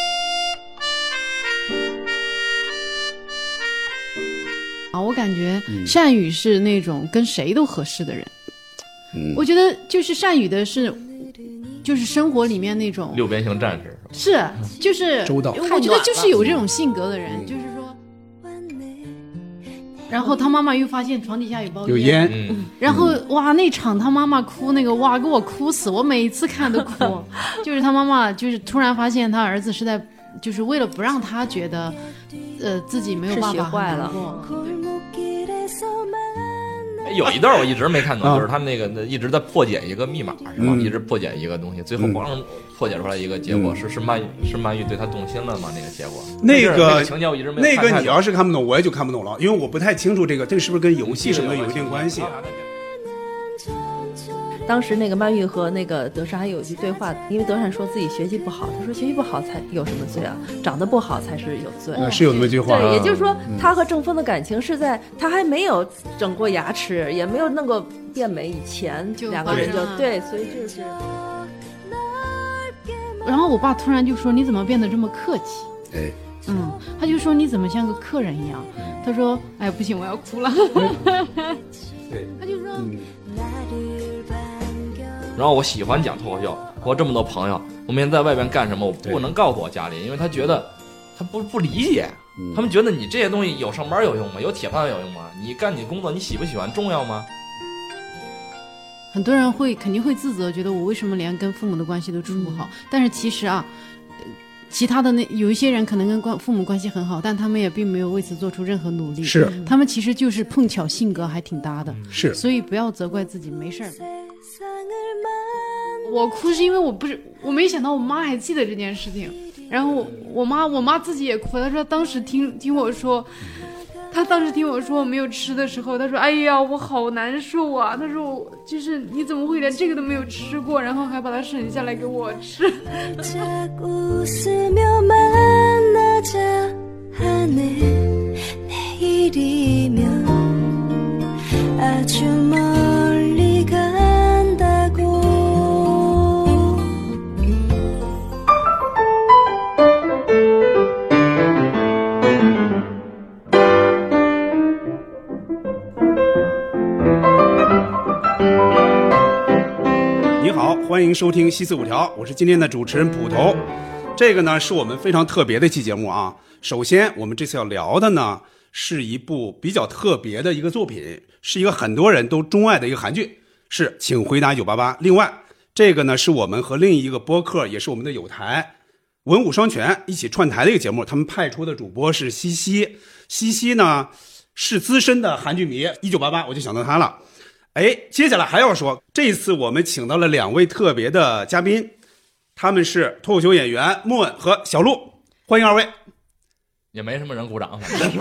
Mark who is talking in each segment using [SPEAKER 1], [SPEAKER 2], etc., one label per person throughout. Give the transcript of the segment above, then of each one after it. [SPEAKER 1] 啊
[SPEAKER 2] 嗯
[SPEAKER 1] 善宇是那种跟谁都合适的人。
[SPEAKER 3] 嗯
[SPEAKER 1] 我觉得就是善宇的是，就是生活里面那种
[SPEAKER 4] 六边形战士是吧
[SPEAKER 1] 是就是
[SPEAKER 5] 周到
[SPEAKER 1] 我觉得就是有这种性格的
[SPEAKER 2] 嗯
[SPEAKER 1] 人，就是说，然后他妈妈又发现床底下有包
[SPEAKER 5] 有
[SPEAKER 1] 烟，
[SPEAKER 5] 烟，
[SPEAKER 4] 嗯，
[SPEAKER 1] 然后哇那场他妈妈哭那个哇给我哭死，我每一次看都 哭，就是他妈妈就是突然发现他儿子是在就是为了不让他觉得，呃自己没有
[SPEAKER 2] 是
[SPEAKER 1] 办
[SPEAKER 2] 学
[SPEAKER 1] 法
[SPEAKER 2] 坏
[SPEAKER 1] 很难
[SPEAKER 2] 了
[SPEAKER 1] 过
[SPEAKER 4] 哎有一段我一直没看懂，
[SPEAKER 5] 啊
[SPEAKER 4] 就是他们那个那一直在破解一个密码，是吧？
[SPEAKER 3] 嗯
[SPEAKER 4] 一直破解一个东西，最后
[SPEAKER 3] 嗯
[SPEAKER 4] 咣破解出来一个结果，是是曼玉是曼玉对他动心了吗？那个结果，
[SPEAKER 5] 嗯那
[SPEAKER 4] 个
[SPEAKER 5] 个
[SPEAKER 4] 那情节我一直没
[SPEAKER 5] 那
[SPEAKER 4] 有看太
[SPEAKER 5] 个
[SPEAKER 4] 懂
[SPEAKER 5] 你要是看不懂，我也就看不懂了，因为我不太清楚这个这个是不是跟游戏什么的有一定关系。啊
[SPEAKER 2] 当时那个曼玉和那个德善还有一句对话，因为德善说自己学习不好，他说学习不好才有什么罪啊，长得不好才是有罪。
[SPEAKER 5] 呃，是有那么一句话啊，
[SPEAKER 2] 哦对，也就是说，他和郑峰的感情是在他还没有整过牙齿，也没有弄过变美以前，
[SPEAKER 1] 就
[SPEAKER 2] 两个人
[SPEAKER 1] 发
[SPEAKER 2] 就
[SPEAKER 1] 生了
[SPEAKER 2] 对，所以就是
[SPEAKER 1] 然后我爸突然就说：“你怎么变得这么客气
[SPEAKER 3] 哎，？”
[SPEAKER 1] 嗯，他就说：“你怎么像个客人一样？”
[SPEAKER 5] 嗯
[SPEAKER 1] 他说：“哎，不行，我要哭了。
[SPEAKER 5] 对”嗯
[SPEAKER 1] 他就说：“
[SPEAKER 4] 然后我喜欢讲脱口秀，我这么多朋友，我每天在外边干什么，我
[SPEAKER 5] 对
[SPEAKER 4] 不能告诉我家里，因为他觉得他不不理解，
[SPEAKER 5] 嗯
[SPEAKER 4] 他们觉得你这些东西有上班有用吗？有铁饭有用吗？你干你工作你喜不喜欢重要吗？
[SPEAKER 1] 很多人会肯定会自责，觉得我为什么连跟父母的关系都处不好？
[SPEAKER 5] 嗯
[SPEAKER 1] 但是其实啊，呃其他的那有一些人可能跟关父母关系很好，但他们也并没有为此做出任何努力。
[SPEAKER 5] 是，嗯
[SPEAKER 1] 他们其实就是碰巧性格还挺搭的，
[SPEAKER 5] 是
[SPEAKER 1] 所以不要责怪自己，没事儿。我哭是因为我不是我没想到我妈还记得这件事情，然后我我妈我妈自己也哭，她说当时听听我说，她当时听我说我没有吃的时候，她说哎呀我好难受啊，她说我就是你怎么会连这个都没有吃过，然后还把它省下来给我吃，
[SPEAKER 6] 반짝 웃으며 만나자 하네 내일이면 아주 멀리 간다고
[SPEAKER 5] 你好，欢迎收听西四五条，我是今天的主持人捕头。这个呢是我们非常特别的一期节目啊。首先，我们这次要聊的呢是一部比较特别的一个作品，是一个很多人都钟爱的一个韩剧，是《请回答九八八》。另外，这个呢是我们和另一个播客，也是我们的友台文武双全一起串台的一个节目，他们派出的主播是西西，西西呢是资深的韩剧迷，一九八八我就想到他了。哎，接下来还要说，这次我们请到了两位特别的嘉宾，他们是脱口秀演员莫文和小鹿，欢迎二位。
[SPEAKER 4] 也没什么人鼓掌，反正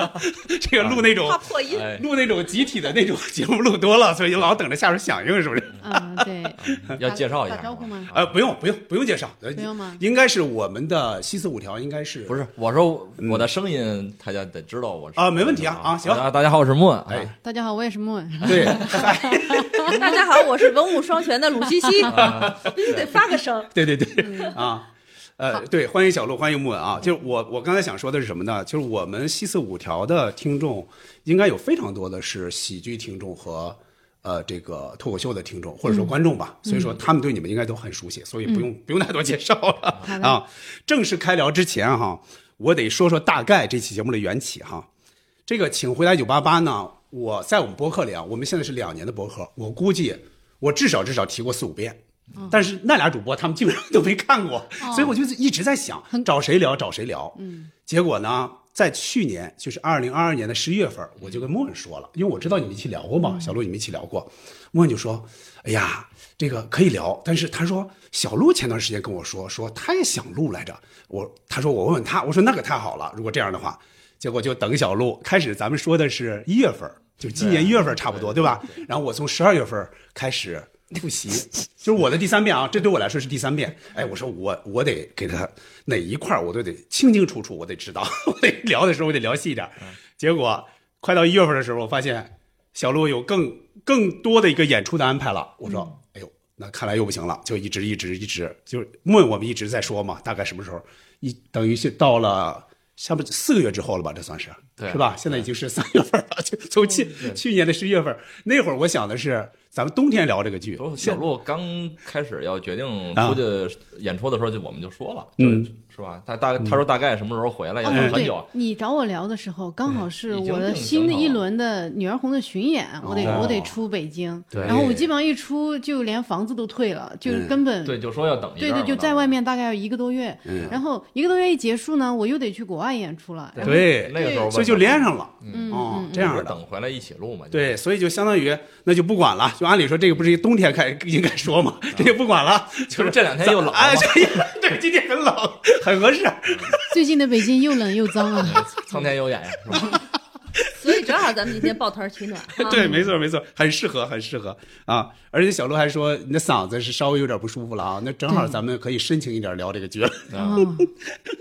[SPEAKER 5] 这个录那
[SPEAKER 1] 啊
[SPEAKER 5] 种、
[SPEAKER 2] 破 音
[SPEAKER 4] 哎，
[SPEAKER 5] 录那种集体的那种节目录多了，所以老等着下边响应，是不是？
[SPEAKER 1] 嗯对，
[SPEAKER 4] 要介绍一下
[SPEAKER 1] 打招呼吗
[SPEAKER 5] 呃，不用不用不用介绍，
[SPEAKER 1] 不用吗
[SPEAKER 5] 应该是我们的西四五条，应该是嗯
[SPEAKER 4] 不是，我说我的声音，大家得知道我是
[SPEAKER 5] 啊没问题啊啊行
[SPEAKER 4] 大家好，我是莫，啊
[SPEAKER 5] 哎
[SPEAKER 1] 大家好，我也是莫文，
[SPEAKER 5] 对，
[SPEAKER 2] 大家好，我是文武双全的鲁西西，我必须得发个声。
[SPEAKER 5] 对对对，
[SPEAKER 1] 嗯
[SPEAKER 5] 啊，呃，对，欢迎小鹿，欢迎木文啊。就是我，我刚才想说的是什么呢？就是我们西四五条的听众，应该有非常多的是喜剧听众和呃这个脱口秀的听众，或
[SPEAKER 1] 嗯
[SPEAKER 5] 者说观众吧。所以说他们对你们应该都很熟悉，所以不用、不用太多介绍了
[SPEAKER 1] 好的
[SPEAKER 5] 啊。正式开聊之前哈，我得说说大概这期节目的缘起哈。这个请回答九八八呢，我在我们博客里啊，我们现在是两年的博客，我估计我至少至少提过四五遍。但是那俩主播他们基本上都没看过，所以我就一直在想找谁聊找谁聊。嗯，结果呢，在去年就是二零二二年的十一月份，我就跟莫文说了，因为我知道你们一起聊过嘛，小鹿你们一起聊过，莫文就说：“哎呀，这个可以聊。”但是他说小鹿前段时间跟我说，说他也想录来着。我他说我问问他，我说那可太好了，如果这样的话，结果就等小鹿开始，咱们说的是一月份，就今年一月份差不多，对吧？然后我从十二月份开始复 习，就是我的第三遍啊，这对我来说是第三遍。哎，我说我我得给他哪一块儿我都得清清楚楚，我得知道， 我得聊的时候我得聊细一点。结果快到一月份的时候，我发现小鹿有更更多的一个演出的安排了。我说，哎呦，那看来又不行了，就一直一直一直就是问我们一直在说嘛，大概什么时候？一等于是到了差不多四个月之后了吧，这算是
[SPEAKER 4] 对
[SPEAKER 5] 是吧？现在已经是三月份了， 就从去去年的十月份那会儿，我想的是咱们冬天聊这个剧，
[SPEAKER 4] 都小
[SPEAKER 5] 现
[SPEAKER 4] 鹿刚开始要决定
[SPEAKER 5] 啊
[SPEAKER 4] 出去演出的时候，就我们就说了，
[SPEAKER 5] 嗯
[SPEAKER 4] 就是是吧？他大他说大概什么时候回来，要
[SPEAKER 1] 哦，
[SPEAKER 4] 等很
[SPEAKER 1] 对
[SPEAKER 4] 久，。
[SPEAKER 1] 你找我聊的时候，刚好是
[SPEAKER 4] 嗯已经
[SPEAKER 1] 我的
[SPEAKER 4] 定
[SPEAKER 1] 新的
[SPEAKER 4] 整好
[SPEAKER 1] 一
[SPEAKER 4] 了哦
[SPEAKER 1] 轮的女儿红的巡演，我得我得出北京，
[SPEAKER 4] 对
[SPEAKER 1] 然后我基本上一出就连房子都退了，就
[SPEAKER 5] 嗯
[SPEAKER 1] 根本
[SPEAKER 4] 对，就说要等一
[SPEAKER 1] 对
[SPEAKER 4] 阵
[SPEAKER 1] 对，
[SPEAKER 4] 儿嘛
[SPEAKER 1] 就在外。面大概要一个多月，
[SPEAKER 5] 嗯
[SPEAKER 1] 然后一个多月一结束呢，我又得去国外演出了，然后
[SPEAKER 5] 对
[SPEAKER 4] 那个时候问
[SPEAKER 5] 所以就连上了，
[SPEAKER 1] 嗯
[SPEAKER 5] 哦
[SPEAKER 1] 嗯，
[SPEAKER 5] 这样
[SPEAKER 4] 我说
[SPEAKER 5] 的。
[SPEAKER 4] 等回来一起录嘛。就，
[SPEAKER 5] 对，所以就相当于那就不管了，就按理说这个不是冬天开 应该说嘛，这也不管了，
[SPEAKER 4] 啊就是这两天又冷了啊嘛
[SPEAKER 5] 哎，这对今天很冷， 很合适。。
[SPEAKER 1] 最近的北京又冷又脏 啊，
[SPEAKER 4] 苍天有眼呀，是吧？
[SPEAKER 2] 所以正好咱们今天抱团取暖
[SPEAKER 5] 对，没错没错，很适合，很适合啊！而且小鹿还说你的嗓子是稍微有点不舒服了啊，那正好咱们可以深情一点聊这个剧了，
[SPEAKER 4] 啊
[SPEAKER 1] 哦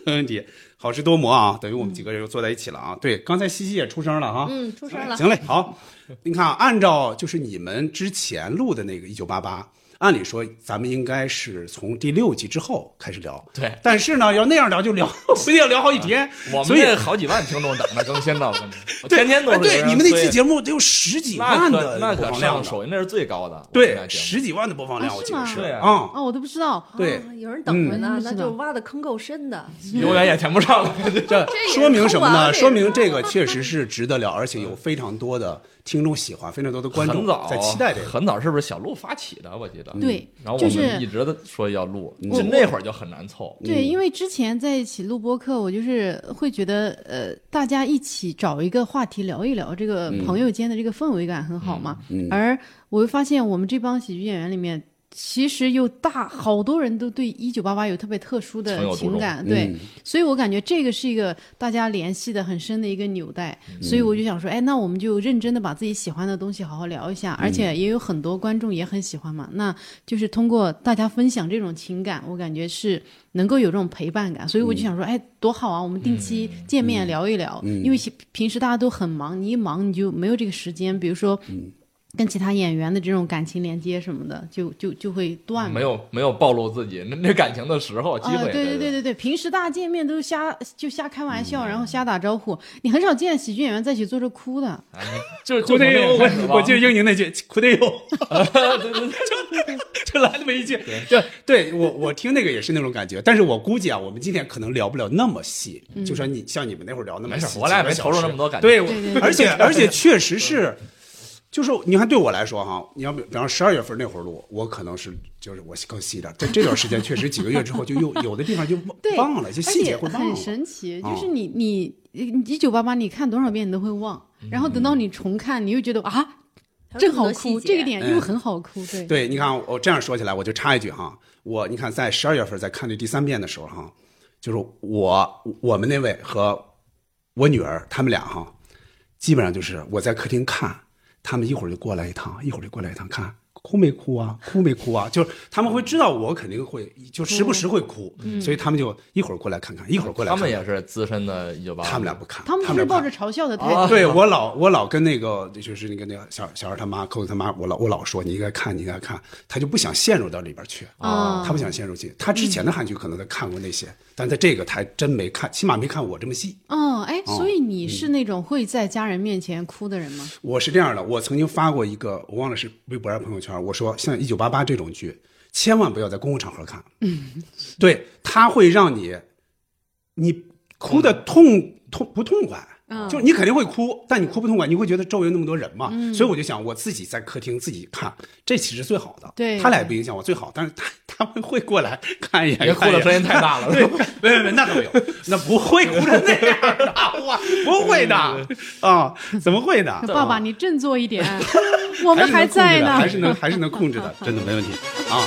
[SPEAKER 5] 没问题。好事多磨啊，等于我们几个人又坐在一起了啊。对，刚才西西也出声了啊。
[SPEAKER 2] 嗯，出声了。
[SPEAKER 5] 行嘞，好，你看，啊，按照就是你们之前录的那个一九八八，按理说咱们应该是从第六集之后开始聊，
[SPEAKER 4] 对啊
[SPEAKER 5] 但是呢，要那样聊就聊， 非得要聊好几天，
[SPEAKER 4] 我们
[SPEAKER 5] 所以
[SPEAKER 4] 这好几万听众等着更新呢，我跟你说，我
[SPEAKER 5] 对哎
[SPEAKER 4] 天天都是
[SPEAKER 5] 对
[SPEAKER 4] 这样
[SPEAKER 5] 你们那
[SPEAKER 4] 所以
[SPEAKER 5] 期节目得有十几
[SPEAKER 4] 那
[SPEAKER 5] 万
[SPEAKER 4] 可
[SPEAKER 5] 的
[SPEAKER 4] 那
[SPEAKER 5] 播
[SPEAKER 4] 可
[SPEAKER 5] 放
[SPEAKER 4] 量
[SPEAKER 5] 量
[SPEAKER 4] 首
[SPEAKER 5] 呢，
[SPEAKER 4] 页那是最高的，我
[SPEAKER 5] 对
[SPEAKER 4] 们，家节目
[SPEAKER 5] 十几万的播放量，
[SPEAKER 1] 啊
[SPEAKER 5] 我记得
[SPEAKER 1] 是
[SPEAKER 5] 是
[SPEAKER 1] 吗
[SPEAKER 4] 对啊
[SPEAKER 5] 啊，
[SPEAKER 1] 哦，我都不知道，
[SPEAKER 5] 对
[SPEAKER 2] 啊，有人等着呢
[SPEAKER 1] 嗯，
[SPEAKER 2] 那就挖的坑够深的。
[SPEAKER 4] 永远也填不上 了。
[SPEAKER 5] 这
[SPEAKER 2] 这也
[SPEAKER 5] 说明什么
[SPEAKER 2] 看完
[SPEAKER 5] 呢？
[SPEAKER 2] 了
[SPEAKER 5] 说明这个确实是值得聊，而且有非常多的听众喜欢，非常多的观众
[SPEAKER 4] 很早
[SPEAKER 5] 在期待这个。
[SPEAKER 4] 很早是不是小鹿发起的？我记得。
[SPEAKER 1] 对
[SPEAKER 4] 然后我
[SPEAKER 1] 就是
[SPEAKER 4] 们一直都说要录，
[SPEAKER 1] 我
[SPEAKER 4] 就那会儿就很难凑。
[SPEAKER 1] 对，因为之前在一起录播客，我就是会觉得，呃，大家一起找一个话题聊一聊，这个朋友间的这个氛围感很好嘛。
[SPEAKER 4] 嗯
[SPEAKER 1] 而我会发现，我们这帮喜剧演员里面，其实有大好多人都对一九八八有特别特殊
[SPEAKER 4] 情有
[SPEAKER 1] 的
[SPEAKER 4] 独
[SPEAKER 1] 情
[SPEAKER 4] 钟嗯
[SPEAKER 1] 感，对，所以我感觉这个是一个大家联系的很深的一个纽带。
[SPEAKER 4] 嗯
[SPEAKER 1] 所以我就想说，哎，那我们就认真的把自己喜欢的东西好好聊一下，
[SPEAKER 4] 嗯
[SPEAKER 1] 而且也有很多观众也很喜欢嘛，那就是通过大家分享这种情感，我感觉是能够有这种陪伴感，所以我就
[SPEAKER 4] 嗯
[SPEAKER 1] 想说，哎，多好啊！我们定期见面聊一聊，因为其平时大家都很忙，你一忙你就没有这个时间，比如说。
[SPEAKER 4] 嗯
[SPEAKER 1] 跟其他演员的这种感情连接什么的，就就就会断嘛
[SPEAKER 4] 没有没有暴露自己那那感情的时候机
[SPEAKER 1] 啊，
[SPEAKER 4] 会，
[SPEAKER 1] 对对
[SPEAKER 4] 对嗯
[SPEAKER 1] 对对对，平时大家见面都是瞎就瞎开玩笑，然后瞎打招呼，你很少见喜剧演员在一起坐着哭的。
[SPEAKER 4] 就是
[SPEAKER 5] 苦得有，我我记得
[SPEAKER 4] 就
[SPEAKER 5] 英宁那句“苦得 有”，
[SPEAKER 4] 对对对，
[SPEAKER 5] 就来那么一句。对，对我我听那个也是那种感觉，但是我估计啊，我们今天可能聊不了那么细，就说你像你们那会儿聊那么
[SPEAKER 4] 没事
[SPEAKER 5] 细，
[SPEAKER 4] 我俩也
[SPEAKER 5] 几个
[SPEAKER 4] 没
[SPEAKER 5] 小
[SPEAKER 4] 投入
[SPEAKER 5] 时
[SPEAKER 4] 那么多感情
[SPEAKER 5] 对，
[SPEAKER 1] 嗯
[SPEAKER 5] 我
[SPEAKER 1] 对对对
[SPEAKER 5] 而且而且确实是。就是你看，对我来说哈，你要比比方十二月份那会儿录，我可能是就是我更细点儿。这这段时间确实几个月之后就又有的地方就忘
[SPEAKER 1] 对，
[SPEAKER 5] 忘了，就细节
[SPEAKER 1] 而
[SPEAKER 5] 会
[SPEAKER 1] 且
[SPEAKER 5] 忘了
[SPEAKER 1] 很。神奇，
[SPEAKER 5] 啊
[SPEAKER 1] 就是你你一九八八，你看多少遍你都会忘，然后等到你重看，你又觉得啊，
[SPEAKER 2] 还有
[SPEAKER 1] 正
[SPEAKER 2] 这么
[SPEAKER 1] 好
[SPEAKER 2] 多细
[SPEAKER 1] 哭，
[SPEAKER 2] 节
[SPEAKER 1] 这个点
[SPEAKER 5] 嗯
[SPEAKER 1] 又很好哭，对。
[SPEAKER 5] 对，你看我这样说起来，我就插一句哈，我你看在十二月份在看这第三遍的时候哈，就是我我们那位和我女儿他们俩哈，基本上就是我在客厅看，他们一会儿就过来一趟，一会儿就过来一趟看。哭没哭啊？哭没哭啊？就是他们会知道我肯定会，就时不时会哭，所以他们就一会儿过来看看，一会儿过来
[SPEAKER 4] 他
[SPEAKER 5] 看
[SPEAKER 4] 们
[SPEAKER 5] 看。
[SPEAKER 4] 也是资深的一九八，
[SPEAKER 5] 他们俩不看，
[SPEAKER 1] 他们
[SPEAKER 5] 他
[SPEAKER 1] 就
[SPEAKER 5] 们
[SPEAKER 1] 是
[SPEAKER 5] 俩
[SPEAKER 1] 抱
[SPEAKER 5] 看
[SPEAKER 1] 着嘲笑的态
[SPEAKER 4] 啊
[SPEAKER 1] 度，
[SPEAKER 5] 哎对我老我老跟那个就是那个那个小小孩他妈扣子他妈，我老我老说你应该看你应该看，他就不想陷入到里边去
[SPEAKER 1] 啊
[SPEAKER 5] 他不想陷入去。他之前的韩剧可能他看过那些，但他这个他还真没看，起码没看我这么细。
[SPEAKER 1] 嗯，哎，
[SPEAKER 5] 哦
[SPEAKER 1] 所以你是那种会在家人面前哭的人吗？
[SPEAKER 5] 我是这样的，我曾经发过一个，我忘了是微博还是朋友圈，我说像《一九八八》这种剧，千万不要在公共场合看，嗯，对，它会让你你哭的痛痛不痛快。
[SPEAKER 1] 嗯
[SPEAKER 5] 就你肯定会哭，但你哭不痛快，你会觉得周围那么多人嘛，
[SPEAKER 1] 嗯
[SPEAKER 5] 所以我就想我自己在客厅自己看，这其实最好的。
[SPEAKER 1] 对
[SPEAKER 5] 他俩也不影响我，最好，但是他他们会过来看一眼，
[SPEAKER 4] 别哭
[SPEAKER 5] 看一
[SPEAKER 4] 的
[SPEAKER 5] 眼
[SPEAKER 4] 声音太大了，
[SPEAKER 5] 对，没没没，那倒没有，那不会哭成那样的，哇，不会的啊，怎么会呢？
[SPEAKER 1] 爸爸，你振作一 点，我们
[SPEAKER 5] 还
[SPEAKER 1] 在呢。
[SPEAKER 5] 还是能还是能控制的，真的没问题啊。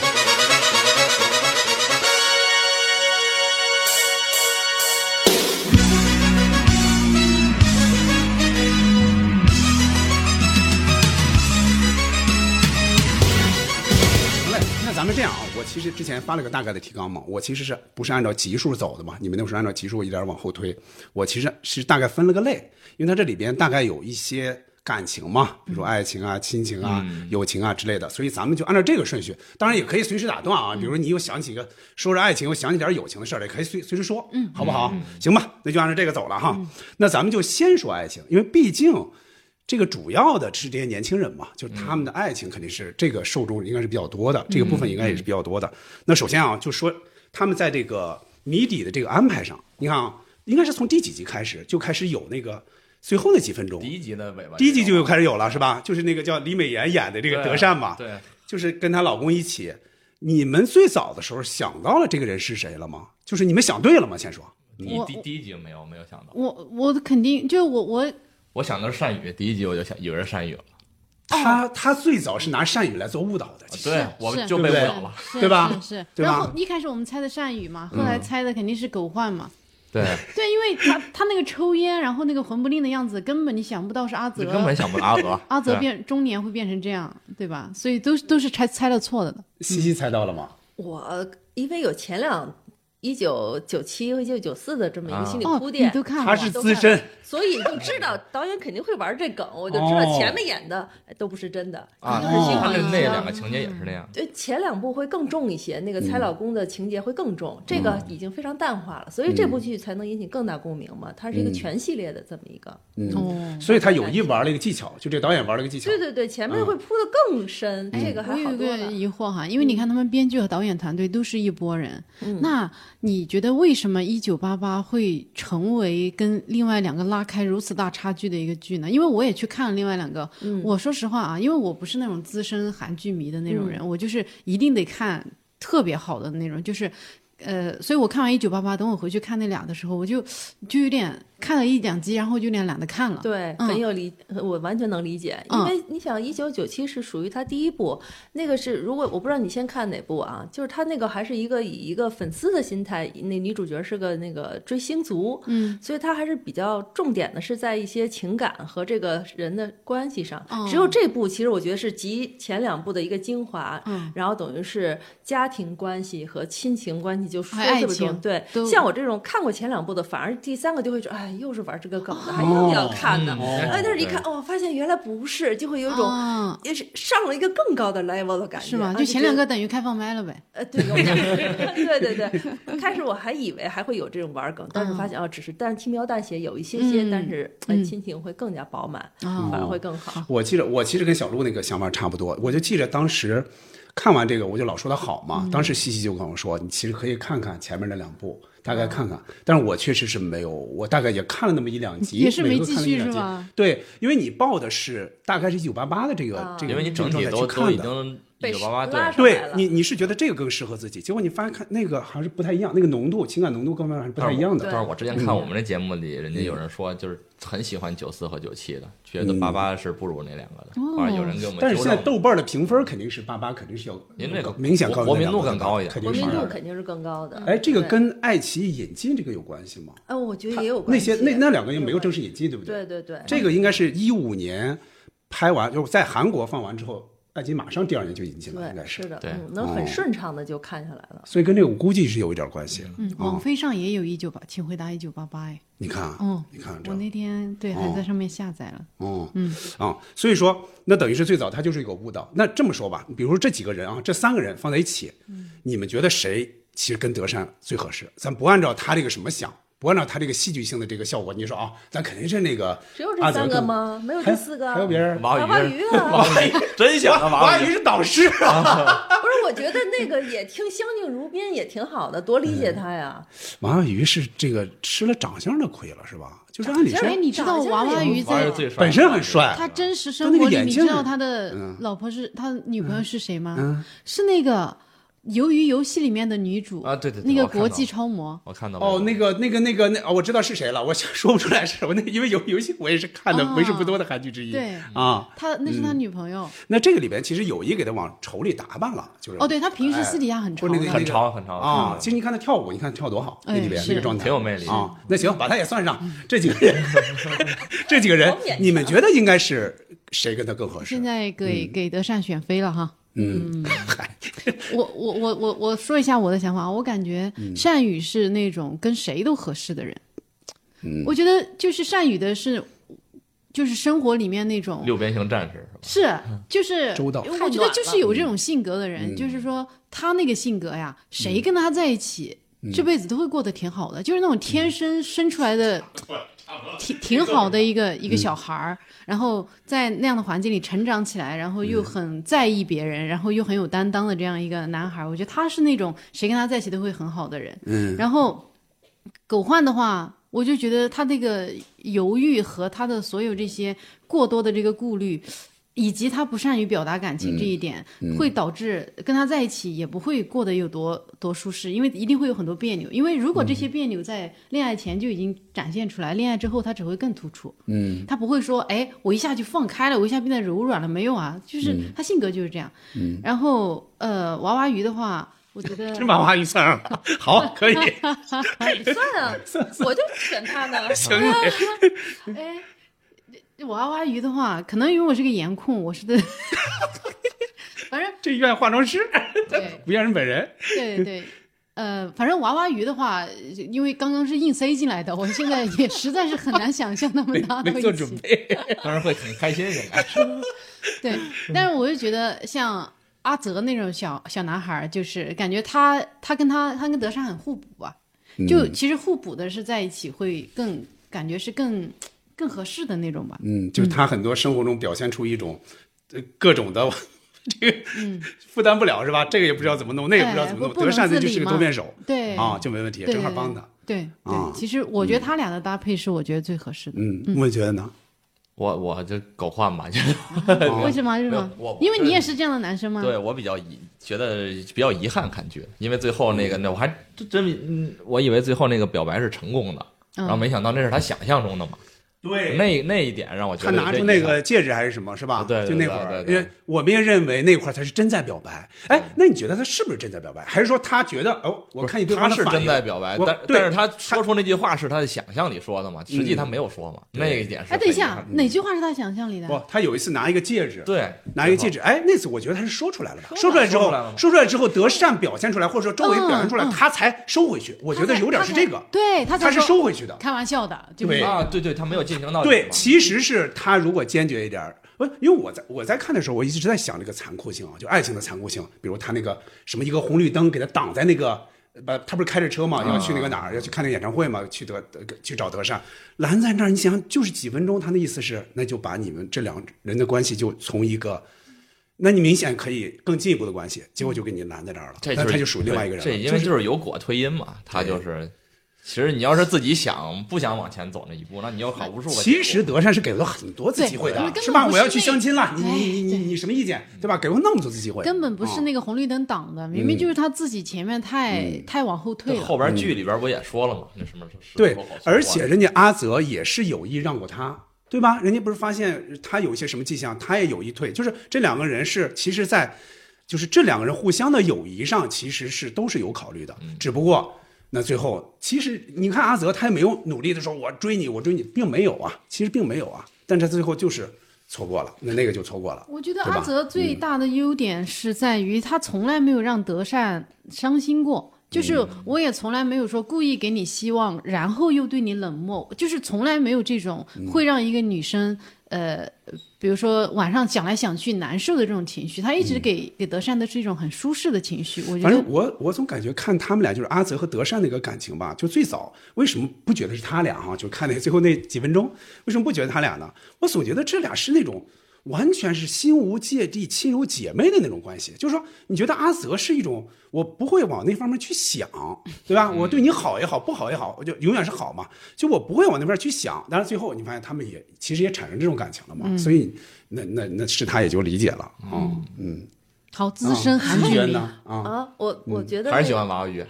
[SPEAKER 5] 好嘞，那咱们这样啊，我其实之前发了个大概的提纲嘛，我其实是不是按照级数走的嘛？你们都是按照级数一点往后推，我其实是大概分了个类，因为它这里边大概有一些感情嘛，比如爱情啊、亲情啊、
[SPEAKER 4] 嗯
[SPEAKER 5] 友情啊之类的，所以咱们就按照这个顺序。当然也可以随时打断啊，比如你又想起一个说着爱情，又想起点友情的事儿了，也可以随随时说，嗯，好不好？行吧，那就按照这个走了哈。那咱们就先说爱情，因为毕竟这个主要的是这些年轻人
[SPEAKER 4] 嗯
[SPEAKER 5] 嘛，就是他们的爱情肯定是这个受众应该是比较多的，这个部分应该也是比较
[SPEAKER 4] 嗯
[SPEAKER 5] 多的。那首先啊，就说他们在这个谜底的这个安排上，你看啊，应该是从第几集开始就开始有那个随后那几分钟
[SPEAKER 4] 第，一集的尾巴，
[SPEAKER 5] 第一集就开始有了是吧？就是那个叫李美妍演的这
[SPEAKER 4] 这
[SPEAKER 5] 个德善嘛，
[SPEAKER 4] 啊对，
[SPEAKER 5] 就是跟她老公一起。你们最早的时候想到了这个人是谁了吗？就是你们想对了吗？先说，
[SPEAKER 4] 哦第
[SPEAKER 1] 我
[SPEAKER 4] 第第一集没有没有想到，
[SPEAKER 1] 我我肯定就我我
[SPEAKER 4] 我想的是善宇，第一集我就想以为是善宇了，
[SPEAKER 5] 他他最早是拿善语来做误导的，其实
[SPEAKER 4] 对，我
[SPEAKER 1] 是
[SPEAKER 4] 就被误导了，
[SPEAKER 1] 是
[SPEAKER 5] 对吧
[SPEAKER 1] 嗯是是，
[SPEAKER 5] 对吧
[SPEAKER 1] 然
[SPEAKER 5] 嗯
[SPEAKER 1] 后一开始我们猜的善宇嘛，后来猜的肯定是狗焕嘛。
[SPEAKER 4] 对，
[SPEAKER 1] 对，因为他他那个抽烟，然后那个魂不吝的样子，根本你想不到是阿泽，
[SPEAKER 4] 你。根本想不到阿泽
[SPEAKER 1] 阿泽
[SPEAKER 4] 对
[SPEAKER 1] 变中年会变成这样，对吧？所以都是都是猜猜的错的了。
[SPEAKER 5] 西西猜到了吗？
[SPEAKER 2] 我因为有前两一九九七和一九九四的这么一个心理
[SPEAKER 1] 哦，
[SPEAKER 2] 铺
[SPEAKER 1] 你
[SPEAKER 2] 垫，
[SPEAKER 1] 都看了
[SPEAKER 5] 他
[SPEAKER 1] 啊，
[SPEAKER 5] 是
[SPEAKER 2] 都
[SPEAKER 5] 资
[SPEAKER 2] 看
[SPEAKER 5] 深，
[SPEAKER 2] 所以就知道导演肯定会玩这梗，我就知道
[SPEAKER 5] 哦
[SPEAKER 2] 前面演的哎都不是真的，
[SPEAKER 4] 啊，
[SPEAKER 2] 肯定是虚
[SPEAKER 4] 他
[SPEAKER 2] 晃
[SPEAKER 4] 那
[SPEAKER 2] 一
[SPEAKER 4] 那
[SPEAKER 2] 枪
[SPEAKER 4] 两个情节也是那样，
[SPEAKER 2] 对前两部会更重一些，那个猜老公的情节会更重，这个已经非常淡化了，所以这部剧才能引起更大共鸣嘛。它是一
[SPEAKER 1] 嗯
[SPEAKER 2] 个全系列的这么一个，
[SPEAKER 1] 哦。
[SPEAKER 5] 所以他有意玩了一个技巧，就这导演玩了一个技巧
[SPEAKER 2] 对。对对，前面会铺的更深，这个还
[SPEAKER 1] 我有
[SPEAKER 2] 好
[SPEAKER 1] 一
[SPEAKER 2] 多
[SPEAKER 1] 个
[SPEAKER 2] 了。嗯
[SPEAKER 1] 疑惑哈，因为你看他们编剧和导演团队都是一拨人，那你觉得为什么《一九八八》会成为跟另外两个拉开如此大差距的一个剧呢？因为我也去看了另外两个，
[SPEAKER 2] 嗯
[SPEAKER 1] 我说实话啊，因为我不是那种资深韩剧迷的那
[SPEAKER 2] 嗯
[SPEAKER 1] 种人，我就是一定得看特别好的那种，就是。呃，所以我看完《一九八八》，等我回去看那俩的时候，我就就有点看了一两集，然后就有点懒得看了。
[SPEAKER 2] 对，
[SPEAKER 1] 嗯
[SPEAKER 2] 很有理，我完全能理解，因
[SPEAKER 1] 嗯
[SPEAKER 2] 为你想，一九九七是属于他第一部，那个是如果我不知道你先看哪部啊，就是他那个还是一个以一个粉丝的心态，那女主角是个那个追星族，
[SPEAKER 1] 嗯，
[SPEAKER 2] 所以他还是比较重点的是在一些情感和这个人的关系上
[SPEAKER 1] 哦。
[SPEAKER 2] 只有这部其实我觉得是集前两部的一个精华，
[SPEAKER 1] 嗯
[SPEAKER 2] 然后等于是家庭关系和亲情关系就说
[SPEAKER 1] 还有
[SPEAKER 2] 这
[SPEAKER 1] 爱
[SPEAKER 2] 么
[SPEAKER 1] 情
[SPEAKER 2] 重，对
[SPEAKER 1] 都，
[SPEAKER 2] 像我这种看过前两部的，反而第三个就会觉得，哎，又是玩这个梗
[SPEAKER 1] 哦
[SPEAKER 2] 的，还硬要看呢。
[SPEAKER 4] 嗯
[SPEAKER 2] 哎，但是一
[SPEAKER 4] 对
[SPEAKER 2] 看哦，发现原来不是，就会有一种。
[SPEAKER 1] 啊、
[SPEAKER 2] 也是上了一个更高的 level 的感觉，
[SPEAKER 1] 是吗？
[SPEAKER 2] 啊
[SPEAKER 1] 就前两
[SPEAKER 2] 觉得
[SPEAKER 1] 个等于开放麦了呗。
[SPEAKER 2] 呃，对，有点儿 对对对。开始我还以为还会有这种玩儿梗，但是发现啊，只是淡轻描淡写，有一些些，但是哎
[SPEAKER 1] 嗯
[SPEAKER 2] 亲情会更加饱满，
[SPEAKER 1] 哦
[SPEAKER 2] 反而会更好。
[SPEAKER 5] 我记得我其实跟小鹿那个想法差不多，我就记着当时看完这个，我就老说他好嘛。当时西西就跟我说，你其实可以看看前面那两部，大概看看。但是我确实是没有，我大概也看了那么一两集，
[SPEAKER 1] 也是没
[SPEAKER 5] 每个看了
[SPEAKER 1] 继续
[SPEAKER 5] 一两集
[SPEAKER 1] 是吧？
[SPEAKER 5] 对，因为你报的是大概是一九八八的这个、
[SPEAKER 2] 啊
[SPEAKER 5] 这个，
[SPEAKER 4] 因为你整体都都已经一
[SPEAKER 2] 被
[SPEAKER 4] 九八八对
[SPEAKER 2] 拉上
[SPEAKER 5] 对
[SPEAKER 2] 来了
[SPEAKER 5] 你，你是觉得这个更适合自己，结果你发现看那个还是不太一样，那个浓度、情感浓度各方面还是不太一样的。
[SPEAKER 2] 对
[SPEAKER 4] 但是我之前看我们这节目里，人家有人说就是很喜欢九四和九七的，觉得八八是不如那两个的。
[SPEAKER 1] 哦
[SPEAKER 4] 后来有人给我们
[SPEAKER 5] 但是
[SPEAKER 4] 纠正
[SPEAKER 5] 现在
[SPEAKER 4] 了
[SPEAKER 5] 豆瓣的评分肯定是八八，肯定是要
[SPEAKER 4] 您这个
[SPEAKER 5] 明显高于
[SPEAKER 4] 国民
[SPEAKER 5] 那两个
[SPEAKER 4] 度更高一点
[SPEAKER 5] 肯
[SPEAKER 2] 国
[SPEAKER 5] 定是
[SPEAKER 2] 民
[SPEAKER 5] 这样
[SPEAKER 2] 度
[SPEAKER 5] 的
[SPEAKER 2] 肯定是更高的。
[SPEAKER 5] 哎，这个
[SPEAKER 2] 对
[SPEAKER 5] 跟爱奇艺引进这个有关系吗？
[SPEAKER 2] 哎，我觉得也有
[SPEAKER 5] 那
[SPEAKER 2] 关系啊
[SPEAKER 5] 些那那两个
[SPEAKER 2] 也
[SPEAKER 5] 又没有正
[SPEAKER 2] 关
[SPEAKER 5] 式
[SPEAKER 2] 系。
[SPEAKER 5] 引进，对不
[SPEAKER 2] 对？对对，
[SPEAKER 5] 这个应该是一五年拍完，就是在韩国放完之后，爱奇艺马上第二年就引进了，应该
[SPEAKER 2] 对
[SPEAKER 5] 是。哦
[SPEAKER 2] 的，
[SPEAKER 4] 对
[SPEAKER 2] 嗯，能很顺畅的就看下来了。
[SPEAKER 5] 所以跟这个我估计是有一点关系。
[SPEAKER 1] 嗯，网飞上也有一九八，请回答一九八八哎。
[SPEAKER 5] 你看啊，
[SPEAKER 1] 嗯
[SPEAKER 5] 你看这
[SPEAKER 1] 我，那天对还在上面下载了，
[SPEAKER 5] 嗯嗯啊，所以说那等于是最早他就是一个误导。那这么说吧，比如说这几个人啊，这三个人放在一起，
[SPEAKER 2] 嗯
[SPEAKER 5] 你们觉得谁其实跟德善最合适？咱不按照他这个什么想，不按照他这个戏剧性的这个效果，你说啊，咱肯定是那个
[SPEAKER 2] 只有这
[SPEAKER 5] 阿泽
[SPEAKER 2] 三个
[SPEAKER 5] 啊更
[SPEAKER 2] 吗？没有
[SPEAKER 5] 还
[SPEAKER 2] 第四个？
[SPEAKER 5] 还有别人？
[SPEAKER 4] 王
[SPEAKER 2] 娃娃
[SPEAKER 4] 宇
[SPEAKER 2] 鱼啊！
[SPEAKER 4] 王宇真想到
[SPEAKER 5] 王
[SPEAKER 4] 王
[SPEAKER 5] 宇
[SPEAKER 4] 宇，
[SPEAKER 5] 是导师啊。
[SPEAKER 2] 不是，我觉得那个也听相敬如宾，也挺好的，多理解
[SPEAKER 4] 嗯
[SPEAKER 2] 他呀。
[SPEAKER 5] 王小鱼是这个吃了长相的亏了，是吧？就是按理说
[SPEAKER 2] 长，
[SPEAKER 1] 哎，
[SPEAKER 2] 相
[SPEAKER 1] 你知道娃娃鱼
[SPEAKER 4] 王
[SPEAKER 1] 在
[SPEAKER 4] 宇最帅，
[SPEAKER 5] 本身很帅
[SPEAKER 1] 他真实
[SPEAKER 5] 他
[SPEAKER 1] 生
[SPEAKER 5] 那个
[SPEAKER 1] 活里，
[SPEAKER 5] 眼
[SPEAKER 1] 你
[SPEAKER 5] 镜
[SPEAKER 1] 知道
[SPEAKER 5] 儿
[SPEAKER 1] 他的老婆是他女朋友是谁吗？是那个《鱿鱼游戏》里面的女主
[SPEAKER 4] 啊对对对
[SPEAKER 1] 那个
[SPEAKER 4] 我看
[SPEAKER 1] 国
[SPEAKER 4] 到
[SPEAKER 1] 际
[SPEAKER 4] 了
[SPEAKER 1] 超模。
[SPEAKER 4] 我看到了
[SPEAKER 5] 哦，那个那个那个那哦，我知道是谁了，我想 说不出来是什么，那因为游游戏我也是看的
[SPEAKER 1] 哦
[SPEAKER 5] 为数不多的韩剧之一。
[SPEAKER 1] 对
[SPEAKER 5] 啊，
[SPEAKER 1] 他那是他女朋友
[SPEAKER 5] 那这个里边其实有意给他往丑里打扮了，就是
[SPEAKER 1] 哦，对他平时私底下很潮
[SPEAKER 5] 或者
[SPEAKER 1] 的，
[SPEAKER 5] 那个
[SPEAKER 4] 很潮很潮
[SPEAKER 5] 啊
[SPEAKER 4] 嗯。
[SPEAKER 5] 其实你看他跳舞，你看跳多好，那
[SPEAKER 1] 哎
[SPEAKER 5] 里边那个
[SPEAKER 1] 是嗯
[SPEAKER 5] 状态
[SPEAKER 4] 挺有魅力
[SPEAKER 5] 啊。那行，把他也算上，这几个 人，这几个人
[SPEAKER 2] 好勉，强
[SPEAKER 5] 你们觉得应该是谁跟他更合适
[SPEAKER 1] 现？在给给德善选妃了哈。
[SPEAKER 5] 嗯，嗨，
[SPEAKER 1] 我我我我我说一下我的想法啊，我感觉
[SPEAKER 5] 嗯
[SPEAKER 1] 善宇是
[SPEAKER 5] 嗯
[SPEAKER 1] 那种跟谁都合适的人。我觉得就是善宇的是，就是生活里面那种
[SPEAKER 4] 六边形战士是吧？
[SPEAKER 1] 是，就是
[SPEAKER 5] 嗯周到嗯
[SPEAKER 1] 我觉得就是有这种性格的人，就是说他那个性格呀，谁跟他在一起，
[SPEAKER 5] 嗯
[SPEAKER 1] 这辈子都会过得挺好的，就是那种天生生出来 的，挺挺好的一个
[SPEAKER 5] 嗯
[SPEAKER 1] 一个小孩儿，然后在那样的环境里成长起来，然后又很在意别
[SPEAKER 5] 嗯
[SPEAKER 1] 人，然后又很有担当的这样一个男孩儿，我觉得他是那种谁跟他在一起都会很好的人。
[SPEAKER 5] 嗯，
[SPEAKER 1] 然后狗焕的话，我就觉得他那个犹豫和他的所有这些过多的这个顾虑，以及他不善于表达感情这一点，会导致跟他在一起也不会过得有多多舒适，因为一定会有很多别扭。因为如果这些别扭在恋爱前就已经展现出来，恋爱之后他只会更突出。嗯，他不会说，哎，我一下就放开了，我一下变得柔软了，没有啊，就是他性格就是这样。嗯，然后呃，娃娃鱼的话。我觉得
[SPEAKER 5] 真把娃鱼算上了，好，可以，
[SPEAKER 2] 算 啊，我就选他呢。
[SPEAKER 5] 行，
[SPEAKER 1] 哎，娃娃鱼的话，可能因为我是个颜控，我 是的，反正
[SPEAKER 5] 这院化妆师，
[SPEAKER 1] 对
[SPEAKER 5] 不怨人本 人，
[SPEAKER 1] 对对，呃，反正娃娃鱼的话，因为刚刚是硬塞进来的，我现在也实在是很难想象他们搭到
[SPEAKER 5] 没做
[SPEAKER 1] 一
[SPEAKER 5] 准
[SPEAKER 1] 起。
[SPEAKER 5] 备，
[SPEAKER 4] 当然会很开心，应该
[SPEAKER 1] 对，但是我就觉得像阿泽那种小小男孩儿，就是感觉他他跟他他跟德善很互补吧，
[SPEAKER 5] 嗯
[SPEAKER 1] 就其实互补的是在一起会更感觉是更更合适的那种吧。
[SPEAKER 5] 嗯，就是他很多生活中表现出一种呃各种的 这个负担不了是吧？这个也不知道怎么弄，那个也不知道怎
[SPEAKER 1] 嗯
[SPEAKER 5] 么
[SPEAKER 1] 哎
[SPEAKER 5] 弄，
[SPEAKER 1] 不不
[SPEAKER 5] 德
[SPEAKER 1] 能
[SPEAKER 5] 善
[SPEAKER 1] 自
[SPEAKER 5] 那
[SPEAKER 1] 理
[SPEAKER 5] 就是个
[SPEAKER 1] 嘛
[SPEAKER 5] 多面手，
[SPEAKER 1] 对
[SPEAKER 5] 啊，就没问题，
[SPEAKER 1] 对
[SPEAKER 5] 正好帮他。
[SPEAKER 1] 对对
[SPEAKER 5] 啊
[SPEAKER 1] 对，其实我觉得他俩的搭配是我觉得最合适的。
[SPEAKER 5] 嗯，我觉得呢，
[SPEAKER 4] 我我就狗换吧，就
[SPEAKER 5] 嗯啊
[SPEAKER 1] 为什么？为什么
[SPEAKER 4] 没有我？
[SPEAKER 1] 因为你也是这样的男生吗？
[SPEAKER 4] 对我比较遗觉得比较遗憾看剧，因为最后那个那我还真真嗯我以为最后那个表白是成功的，
[SPEAKER 1] 嗯
[SPEAKER 4] 然后没想到那是他想象中的嘛，
[SPEAKER 5] 对
[SPEAKER 4] 那那一点让我觉
[SPEAKER 5] 他
[SPEAKER 4] 得
[SPEAKER 5] 拿
[SPEAKER 4] 有点
[SPEAKER 5] 出那
[SPEAKER 4] 遗憾
[SPEAKER 5] 个戒指还是什么，是吧？
[SPEAKER 4] 对对
[SPEAKER 5] 就那会
[SPEAKER 4] 对
[SPEAKER 5] 儿，
[SPEAKER 4] 对
[SPEAKER 5] 因
[SPEAKER 4] 对
[SPEAKER 5] 为我们也认为那会儿他是真在表白。哎，那你觉得他是不是真在表白？还是说他觉得哦，我看你对
[SPEAKER 4] 他
[SPEAKER 5] 方的
[SPEAKER 4] 是
[SPEAKER 5] 反
[SPEAKER 4] 真
[SPEAKER 5] 应
[SPEAKER 4] 在表白，
[SPEAKER 5] 我
[SPEAKER 4] 但
[SPEAKER 5] 对
[SPEAKER 4] 但是他说出那句话是他的想象里说的嘛，实际他没有说嘛，那一点是。
[SPEAKER 1] 哎，等一下，，哪句话是他想象里的？
[SPEAKER 5] 不，他有一次拿一个戒指，
[SPEAKER 4] 对，
[SPEAKER 5] 拿一个戒指，哎，那次我觉得他是说出来了吧？说出
[SPEAKER 4] 出
[SPEAKER 5] 来
[SPEAKER 4] 来
[SPEAKER 5] 之
[SPEAKER 4] 说
[SPEAKER 5] 后
[SPEAKER 4] 出来了，吗
[SPEAKER 5] 说出来之后，德善表现出来，或者说周围表现出来，
[SPEAKER 1] 嗯嗯
[SPEAKER 5] 他才收回去。我觉得有点是这个
[SPEAKER 1] 他才，对他才
[SPEAKER 5] 他是
[SPEAKER 1] 说
[SPEAKER 5] 收回去的。
[SPEAKER 1] 开玩笑的，就
[SPEAKER 5] 对
[SPEAKER 1] 是
[SPEAKER 4] 啊，对对，他没有进行到
[SPEAKER 5] 对，
[SPEAKER 4] 底
[SPEAKER 5] 其实是他如果坚决一点儿，不，因为我在我在看的时候，我一直在想这个残酷性啊，就爱情的残酷性，比如他那个什么一个红绿灯给他挡在那个。呃，他不是开着车嘛，
[SPEAKER 4] 啊
[SPEAKER 5] 要去那个哪儿，要去看那个演唱会嘛，去德德去找德善，拦在那儿。你想，就是几分钟，他的意思是，那就把你们这两人的关系就从一个，那你明显可以更进一步的关系，结果就给你拦在这儿了。
[SPEAKER 4] 这
[SPEAKER 5] 那
[SPEAKER 4] 是
[SPEAKER 5] 他就属于另外一个人
[SPEAKER 4] 这
[SPEAKER 5] 了。
[SPEAKER 4] 因为就是有果推因嘛，他就是。其实你要是自己想不想往前走那一步，那你要考无数个结果。
[SPEAKER 5] 其实德善是给了很多次机会
[SPEAKER 1] 对
[SPEAKER 5] 的
[SPEAKER 1] 根，本
[SPEAKER 5] 是吧？
[SPEAKER 1] 不
[SPEAKER 5] 我
[SPEAKER 1] 是
[SPEAKER 5] 要去
[SPEAKER 1] 那
[SPEAKER 5] 相亲了，你
[SPEAKER 1] 哎
[SPEAKER 5] 你你
[SPEAKER 1] 对
[SPEAKER 5] 你什么意见，对吧？给过那么多次机会，
[SPEAKER 1] 根本不是
[SPEAKER 5] 啊嗯
[SPEAKER 1] 那个红绿灯挡的，明明就是他自己前面太太往后退
[SPEAKER 2] 啊
[SPEAKER 4] 后
[SPEAKER 1] 了。
[SPEAKER 4] 边剧里边不也说了吗？那什么是是
[SPEAKER 5] 对
[SPEAKER 4] 不好说，
[SPEAKER 5] 而且人家阿泽也是有意让过他，对吧？人家不是发现他有一些什么迹象，他也有意退，就是这两个人是其实在，就是这两个人互相的友谊上其实是都是有考虑的，
[SPEAKER 4] 嗯
[SPEAKER 5] 只不过。那最后，其实你看阿泽，他也没有努力的说“我追你，我追你”，并没有啊，其实并没有啊，但他最后就是错过了，那那个就错过了。
[SPEAKER 1] 我觉得
[SPEAKER 5] 对吧嗯
[SPEAKER 1] 阿泽最大的优点是在于他从来没有让德善伤心过，就是
[SPEAKER 5] 嗯
[SPEAKER 1] 我也从来没有说故意给你希望，然后又对你冷漠，就是从来没有这种
[SPEAKER 5] 嗯
[SPEAKER 1] 会让一个女生呃，比如说晚上想来想去难受的这种情绪，他一直给给德善的是一种很舒适的情绪，我觉
[SPEAKER 5] 嗯反
[SPEAKER 1] 得
[SPEAKER 5] 正我我总感觉看他们俩就是阿泽和德善那个感情吧，就最早为什么不觉得是他俩哈、就看那最后那几分钟，为什么不觉得他俩呢？我总觉得这俩是那种完全是心无芥蒂、亲如姐妹的那种关系。就是说，你觉得阿泽是一种我不会往那方面去想，对吧？
[SPEAKER 1] 嗯
[SPEAKER 5] 我对你好也好，不好也好，我就永远是好嘛。就我不会往那边去想。但是最后你发现他们也其实也产生这种感情了嘛，
[SPEAKER 1] 嗯
[SPEAKER 5] 所以那那那是他也就理解了啊。嗯，
[SPEAKER 1] 好资深韩
[SPEAKER 5] 资
[SPEAKER 1] 剧
[SPEAKER 5] 源
[SPEAKER 1] 迷。
[SPEAKER 5] 呢啊。
[SPEAKER 2] 啊，我我觉得
[SPEAKER 4] 嗯还是
[SPEAKER 2] 那
[SPEAKER 4] 喜
[SPEAKER 2] 个
[SPEAKER 4] 欢娃娃鱼，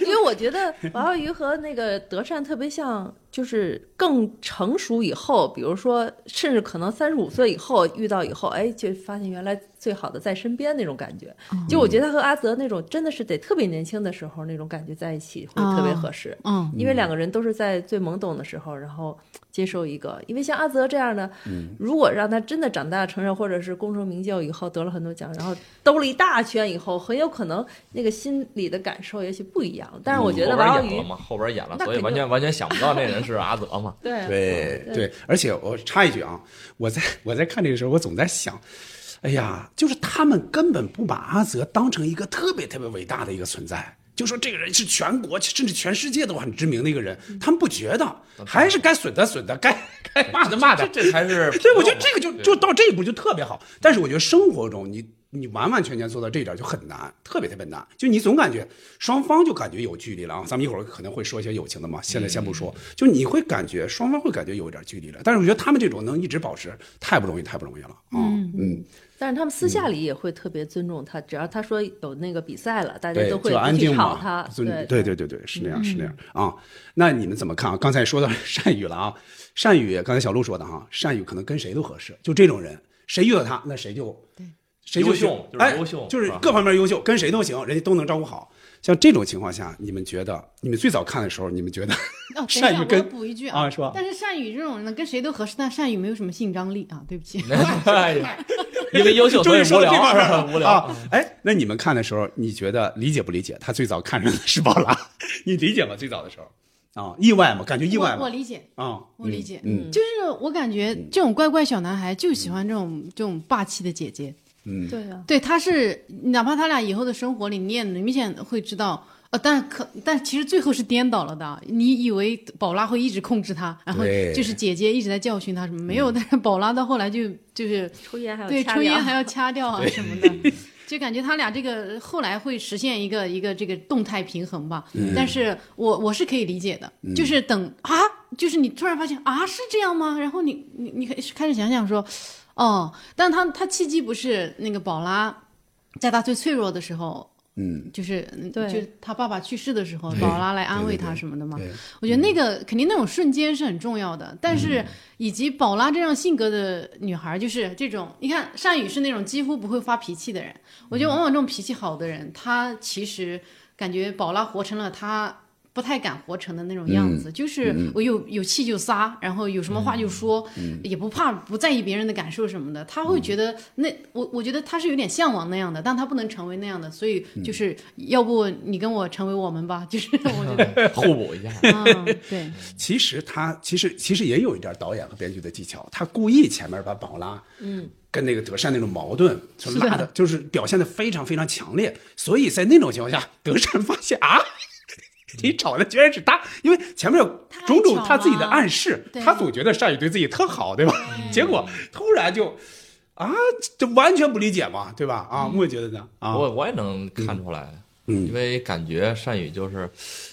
[SPEAKER 2] 因为我觉得娃娃鱼和那个德善特别像，就是更成熟以后，比如说甚至可能三十五岁以后遇到以后，哎，就发现原来最好的在身边那种感觉。
[SPEAKER 4] 嗯
[SPEAKER 2] 就我觉得他和阿泽那种真的是得特别年轻的时候那种感觉在一起会特
[SPEAKER 4] 啊
[SPEAKER 2] 别合适。
[SPEAKER 1] 嗯，
[SPEAKER 2] 因为两个人都是在最懵懂的时候，然后接受一个。因为像阿泽这样的，
[SPEAKER 5] 嗯
[SPEAKER 2] 如果让他真的长大成人，或者是功成名就以后得了很多奖，然后兜了一大圈以后，很有可能那个心里的感受也许不一样。但是我觉得
[SPEAKER 4] 后
[SPEAKER 2] 娃
[SPEAKER 4] 边
[SPEAKER 2] 娃
[SPEAKER 4] 演
[SPEAKER 2] 鱼
[SPEAKER 4] 了，嘛，后边演了，
[SPEAKER 2] 那
[SPEAKER 4] 所以
[SPEAKER 2] 肯定
[SPEAKER 4] 完全完全想不到那人人是阿泽嘛。
[SPEAKER 2] 对
[SPEAKER 5] 对对，而且我插一句啊，我在我在看这个时候，我总在想，哎呀，就是他们根本不把阿泽当成一个特别特别伟大的一个存在，就说这个人是全国甚至全世界都很知名的一个人，他们不觉得，还是该损的损的，该该 骂的骂的，
[SPEAKER 4] 这这才是
[SPEAKER 5] 对，我觉得这个就
[SPEAKER 4] 对
[SPEAKER 5] 就到这一步就特别好。但是我觉得生活中你你完完全全做到这一点就很难，特别特别难。就你总感觉双方就感觉有距离了啊。咱们一会儿可能会说一些友情的嘛，现在先不说。就你会感觉双方会感觉有一点距离了。但是我觉得他们这种能一直保持，太不容易，太不容易了啊。嗯，
[SPEAKER 2] 但是他们私下里也会特别尊重他，只要他说有那个比赛了，大家
[SPEAKER 5] 对，
[SPEAKER 2] 都会
[SPEAKER 5] 就安
[SPEAKER 2] 不去
[SPEAKER 5] 静
[SPEAKER 2] 吵
[SPEAKER 5] 嘛，
[SPEAKER 2] 他。
[SPEAKER 5] 尊
[SPEAKER 2] 对
[SPEAKER 5] 对对对对，是
[SPEAKER 1] 嗯
[SPEAKER 5] 那样是那样啊。那你们怎么看啊？刚才说到 善宇了啊，善宇刚才小鹿说的哈、善宇可能跟谁都合适，就这种人，谁遇到他，那谁就谁就
[SPEAKER 4] 优
[SPEAKER 5] 行
[SPEAKER 4] 秀就是
[SPEAKER 5] 哎
[SPEAKER 4] 优秀
[SPEAKER 5] 就是
[SPEAKER 4] 是吧
[SPEAKER 5] 各方面优秀，跟谁都行，人家都能照顾好。像这种情况下，你们觉得，你们最早看的时候，你们觉得
[SPEAKER 1] 哦，等一下，
[SPEAKER 5] 善于
[SPEAKER 1] 我要
[SPEAKER 5] 跟
[SPEAKER 1] 补一句
[SPEAKER 5] 啊是吧
[SPEAKER 1] 但是善宇这种人呢，跟谁都合适，但善宇没有什么性张力啊，对不起。
[SPEAKER 4] 哎呀， 因为优秀
[SPEAKER 5] 终
[SPEAKER 4] 所以
[SPEAKER 5] 于
[SPEAKER 4] 无
[SPEAKER 5] 说到这块儿
[SPEAKER 4] 聊，
[SPEAKER 5] 了
[SPEAKER 4] 无聊
[SPEAKER 5] 啊。。哎，那你们看的时候，你觉得理解不理解？他最早看上的是宝拉， 你理解吗？最早的时候啊，意外吗？感觉意外
[SPEAKER 1] 我我
[SPEAKER 5] 吗？
[SPEAKER 1] 理解，
[SPEAKER 5] 啊，
[SPEAKER 1] 我理解，
[SPEAKER 5] 嗯，
[SPEAKER 1] 就是我感觉这种乖乖小男孩就喜欢这种、
[SPEAKER 5] 嗯
[SPEAKER 1] 这种霸气的姐姐。
[SPEAKER 2] 对啊，
[SPEAKER 1] 对，他是哪怕他俩以后的生活里，你也能明显会知道，呃，但可但其实最后是颠倒了的。啊你以为宝拉会一直控制他，然后
[SPEAKER 5] 对嗯
[SPEAKER 1] 就是姐姐一直在教训他什么，没有，但是宝拉到后来就就是
[SPEAKER 2] 抽烟还有
[SPEAKER 1] 对
[SPEAKER 2] 掐
[SPEAKER 1] 抽烟
[SPEAKER 2] 掉
[SPEAKER 1] 还要掐掉啊什么的，就感觉他俩这个后来会实现一个一个这个动态平衡吧。
[SPEAKER 5] 嗯
[SPEAKER 1] 但是我我是可以理解的，就是等啊，就是你突然发现啊是这样吗？然后你你你开始想想说，哦，但他他契机不是那个宝拉，在他最脆弱的时候。嗯，就是
[SPEAKER 2] 对
[SPEAKER 1] 就是他爸爸去世的时候，宝拉来安慰他什么的嘛。
[SPEAKER 5] 对
[SPEAKER 1] 我觉得那个肯定那种瞬间是很重要的，但是以及宝拉这样性格的女孩，就是这种，你看善宇是那种几乎不会发脾气的人，我觉得往往这种脾气好的人，他其实感觉宝拉活成了他不太敢活成的那种样子，就是我有有气就撒，然后有什么话就说，也不怕不在意别人的感受什么的。他会觉得那我我觉得他是有点向往那样的，但他不能成为那样的，所以就是要不你跟我成为我们吧，就是我觉得，
[SPEAKER 4] 互补一下。
[SPEAKER 1] 嗯，对。
[SPEAKER 5] 其实他其实其实也有一点导演和编剧的技巧，他故意前面把宝拉，嗯，跟那个德善那种矛盾就拉的，就是表现的非常非常强烈，所以在那种情况下，德善发现啊。 你吵的居然是他，因为前面有种种他自己的暗示
[SPEAKER 1] 太巧，了
[SPEAKER 5] 他总觉得善宇对嗯自己特好，对吧？结果突然就，啊，这完全不理解嘛，对吧？啊，莫觉得呢？ 啊，
[SPEAKER 4] 我我也能看出来，
[SPEAKER 5] 嗯
[SPEAKER 4] 因为感觉善宇就是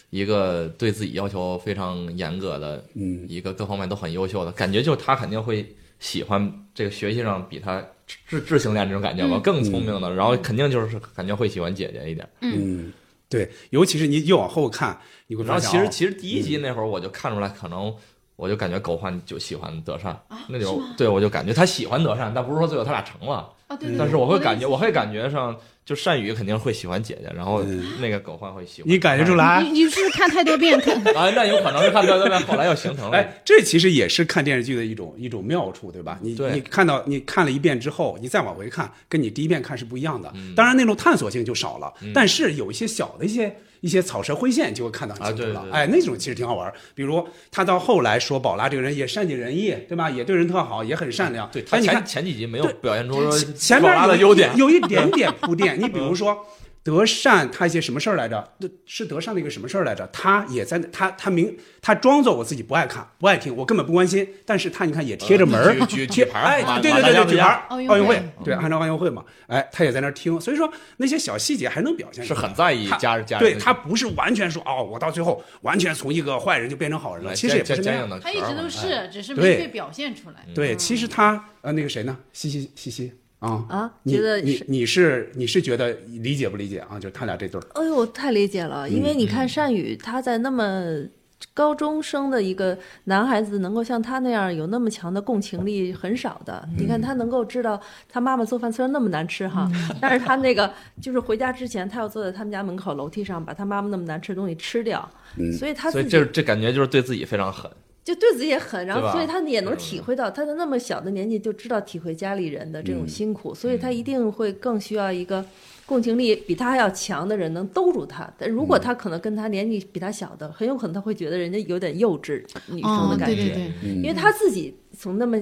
[SPEAKER 4] 一个对自己要求非常严格的，
[SPEAKER 5] 嗯
[SPEAKER 4] 一个各方面都很优秀的，感觉就他肯定会喜欢这个学习上比他智智性恋这种感觉
[SPEAKER 5] 嗯
[SPEAKER 4] 吧，更聪明的，然后肯定就是感觉会喜欢姐姐一点。
[SPEAKER 5] 嗯，对，尤其是你越往后看，你会
[SPEAKER 4] 然
[SPEAKER 5] 发
[SPEAKER 4] 后
[SPEAKER 5] 现、啊，
[SPEAKER 4] 其实其实第一集那会儿我就看出来，可能我就感觉狗焕就喜欢德善，那就对我就感觉他喜欢德善，但不是说最后他俩成了。
[SPEAKER 1] 啊，对对，
[SPEAKER 4] 嗯但是我会
[SPEAKER 1] 的
[SPEAKER 4] 感
[SPEAKER 1] 意
[SPEAKER 4] 觉，
[SPEAKER 1] 思
[SPEAKER 4] 我会感觉上，就善宇肯定会喜欢姐姐，然后那个狗焕会喜欢。
[SPEAKER 5] 你感觉出来，
[SPEAKER 1] 你你是不是看太多遍看？
[SPEAKER 4] 啊？那有可能是看到那后来又形成了。
[SPEAKER 5] 哎，这其实也是看电视剧的一种一种妙处，对吧？你
[SPEAKER 4] 对
[SPEAKER 5] 你看到你看了一遍之后，你再往回看，跟你第一遍看是不一样的。
[SPEAKER 4] 嗯
[SPEAKER 5] 当然那种探索性就少了，但是有一些小的一些一些草蛇灰线，你就会看到很
[SPEAKER 4] 啊
[SPEAKER 5] 清楚
[SPEAKER 4] 对
[SPEAKER 5] 了。
[SPEAKER 4] 对对
[SPEAKER 5] 哎，那种其实挺好玩儿。比如他到后来说宝拉这个人也善解人意，对吧？也对人特好，也很善良。
[SPEAKER 4] 哎
[SPEAKER 5] 哎
[SPEAKER 4] 对他
[SPEAKER 5] 但你看
[SPEAKER 4] 前前几集没有表现出说
[SPEAKER 5] 前
[SPEAKER 4] 宝
[SPEAKER 5] 面
[SPEAKER 4] 呃拉
[SPEAKER 5] 有
[SPEAKER 4] 的
[SPEAKER 5] 一
[SPEAKER 4] 优点，
[SPEAKER 5] 有一点点 铺垫。你比如说。德善他一些什么事儿来着？德是德善的一个什么事儿来着？他也在他他明他装作我自己不爱看不爱听，我根本不关心。但是他你看也贴着门儿、
[SPEAKER 4] 呃举举举
[SPEAKER 5] 贴
[SPEAKER 4] 牌儿
[SPEAKER 5] 哎
[SPEAKER 4] 马，
[SPEAKER 5] 对
[SPEAKER 4] 马
[SPEAKER 5] 对
[SPEAKER 4] 达
[SPEAKER 5] 对
[SPEAKER 4] 加
[SPEAKER 5] 对，
[SPEAKER 4] 斯
[SPEAKER 5] 举
[SPEAKER 4] 加
[SPEAKER 5] 牌儿
[SPEAKER 1] 奥运
[SPEAKER 5] 奥运
[SPEAKER 1] 会
[SPEAKER 5] 会对，
[SPEAKER 4] 嗯
[SPEAKER 5] 按照奥运会嘛，哎，他也在那儿听。所以说那些小细节还能表现
[SPEAKER 4] 是
[SPEAKER 5] 出来
[SPEAKER 4] 很在意
[SPEAKER 5] 他
[SPEAKER 4] 家人家人
[SPEAKER 5] 对
[SPEAKER 4] 的
[SPEAKER 5] 他不是完全说哦，我到最后完全从一个坏人就变成好人了，其实也不
[SPEAKER 4] 坚
[SPEAKER 5] 是那
[SPEAKER 4] 坚
[SPEAKER 5] 样
[SPEAKER 4] 硬。的壳
[SPEAKER 1] 他
[SPEAKER 4] 儿
[SPEAKER 1] 一
[SPEAKER 4] 嘛，
[SPEAKER 1] 直都
[SPEAKER 4] 哎嗯
[SPEAKER 1] 是，只是没
[SPEAKER 5] 对
[SPEAKER 1] 被表现出来。
[SPEAKER 5] 对，其实他呃，那个谁呢？西西西西啊
[SPEAKER 2] 啊
[SPEAKER 5] 你
[SPEAKER 2] 觉得
[SPEAKER 5] 你
[SPEAKER 2] 是
[SPEAKER 5] 你是你是觉得理解不理解啊？就是他俩这对儿，
[SPEAKER 2] 哎呦，我太理解
[SPEAKER 4] 嗯
[SPEAKER 2] 了，因为你看善宇他在那么。高中生的一个男孩子能够像他那样有那么强的共情力很少的。
[SPEAKER 4] 嗯
[SPEAKER 2] 你看他能够知道他妈妈做饭虽然那么难吃哈，
[SPEAKER 4] 嗯
[SPEAKER 2] 但是他那个就是回家之前，他要坐在他们家门口楼梯上把他妈妈那么难吃的东西吃掉，所以他
[SPEAKER 4] 嗯所
[SPEAKER 2] 自
[SPEAKER 4] 以
[SPEAKER 2] 己
[SPEAKER 4] 这这感觉就是对自己非常狠。
[SPEAKER 2] 就对自己也狠，然
[SPEAKER 4] 对
[SPEAKER 2] 后
[SPEAKER 4] 吧嗯
[SPEAKER 2] 所以他也能体会到，他在那么小的年纪就知道体会家里人的
[SPEAKER 4] 嗯
[SPEAKER 2] 这种辛苦，所以他一定会更需要一个共情力比他要强的人能兜住他。但如
[SPEAKER 4] 嗯
[SPEAKER 2] 果他可能跟他年纪比他小的，很有可能他会觉得人家有点幼稚，女生的
[SPEAKER 1] 哦，
[SPEAKER 2] 感
[SPEAKER 1] 对
[SPEAKER 2] 觉，嗯
[SPEAKER 1] 对对，
[SPEAKER 4] 嗯
[SPEAKER 2] 因为他自己从那么。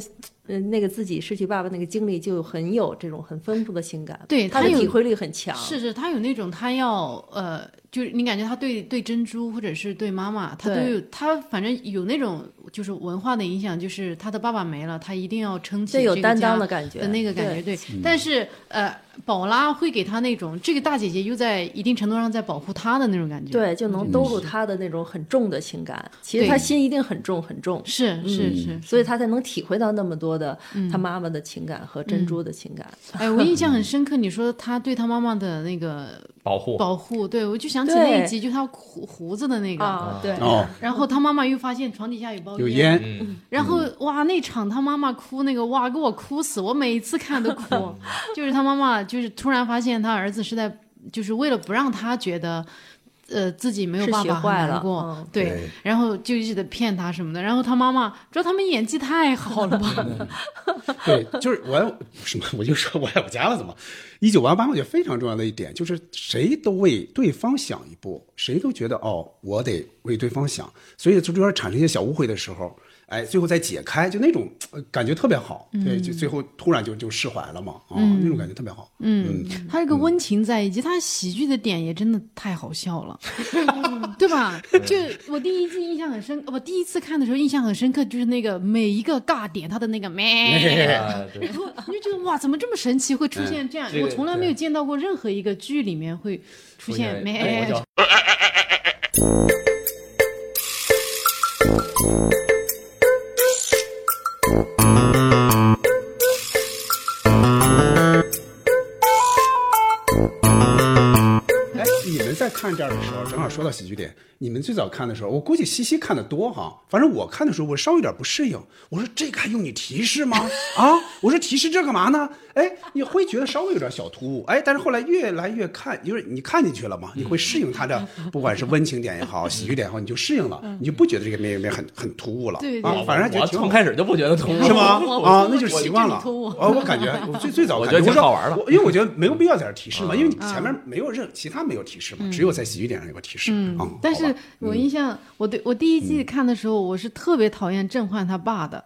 [SPEAKER 2] 嗯，那个自己失去爸爸那个经历，就很有这种很丰富的情感，
[SPEAKER 1] 对
[SPEAKER 2] 他
[SPEAKER 1] 他
[SPEAKER 2] 的
[SPEAKER 1] 有
[SPEAKER 2] 体会力很强，
[SPEAKER 1] 是是，他有那种他要呃，就是你感觉他对对珍珠或者是对妈妈，他都
[SPEAKER 2] 对
[SPEAKER 1] 有他反正有那种就是文化的影响，就是他的爸爸没了，他一定要撑起
[SPEAKER 2] 这有
[SPEAKER 1] 个
[SPEAKER 2] 担当
[SPEAKER 1] 家
[SPEAKER 2] 的感觉
[SPEAKER 1] 的那个感觉，对。
[SPEAKER 4] 嗯
[SPEAKER 1] 但是呃，宝拉会给他那种这个大姐姐又在一定程度上在保护他的那种感觉，
[SPEAKER 2] 对，就
[SPEAKER 4] 嗯
[SPEAKER 2] 能兜住他的那种很重的情感。其实他
[SPEAKER 1] 对
[SPEAKER 2] 心一定很重很重，
[SPEAKER 1] 是
[SPEAKER 4] 嗯
[SPEAKER 1] 是是。
[SPEAKER 2] 所以他才能体会到那么多的他妈妈的情感和珍珠的情 感。
[SPEAKER 1] 哎，我印象
[SPEAKER 4] 嗯
[SPEAKER 1] 很深刻，你说他对他妈妈的那个
[SPEAKER 4] 保护
[SPEAKER 1] 保护，对我就想起那
[SPEAKER 2] 对
[SPEAKER 1] 一集，就他胡胡子的那个，
[SPEAKER 2] 啊，对，
[SPEAKER 5] 哦，
[SPEAKER 1] 然后他妈妈又发现床底下有
[SPEAKER 2] 哦
[SPEAKER 1] 包
[SPEAKER 5] 有烟，
[SPEAKER 1] 然后哇，那场他妈妈哭那个哇，给我哭死！我每一次看都哭，就是他妈妈就是突然发现他儿子是在，就是为了不让他觉得，呃，自己没有
[SPEAKER 2] 是
[SPEAKER 1] 爸
[SPEAKER 2] 学
[SPEAKER 1] 爸很
[SPEAKER 2] 坏了
[SPEAKER 1] 难过，
[SPEAKER 2] 嗯
[SPEAKER 1] 对，
[SPEAKER 5] 对
[SPEAKER 1] 然后就一直在骗他什么的。然后他妈妈说他们演技太好了吧？
[SPEAKER 5] 对，就是我要什么，我就说我爱我家了，怎么？一九八八，我觉得非常重要的一点就是，谁都为对方想一步，谁都觉得哦，我得为对方想，所以就中间产生一些小误会的时候，哎，最后再解开，就那种、呃感觉特别好，对，
[SPEAKER 2] 嗯
[SPEAKER 5] 就最后突然就就释怀了嘛，啊、那种感觉特别好，
[SPEAKER 1] 嗯，他这个温情在，以及他喜剧的点也真的太好笑了，对吧？就我第一季印象很深，哦我第一次看的时候印象很深刻，就是那个每一个尬点他的那个咩。
[SPEAKER 4] 啊对
[SPEAKER 1] 然后你就觉得哇，怎么这么神奇，会出现这样？
[SPEAKER 4] 这个
[SPEAKER 1] 我从来没有见到过任何一个剧里面会出现没
[SPEAKER 4] 哎我叫
[SPEAKER 5] 哎，你们在看这儿的时候，正好说到喜剧点，你们最早看的时候，我估计西西看的多哈，反正我看的时候，我稍微有点不适应，我说这个还用你提示吗？啊，我说提示这干嘛呢？哎，你会觉得稍微有点小突兀，哎，但是后来越来越看，就是你看进去了嘛，你会适应它的，不管是温情点也好，喜剧点也好，你就适应了，你就不觉得这个面面很很突兀了，
[SPEAKER 1] 对对
[SPEAKER 5] 啊，反正还觉
[SPEAKER 4] 我
[SPEAKER 5] 得挺好
[SPEAKER 4] 从。开始就不觉得突兀
[SPEAKER 5] 是吗
[SPEAKER 1] 我？我
[SPEAKER 5] 啊
[SPEAKER 1] 我，
[SPEAKER 5] 那就是
[SPEAKER 1] 我
[SPEAKER 5] 习惯
[SPEAKER 1] 这
[SPEAKER 5] 了。
[SPEAKER 1] 里偷我
[SPEAKER 5] 啊，我感觉我最最早
[SPEAKER 4] 我
[SPEAKER 5] 感
[SPEAKER 4] 觉得挺
[SPEAKER 5] 说
[SPEAKER 4] 好玩的嗯
[SPEAKER 5] 我因为我觉得没有必要在这儿提示嘛，因为你前
[SPEAKER 1] 嗯
[SPEAKER 5] 面没有任其他没有提示嘛，只有在喜剧点上有个提示啊。
[SPEAKER 1] 但
[SPEAKER 5] 好
[SPEAKER 1] 是
[SPEAKER 5] 吧
[SPEAKER 1] 我印象，我对我第一季看的时候，我是特别讨厌郑焕他爸的，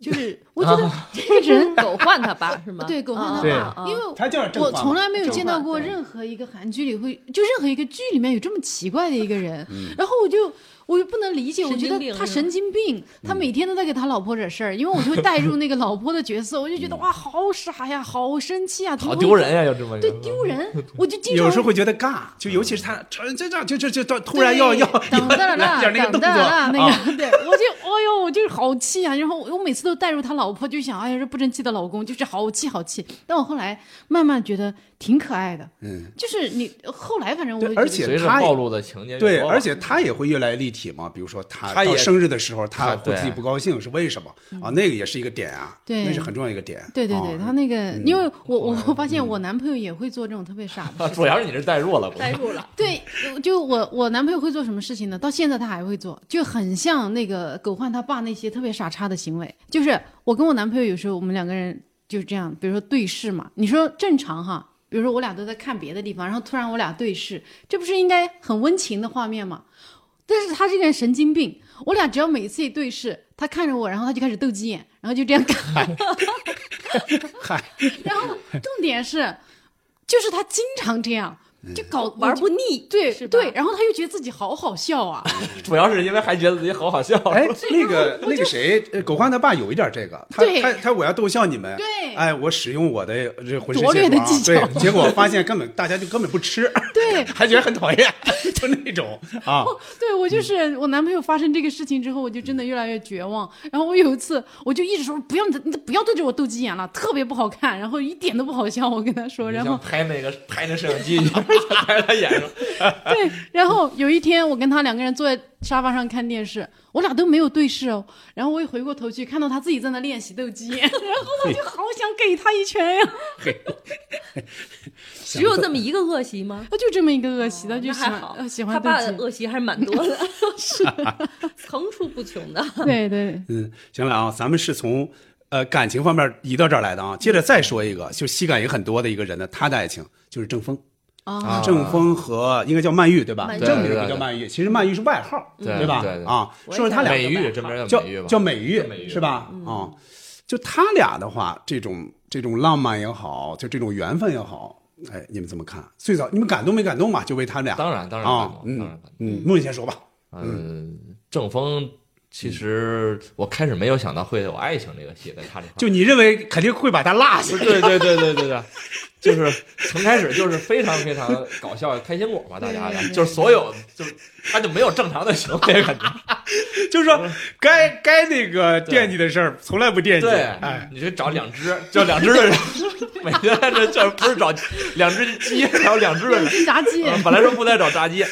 [SPEAKER 1] 就是我觉得这个 人
[SPEAKER 2] 狗焕他爸是吗？嗯啊
[SPEAKER 1] 对狗焕他
[SPEAKER 4] 对
[SPEAKER 1] 爸，因为
[SPEAKER 5] 他叫郑
[SPEAKER 1] 我
[SPEAKER 5] 焕嘛
[SPEAKER 1] 从来没有见到过
[SPEAKER 2] 郑焕对
[SPEAKER 1] 任何一个韩剧里会，就任何一个剧里面有这么奇怪的一个人，
[SPEAKER 4] 嗯
[SPEAKER 1] 然后我就。我就不能理解，我
[SPEAKER 2] 神
[SPEAKER 1] 觉
[SPEAKER 2] 经
[SPEAKER 1] 得
[SPEAKER 2] 病
[SPEAKER 1] 他
[SPEAKER 2] 是吧
[SPEAKER 1] 神经病，他每天都在给他老婆惹事儿，因为我就会带入那个老婆的角色，我就觉得哇，好傻呀，好生气啊，怎么
[SPEAKER 4] 嗯好
[SPEAKER 1] 会
[SPEAKER 4] 丢人呀，就这么一个
[SPEAKER 1] 对，丢 人，我就经常
[SPEAKER 5] 有时候会觉得尬，
[SPEAKER 4] 嗯
[SPEAKER 5] 就尤其是他这这这就这这这突然要
[SPEAKER 1] 对
[SPEAKER 5] 要
[SPEAKER 1] 等
[SPEAKER 5] 要
[SPEAKER 1] 哒啦
[SPEAKER 5] 来
[SPEAKER 1] 啦，
[SPEAKER 5] 点那个
[SPEAKER 1] 等
[SPEAKER 5] 动
[SPEAKER 1] 哒啦啦
[SPEAKER 5] 作，啊
[SPEAKER 1] 那个， 对我就哎呦，我就是好气啊！然后我每次都带入他老婆，就想哎呀，这不争气的老公，就是好气好气。但我后来慢慢觉得挺可爱的，
[SPEAKER 5] 嗯，
[SPEAKER 1] 就是你后来反正我就
[SPEAKER 5] 对
[SPEAKER 1] 觉得
[SPEAKER 5] 而且
[SPEAKER 4] 随着
[SPEAKER 5] 他也
[SPEAKER 4] 暴露的情节
[SPEAKER 5] 对，
[SPEAKER 4] 越多
[SPEAKER 5] 而且他也会越来越立体嘛。比如说他
[SPEAKER 4] 他
[SPEAKER 5] 到
[SPEAKER 4] 也
[SPEAKER 5] 生日的时候，他
[SPEAKER 4] 他
[SPEAKER 5] 会自己
[SPEAKER 4] 对
[SPEAKER 5] 不高兴是为什么啊？那个也是一个点啊，
[SPEAKER 1] 嗯对
[SPEAKER 5] 那是很重要一个点。
[SPEAKER 1] 对对对，
[SPEAKER 5] 啊
[SPEAKER 1] 他那个，因为我
[SPEAKER 5] 哦
[SPEAKER 1] 我我发现
[SPEAKER 5] 嗯
[SPEAKER 1] 我男朋友也会做这种特别傻的
[SPEAKER 4] 啊
[SPEAKER 1] 事
[SPEAKER 4] 主要是你这代入了，不是
[SPEAKER 2] 呆住了。
[SPEAKER 1] 对，就我我男朋友会做什么事情呢？到现在他还会做，就很像那个狗焕他爸那些特别傻叉的行为。就是我跟我男朋友有时候我们两个人就是这样，比如说对视嘛，你说正常哈，比如说我俩都在看别的地方，然后突然我俩对视，这不是应该很温情的画面吗？但是他这个人神经病，我俩只要每次一对视，他看着我，然后他就开始斗鸡眼，然后就这样看。
[SPEAKER 5] 嗨，
[SPEAKER 1] 然后重点是，就是他经常这样，就搞
[SPEAKER 2] 玩不腻，
[SPEAKER 1] 对
[SPEAKER 2] 是吧
[SPEAKER 1] 对，然后他又觉得自己好好笑 啊，
[SPEAKER 4] 主要是因为还觉得自己好好
[SPEAKER 1] 哦
[SPEAKER 4] 笑。
[SPEAKER 5] 哎，那个那个谁，呃狗焕他爸有一点这个，他
[SPEAKER 1] 对
[SPEAKER 5] 他他我要逗笑你们，
[SPEAKER 1] 对
[SPEAKER 5] 哎，我使用我的这浑身
[SPEAKER 1] 拙劣
[SPEAKER 5] 解
[SPEAKER 1] 的
[SPEAKER 5] 数啊
[SPEAKER 1] 技巧
[SPEAKER 5] 对，结果发现根本大家就根本不吃，
[SPEAKER 1] 对
[SPEAKER 5] 还觉得很讨厌，就那种啊，
[SPEAKER 1] 对我
[SPEAKER 2] 嗯
[SPEAKER 1] 就是我男朋友发生这个事情之后，我就真的越来越绝望。然后我有一次，我就一直说不要你不要对着我斗鸡眼了，特别不好看，然后一点都不好笑。我跟他说，
[SPEAKER 4] 你
[SPEAKER 1] 然
[SPEAKER 4] 像
[SPEAKER 1] 后
[SPEAKER 4] 拍那个拍那摄像 机一样，拍他眼上，
[SPEAKER 1] 对，然后有一天我跟他两个人坐在沙发上看电视，我俩都没有对视哦。然后我一回过头去，看到他自己在那练 习斗鸡眼，然后我就好想给他一拳呀。
[SPEAKER 2] 只有这么一个恶习吗？
[SPEAKER 7] 他就这么一个恶习，他就
[SPEAKER 2] 哦那
[SPEAKER 7] 喜
[SPEAKER 2] 还
[SPEAKER 7] 欢、
[SPEAKER 2] 好
[SPEAKER 7] 呃，喜
[SPEAKER 2] 他
[SPEAKER 7] 欢
[SPEAKER 2] 爸的
[SPEAKER 7] 对啊
[SPEAKER 2] 恶习还是蛮多 的，是 层出不穷 的。
[SPEAKER 7] 接对对，
[SPEAKER 5] 嗯，行了啊，咱们是从呃感情方面移到这儿来的啊。接着再说一个，就喜感也很多的一个人呢，他的爱情就是郑峰。
[SPEAKER 2] 哦
[SPEAKER 7] 啊，
[SPEAKER 5] 郑峰和应该叫曼玉对吧
[SPEAKER 2] 曼？玉
[SPEAKER 5] 正名
[SPEAKER 4] 对对
[SPEAKER 5] 叫
[SPEAKER 4] 对
[SPEAKER 5] 曼玉，其实曼玉是外号，
[SPEAKER 1] 嗯
[SPEAKER 4] 对
[SPEAKER 5] 吧
[SPEAKER 4] 对对？
[SPEAKER 5] 啊，
[SPEAKER 2] 我也
[SPEAKER 5] 说说他
[SPEAKER 2] 想
[SPEAKER 5] 俩
[SPEAKER 2] 两
[SPEAKER 4] 美
[SPEAKER 2] 个
[SPEAKER 4] 玉
[SPEAKER 2] 吧
[SPEAKER 4] 这边
[SPEAKER 5] 叫
[SPEAKER 4] 叫美玉吧，
[SPEAKER 5] 叫美玉
[SPEAKER 4] 叫美玉嗯
[SPEAKER 5] 是吧？啊，就他俩的话，这种这种浪漫也好，就这种缘分也好，哎，你们怎么看？最早你们感动没感动吧？就为他们俩，
[SPEAKER 4] 当然当然感
[SPEAKER 5] 啊，
[SPEAKER 4] 动，当然
[SPEAKER 5] 嗯
[SPEAKER 4] 感动。
[SPEAKER 5] 嗯，梦先说吧，
[SPEAKER 4] 嗯，郑峰其实我开始没有想到会有爱情这个戏在他这块儿，
[SPEAKER 5] 就你认为肯定会把他落 下
[SPEAKER 4] 不，是对对对对对对，就是从开始就是非常非常搞笑开心果嘛，大家
[SPEAKER 7] 对对对
[SPEAKER 4] 就是所有就是他就没有正常的行为感觉，
[SPEAKER 5] 就是说该该那个惦记的事儿从来不惦记，
[SPEAKER 4] 对，
[SPEAKER 5] 哎，
[SPEAKER 4] 你就找两只，就两只的人， 每天这就是不是找两只鸡，还有两只的人。
[SPEAKER 7] 炸鸡，
[SPEAKER 4] 啊本来说不带找炸鸡，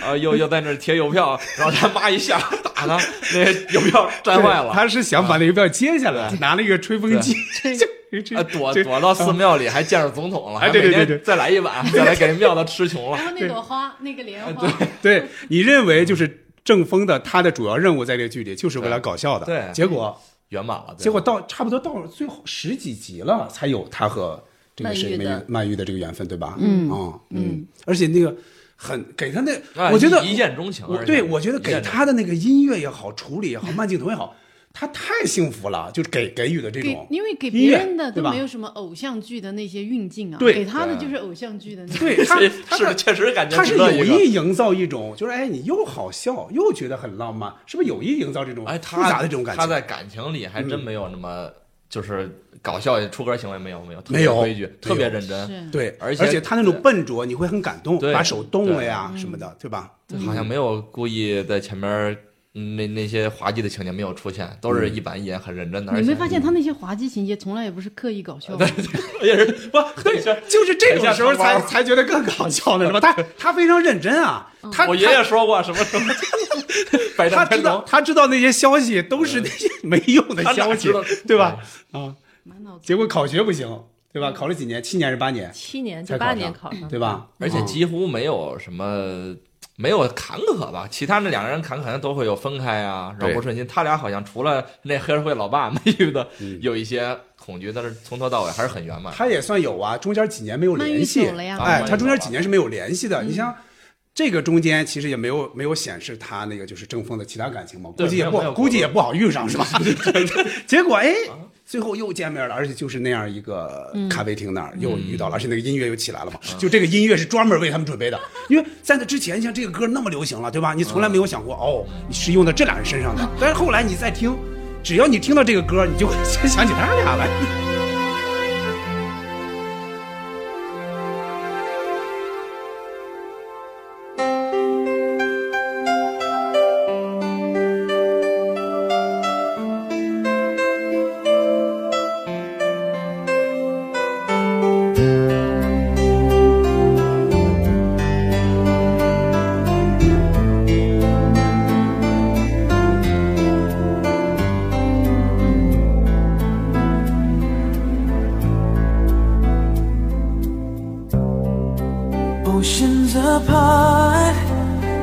[SPEAKER 4] 啊，又又在那儿贴邮票，然后他妈一下打他，那邮票粘嗯坏了，嗯
[SPEAKER 5] 他是想把那个票接下来，拿了一个吹风机， 就
[SPEAKER 4] 啊，躲躲到寺庙里，还见着总统了，
[SPEAKER 5] 哎
[SPEAKER 4] 还
[SPEAKER 5] 对对
[SPEAKER 4] 每天
[SPEAKER 5] 对对
[SPEAKER 4] 再来一碗，再来给庙都吃穷了
[SPEAKER 7] 然。后那朵花，那个莲花，
[SPEAKER 5] 啊对，你认为就是郑峰的他的主要任务在这个剧里就是为了搞笑的，
[SPEAKER 4] 对
[SPEAKER 5] 结果
[SPEAKER 4] 圆满了，对
[SPEAKER 5] 结果到差不多到最后十几集了，才有他和这个谁
[SPEAKER 2] 曼玉的
[SPEAKER 5] 曼玉曼玉的这个缘分，对吧？
[SPEAKER 7] 嗯
[SPEAKER 5] 啊嗯，而且那个很给他那，
[SPEAKER 4] 啊
[SPEAKER 5] 我觉得
[SPEAKER 4] 一一见钟情。
[SPEAKER 5] 我
[SPEAKER 4] 而且
[SPEAKER 5] 对我觉得
[SPEAKER 4] 一
[SPEAKER 5] 给
[SPEAKER 4] 见钟
[SPEAKER 5] 他的那个音乐也好，处理也好，慢镜头也好，他太幸福了，就是给给予的这
[SPEAKER 7] 给
[SPEAKER 5] 种，
[SPEAKER 7] 因为给
[SPEAKER 5] 音乐
[SPEAKER 7] 别人的
[SPEAKER 5] 对
[SPEAKER 7] 都
[SPEAKER 5] 吧
[SPEAKER 7] 没有什么偶像剧的那些运镜啊，
[SPEAKER 5] 对
[SPEAKER 7] 给他的
[SPEAKER 4] 对
[SPEAKER 7] 就是偶像剧的那种。
[SPEAKER 5] 对他
[SPEAKER 4] 情
[SPEAKER 5] 他
[SPEAKER 4] 是
[SPEAKER 5] 的
[SPEAKER 4] 是确实感觉
[SPEAKER 5] 他是
[SPEAKER 4] 值得
[SPEAKER 5] 有
[SPEAKER 4] 一个
[SPEAKER 5] 意营造一种，就是哎，你又好笑又觉得很浪漫，是不是有意营造这种
[SPEAKER 4] 哎，
[SPEAKER 5] 复
[SPEAKER 4] 他
[SPEAKER 5] 杂的这种感嗯
[SPEAKER 4] 他
[SPEAKER 5] 情？
[SPEAKER 4] 在感情里还真没有那么就是搞笑出格行为，没有没有，特
[SPEAKER 5] 没
[SPEAKER 4] 别
[SPEAKER 5] 有
[SPEAKER 4] 规矩，特别
[SPEAKER 5] 没
[SPEAKER 4] 认真，
[SPEAKER 7] 是，
[SPEAKER 5] 对，
[SPEAKER 4] 而
[SPEAKER 5] 且
[SPEAKER 4] 且
[SPEAKER 5] 他那种笨拙，你会很感动，
[SPEAKER 4] 对嗯
[SPEAKER 5] 把手动了呀什么的，对吧？
[SPEAKER 4] 好像没有故意在前面嗯那那些滑稽的情节没有出现，都
[SPEAKER 5] 嗯
[SPEAKER 4] 是一板一眼很认真的，而
[SPEAKER 7] 你
[SPEAKER 4] 且
[SPEAKER 7] 没发现他那些滑稽情节从来也不是刻意搞笑的，
[SPEAKER 4] 也是不对，
[SPEAKER 5] 就是这种时候
[SPEAKER 4] 等一下等
[SPEAKER 5] 才
[SPEAKER 4] 会儿
[SPEAKER 5] 才觉得更搞笑呢，是吧？他他非常认真啊，
[SPEAKER 2] 嗯
[SPEAKER 5] 他
[SPEAKER 4] 我爷爷说过什么什么， 百丈
[SPEAKER 5] 他他知
[SPEAKER 4] 天
[SPEAKER 5] 道
[SPEAKER 4] 龙，
[SPEAKER 5] 他知道那些消息都是那些没用的
[SPEAKER 4] 他哪
[SPEAKER 5] 消息
[SPEAKER 4] 知道，
[SPEAKER 5] 对吧？啊，
[SPEAKER 7] 满脑子
[SPEAKER 5] 结果考学不行，对吧？考了几年，七年还是八年，
[SPEAKER 2] 七年
[SPEAKER 5] 才
[SPEAKER 2] 就
[SPEAKER 5] 考
[SPEAKER 2] 八
[SPEAKER 5] 上
[SPEAKER 2] 年考上，
[SPEAKER 5] 对吧？
[SPEAKER 4] 而且几乎没有什么。没有坎坷吧？其他那两个人坎坷都会有分开啊，然
[SPEAKER 5] 对
[SPEAKER 4] 后不顺心。他俩好像除了那黑社会老爸没遇到
[SPEAKER 5] 嗯
[SPEAKER 4] 有一些恐惧，但是从头到尾还是很圆满。
[SPEAKER 5] 他也算有啊，中间几年没有联系
[SPEAKER 7] 曼玉走了呀，嗯
[SPEAKER 5] 哎，
[SPEAKER 4] 啊
[SPEAKER 5] 他中间几年是没有联系的。你像这个中间其实也没有没有显示他那个就是郑峰的其他感情嘛，估
[SPEAKER 4] 对
[SPEAKER 5] 计也
[SPEAKER 4] 没有没
[SPEAKER 5] 不
[SPEAKER 4] 有
[SPEAKER 5] 估计也不好遇上是吧？ 结果哎，最后又见面了，而且就是那样一个
[SPEAKER 7] 嗯
[SPEAKER 5] 咖啡厅那儿又遇到了，而且那个音乐又起来了嘛。
[SPEAKER 4] 嗯
[SPEAKER 5] 就这个音乐是专门为他们准备的，因为在那之前像这个歌那么流行了，对吧？你从来没有想过哦，你是用到这俩人身上的，但是后来你再听。只要你听到这个歌，你就会 先想起他俩来。
[SPEAKER 8] Oceans apart,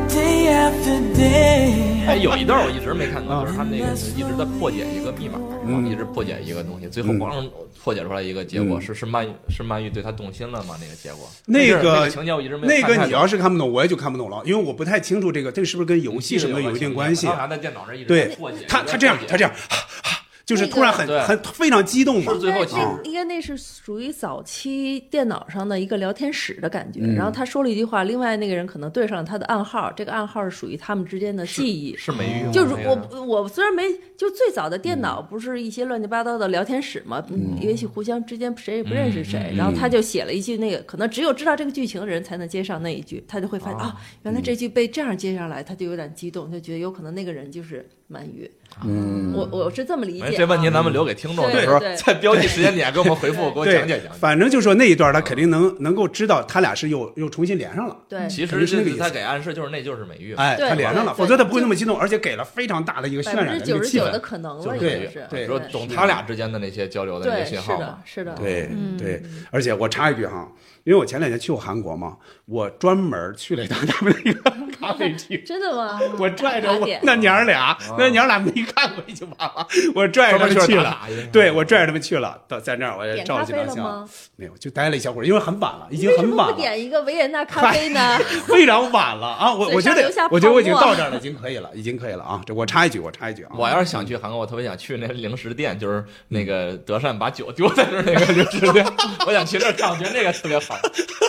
[SPEAKER 8] day after day.
[SPEAKER 4] 哎，有一段我一直没看懂，就是他那个
[SPEAKER 2] 嗯
[SPEAKER 4] 一直在破解一个密码，然
[SPEAKER 5] 嗯
[SPEAKER 4] 后一直破解一个东西，最后咣破解出来一个结果是是曼玉是曼玉对他动心了吗？那个结果
[SPEAKER 5] 那
[SPEAKER 4] 个那
[SPEAKER 5] 个
[SPEAKER 4] 情节我一直没有
[SPEAKER 5] 那
[SPEAKER 4] 看太
[SPEAKER 5] 个
[SPEAKER 4] 懂
[SPEAKER 5] 你要是看不懂，我也就看不懂了，因为我不太清楚这个这个是不是跟游戏什么的有一定关系啊
[SPEAKER 4] 他。好像在电脑上一直
[SPEAKER 5] 对
[SPEAKER 4] 啊在破解，
[SPEAKER 5] 他他这样
[SPEAKER 4] 一直在破解
[SPEAKER 5] 他这样，哈哈就是突然很
[SPEAKER 4] 那个
[SPEAKER 5] 很非常激动嘛
[SPEAKER 4] 是。最后其
[SPEAKER 2] 那
[SPEAKER 4] 实
[SPEAKER 2] 应该那是属于早期电脑上的一个聊天室的感觉。然后他说了一句话，另外那个人可能对上了他的暗号，这个暗号是属于他们之间的记忆。
[SPEAKER 4] 是没用，
[SPEAKER 2] 嗯就是
[SPEAKER 4] 那个
[SPEAKER 2] 我我虽然没就最早的电脑不是一些乱七八糟的聊天室嘛，嗯也许互相之间谁也不认识谁，然后他就写了一句那个可能只有知道这个剧情的人才能接上那一句，他就会发现啊，原来这句被这样接上来，他就有点激动，就觉得有可能那个人就是鳗鱼。
[SPEAKER 5] 嗯，
[SPEAKER 2] 我我是这么理解、啊
[SPEAKER 4] 哎，。这问题咱们留给听众，
[SPEAKER 2] 对
[SPEAKER 4] 到时候
[SPEAKER 2] 对
[SPEAKER 4] 在标记时间点给我们回复，
[SPEAKER 2] 对
[SPEAKER 4] 给我
[SPEAKER 5] 对，
[SPEAKER 4] 讲解讲解。
[SPEAKER 5] 反正就说那一段，他肯定能能够知道他俩是又又重新连上了。
[SPEAKER 2] 对，
[SPEAKER 4] 其
[SPEAKER 5] 肯
[SPEAKER 4] 实
[SPEAKER 5] 定是
[SPEAKER 4] 这
[SPEAKER 5] 那个
[SPEAKER 4] 次
[SPEAKER 5] 意思
[SPEAKER 4] 他给暗示就是那就是美玉嘛，
[SPEAKER 5] 哎，
[SPEAKER 2] 对
[SPEAKER 5] 他连上了，
[SPEAKER 2] 对
[SPEAKER 5] 否则他不会
[SPEAKER 2] 对
[SPEAKER 5] 那么激动，而且给了非常大的一个渲
[SPEAKER 2] 百分
[SPEAKER 5] 染
[SPEAKER 2] 之
[SPEAKER 5] 那
[SPEAKER 2] 九
[SPEAKER 5] 个
[SPEAKER 2] 十
[SPEAKER 5] 气
[SPEAKER 2] 九的
[SPEAKER 5] 氛。
[SPEAKER 2] 可能
[SPEAKER 4] 就
[SPEAKER 2] 了，
[SPEAKER 4] 是
[SPEAKER 2] 也
[SPEAKER 5] 对
[SPEAKER 2] 是。
[SPEAKER 5] 对
[SPEAKER 4] 说懂他俩之间的那些交流的那些
[SPEAKER 2] 对，是
[SPEAKER 4] 信号
[SPEAKER 2] 的
[SPEAKER 4] 嘛，，
[SPEAKER 2] 是的，
[SPEAKER 5] 对
[SPEAKER 7] 嗯
[SPEAKER 5] 对，而且我插一句哈，因为我前两年去过韩国嘛，我专门去了一趟他们那个 咖啡厅。
[SPEAKER 2] 真 的吗？
[SPEAKER 5] 我拽着
[SPEAKER 2] 打卡
[SPEAKER 5] 我
[SPEAKER 2] 点
[SPEAKER 5] 那娘儿俩，那娘儿俩没看过一九八八，我拽着他们
[SPEAKER 4] 专门
[SPEAKER 5] 去
[SPEAKER 4] 去了
[SPEAKER 5] 了
[SPEAKER 4] 打卡一下，
[SPEAKER 5] 对我拽着他们去了，到在那儿我也
[SPEAKER 2] 点
[SPEAKER 5] 照
[SPEAKER 2] 咖
[SPEAKER 5] 了几
[SPEAKER 2] 啡
[SPEAKER 5] 张
[SPEAKER 2] 了
[SPEAKER 5] 相
[SPEAKER 2] 吗，？
[SPEAKER 5] 没有，就待了一小会儿，因为很晚了，已
[SPEAKER 2] 已
[SPEAKER 5] 经很晚
[SPEAKER 2] 不
[SPEAKER 5] 了，
[SPEAKER 2] 点一个维也纳咖 啡呢？
[SPEAKER 5] 非常晚了啊！我
[SPEAKER 2] 嘴
[SPEAKER 5] 我觉
[SPEAKER 2] 上
[SPEAKER 5] 得
[SPEAKER 2] 留下，
[SPEAKER 5] 我觉得我已
[SPEAKER 2] 泡
[SPEAKER 5] 经
[SPEAKER 2] 沫
[SPEAKER 5] 到这儿了，已经可以了，已经可以了啊！这我插一句，我插一句啊，
[SPEAKER 4] 我要是想去韩国，我特别想去那零食店，就是那个德善把酒丢在那儿那个零食店，我想去那儿看，我觉得那个特别好，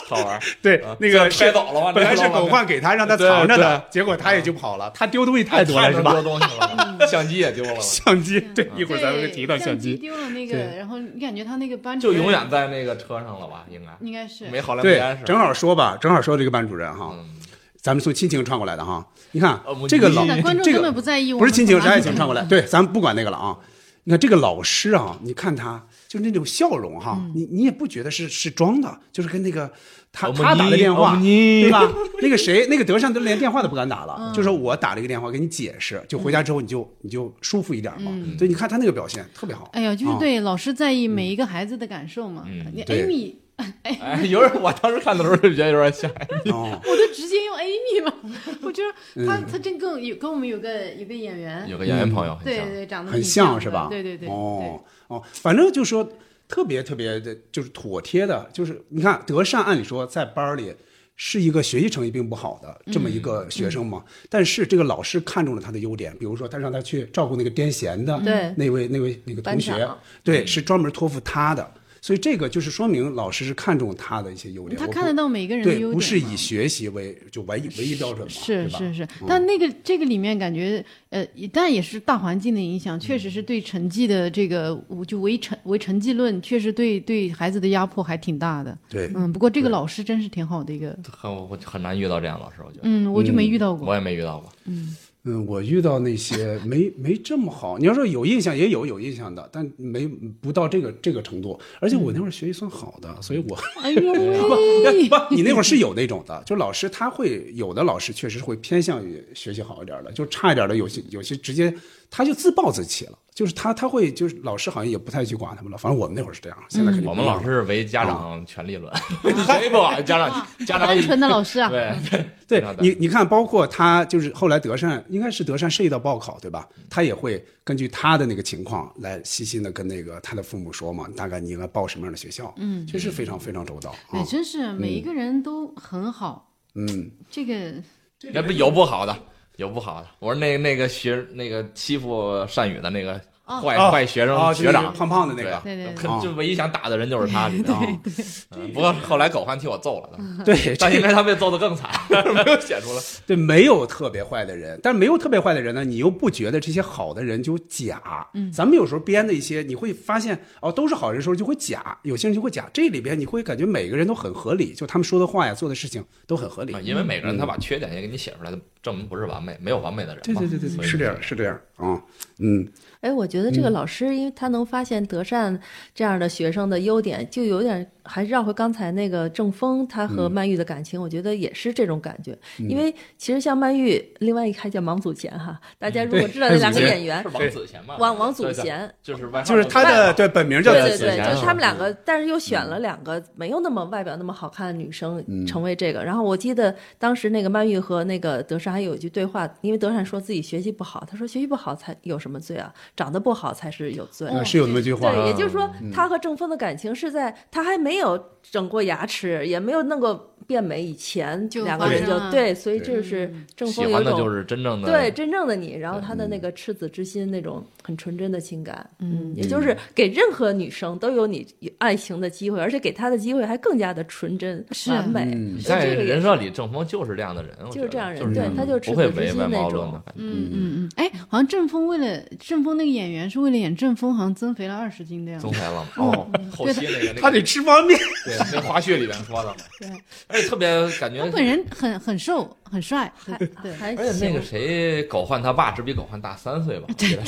[SPEAKER 4] 好玩。
[SPEAKER 5] 对
[SPEAKER 4] 啊
[SPEAKER 5] 那个
[SPEAKER 4] 摔
[SPEAKER 5] 是
[SPEAKER 4] 倒了吗？
[SPEAKER 5] 本来是
[SPEAKER 4] 那个老板
[SPEAKER 5] 狗焕给他让他
[SPEAKER 4] 对
[SPEAKER 5] 藏着的
[SPEAKER 4] 对，
[SPEAKER 5] 结果他也就跑了，他丢东西太多了
[SPEAKER 4] 太
[SPEAKER 5] 是
[SPEAKER 4] 能
[SPEAKER 5] 吧
[SPEAKER 4] 丢？东西了，相机也丢了。
[SPEAKER 5] 相机
[SPEAKER 2] 嗯
[SPEAKER 5] 对，一
[SPEAKER 7] 一
[SPEAKER 5] 会儿咱们会提到
[SPEAKER 7] 相
[SPEAKER 5] 相机。
[SPEAKER 7] 丢了那个，
[SPEAKER 5] 对
[SPEAKER 7] 然后你感觉他那个班主
[SPEAKER 4] 就
[SPEAKER 7] 任
[SPEAKER 4] 永远在那个车上了吧？应该
[SPEAKER 7] 应该是
[SPEAKER 4] 没好莱坞
[SPEAKER 5] 对
[SPEAKER 4] 安是，吧
[SPEAKER 5] 正好说吧，正好说这个班主任哈，
[SPEAKER 4] 嗯，
[SPEAKER 5] 咱们从亲情串过来的哈。你看
[SPEAKER 4] 呃我
[SPEAKER 5] 这个老
[SPEAKER 7] 现在观众
[SPEAKER 5] 嗯这
[SPEAKER 7] 根
[SPEAKER 5] 个
[SPEAKER 7] 本不在意我
[SPEAKER 5] 不
[SPEAKER 7] 们
[SPEAKER 5] 是
[SPEAKER 7] 从
[SPEAKER 5] 亲
[SPEAKER 7] 哪里
[SPEAKER 5] 情
[SPEAKER 7] 来，
[SPEAKER 5] 是爱情串过来，对，咱们不管那个了啊。你看这个老师啊，你看他就是那种笑容哈，你你也不觉得是是装的，就是跟那个他
[SPEAKER 4] 欧姆
[SPEAKER 5] 他打个
[SPEAKER 4] 尼
[SPEAKER 5] 电
[SPEAKER 4] 欧
[SPEAKER 5] 话，
[SPEAKER 4] 姆尼
[SPEAKER 5] 对吧？那个谁，那个德善都连电话都不敢打了，就说我打了一个电话给你解释，就回家之后你就你就舒服一点嘛。所以你看他那个表现特别好。
[SPEAKER 7] 哎呀，就是
[SPEAKER 5] 啊
[SPEAKER 7] 对老师在意每一个孩子的感受嘛。你
[SPEAKER 5] 嗯对
[SPEAKER 7] Amy，
[SPEAKER 4] 哎，有点，我当时看的时候就觉得有点吓人。
[SPEAKER 5] 哦，
[SPEAKER 7] 我就直接用 Amy 了。 我觉得他
[SPEAKER 5] 嗯
[SPEAKER 7] 他真更有跟我们有个有个演员，
[SPEAKER 4] 有个演员朋友很
[SPEAKER 7] 对嗯
[SPEAKER 4] 像
[SPEAKER 7] 对，对，长得
[SPEAKER 5] 很
[SPEAKER 7] 挺啊像
[SPEAKER 5] 像
[SPEAKER 7] 的
[SPEAKER 5] 是吧？
[SPEAKER 7] 对对对，
[SPEAKER 5] 哦哦，反正就说特别特别的，就是妥帖的，就是你看德善，按理说在班儿里是一个学习成绩并不好的这么一
[SPEAKER 7] 嗯
[SPEAKER 5] 个学生嘛，但是这个老师看中了他的优点，比如说他让他去照顾那个癫痫的
[SPEAKER 2] 对
[SPEAKER 5] 那位那位那个同
[SPEAKER 2] 班
[SPEAKER 5] 学
[SPEAKER 2] 长，
[SPEAKER 5] 对，
[SPEAKER 7] 嗯
[SPEAKER 5] 是专门托付他的。所以这个就是说明老师是看重他的一些优
[SPEAKER 7] 对
[SPEAKER 5] 点，
[SPEAKER 7] 他
[SPEAKER 5] 我
[SPEAKER 7] 看
[SPEAKER 5] 不
[SPEAKER 7] 得到每个人的
[SPEAKER 5] 对，
[SPEAKER 7] 优点嘛。
[SPEAKER 5] 不是以学习为就唯一唯一标准嘛，
[SPEAKER 7] 是
[SPEAKER 5] 对吧嗯
[SPEAKER 7] 是是，但那个这个里面感觉，呃，但也是大环境的影响，确实
[SPEAKER 5] 嗯
[SPEAKER 7] 是对成绩的这个，就唯成唯成绩论，确实对对孩子的压迫还挺大的。
[SPEAKER 5] 对
[SPEAKER 7] 嗯，不过这个老师真是挺好的一个，
[SPEAKER 4] 很我很难遇到这样老师，我觉得
[SPEAKER 7] 嗯，我就没遇到
[SPEAKER 4] 我
[SPEAKER 7] 过。
[SPEAKER 4] 也没遇到过。
[SPEAKER 5] 嗯，我遇到那些没没这么好。你要说有印象，也有有印象的，但没不到这个这个程度。而且我那会儿学习算好的，所以我
[SPEAKER 7] 哎呦喂，
[SPEAKER 5] 不，你那会儿是有那种的，就老师他会有的老师确实会偏向于学习好一点的，就差一点的有些有些直接他就自暴自弃了，就是他他会就是老师好像也不太去管他们了。反正我们那会儿是这样，现在肯定不
[SPEAKER 4] 我
[SPEAKER 5] 一
[SPEAKER 4] 们
[SPEAKER 5] 样
[SPEAKER 4] 老师是唯家长权 利论，谁不管 家长家长
[SPEAKER 7] 单纯的老师啊，
[SPEAKER 4] 对
[SPEAKER 5] 对
[SPEAKER 4] 非常大
[SPEAKER 5] 你，你看，包括他就是后来德善，应该是德善涉及到报考，对吧？
[SPEAKER 4] 嗯
[SPEAKER 5] 他也会根据他的那个情况来细心的跟那个他的父母说嘛，大概你应该报什么样的学校，嗯，确实非常非常周到
[SPEAKER 7] 对，
[SPEAKER 5] 啊。
[SPEAKER 7] 哎真是每一个人都很好。
[SPEAKER 5] 嗯，
[SPEAKER 7] 这个
[SPEAKER 4] 那不有不好的，有不好的。我说那那个学那个欺负善宇的那个坏
[SPEAKER 5] 哦
[SPEAKER 4] 坏学
[SPEAKER 5] 哦
[SPEAKER 4] 生
[SPEAKER 5] 就
[SPEAKER 4] 学
[SPEAKER 5] 那
[SPEAKER 4] 长啊
[SPEAKER 5] 个，胖胖的那个，
[SPEAKER 7] 对对对
[SPEAKER 4] 很就唯一想打的人就是他，你知道吗？嗯不过后来狗汉替我揍了，
[SPEAKER 7] 嗯
[SPEAKER 5] 对，
[SPEAKER 4] 但应
[SPEAKER 5] 这
[SPEAKER 4] 该他被揍的更惨， 没有写出来。
[SPEAKER 5] 对没有特别坏的人，但没有特别坏的人呢，你又不觉得这些好的人就假？嗯，咱们有时候编的一些，你会发现哦，都是好人的时候就会假，有些人就会假。这里边你会感觉每个人都很合理，就他们说的话呀，做的事情都很合理
[SPEAKER 4] 啊，。因为每个人他把缺点也给你写出来，他证明不是完美，没有完美的人
[SPEAKER 5] 对
[SPEAKER 4] 嘛。
[SPEAKER 5] 对对对
[SPEAKER 4] 所
[SPEAKER 5] 对，
[SPEAKER 4] 以
[SPEAKER 5] 是这样，是这样啊，嗯，
[SPEAKER 2] 哎，我觉得这个
[SPEAKER 4] 嗯
[SPEAKER 2] 老师，因为他能发现德善这样的学生的优点，就有点还是绕回刚才那个郑峰他
[SPEAKER 4] 嗯
[SPEAKER 2] 和曼玉的感情，我觉得也是这种感觉。因为其实像曼玉，另外一个还叫王祖贤哈，大家如果知道这两个
[SPEAKER 5] 对
[SPEAKER 2] 演员
[SPEAKER 4] 是，王祖贤嘛？
[SPEAKER 2] 王王祖
[SPEAKER 4] 对对
[SPEAKER 2] 贤，
[SPEAKER 4] 就是外号
[SPEAKER 5] 就是他的对本名叫
[SPEAKER 2] 对
[SPEAKER 5] 德
[SPEAKER 2] 对
[SPEAKER 5] 子
[SPEAKER 2] 对，
[SPEAKER 4] 贤
[SPEAKER 2] 就是
[SPEAKER 4] 是
[SPEAKER 2] 他们两个，但是又选了两个没有那么外表那么好看的女生
[SPEAKER 4] 嗯
[SPEAKER 2] 成为这个。然后我记得当时那个曼玉和那个德善还有一句对话，因为德善说自己学习不好，他说学习不好才有什么罪啊，长得不好才是有罪。
[SPEAKER 5] 呃是有那么一句话，
[SPEAKER 2] 对，也就是说，
[SPEAKER 4] 嗯
[SPEAKER 2] 他和郑峰的感情是在他还没有整过牙齿，也没有弄过变美以前，
[SPEAKER 7] 就
[SPEAKER 2] 两个人
[SPEAKER 7] 发
[SPEAKER 2] 就
[SPEAKER 7] 生了
[SPEAKER 2] 对，所以这是郑
[SPEAKER 4] 嗯喜
[SPEAKER 2] 峰有
[SPEAKER 4] 欢
[SPEAKER 2] 一
[SPEAKER 4] 的
[SPEAKER 2] 种
[SPEAKER 4] 就是真正的
[SPEAKER 2] 对真正的你，然后他的那个赤子之心那种很纯真的情感，嗯，也就是给任何女生都有你爱情的机会，而且给她的机会还更加的纯真
[SPEAKER 7] 是
[SPEAKER 2] 完美。
[SPEAKER 5] 嗯
[SPEAKER 4] 你
[SPEAKER 2] 所以
[SPEAKER 4] 在
[SPEAKER 2] 这个也
[SPEAKER 4] 人设里，郑峰就是这样的人，我
[SPEAKER 2] 就
[SPEAKER 4] 觉
[SPEAKER 2] 是
[SPEAKER 4] 得
[SPEAKER 2] 这样人
[SPEAKER 4] 就是
[SPEAKER 2] 对
[SPEAKER 4] 这样
[SPEAKER 2] 他就赤
[SPEAKER 4] 不会
[SPEAKER 2] 子之
[SPEAKER 4] 唯
[SPEAKER 2] 心
[SPEAKER 4] 唯
[SPEAKER 2] 那
[SPEAKER 4] 貌论
[SPEAKER 2] 种
[SPEAKER 4] 的，反正
[SPEAKER 7] 嗯嗯嗯，哎，好像郑峰为了郑峰那个演员是为了演郑峰，好像增肥了二十斤的样子
[SPEAKER 4] 增。肥了嘛。哦，后期那个那个
[SPEAKER 5] 他得吃方便面，
[SPEAKER 4] 对那花絮里面说的嘛。对，而且特别感觉
[SPEAKER 7] 他本人很很瘦，
[SPEAKER 1] 很 帅，还对，
[SPEAKER 2] 还
[SPEAKER 4] 而且那个
[SPEAKER 2] 行
[SPEAKER 4] 谁，狗焕他爸只比狗焕大三岁吧？对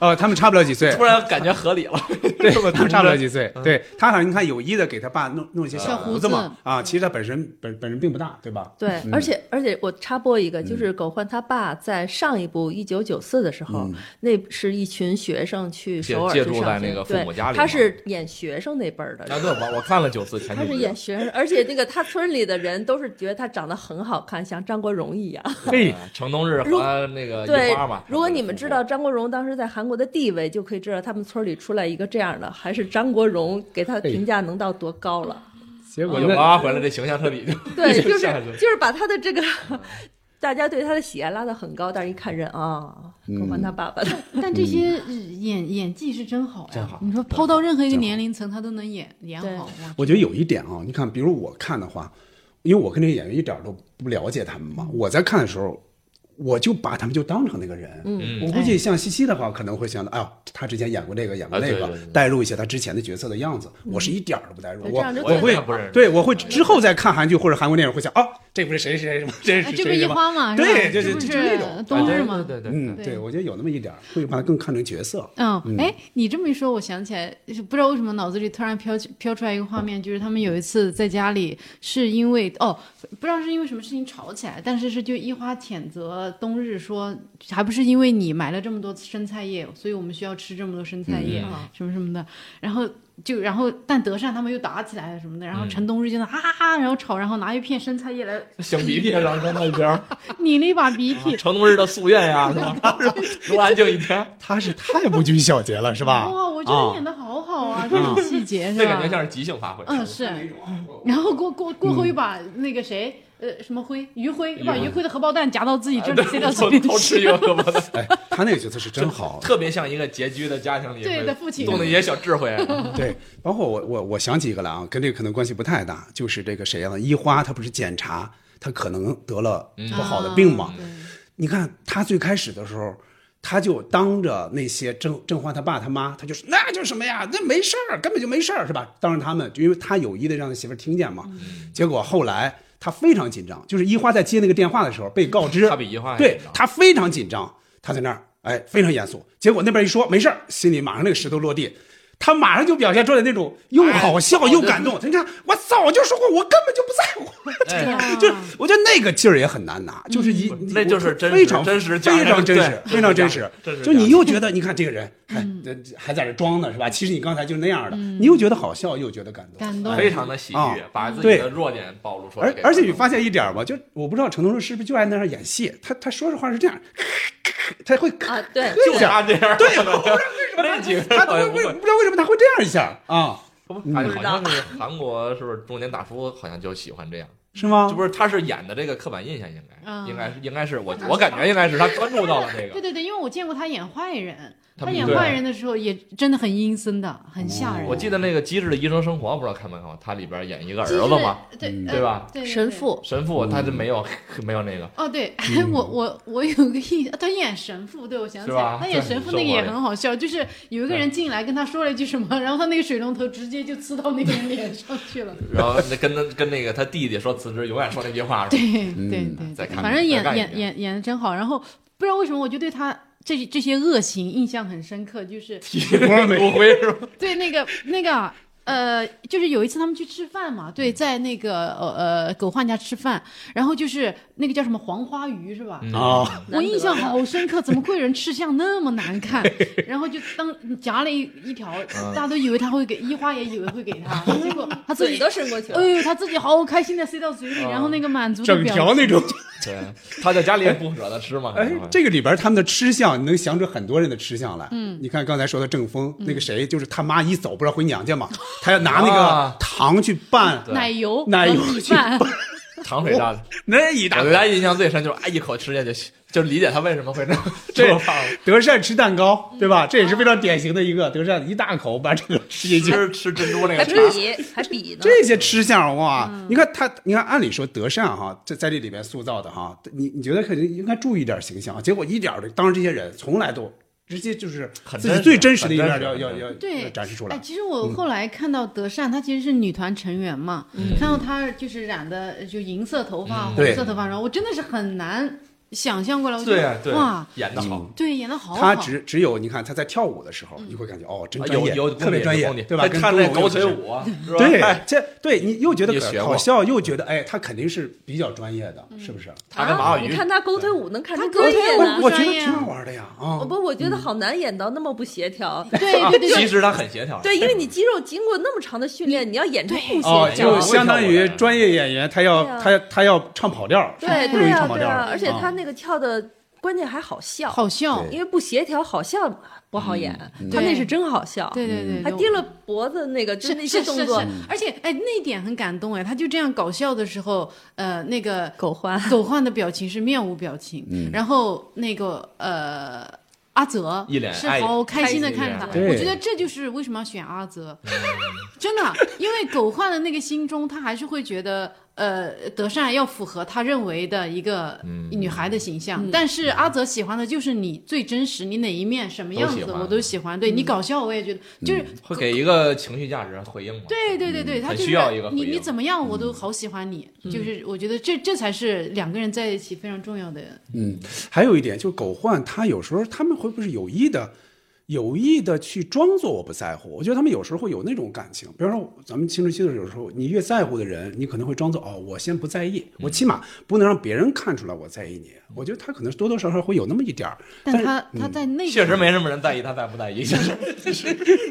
[SPEAKER 5] 呃，他们差不了几岁，
[SPEAKER 4] 突然感觉合理了。
[SPEAKER 5] 对，他们差不了几岁。对他好像你看有意的给他爸弄弄一些
[SPEAKER 1] 小
[SPEAKER 5] 胡
[SPEAKER 1] 胡
[SPEAKER 5] 子
[SPEAKER 1] 子
[SPEAKER 5] 嘛，啊，其实他本身本本人并不大，对吧？嗯
[SPEAKER 2] 对，而且而且我插播一个，就是狗焕他爸在上一部一九九四的时候，那是一群学生去
[SPEAKER 4] 借
[SPEAKER 2] 首尔
[SPEAKER 4] 借
[SPEAKER 2] 去
[SPEAKER 4] 住
[SPEAKER 2] 上
[SPEAKER 4] 在
[SPEAKER 2] 学
[SPEAKER 4] 那个父
[SPEAKER 2] 对
[SPEAKER 4] 母家里
[SPEAKER 2] 他
[SPEAKER 4] 嘛
[SPEAKER 2] 是演学生那辈儿的人
[SPEAKER 4] 啊，对，我我看了九四前
[SPEAKER 2] 他
[SPEAKER 4] 几
[SPEAKER 2] 是
[SPEAKER 4] 部
[SPEAKER 2] 演学生，而且那个他村里的人都是觉得他长得很好看，像张国荣一样。
[SPEAKER 5] 嘿，
[SPEAKER 4] 呃城东日
[SPEAKER 2] 如
[SPEAKER 4] 和那 个
[SPEAKER 2] 对
[SPEAKER 4] 樱呃花嘛。，
[SPEAKER 2] 如果你们知道张国荣当时在韩国的地位，就可以知道他们村里出来一个这样的，还是张国荣给他评价能到多高了。
[SPEAKER 5] 结果
[SPEAKER 4] 我就
[SPEAKER 5] 那
[SPEAKER 4] 妈回来这形象彻底就
[SPEAKER 2] 对，就是
[SPEAKER 4] 吓死
[SPEAKER 2] 就是把他的这个。大家对他的喜爱拉得很高，但是一看人啊，狗焕他爸爸的，
[SPEAKER 1] 但这些呃演演技是真好呀，真好。你说抛到任何一个年龄层，他都能演演
[SPEAKER 2] 对
[SPEAKER 1] 好哇。
[SPEAKER 5] 我觉得有一点啊，你看，比如我看的话，因为我跟这些演员一点儿都不了解他们嘛，我在看的时候，我就把他们就当成那个人。嗯，我估计像西西的话，可能会想到，哎呦，他之前演过这个，演过
[SPEAKER 4] 啊
[SPEAKER 5] 那
[SPEAKER 4] 对
[SPEAKER 5] 个
[SPEAKER 4] 对，对
[SPEAKER 5] 代入一些他之前的角色的样子。我是一点儿都不代入，
[SPEAKER 2] 对
[SPEAKER 5] 我
[SPEAKER 2] 这样就
[SPEAKER 5] 我
[SPEAKER 2] 对
[SPEAKER 5] 会
[SPEAKER 4] 了不认识啊
[SPEAKER 5] 对，我会之后再看韩剧或者韩国电影，会想，哦，这不是谁谁谁吗？ 这
[SPEAKER 1] 哎
[SPEAKER 5] 是
[SPEAKER 1] 这不是
[SPEAKER 5] 谁
[SPEAKER 1] 一
[SPEAKER 5] 谁吗？
[SPEAKER 1] 花嘛？
[SPEAKER 5] 对
[SPEAKER 1] 吧
[SPEAKER 5] 就
[SPEAKER 1] 这
[SPEAKER 5] 是
[SPEAKER 1] 不
[SPEAKER 5] 就这
[SPEAKER 1] 是
[SPEAKER 5] 种
[SPEAKER 1] 冬日
[SPEAKER 4] 嘛，
[SPEAKER 1] 嘛？
[SPEAKER 4] 对对对
[SPEAKER 5] 嗯，
[SPEAKER 4] 对，
[SPEAKER 5] 对，我觉得有那么一点儿会把它更看成角色。
[SPEAKER 1] 嗯，哎，你这么一说，我想起来，就是不知道为什么脑子里突然飘起飘出来一个画面，就是他们有一次在家里，是因为哦，不知道是因为什么事情吵起来，但是是就一花谴责冬日说，还不是因为你买了这么多生菜叶，所以我们需要吃这么多生菜叶，
[SPEAKER 4] 嗯
[SPEAKER 1] 什么什么的，然后。就然后，但德善他们又打起来了什么的，然后陈冬日就在啊啊啊，然后吵，然后拿一片生菜叶来
[SPEAKER 4] 擤鼻涕让扔到一 边儿，
[SPEAKER 1] 拧了一把鼻涕，
[SPEAKER 4] 城东日的夙愿呀， 是吧？多安静一天，
[SPEAKER 5] 他是太不拘小节了，是吧？
[SPEAKER 1] 哇，我觉得演的好好啊，这种细节是
[SPEAKER 4] 这
[SPEAKER 1] 吧？
[SPEAKER 2] 啊
[SPEAKER 4] 感觉像是即兴发挥。
[SPEAKER 1] 嗯，是。然后过过过
[SPEAKER 4] 嗯
[SPEAKER 1] 后又把那个谁，呃，什么辉，于辉，又把于辉的荷包蛋夹到自己这里，塞到嘴
[SPEAKER 4] 啊我
[SPEAKER 1] 里
[SPEAKER 4] 偷吃一
[SPEAKER 1] 去。
[SPEAKER 4] 个胳 膊的，
[SPEAKER 5] 哎，他那个角色是真好，
[SPEAKER 4] 特别像一个拮据的家庭里
[SPEAKER 1] 对的父亲
[SPEAKER 4] 动了一些小智慧。
[SPEAKER 2] 嗯
[SPEAKER 4] 啊
[SPEAKER 5] 对，包括我我我想起一个来啊，跟这个可能关系不太大，就是这个谁啊，一花她不是检查她可能得了不好的病
[SPEAKER 1] 嗯
[SPEAKER 5] 嘛？你看她最开始的时候，她就当着那些郑郑焕他爸他妈，她就说那就是什么呀，那没事儿，根本就没事儿，是吧？当着他们，就因为她有意的让她媳妇儿听见嘛。结果后来她非常紧张，就是一花在接那个电话的时候被告知，
[SPEAKER 4] 她比一花还
[SPEAKER 5] 对
[SPEAKER 4] 紧张
[SPEAKER 5] 她非常紧张，她在那儿哎非常严肃，结果那边一说没事儿，心里马上那个石头落地。他马上就表现出来那种又
[SPEAKER 4] 哎
[SPEAKER 5] 好笑又感动。你看，我早就说过，我根本就不在乎。
[SPEAKER 1] 啊
[SPEAKER 4] 哎嗯
[SPEAKER 5] 就是 我觉得那个劲儿也很难拿，就是一
[SPEAKER 4] 那就是真实
[SPEAKER 5] 非常
[SPEAKER 4] 真实
[SPEAKER 5] 非常真
[SPEAKER 4] 对嗯
[SPEAKER 5] 实，非常真实
[SPEAKER 4] 真实。
[SPEAKER 5] 就你又觉得，你看这个人，哎，这这还在这装呢，是吧？其实你刚才就是那样的，你又觉得好笑，又觉得感动。
[SPEAKER 1] 嗯感动，
[SPEAKER 4] 非常的喜剧
[SPEAKER 5] 啊，
[SPEAKER 4] 把自己
[SPEAKER 5] 对
[SPEAKER 4] 的弱点暴露出来
[SPEAKER 5] 而
[SPEAKER 4] 给观众。
[SPEAKER 5] 而且你发现一点儿吧，就我不知道陈东升是不是就爱那样演戏，他他说实话是这样，他会
[SPEAKER 2] 啊对
[SPEAKER 5] 咳
[SPEAKER 4] 就
[SPEAKER 5] 一
[SPEAKER 4] 他
[SPEAKER 5] 下，
[SPEAKER 4] 这样，
[SPEAKER 5] 对，我 不知道为什么
[SPEAKER 4] 那几个
[SPEAKER 5] 他
[SPEAKER 4] 人好像
[SPEAKER 5] 他
[SPEAKER 4] 不
[SPEAKER 5] 为
[SPEAKER 4] 会
[SPEAKER 5] 不知道为什么他会这样一下啊，
[SPEAKER 4] 好嗯像好像是韩国是不是中年大叔好像就喜欢这样，
[SPEAKER 5] 是吗
[SPEAKER 4] 这？不是他是演的这个刻板印象应该
[SPEAKER 1] 嗯
[SPEAKER 4] 应该是应该是我我感觉应该是他关注到了 这
[SPEAKER 1] 对
[SPEAKER 4] 个。
[SPEAKER 1] 对对，因为我见过他演坏人，
[SPEAKER 4] 他
[SPEAKER 1] 他演
[SPEAKER 4] 对啊哦
[SPEAKER 1] 坏人的时候也真的很阴森的，很吓人。
[SPEAKER 4] 我记得那个《机智的医生生活》，不知道看没看过，他里边演一个儿子嘛，嗯
[SPEAKER 1] 其实？对呃
[SPEAKER 4] 对吧？
[SPEAKER 1] 对对对
[SPEAKER 2] 神父
[SPEAKER 4] 神父，他就没有 没有那个，
[SPEAKER 1] 哦，对， 我我我有个印象，他演神父，对我想起
[SPEAKER 4] 嗯是
[SPEAKER 1] 来
[SPEAKER 4] 吧
[SPEAKER 1] 了，他演神父那个也很好笑，就是有一个人进来跟他说了一句什么，然后他那个水龙头直接就呲到那个人脸上去了。
[SPEAKER 4] 然后那跟他跟那个他弟弟说辞职，永远说那句话是吧？
[SPEAKER 1] 对对对
[SPEAKER 4] 嗯再
[SPEAKER 1] 对，
[SPEAKER 4] 看
[SPEAKER 1] 反正演
[SPEAKER 4] 再干一
[SPEAKER 1] 演
[SPEAKER 4] 遍
[SPEAKER 1] 演演的真好。然后不知道为什么，我就对他这这些恶行印象很深刻， 就是
[SPEAKER 4] 骨灰是吧？
[SPEAKER 1] 对那个那个啊呃，就是有一次他们去吃饭嘛，
[SPEAKER 4] 嗯
[SPEAKER 1] 对，在那个呃呃狗焕家吃饭，然后就是那个叫什么黄花鱼是吧？
[SPEAKER 5] 啊，
[SPEAKER 1] 我印象好深刻，怎么贵人吃相那么 难看？然后就当夹了一一条，
[SPEAKER 4] 嗯
[SPEAKER 1] 大家都以为他会给一花也以为会给 他，结果他自
[SPEAKER 2] 嘴
[SPEAKER 1] 己
[SPEAKER 2] 都，伸过去了
[SPEAKER 1] 哎。呦，他自己好开心的塞到嘴里，
[SPEAKER 4] 嗯
[SPEAKER 1] 然后那个满足的
[SPEAKER 5] 整
[SPEAKER 1] 表
[SPEAKER 5] 条那种。
[SPEAKER 4] 对，啊他在家里也不舍得吃嘛。
[SPEAKER 5] 哎
[SPEAKER 4] 可能会，
[SPEAKER 5] 这个里边他们的吃相，你能想出很多人的吃相来。嗯，你看刚才说的郑峰，
[SPEAKER 4] 嗯
[SPEAKER 5] 那个谁，就是他妈一走不是回娘家嘛，他要拿那
[SPEAKER 4] 啊
[SPEAKER 5] 个糖去拌
[SPEAKER 1] 奶油
[SPEAKER 5] 奶油
[SPEAKER 1] 和米
[SPEAKER 5] 去
[SPEAKER 1] 饭，
[SPEAKER 4] 糖水炸的，
[SPEAKER 5] 那一
[SPEAKER 4] 我
[SPEAKER 5] 大
[SPEAKER 4] 对他印象最深就是哎一口吃下去，就理解他为什么会这么这
[SPEAKER 5] 对
[SPEAKER 4] 么胖了。
[SPEAKER 5] 德善吃蛋糕，对吧？这也是非常典型的一个德善一大口把这个吃进去。
[SPEAKER 4] 吃 吃珍珠那
[SPEAKER 2] 还
[SPEAKER 4] 个茶，
[SPEAKER 2] 比还比
[SPEAKER 1] 嗯
[SPEAKER 2] 呢，啊
[SPEAKER 5] 这些吃相哇，你看他，你看按理说德善哈，这在这里边塑造的哈，你你觉得肯定应该注意点形象，结果一点儿的，当然这些人从来都直接就是
[SPEAKER 4] 很
[SPEAKER 5] 自
[SPEAKER 4] 真
[SPEAKER 5] 己
[SPEAKER 4] 实
[SPEAKER 5] 最真实的一面
[SPEAKER 4] 很
[SPEAKER 5] 要
[SPEAKER 4] 真实
[SPEAKER 5] 要
[SPEAKER 4] 很
[SPEAKER 5] 要
[SPEAKER 7] 对
[SPEAKER 5] 要展示出来嗯
[SPEAKER 1] 哎，。其实我后来看到德善，她其实是女团成员嘛，看到她就是染的就银色头发、
[SPEAKER 4] 嗯
[SPEAKER 5] 嗯对
[SPEAKER 1] 红色头发，然后我真的是很难想象过来，我觉
[SPEAKER 4] 对
[SPEAKER 1] 得
[SPEAKER 4] 啊对
[SPEAKER 1] 哇
[SPEAKER 4] 啊，，演的
[SPEAKER 5] 嗯
[SPEAKER 4] 好，
[SPEAKER 1] 对，演的好嗯好。
[SPEAKER 5] 他只只有你看他在跳舞的时候，你会感觉哦，真
[SPEAKER 4] 啊
[SPEAKER 5] 专
[SPEAKER 4] 有
[SPEAKER 5] 业，
[SPEAKER 4] 有
[SPEAKER 5] 特别专业，对吧？跟
[SPEAKER 4] 看
[SPEAKER 5] 中
[SPEAKER 4] 那狗
[SPEAKER 5] 国又
[SPEAKER 4] 腿
[SPEAKER 5] 是
[SPEAKER 4] 舞，是吧？
[SPEAKER 5] 对
[SPEAKER 4] 哎，
[SPEAKER 5] 这对你又觉得
[SPEAKER 4] 也
[SPEAKER 5] 可
[SPEAKER 4] 学过
[SPEAKER 5] 好笑，又觉得哎，他肯定是比较专业的，是不是？
[SPEAKER 4] 他
[SPEAKER 1] 啊
[SPEAKER 4] 跟马小
[SPEAKER 2] 你
[SPEAKER 4] 鱼
[SPEAKER 2] 看他狗腿舞能看出
[SPEAKER 1] 他
[SPEAKER 2] 狗
[SPEAKER 1] 狗腿
[SPEAKER 2] 腿
[SPEAKER 1] 舞
[SPEAKER 2] 呢
[SPEAKER 1] 不。
[SPEAKER 5] 我觉得
[SPEAKER 1] 专业啊
[SPEAKER 5] 挺好玩的呀啊
[SPEAKER 2] 我！不，我觉得好难演到那么不协调。
[SPEAKER 1] 对对对
[SPEAKER 4] 其
[SPEAKER 1] 对，
[SPEAKER 4] 实他很协调，
[SPEAKER 2] 对，因为你肌肉经过那么长的训练，你要演出不
[SPEAKER 5] 哦
[SPEAKER 2] 协，
[SPEAKER 5] 就
[SPEAKER 2] 调。
[SPEAKER 5] 相当于专业演员，他
[SPEAKER 2] 对
[SPEAKER 5] 要
[SPEAKER 2] 啊
[SPEAKER 5] 他他要唱跑调儿，
[SPEAKER 2] 对
[SPEAKER 5] 不容
[SPEAKER 2] 对
[SPEAKER 5] 易
[SPEAKER 2] 啊
[SPEAKER 5] 唱跑
[SPEAKER 2] 对
[SPEAKER 5] 调
[SPEAKER 2] 啊，
[SPEAKER 5] 儿。
[SPEAKER 2] 而且他
[SPEAKER 5] 啊
[SPEAKER 2] 那个跳的关键还好笑，
[SPEAKER 1] 好笑，
[SPEAKER 2] 因为不协调好笑不好演，他那是真好笑。
[SPEAKER 1] 嗯对对
[SPEAKER 5] 嗯
[SPEAKER 1] 对，
[SPEAKER 2] 还
[SPEAKER 1] 对
[SPEAKER 2] 提了脖子那个，就是那些
[SPEAKER 1] 是
[SPEAKER 2] 动
[SPEAKER 1] 是
[SPEAKER 2] 作
[SPEAKER 1] 是，，而且哎，那一点很感动哎，他就这样搞笑的时候，呃，那个
[SPEAKER 2] 狗花
[SPEAKER 1] 狗焕的表情是面无表情，然后那个呃。阿泽
[SPEAKER 4] 一脸
[SPEAKER 1] 是
[SPEAKER 4] 爱
[SPEAKER 1] 好开心的看着他，
[SPEAKER 4] 开
[SPEAKER 5] 心对
[SPEAKER 1] 我觉得这就是为什么要选阿泽，真的，因为狗焕的那个心中，他还是会觉得，呃，德善要符合他认为的一个
[SPEAKER 4] 嗯
[SPEAKER 1] 女孩的形象，但是阿泽喜欢的就是你最真实，你哪一面什么样子
[SPEAKER 4] 都喜欢
[SPEAKER 1] 我都喜欢，对你搞笑我也觉得，就是
[SPEAKER 4] 会给一个情绪价值回应嘛？
[SPEAKER 1] 对对对对，他
[SPEAKER 4] 很
[SPEAKER 1] 就是
[SPEAKER 4] 需要一个回
[SPEAKER 1] 你你
[SPEAKER 4] 应
[SPEAKER 1] 怎么样，我
[SPEAKER 5] 嗯
[SPEAKER 1] 都好喜欢你。就是我觉得这这才是两个人在一起非常重要的。
[SPEAKER 5] 嗯，还有一点就是狗焕，他有时候他们会不会是有意的？有意的去装作我不在乎，我觉得他们有时候会有那种感情。比方说，咱们青春期的时候，有时候你越在乎的人，你可能会装作哦，我先不在意，我起码不能让别人看出来我在意你。我觉得他可能多多少少会有那么一点儿，
[SPEAKER 1] 但他
[SPEAKER 5] 嗯
[SPEAKER 1] 他在那个
[SPEAKER 4] 确实没什么人在意他在不在意，就是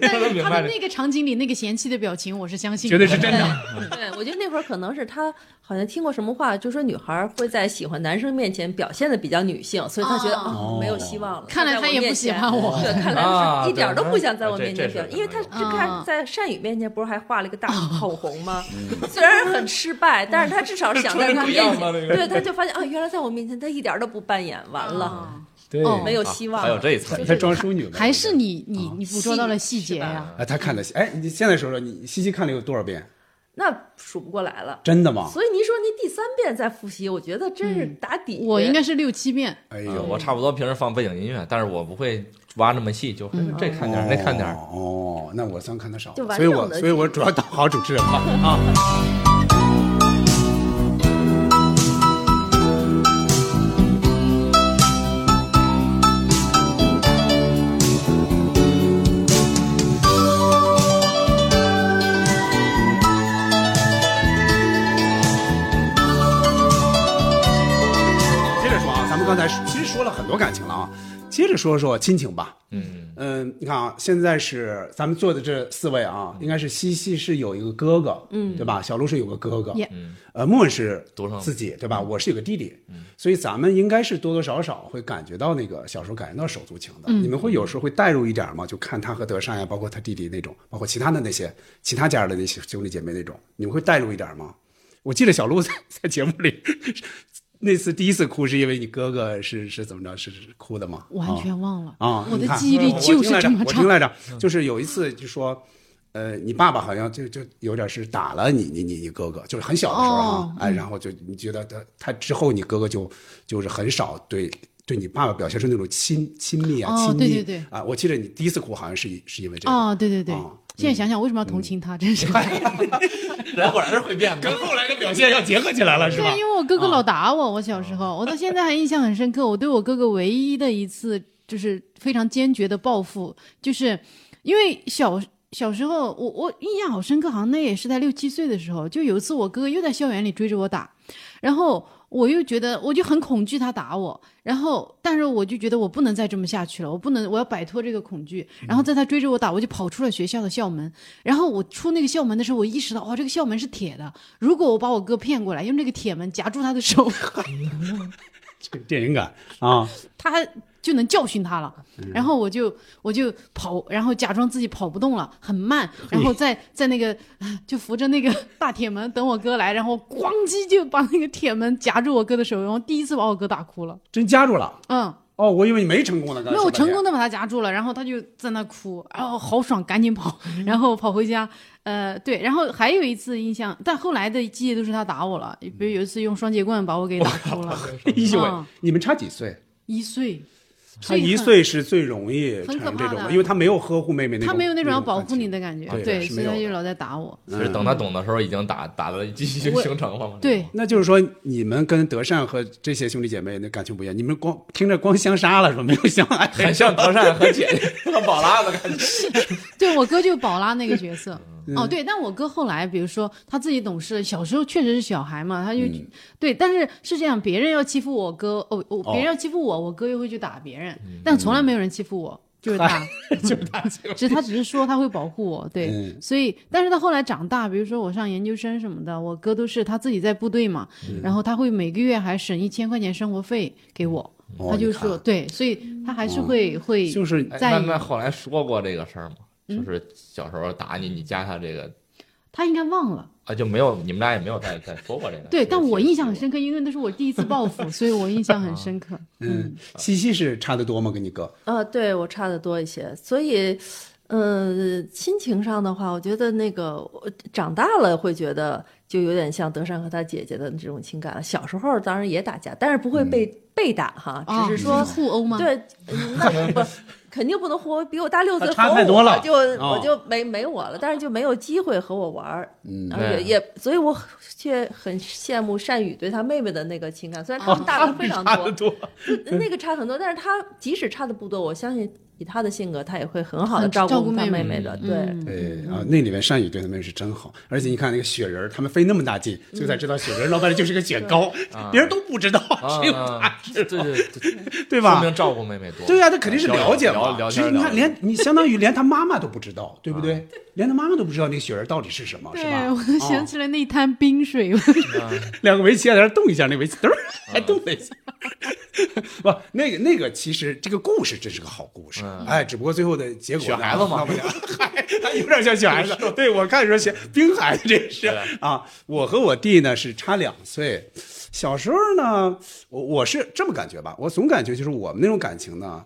[SPEAKER 1] 但
[SPEAKER 4] 让他
[SPEAKER 1] 是
[SPEAKER 4] 明
[SPEAKER 1] 他
[SPEAKER 4] 白
[SPEAKER 1] 的
[SPEAKER 4] 这
[SPEAKER 1] 那个场景里那个嫌弃的表情，我是相信
[SPEAKER 5] 绝对是真的。
[SPEAKER 1] 嗯
[SPEAKER 2] 对，我觉得那会儿可能是他好像听过什么话，就说女孩儿会在喜欢男生面前表现的比较女性，所以他觉得
[SPEAKER 1] 哦
[SPEAKER 2] 哦没有希望了。
[SPEAKER 1] 看来
[SPEAKER 2] 在
[SPEAKER 1] 他也
[SPEAKER 2] 面
[SPEAKER 1] 不喜
[SPEAKER 2] 前
[SPEAKER 1] 欢我
[SPEAKER 2] 对，看来
[SPEAKER 4] 啊
[SPEAKER 2] 他是一
[SPEAKER 4] 对
[SPEAKER 2] 点儿都不想在我
[SPEAKER 4] 这
[SPEAKER 2] 面
[SPEAKER 4] 这
[SPEAKER 2] 前
[SPEAKER 4] 是
[SPEAKER 2] 表现，
[SPEAKER 4] 可
[SPEAKER 2] 因为
[SPEAKER 4] 能
[SPEAKER 2] 他
[SPEAKER 4] 的
[SPEAKER 2] 这看
[SPEAKER 1] 啊
[SPEAKER 2] 在善宇面前不是还画了一个大
[SPEAKER 1] 嗯
[SPEAKER 2] 口红吗？ 虽然很失败，但是他至少想在
[SPEAKER 4] 穿得
[SPEAKER 2] 他
[SPEAKER 4] 嗯不一
[SPEAKER 2] 面
[SPEAKER 4] 样吗
[SPEAKER 2] 前，
[SPEAKER 4] 那个
[SPEAKER 2] 对，他就发现啊，原来在我面前他一点儿都不扮演，完了
[SPEAKER 5] 对
[SPEAKER 1] 哦
[SPEAKER 2] 没有希望
[SPEAKER 4] 啊还有
[SPEAKER 2] 了。
[SPEAKER 4] 这一层
[SPEAKER 5] 他装淑女嘛
[SPEAKER 1] 还是你你你捕捉到了细节呀？
[SPEAKER 5] 啊，他看的哎，你现在说说，你西西看了有多少遍？
[SPEAKER 2] 那数不过来了。
[SPEAKER 5] 真的吗？
[SPEAKER 2] 所以您说您第三遍再复习，我觉得真是打底。
[SPEAKER 1] 我应该是六七遍，
[SPEAKER 5] 哎
[SPEAKER 4] 嗯
[SPEAKER 5] 呦，
[SPEAKER 4] 我差不多平时放背景音乐，但是我不会挖那么细，就
[SPEAKER 1] 嗯
[SPEAKER 4] 会这看点儿，那看点儿。
[SPEAKER 5] 哦，那我算看的少
[SPEAKER 2] 就，完
[SPEAKER 5] 所以
[SPEAKER 2] 整的
[SPEAKER 5] 我所以我主要当好主持人啊嘛。接着说啊，咱们刚才其实说了很多感情了啊，接着说说亲情吧。
[SPEAKER 4] 嗯，
[SPEAKER 5] 嗯，你看啊，现在是咱们坐的这四位啊，应该是西西是有一个哥哥，嗯，对吧？小鹿是有个哥哥
[SPEAKER 1] Yeah，
[SPEAKER 5] 呃，莫文是
[SPEAKER 4] 独生
[SPEAKER 5] 自己，对吧？我是有个弟弟，所以咱们应该是多多少少会感觉到那个小时候感觉到手足情的。你们会有时候会带入一点吗？就看他和德善呀，包括他弟弟那种，包括其他的那些其他家的那些兄弟姐妹那种，你们会带入一点吗？我记得小 鹿在在节目里那次第一次哭是因为你哥哥是是怎么着？是是哭的吗？
[SPEAKER 1] 完
[SPEAKER 5] 啊
[SPEAKER 1] 全忘了
[SPEAKER 5] 啊
[SPEAKER 1] 我
[SPEAKER 5] 你
[SPEAKER 1] 的
[SPEAKER 5] 看
[SPEAKER 1] 记忆力就
[SPEAKER 5] 我听
[SPEAKER 1] 是
[SPEAKER 5] 来
[SPEAKER 1] 这么
[SPEAKER 5] 我听
[SPEAKER 1] 差。嗯
[SPEAKER 5] 来着，就是有一次就说，呃，你爸爸好像就就有点是打了你你你你哥哥，就是很小的时候啊
[SPEAKER 1] 哦，
[SPEAKER 5] 哎，然后就你觉得他他之后你哥哥就就是很少对。对你爸爸表现出那种亲亲密啊，
[SPEAKER 1] 哦
[SPEAKER 5] 亲密
[SPEAKER 1] 对对对
[SPEAKER 5] 啊！我记得你第一次哭好像是是因为这个，
[SPEAKER 1] 哦，对对对
[SPEAKER 5] 啊，
[SPEAKER 1] 现在想想为什么要同情他，真是。
[SPEAKER 4] 人果然是会变 的，
[SPEAKER 5] 后来的表现要结合起来了，是啊
[SPEAKER 1] 对，因为我哥哥老打我，我小时候，我到现在还印象很深刻。我对我哥哥唯一的一次就是非常坚决的报复，就是因为小小时候，我我印象好深刻，好像那也是在六七岁的时候，就有一次我哥哥又在校园里追着我打，然后我又觉得我就很恐惧他打我，然后但是我就觉得我不能再这么下去了，我不能我要摆脱这个恐惧。然后在他追着我打，我就跑出了学校的校门。然后我出那个校门的时候，我意识到哇，哦这个校门是铁的，如果我把我哥骗过来，用这个铁门夹住他的手，
[SPEAKER 5] 这个电影感啊，
[SPEAKER 1] 他就能教训他了。
[SPEAKER 5] 嗯
[SPEAKER 1] 然后我就我就跑，然后假装自己跑不动了，很
[SPEAKER 5] 哎
[SPEAKER 1] 慢，然后在在那个就扶着那个大铁门等我哥来，然后咣叽就把那个铁门夹住我哥的手，然后第一次把我哥打哭了。
[SPEAKER 5] 真夹住了
[SPEAKER 1] 嗯，
[SPEAKER 5] 哦！我以为你没成功呢，刚才
[SPEAKER 1] 没有，我
[SPEAKER 5] 说半
[SPEAKER 1] 成
[SPEAKER 5] 天
[SPEAKER 1] 功的把他夹住了，然后他就在那哭，哦，好爽，赶紧跑，
[SPEAKER 5] 嗯
[SPEAKER 1] 然后跑回家。呃，对，然后还有一次印象，但后来的记忆都是他打我了，比 如有一次用双截棍把我给打哭了，
[SPEAKER 5] 哎呦喂
[SPEAKER 1] 啊
[SPEAKER 5] 你们差几岁？
[SPEAKER 1] 一岁，
[SPEAKER 5] 他
[SPEAKER 1] 所以
[SPEAKER 5] 一
[SPEAKER 1] 很
[SPEAKER 5] 岁是最容易
[SPEAKER 1] 很
[SPEAKER 5] 产
[SPEAKER 1] 可
[SPEAKER 5] 生
[SPEAKER 1] 怕
[SPEAKER 5] 这种
[SPEAKER 1] 的
[SPEAKER 5] 因为他没有呵护妹妹那种，
[SPEAKER 1] 他没有那种要
[SPEAKER 5] 感
[SPEAKER 1] 保护
[SPEAKER 5] 情
[SPEAKER 1] 你的感觉，
[SPEAKER 5] 对是
[SPEAKER 1] 所以
[SPEAKER 5] 没
[SPEAKER 1] 他
[SPEAKER 5] 有
[SPEAKER 1] 就
[SPEAKER 5] 的
[SPEAKER 1] 老在打我。
[SPEAKER 4] 其实等他懂的时候，已经打打的已经
[SPEAKER 1] 我
[SPEAKER 4] 形成了嘛。
[SPEAKER 1] 对，
[SPEAKER 5] 那就是说，你们跟德善和这些兄弟姐妹那感情不一样，你们光听着光相杀了，说没有相爱，
[SPEAKER 4] 很像德善和 姐姐和宝拉的感觉。
[SPEAKER 1] 对我哥就宝拉那个角色。
[SPEAKER 5] 嗯
[SPEAKER 1] 哦，对，但我哥后来，比如说他自己懂事了，小时候确实是小孩嘛，他就、
[SPEAKER 5] 嗯
[SPEAKER 1] 对，但是是这样，别人要欺负我哥，哦，哦别人要欺负我，我哥又会去打别人，但从来没有人欺负我，就是他，
[SPEAKER 5] 嗯 就是他就
[SPEAKER 1] 只是他只是说他会保护我，对，
[SPEAKER 5] 嗯
[SPEAKER 1] 所以，但是他后来长大，比如说我上研究生什么的，我哥都是他自己在部队嘛，
[SPEAKER 5] 嗯
[SPEAKER 1] 然后他会每个月还省一千块钱生活费给我，
[SPEAKER 5] 哦
[SPEAKER 1] 他就
[SPEAKER 5] 你看哦
[SPEAKER 1] 说对，所以他还是会、会
[SPEAKER 5] 就是
[SPEAKER 4] 哎
[SPEAKER 1] 在嗯
[SPEAKER 4] 那
[SPEAKER 1] 意
[SPEAKER 4] 那后来说过这个事儿吗？就是小时候打你，你加他这个
[SPEAKER 1] 他应该忘了。
[SPEAKER 4] 啊，就没有你们俩也没有再再说过这个。
[SPEAKER 1] 对，但我印象很
[SPEAKER 4] 是
[SPEAKER 1] 深刻，因为那是我第一次报复，所以我印象很深刻。
[SPEAKER 5] 嗯，西西是差得多吗？跟你哥，
[SPEAKER 2] 啊，对我差的多一些，所以，呃，亲情上的话，我觉得那个我长大了会觉得就有点像德善和他姐姐的这种情感了。小时候当然也打架，但是不会被、被打哈，
[SPEAKER 1] 啊
[SPEAKER 2] 只是说、
[SPEAKER 1] 互殴吗？，
[SPEAKER 2] 对，嗯那不肯定不能活，比我大六岁，
[SPEAKER 5] 他差
[SPEAKER 2] 活
[SPEAKER 5] 太多
[SPEAKER 2] 我
[SPEAKER 5] 了
[SPEAKER 2] 就、
[SPEAKER 5] 哦
[SPEAKER 2] 我就没没我了，但是就没有机会和我玩儿，
[SPEAKER 5] 嗯
[SPEAKER 2] 而且
[SPEAKER 4] 对
[SPEAKER 2] 也，所以我却很羡慕善宇对他妹妹的那个情感，虽然他们大
[SPEAKER 1] 啊
[SPEAKER 2] 的非常
[SPEAKER 5] 差得
[SPEAKER 2] 多，
[SPEAKER 5] 多，
[SPEAKER 2] 那个差很多，但是他即使差的不多，我相信以他的性格，他也会很好的
[SPEAKER 1] 很照
[SPEAKER 2] 照
[SPEAKER 1] 顾
[SPEAKER 2] 他
[SPEAKER 1] 妹妹
[SPEAKER 2] 妹的。对，
[SPEAKER 1] 嗯，
[SPEAKER 5] 对啊，那里面善宇对他们是真好，而且你看那个雪人儿，他们费那么大劲，最后才知道雪人儿老板就是个雪糕，别人都不知道，
[SPEAKER 4] 嗯啊，
[SPEAKER 5] 只有
[SPEAKER 4] 啊
[SPEAKER 5] 他知
[SPEAKER 4] 对
[SPEAKER 5] 道，
[SPEAKER 4] 对对，
[SPEAKER 5] 对
[SPEAKER 4] 说
[SPEAKER 5] 吧？
[SPEAKER 4] 明照顾妹妹多。啊
[SPEAKER 5] 对呀、他肯定是嗯了解嗯
[SPEAKER 4] 聊
[SPEAKER 5] 嘛。
[SPEAKER 4] 聊
[SPEAKER 5] 其
[SPEAKER 4] 天
[SPEAKER 5] 实
[SPEAKER 4] 儿
[SPEAKER 5] 你
[SPEAKER 4] 聊
[SPEAKER 5] 看，
[SPEAKER 4] 天
[SPEAKER 5] 连你相当于连他妈妈都不知道，对不对？连他妈妈都不知道那个雪人到底是什么，是
[SPEAKER 1] 对
[SPEAKER 5] 吧？
[SPEAKER 1] 我都
[SPEAKER 5] 啊
[SPEAKER 1] 想起来那一滩冰水，
[SPEAKER 5] 两个围棋在那儿动一下，那围棋嘚儿还动了一下。不，那个那个，其实这个故事真是个好故事，哎，只不过最后的结果呢
[SPEAKER 4] 雪嗯孩子嘛
[SPEAKER 5] 闹不了嗨，他有点像雪孩子。对我看说雪冰孩子这是啊，我和我弟呢是差两岁，小时候呢，我我是这么感觉吧，我总感觉就是我们那种感情呢。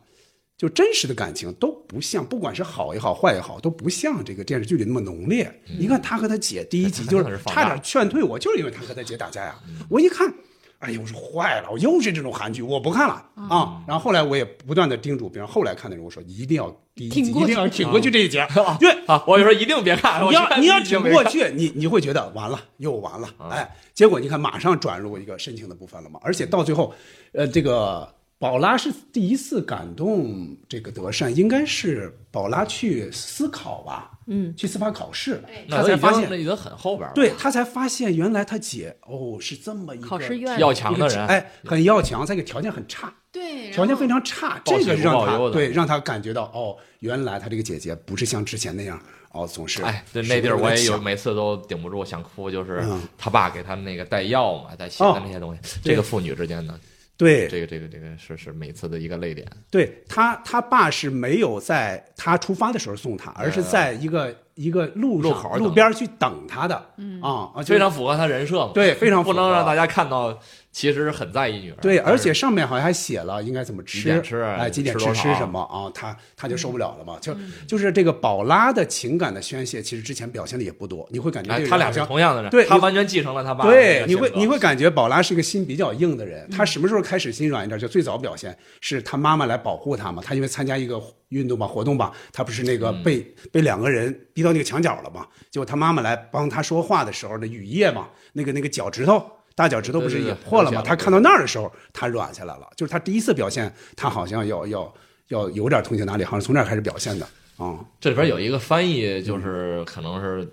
[SPEAKER 5] 就真实的感情都不像，不管是好也好，坏也好，都不像这个电视剧里那么浓烈。
[SPEAKER 4] 嗯
[SPEAKER 5] 你看他和他姐第一集就
[SPEAKER 4] 那
[SPEAKER 5] 是
[SPEAKER 4] 是放大
[SPEAKER 5] 差点劝退我，就是因为他和他姐打架呀。我一看，哎呀，我说坏了，我又是这种韩剧，我不看了啊。然后后来我也不断的叮嘱别人，后来看的人我说一定要第一集
[SPEAKER 1] 挺过
[SPEAKER 5] 一定要挺过去这一节，因为
[SPEAKER 4] 啊，我就说一定别看， 我
[SPEAKER 5] 你要
[SPEAKER 4] 看
[SPEAKER 5] 你要
[SPEAKER 4] 已经
[SPEAKER 5] 挺
[SPEAKER 4] 没
[SPEAKER 5] 过
[SPEAKER 4] 看
[SPEAKER 5] 去，你你会觉得完了又完了，哎，结果你看马上转入一个深情的部分了嘛，而且到最后，呃，这个宝拉是第一次感动这个德善，应该是宝拉去思考吧，嗯，去司法考试，
[SPEAKER 4] 那
[SPEAKER 5] 他
[SPEAKER 4] 都
[SPEAKER 5] 才
[SPEAKER 4] 已
[SPEAKER 5] 发
[SPEAKER 4] 经
[SPEAKER 5] 现
[SPEAKER 4] 那已经很后边儿了。
[SPEAKER 5] 对他才发现原来他姐哦是这么一个
[SPEAKER 2] 考试院
[SPEAKER 4] 要强的
[SPEAKER 5] 一个
[SPEAKER 4] 人，
[SPEAKER 5] 哎，很要强，再一个条件很差，
[SPEAKER 1] 对，
[SPEAKER 5] 条件非常差，
[SPEAKER 4] 报
[SPEAKER 5] 这
[SPEAKER 4] 喜
[SPEAKER 5] 个
[SPEAKER 4] 不
[SPEAKER 5] 让
[SPEAKER 4] 报忧
[SPEAKER 5] 他
[SPEAKER 4] 的
[SPEAKER 5] 对让他感觉到哦，原来他这个姐姐不是像之前那样哦，总是
[SPEAKER 4] 哎，对，
[SPEAKER 5] 时
[SPEAKER 4] 那地儿
[SPEAKER 5] 不时
[SPEAKER 4] 我也
[SPEAKER 5] 地
[SPEAKER 4] 有，
[SPEAKER 5] 想
[SPEAKER 4] 每次都顶不住想哭，就是
[SPEAKER 5] 嗯哦
[SPEAKER 4] 他爸给他们那个带药嘛，在写的那些东西，这个父女之间的
[SPEAKER 5] 对
[SPEAKER 4] 这个这个这个是是每次的一个泪点，
[SPEAKER 5] 对他，他爸是没有在他出发的时候送他，而是在一个一个路
[SPEAKER 4] 呃
[SPEAKER 5] 上
[SPEAKER 4] 路口儿等
[SPEAKER 5] 路边儿去等他的。嗯啊啊，就是
[SPEAKER 4] 非常符合他人设嘛，
[SPEAKER 5] 对非常
[SPEAKER 4] 不
[SPEAKER 5] 符
[SPEAKER 4] 能
[SPEAKER 5] 合
[SPEAKER 4] 让大家看到其实很在意女儿，
[SPEAKER 5] 对，而且
[SPEAKER 4] 但是
[SPEAKER 5] 上面好像还写了应该怎么吃，
[SPEAKER 4] 几点吃啊
[SPEAKER 5] 哎，几点
[SPEAKER 4] 吃
[SPEAKER 5] 吃
[SPEAKER 4] 多少
[SPEAKER 5] 吃什么啊？他他就受不了了嘛，就就是这个宝拉的情感的宣泄，其实之前表现的也不多，你会感觉这
[SPEAKER 4] 哎，
[SPEAKER 5] 个
[SPEAKER 4] 他
[SPEAKER 5] 人
[SPEAKER 4] 俩
[SPEAKER 5] 好
[SPEAKER 4] 是
[SPEAKER 5] 像
[SPEAKER 4] 同样的人，
[SPEAKER 5] 对
[SPEAKER 4] 他
[SPEAKER 5] 你
[SPEAKER 4] 完全继承了他爸的那
[SPEAKER 5] 对
[SPEAKER 4] 个，
[SPEAKER 5] 你
[SPEAKER 4] 性
[SPEAKER 5] 会
[SPEAKER 4] 格嗯
[SPEAKER 5] 你会感觉宝拉是个心比较硬的人。他什么时候开始心软一点？就最早表现是他妈妈来保护他嘛。他因为参加一个运动吧活动吧，他不是那
[SPEAKER 4] 嗯
[SPEAKER 5] 个被、被两个人逼到那个墙角了嘛？结果他妈妈来帮他说话的时候，那雨夜嘛，那个那个脚趾头。大脚趾头不是
[SPEAKER 4] 对对
[SPEAKER 5] 也
[SPEAKER 4] 对
[SPEAKER 5] 破了吗？
[SPEAKER 4] 了解
[SPEAKER 5] 他
[SPEAKER 4] 了
[SPEAKER 5] 看到那儿的时候，他软下来了。就是他第一次表现，他好像要要要有点同情哪里，好像从这儿开始表现的啊、
[SPEAKER 4] 这里边有一个翻译，
[SPEAKER 5] 嗯
[SPEAKER 4] 就是可能是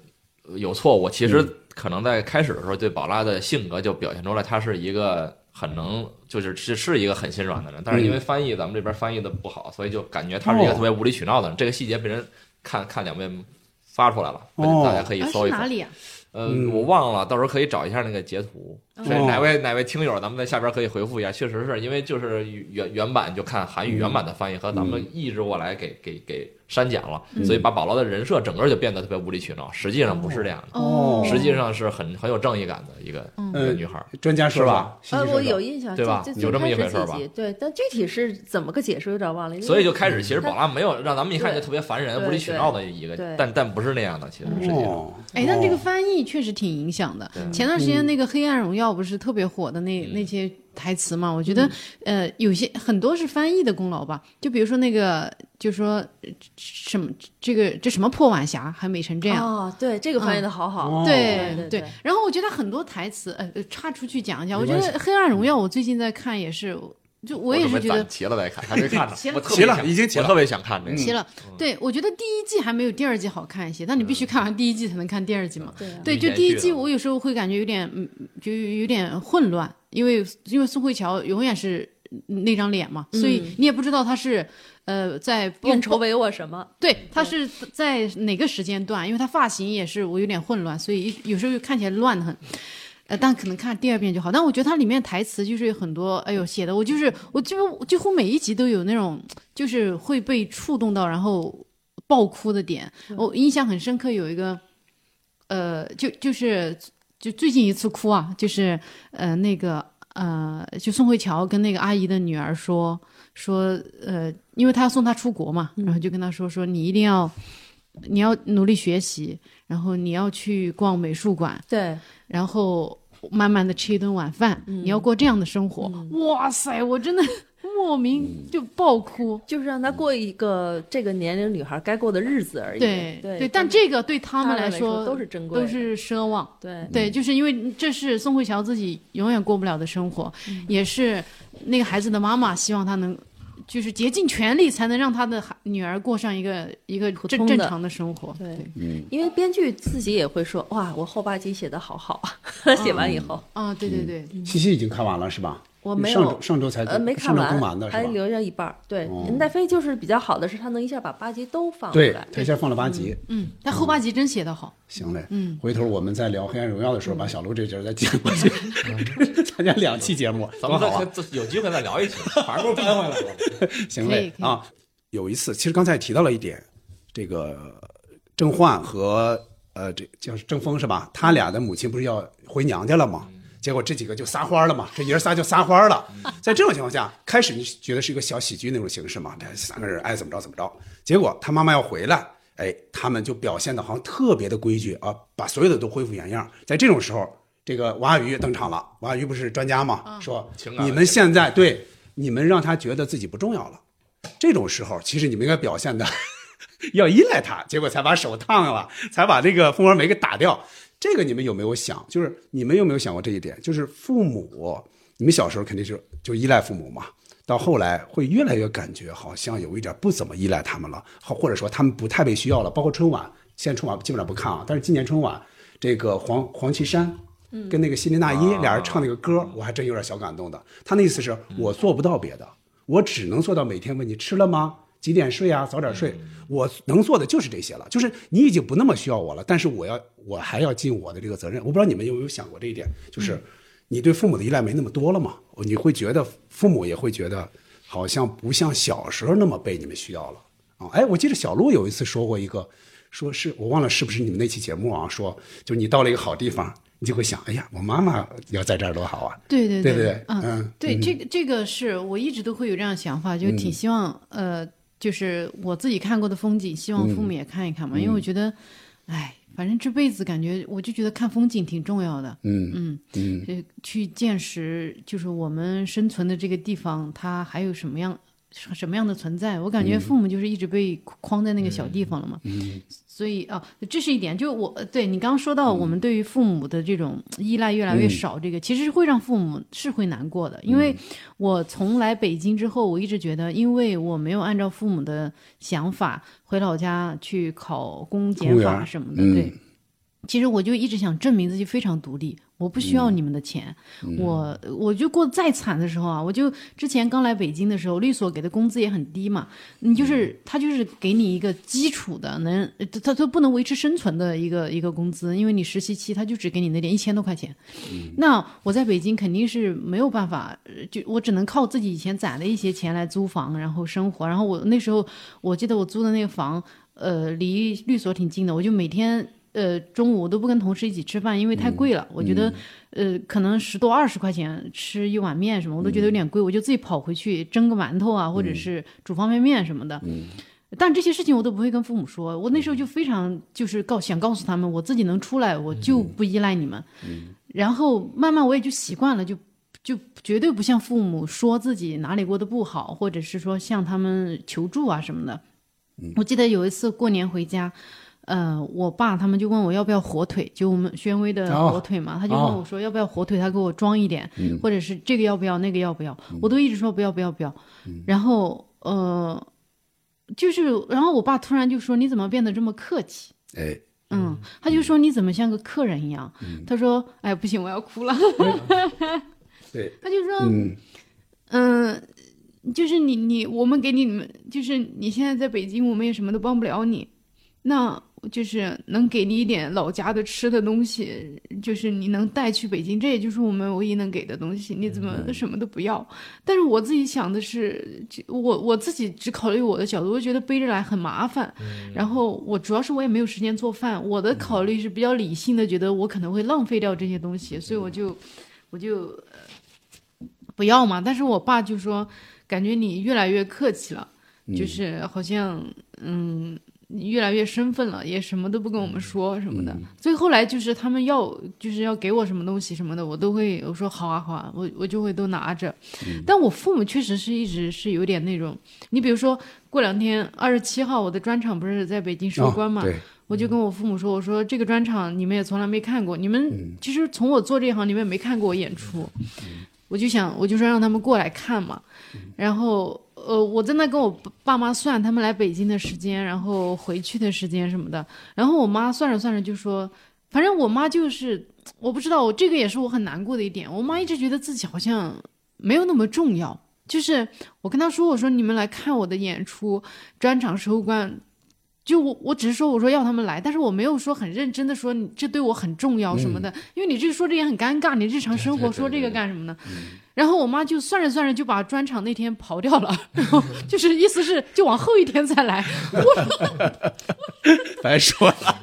[SPEAKER 4] 有错误。其实可能在开始的时候，对宝拉的性格就表现出来，她是一个很能，就是是是一个很心软的人。但是因为翻译咱们这边翻译的不好，所以就感觉她是一个
[SPEAKER 5] 嗯哦
[SPEAKER 4] 特别无理取闹的人。这个细节被人看看两遍发出来了，
[SPEAKER 5] 哦
[SPEAKER 4] 大家可以
[SPEAKER 1] 啊
[SPEAKER 4] 搜
[SPEAKER 1] 是
[SPEAKER 4] 一搜
[SPEAKER 1] 哪。里啊？
[SPEAKER 4] 呃，
[SPEAKER 5] 嗯
[SPEAKER 4] 我忘了，到时候可以找一下那个截图。是
[SPEAKER 5] 哦
[SPEAKER 4] 哪位哪位听友，咱们在下边可以回复一下。确实是因为就是原原版就看韩语原版的翻译和咱
[SPEAKER 5] 嗯
[SPEAKER 4] 们译制过来给给给删减了，
[SPEAKER 1] 嗯
[SPEAKER 4] 所以把宝拉的人设整个就变得特别无理取闹。实际上不是这样的，
[SPEAKER 5] 哦嗯
[SPEAKER 4] 实际上是很很有正义感的一个
[SPEAKER 1] 嗯
[SPEAKER 4] 一个女孩。
[SPEAKER 5] 专家说
[SPEAKER 4] 是吧
[SPEAKER 5] 吧，西西
[SPEAKER 2] 呃，
[SPEAKER 5] 说
[SPEAKER 2] 我
[SPEAKER 5] 的
[SPEAKER 2] 有印象，
[SPEAKER 4] 对吧
[SPEAKER 2] 就
[SPEAKER 4] 有这么一回事儿吧？
[SPEAKER 2] 就最开始几集对，但具体是怎么个解释有点忘了。因为
[SPEAKER 4] 所以就开始，其实宝
[SPEAKER 2] 他
[SPEAKER 4] 拉没有让咱们一看就
[SPEAKER 2] 对
[SPEAKER 4] 特别烦人、
[SPEAKER 2] 对
[SPEAKER 4] 无理取闹的一个
[SPEAKER 2] 对，
[SPEAKER 4] 但但不是那样的，其实实际上。
[SPEAKER 5] 哦，
[SPEAKER 1] 哎，但这个
[SPEAKER 5] 哦
[SPEAKER 1] 翻译确实挺影响的
[SPEAKER 4] 对。
[SPEAKER 1] 前段时间那个《黑暗荣耀》不是特别火的那、那些台词嘛？我觉得、呃，有些很多是翻译的功劳吧。就比如说那个，就说呃什么这个这什么破碗侠还美成这样。
[SPEAKER 2] 哦，对，这个翻译的好
[SPEAKER 1] 对
[SPEAKER 2] 好。哦对对对
[SPEAKER 1] 然后我觉得很多台词，呃，呃岔出去讲一下，我觉
[SPEAKER 5] 没
[SPEAKER 1] 得
[SPEAKER 5] 关
[SPEAKER 1] 《黑暗荣耀》我最近在看也是，就我也是觉得
[SPEAKER 4] 齐了再看，还 没看呢
[SPEAKER 1] 齐，了
[SPEAKER 4] 我特别
[SPEAKER 5] 齐了
[SPEAKER 4] 想
[SPEAKER 5] 已经齐了嗯
[SPEAKER 4] 我特别想看这
[SPEAKER 1] 齐
[SPEAKER 4] 个。
[SPEAKER 1] 了。对，我觉得第一季还没有第二季好看一些，但你必须看完第一季才能看第二季嘛。
[SPEAKER 2] 对啊
[SPEAKER 1] 对，
[SPEAKER 4] 嗯
[SPEAKER 1] 就
[SPEAKER 4] 延
[SPEAKER 1] 第一
[SPEAKER 4] 续
[SPEAKER 1] 季
[SPEAKER 4] 了
[SPEAKER 1] 我有时候会感觉有点，嗯，就有点混乱，因为因为宋慧乔永远是那张脸嘛，所以你也不知道她是。呃，在不
[SPEAKER 2] 运筹帷幄什么？
[SPEAKER 1] 对，她是在哪个时间段？因为她发型也是我有点混乱，所以一有时候又看起来乱得很。呃，但可能看第二遍就好。但我觉得它里面台词就是有很多，哎呦写的我就是我几乎几乎每一集都有那种就是会被触动到，然后爆哭的点。我印象很深刻，有一个呃，就就是就最近一次哭啊，就是呃那个呃，就宋慧乔跟那个阿姨的女儿说说呃，因为她要送她出国
[SPEAKER 2] 嗯
[SPEAKER 1] 嘛，然后就跟她说说你一定要你要努力学习，然后你要去逛美术馆。
[SPEAKER 2] 对，
[SPEAKER 1] 然后慢慢的吃一顿晚饭，
[SPEAKER 2] 嗯
[SPEAKER 1] 你要过这样的生活。哇塞，我真的莫名就爆哭。
[SPEAKER 2] 就是让她过一个这个年龄女孩该过的日子而已。
[SPEAKER 1] 嗯对
[SPEAKER 2] 嗯对
[SPEAKER 1] 但这个对他
[SPEAKER 2] 他
[SPEAKER 1] 们
[SPEAKER 2] 来
[SPEAKER 1] 说
[SPEAKER 2] 都是珍贵
[SPEAKER 1] 都
[SPEAKER 2] 的，
[SPEAKER 1] 是奢望。
[SPEAKER 2] 对
[SPEAKER 1] 对，就是因为这是宋慧乔自己永远过不了的生活，
[SPEAKER 2] 嗯
[SPEAKER 1] 也是那个孩子的妈妈希望他能，就是竭尽全力才能让他的孩女儿过上一个一个正
[SPEAKER 2] 通的
[SPEAKER 1] 正常的生活。
[SPEAKER 2] 对，因为编剧自己也会说，哇，我后八集写的好好
[SPEAKER 1] 嗯
[SPEAKER 2] 啊， 写完以
[SPEAKER 5] 嗯
[SPEAKER 2] 后，
[SPEAKER 1] 啊，对对对，
[SPEAKER 2] 嗯
[SPEAKER 5] 西西已经看完了是吧？
[SPEAKER 2] 我没
[SPEAKER 5] 上
[SPEAKER 2] 有
[SPEAKER 5] 周上周才
[SPEAKER 2] 呃没看
[SPEAKER 5] 上周更
[SPEAKER 2] 完
[SPEAKER 5] 完的，
[SPEAKER 2] 还
[SPEAKER 5] 是吧？
[SPEAKER 2] 留下一半儿。对
[SPEAKER 5] 哦，
[SPEAKER 2] 奈飞就是比较好的是，他能一下把八集都放出
[SPEAKER 5] 对
[SPEAKER 2] 来，。
[SPEAKER 5] 他一下放了八集，
[SPEAKER 1] 嗯，但后八集真写得好。
[SPEAKER 5] 行嘞，嗯，回头我们在聊《黑暗荣耀》的时候，把
[SPEAKER 2] 嗯
[SPEAKER 5] 小鹿这节儿再剪过去， 参加两期节目，
[SPEAKER 4] 咱
[SPEAKER 5] 多
[SPEAKER 4] 们
[SPEAKER 5] 好啊！
[SPEAKER 4] 再有机会再聊一期，反正都搬回来了。
[SPEAKER 5] 行
[SPEAKER 1] 可
[SPEAKER 5] 嘞
[SPEAKER 1] 以可以
[SPEAKER 5] 啊。有一次，其实刚才也提到了一点，这个郑焕和呃，这叫郑峰是吧？他俩的母亲不是要回娘家了吗？结果这几个就撒欢儿了嘛，这爷儿仨就撒欢儿了。在这种情况下，开始你觉得是一个小喜剧那种形式嘛，这三个人爱怎么着怎么着。结果他妈妈要回来，哎，他们就表现的好像特别的规矩啊，把所有的都恢复原样。在这种时候，这个王雅瑜登场了。王雅瑜不是专家嘛，说
[SPEAKER 4] 情感
[SPEAKER 5] 你
[SPEAKER 4] 问
[SPEAKER 5] 们
[SPEAKER 4] 题
[SPEAKER 5] 现在对你们让他觉得自己不重要了。这种时候，其实你们应该表现的 要依赖他，结果才把手烫了，才把这个蜂窝煤给打掉。这个你们有没有想？就是你们有没有想过这一点？就是父母，你们小时候肯定是就依赖父母嘛，到后来会越来越感觉好像有一点不怎么依赖他们了，好或者说他们不太被需要了。包括春晚，现在春晚基本上不看啊，但是今年春晚这个黄黄绮珊。跟那个希林娜依俩人唱那个歌，我还真有点小感动的。他那意思是我做不到别的，我只能做到每天问你吃了吗？几点睡啊？早点睡。我能做的就是这些了，就是你已经不那么需要我了，但是我要我还要尽我的这个责任。我不知道你们有没有想过这一点，就是你对父母的依赖没那么多了嘛？你会觉得父母也会觉得好像不像小时候那么被你们需要了啊？哎，我记得小鹿有一次说过一个，说是我忘了是不是你们那期节目啊？说就你到了一个好地方，你就会想，哎呀，我妈妈要在这儿多好啊！
[SPEAKER 1] 对对
[SPEAKER 5] 对
[SPEAKER 1] 对
[SPEAKER 5] 对对嗯嗯
[SPEAKER 1] 嗯，对，这个这个是我一直都会有这样的想法，就挺希望、呃，就是我自己看过的风景，希望父
[SPEAKER 5] 嗯
[SPEAKER 1] 母也看一看嘛，因为我觉得，哎，反正这辈子感觉我就觉得看风景挺重要的，
[SPEAKER 5] 嗯
[SPEAKER 1] 嗯，
[SPEAKER 5] 嗯，
[SPEAKER 1] 呃去见识就是我们生存的这个地方，它还有什么样什么样的存在？我感
[SPEAKER 5] 嗯
[SPEAKER 1] 觉父母就是一直被框在那个小地方了嘛，所以啊，这是一点。就我呃对你刚刚说到，我们对于父母的这种依赖越来越少，这个其实会让父母是会难过的。因为我从来北京之后，我一直觉得，因为我没有按照父母的想法回老家去考公检
[SPEAKER 5] 公务
[SPEAKER 1] 法
[SPEAKER 5] 员
[SPEAKER 1] 什么的，
[SPEAKER 5] 嗯
[SPEAKER 1] 对。其实我就一直想证明自己非常独立，我不需要你们的钱，我我就过得再惨的时候啊，我就之前刚来北京的时候，律所给的工资也很低嘛，你就是他就是给你一个基础的能，呃他他他不能维持生存的一个一个工资，因为你实习期他就只给你那点一千多块钱，那我在北京肯定是没有办法，呃就我只能靠自己以前攒的一些钱来租房，然后生活。然后我那时候我记得我租的那个房，呃，离律所挺近的，我就每天呃中午都不跟同事一起吃饭，因为太贵了。我觉得、呃可能十多二十块钱吃一碗面什么，我都觉得有点贵，我就自己跑回去蒸个馒头啊，或者是煮方便面什么的。但这些事情我都不会跟父母说，我那时候就非常就是告想告诉他们，我自己能出来，我就不依赖你们。然后慢慢我也就习惯了，就就绝对不向父母说自己哪里过得不好，或者是说向他们求助啊什么的。我记得有一次过年回家，呃，我爸他们就问我要不要火腿，就我们宣威的
[SPEAKER 5] 哦嗯
[SPEAKER 1] 火腿嘛，他就问我说要不要火腿，他给我装一点，或者是这个要不要，那个要不要，我都一直说不要不要不要。
[SPEAKER 5] 嗯
[SPEAKER 1] 然后呃，就是然后我爸突然就说你怎么变得这么客气？
[SPEAKER 5] 哎，
[SPEAKER 1] 嗯，他就说你怎么像个客人一样？
[SPEAKER 5] 嗯
[SPEAKER 1] 他说哎不行，我要哭了。
[SPEAKER 5] 对，
[SPEAKER 1] 他就说
[SPEAKER 5] 嗯，
[SPEAKER 1] 嗯，就是你你我们给你们，就是你现在在北京，我们也什么都帮不了你，那就是能给你一点老家的吃的东西，就是你能带去北京，这也就是我们唯一能给的东西。你怎么什么都不要？但是我自己想的是，就我我自己只考虑我的角度，我觉得背着来很麻烦。然后我主要是我也没有时间做饭，我的考虑是比较理性的，觉得我可能会浪费掉这些东西，所以我就我就不要嘛。但是我爸就说，感觉你越来越客气了，
[SPEAKER 5] 嗯
[SPEAKER 1] 就是好像嗯，你越来越生分了，也什么都不跟我们说什么的。所以后来就是他们要就是要给我什么东西什么的，我都会我说好啊好啊，我我就会都拿着。但我父母确实是一直是有点那种，你比如说过两天二十七号我的专场不是在北京收官嘛，
[SPEAKER 5] 哦对，
[SPEAKER 1] 我就跟我父母说，我说这个专场你们也从来没看过，你们其实从我做这一行，你们也没看过我演出，我就想我就说让他们过来看嘛，然后呃我在那跟我爸爸妈算他们来北京的时间，然后回去的时间什么的，然后我妈算着算着就说，反正我妈就是我不知道，我这个也是我很难过的一点，我妈一直觉得自己好像没有那么重要。就是我跟她说，我说你们来看我的演出，专场收官，就我我只是说我说要他们来，但是我没有说很认真的说你这对我很重要什么的，因为你这个说这也很尴尬，你日常生活说这个干什么呢？然后我妈就算着算着就把专场那天刨掉了，然后就是意思是就往后一天再来。
[SPEAKER 5] 白说了，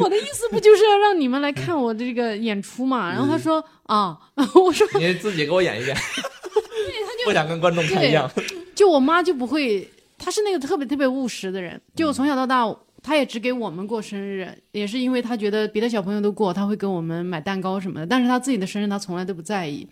[SPEAKER 1] 我的意思不就是要让你们来看我这个演出嘛？然后她说啊， 我说
[SPEAKER 4] 你自己给我演一遍， 不想跟观众看一样。
[SPEAKER 1] 就我妈就不会，她是那个特别特别务实的人。就我从小到大，她也只给我们过生日，也是因为她觉得别的小朋友都过，她会给我们买蛋糕什么的，但是她自己的生日她从来都不在意。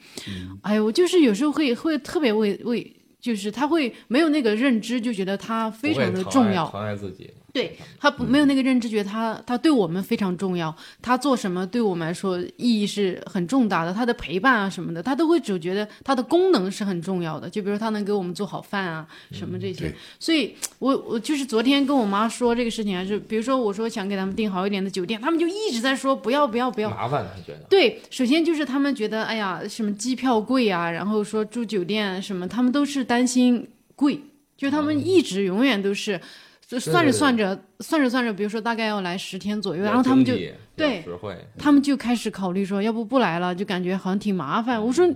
[SPEAKER 1] 哎呦，我就是有时候会会特别为为，就是她会没有那个认知，就觉得她非常的重要。
[SPEAKER 4] 疼爱自己。
[SPEAKER 1] 对他不没有那个认知，觉得他他对我们非常重要，他做什么对我们来说意义是很重大的，他的陪伴啊什么的，他都会只觉得他的功能是很重要的，就比如他能给我们做好饭啊什么这些。所以我我就是昨天跟我妈说这个事情，还是比如说我说想给他们订好一点的酒店，他们就一直在说不要不要不要，
[SPEAKER 4] 麻烦，他觉得
[SPEAKER 1] 对，首先就是他们觉得，哎呀，什么机票贵啊，然后说住酒店什么，他们都是担心贵，就他
[SPEAKER 4] 嗯
[SPEAKER 1] 们一直永远都是，就算着算着算着算着，比如说大概要来十天左右，然后他们就
[SPEAKER 4] 比较经济
[SPEAKER 1] 对
[SPEAKER 4] 比较实惠，
[SPEAKER 1] 他们就开始考虑说，要不不来了，就感觉好像挺麻烦。我
[SPEAKER 4] 嗯
[SPEAKER 1] 说。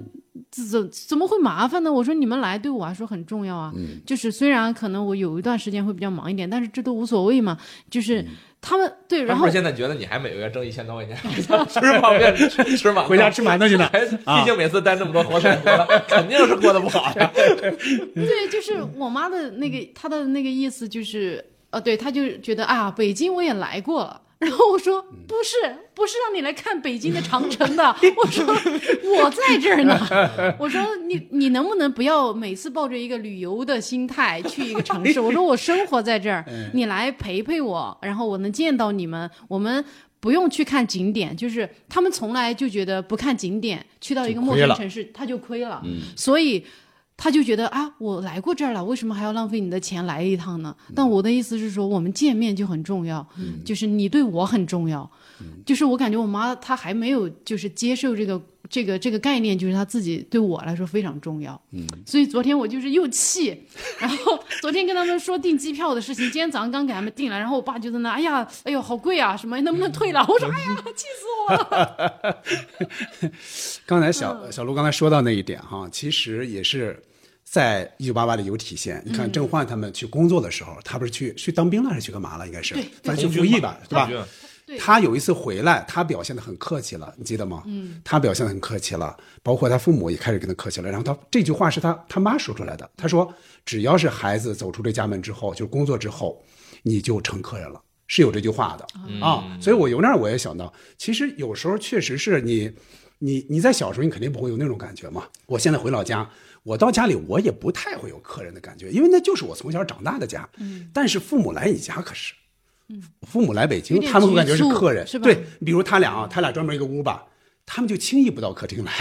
[SPEAKER 1] 怎怎怎么会麻烦呢？我说你们来对我来说很重要啊，
[SPEAKER 4] 嗯
[SPEAKER 1] 就是虽然可能我有一段时间会比较忙一点，但是这都无所谓嘛。就是他们、对，然
[SPEAKER 4] 嗯他
[SPEAKER 1] 后
[SPEAKER 4] 们现在觉得你还每个月挣一千多块钱， 吃泡面吃吃馒头，
[SPEAKER 5] 回家吃馒头去啊了。
[SPEAKER 4] 还毕竟每次带那么多火腿回来，肯定是过得不好呀。
[SPEAKER 1] 对，就是我妈的那
[SPEAKER 5] 嗯
[SPEAKER 1] 个，她的那个意思就是，呃，对，她就觉得啊，北京我也来过了。然后我说
[SPEAKER 5] 嗯
[SPEAKER 1] 不是，不是让你来看北京的长城 的。我说我在这儿呢。我说你你能不能不要每次抱着一个旅游的心态去一个城市？我说我生活在这儿，
[SPEAKER 5] 嗯
[SPEAKER 1] 你来陪陪我，然后我能见到你们，我们不用去看景点，就是他们从来就觉得不看景点，去到一个陌
[SPEAKER 5] 亏
[SPEAKER 1] 生
[SPEAKER 5] 了嗯
[SPEAKER 1] 城市他就亏了。所以他就觉得啊，我来过这儿了，为什么还要浪费你的钱来一趟呢？但我的意思是说，我们见面就很重要，就是你对我很重要。就是我感觉我妈她还没有就是接受这个这个这个概念，就是她自己对我来说非常重要。嗯，所以昨天我就是又气， 然后昨天跟他们说订机票的事情，今天早上刚给他们订了，然后我爸就在那，哎呀，哎呦，好贵啊，什么能不能退了？我说，哎呀，气死我了。
[SPEAKER 5] 刚才
[SPEAKER 1] 嗯
[SPEAKER 5] 小小卢刚才说到那一点哈，其实也是在一九八八里有体现。你
[SPEAKER 1] 嗯
[SPEAKER 5] 看郑哎焕他们去工作的时候，他不是去去当兵了还是去干嘛了？应该是
[SPEAKER 1] 对
[SPEAKER 5] 反正去服役吧，对吧？
[SPEAKER 1] 对
[SPEAKER 5] 他有一次回来，他表现的很客气了，你记得吗？嗯，他表现的很客气了，包括他父母也开始跟他客气了。然后他这句话是他他妈说出来的，他说只要是孩子走出这家门之后，就是工作之后，你就成客人了，是有这句话的、
[SPEAKER 4] 嗯
[SPEAKER 5] 啊。所以我由那儿我也想到，其实有时候确实是你。你你在小时候，你肯定不会有那种感觉嘛。我现在回老家，我到家里我也不太会有客人的感觉，因为那就是我从小长大的家。嗯，但是父母来你家可是，父母来北京，
[SPEAKER 1] 有点
[SPEAKER 5] 他们会感觉是
[SPEAKER 1] 局促
[SPEAKER 5] 客人，
[SPEAKER 1] 是吧
[SPEAKER 5] 对，比如他俩啊，他俩专门一个屋吧，他们就轻易不到客厅来。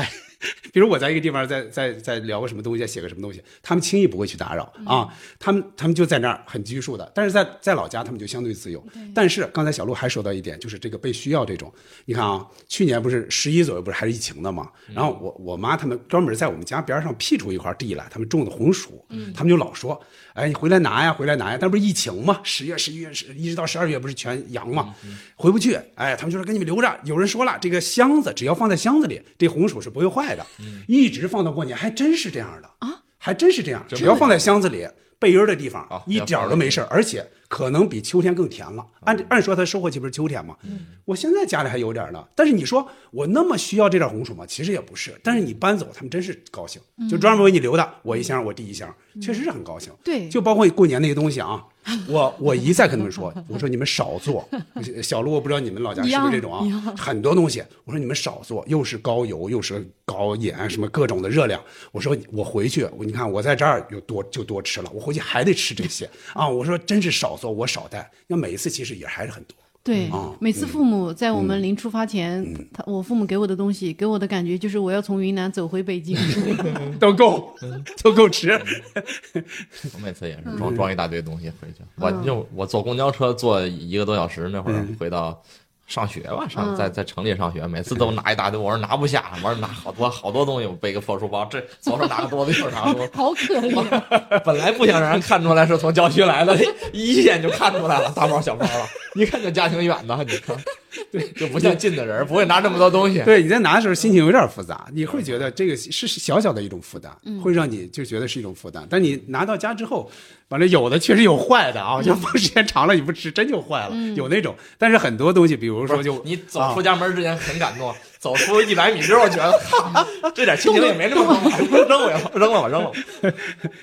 [SPEAKER 5] 比如我在一个地方在在在聊个什么东西，在写个什么东西，他们轻易不会去打扰、
[SPEAKER 1] 嗯
[SPEAKER 5] 啊，他们他们就在那儿很拘束的。但是在在老家，他们就相对自由。但是刚才小鹿还说到一点，就是这个被需要这种，你看啊，去年不是十一左右不是还是疫情的嘛，然后我我妈他们专门在我们家边上辟出一块地来，他们种的红薯，他们就老说，哎，你回来拿呀，回来拿呀。但不是疫情嘛，十月、十一月十一直到十二月不是全阳嘛，回不去，哎，他们就说给你们留着。有人说了，这个箱子只要放在箱子里，这红薯是不会坏的，一直放到过年，还真是这样的嗯啊，还真是这样，只要放在箱子里。背阴儿的地方
[SPEAKER 4] 啊
[SPEAKER 5] 一点儿都没事儿而且可能比秋天更甜了。按按说它收获期不是秋天嘛，我现在家里还有点儿呢。但是你说我那么需要这点红薯吗？其实也不是。但是你搬走，他们真是高兴，就专门为你留的，我一箱，我弟一箱，确实是很高兴。
[SPEAKER 1] 对
[SPEAKER 5] 就包括过年那些东西啊，我我一再跟他们说，我说你们少做。 小鹿，我不知道你们老家是不是这种
[SPEAKER 1] 一
[SPEAKER 5] 啊？很多东西，我说你们少做，又是高油，又是高盐，什么各种的热量。我说我回去，我你看我在这儿有多就多吃了，我回去还得吃这些啊。我说真是少做，我少带。那每一次其实也还是很多。
[SPEAKER 1] 对
[SPEAKER 5] 啊，
[SPEAKER 1] 每次父母在我
[SPEAKER 5] 嗯
[SPEAKER 1] 们临出发前，他我父母给我的东西，给我的感觉就是我要从云南走回北 京。
[SPEAKER 5] 都够，
[SPEAKER 1] 嗯
[SPEAKER 5] 都够吃。
[SPEAKER 4] 我每次也是装装一大堆东西回去。我就我坐公交车坐一个多小时，那会儿回到上学吧，上在在城里上学，每次都拿一大堆，我说拿不下，我说拿好多好多东西，我背个破书包，这左手拿个桌子，右手拿个桌子。
[SPEAKER 1] 好可怜，
[SPEAKER 4] 本来不想让人看出来是从郊区来的，一眼就看出来了，大包小包了，一看就家挺远的，你看，对，就不像近的人，不会拿这么多东西。
[SPEAKER 5] 对，你在拿的时候心情有点复杂，你会觉得这个是是小小的一种负担，
[SPEAKER 1] 嗯
[SPEAKER 5] 会让你就觉得是一种负担。但你拿到家之后，反正有的确实有坏的啊，就
[SPEAKER 1] 嗯
[SPEAKER 5] 放时间长了你不吃真就坏了，有那种。但是很多东西，比如
[SPEAKER 4] 不
[SPEAKER 5] 说
[SPEAKER 4] 是
[SPEAKER 5] 就
[SPEAKER 4] 你走出家门之前很感动，走出一百米之后觉得，哈这点亲情也没那么多，扔了吧，扔了吧，扔了吧。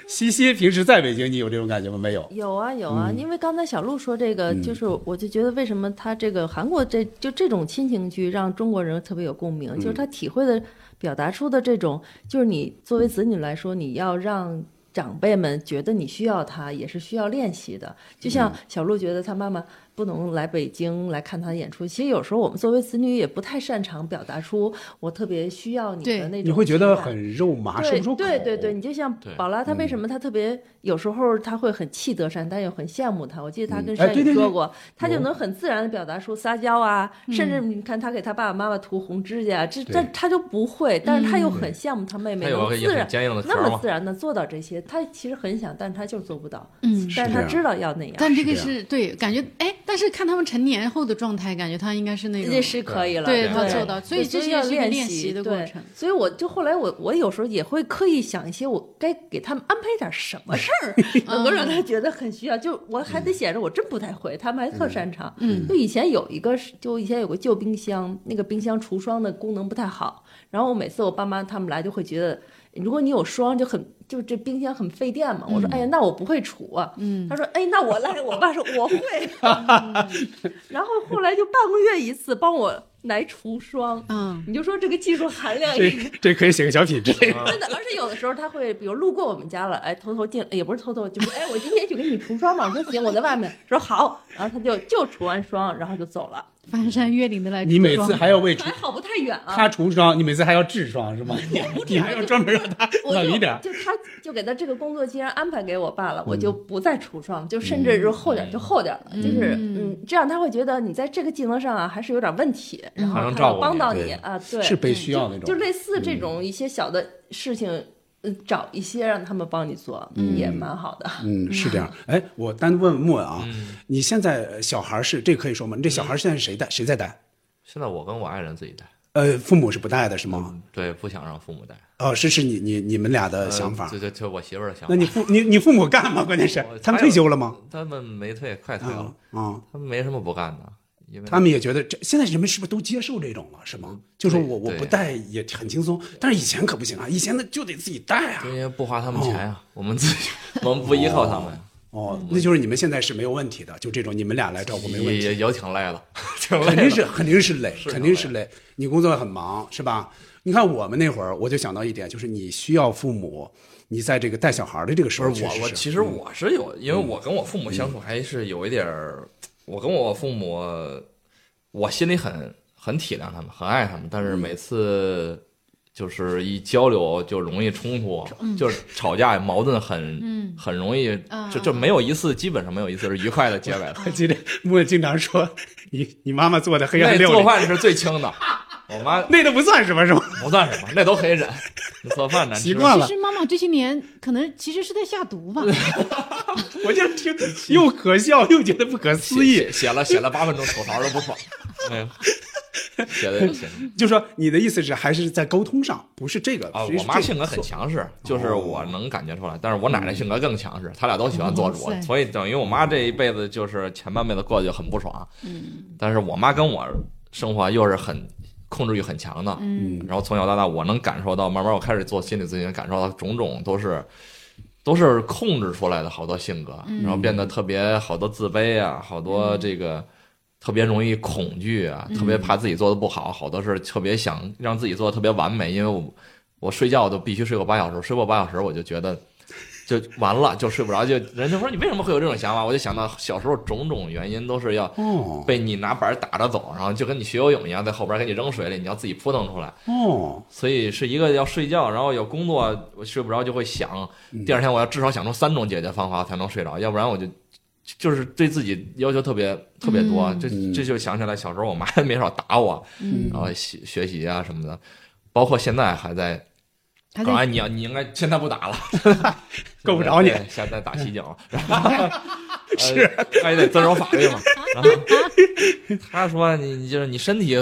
[SPEAKER 5] 西西平时在北京，你有这种感觉吗？没有。
[SPEAKER 2] 有啊有啊，
[SPEAKER 5] 嗯
[SPEAKER 2] 因为刚才小鹿说这个，就是我就觉得为什么他这个韩国这就这种亲情剧让中国人特别有共鸣，
[SPEAKER 5] 嗯
[SPEAKER 2] 就是他体会的、表达出的这种，就是你作为子女来说，你要让。长辈们觉得你需要他，也是需要练习的。
[SPEAKER 5] 嗯
[SPEAKER 2] 就像小鹿觉得他妈妈不能来北京来看他的演出，其实有时候我们作为子女也不太擅长表达出我特别需要你
[SPEAKER 1] 对
[SPEAKER 2] 的那种情
[SPEAKER 5] 你
[SPEAKER 2] 感。
[SPEAKER 5] 会觉得很肉麻，说嗯啊
[SPEAKER 2] 对
[SPEAKER 5] 不出口。
[SPEAKER 2] 对对对，你就像
[SPEAKER 4] 对
[SPEAKER 2] 宝拉，她为什么她特别有时候她会很气德善，但又很羡慕他。我记得她跟
[SPEAKER 5] 嗯哎
[SPEAKER 2] 善
[SPEAKER 5] 对
[SPEAKER 2] 宇
[SPEAKER 5] 对对
[SPEAKER 2] 说过，她就能很自然的表达出撒娇啊，甚至你看她给她爸爸妈妈涂红指甲，啊这
[SPEAKER 5] 嗯对嗯
[SPEAKER 2] 这她就不会，但是她又很羡慕她妹妹
[SPEAKER 4] 她有
[SPEAKER 2] 能
[SPEAKER 4] 个也
[SPEAKER 2] 自
[SPEAKER 4] 很
[SPEAKER 2] 然
[SPEAKER 4] 坚硬的壳
[SPEAKER 2] 那么
[SPEAKER 4] 嘛
[SPEAKER 2] 自然的做到这些。她其实很想，但是她就是做不到。
[SPEAKER 1] 嗯
[SPEAKER 2] 但是
[SPEAKER 5] 这
[SPEAKER 2] 她
[SPEAKER 5] 样
[SPEAKER 2] 知道要那样，
[SPEAKER 1] 但这个
[SPEAKER 5] 是这
[SPEAKER 1] 是对，感觉哎，但是看他们成年后的状态，感觉他应该是那种
[SPEAKER 2] 这是可以了，
[SPEAKER 1] 对
[SPEAKER 4] 对
[SPEAKER 1] 他做到，所以这
[SPEAKER 2] 就是要
[SPEAKER 1] 也是一个
[SPEAKER 2] 练
[SPEAKER 1] 练习的过
[SPEAKER 2] 对
[SPEAKER 1] 程。
[SPEAKER 2] 所以我就后来我我有时候也会刻意想一些我该给他们安排点什么事 儿，能够
[SPEAKER 1] 嗯
[SPEAKER 2] 让他觉得很需要。就我还得显着我真不太会，他们还特擅长。嗯嗯，就以前有一个是，就以前有个旧冰箱，那个冰箱除霜的功能不太好，然后我每次我爸妈他们来就会觉得。如果你有霜，就很就这冰箱很费电嘛。我说，哎呀，那我不会除啊。嗯，他说，哎，那我来。我爸说我会。然后后来就半个月一次帮我来除霜。
[SPEAKER 1] 嗯，
[SPEAKER 2] 你就说这个技术含量
[SPEAKER 5] 这
[SPEAKER 2] 也。
[SPEAKER 5] 这可以写个小品之类的。
[SPEAKER 2] 真的，而且有的时候他会，比如路过我们家了，哎，偷偷进，也不是偷偷，就是哎，我今天去给你除霜嘛。我说行，我在外面。说好，然后他就就除完霜，然后就走了，
[SPEAKER 1] 翻山越岭的来，
[SPEAKER 5] 你每次还要为除
[SPEAKER 2] 还好不太远啊。
[SPEAKER 5] 他除霜，你每次还要治霜是吗？你你还要专门让他
[SPEAKER 2] 我
[SPEAKER 5] 冷
[SPEAKER 2] 就
[SPEAKER 5] 一点。
[SPEAKER 2] 就他就给他这个工作既然安排给我爸了，我就不再除霜，就甚至就厚点儿就厚点儿了，就是嗯，这样他会觉得你在这个技能上啊还是有点问题，然
[SPEAKER 4] 还
[SPEAKER 2] 后
[SPEAKER 4] 能
[SPEAKER 2] 他
[SPEAKER 4] 照
[SPEAKER 2] 要
[SPEAKER 4] 顾
[SPEAKER 2] 帮
[SPEAKER 4] 你
[SPEAKER 2] 到
[SPEAKER 5] 对
[SPEAKER 2] 你啊，对，
[SPEAKER 5] 是被需要那
[SPEAKER 2] 就
[SPEAKER 5] 种。嗯
[SPEAKER 2] 类似这种一些小的事情，呃找一些让他们帮你做，也蛮好的。
[SPEAKER 5] 嗯，是这样。哎，我单问莫问啊，
[SPEAKER 4] 嗯
[SPEAKER 5] 你现在呃小孩是这可以说吗？你这小孩现在是谁带？谁在带？
[SPEAKER 4] 现在我跟我爱人自己带，
[SPEAKER 5] 呃，父母是不带的是吗？
[SPEAKER 4] 对，不想让父母带。
[SPEAKER 5] 哦，是是你你你们俩的呃想法。
[SPEAKER 4] 对对，呃就我媳妇儿的想法。
[SPEAKER 5] 那你父你你父母干嘛？关键是
[SPEAKER 4] 我
[SPEAKER 5] 他们退休了吗？
[SPEAKER 4] 他们没退，快退了
[SPEAKER 5] 啊，啊，
[SPEAKER 4] 他们没什么不干的。因为
[SPEAKER 5] 他们也觉得这现在人们是不是都接受这种了，是吗？就说
[SPEAKER 4] 对
[SPEAKER 5] 我我
[SPEAKER 4] 对
[SPEAKER 5] 不戴也很轻松，但是以前可不行啊，以前那就得自己戴啊
[SPEAKER 4] 因。为不花他们钱呀，我们自己我们不依靠他们呀，
[SPEAKER 5] 哦，那就是你们现在是没有问题的，就这种你们俩来照顾没问
[SPEAKER 4] 也也
[SPEAKER 5] 题，
[SPEAKER 4] 也挺累了，挺累
[SPEAKER 5] 肯定
[SPEAKER 4] 了
[SPEAKER 5] 是肯定是累，
[SPEAKER 4] 是
[SPEAKER 5] 肯定是累。你工作很忙是吧？你看我们那会儿，我就想到一点，就是你需要父母，你在这个带小孩的这个时候
[SPEAKER 4] 不是
[SPEAKER 5] 确
[SPEAKER 4] 我
[SPEAKER 5] 实是，嗯
[SPEAKER 4] 我其实我是有，因为我跟我父母相处还是有一点儿，我跟我父母，我心里很很体谅他们，很爱他们，但
[SPEAKER 5] 嗯
[SPEAKER 4] 是每次就是一交流就容易冲突，
[SPEAKER 5] 嗯
[SPEAKER 4] 就是吵架矛盾很、很容易，就就没有一次基本上没有一次是愉快的 结尾的。
[SPEAKER 5] 记得木经常说你你妈妈做的黑 暗
[SPEAKER 4] 那
[SPEAKER 5] 料
[SPEAKER 4] 做
[SPEAKER 5] 理，
[SPEAKER 4] 饭是最轻的，我 妈
[SPEAKER 5] 那都不算什么是吧？
[SPEAKER 4] 不算什么，那都可以 忍。那做饭难吃
[SPEAKER 5] 习惯了
[SPEAKER 1] 其，实妈妈这些年可能其实是在下毒 吧，
[SPEAKER 5] 我就听又可笑又觉得不可思议。
[SPEAKER 4] 写写了写了八分钟吐槽都不 错，哎呀，写的写的。
[SPEAKER 5] 就说你的意思是还是在沟通上，不是这个
[SPEAKER 4] 啊，
[SPEAKER 5] 其实
[SPEAKER 4] 我
[SPEAKER 5] 是
[SPEAKER 4] 妈
[SPEAKER 5] 这个
[SPEAKER 4] 性格很强势，就是
[SPEAKER 5] 哦
[SPEAKER 4] 我能感觉出来，但是我奶奶性格更强势，她俩都喜欢做主
[SPEAKER 1] 哇，塞
[SPEAKER 4] 所以等于我妈这一辈子就是前半辈子过得就很不爽，
[SPEAKER 1] 嗯
[SPEAKER 4] 但是我妈跟我生活又是很控制欲很强的，
[SPEAKER 1] 嗯
[SPEAKER 5] 嗯
[SPEAKER 4] 然后从小到大我能感受到，慢慢我开始做心理咨询，感受到种种都是。都是控制出来的好多性格，
[SPEAKER 1] 嗯
[SPEAKER 4] 然后变得特别好多自卑啊，好多这个特别容易恐惧啊，
[SPEAKER 1] 嗯
[SPEAKER 4] 特别怕自己做的不好，好多事儿特别想让自己做的特别完美，因为我我睡觉都必须睡够八小时，睡够八小时我就觉得就完了，就睡不着，就人家说你为什么会有这种想法，我就想到小时候种种原因都是要
[SPEAKER 5] 哦
[SPEAKER 4] 被你拿板儿打着走，然后就跟你学游泳一样，在后边给你扔水里，你要自己扑腾出来。
[SPEAKER 5] 哦，
[SPEAKER 4] 所以是一个要睡觉，然后有工作，我睡不着就会想，第二天我要至少想出三种解决方法才能睡着，要不然我就就是对自己要求特别特别多，这这就想起来小时候我妈没少打我，然后学学习啊什么的，包括现在还在。
[SPEAKER 1] 还
[SPEAKER 4] 刚
[SPEAKER 1] 在
[SPEAKER 4] 才你啊要你应该现在不打了，
[SPEAKER 5] 够不着你
[SPEAKER 4] 现在对现在打西 脚，是还呃得遵守法律嘛。然 后他说你你就是你身体，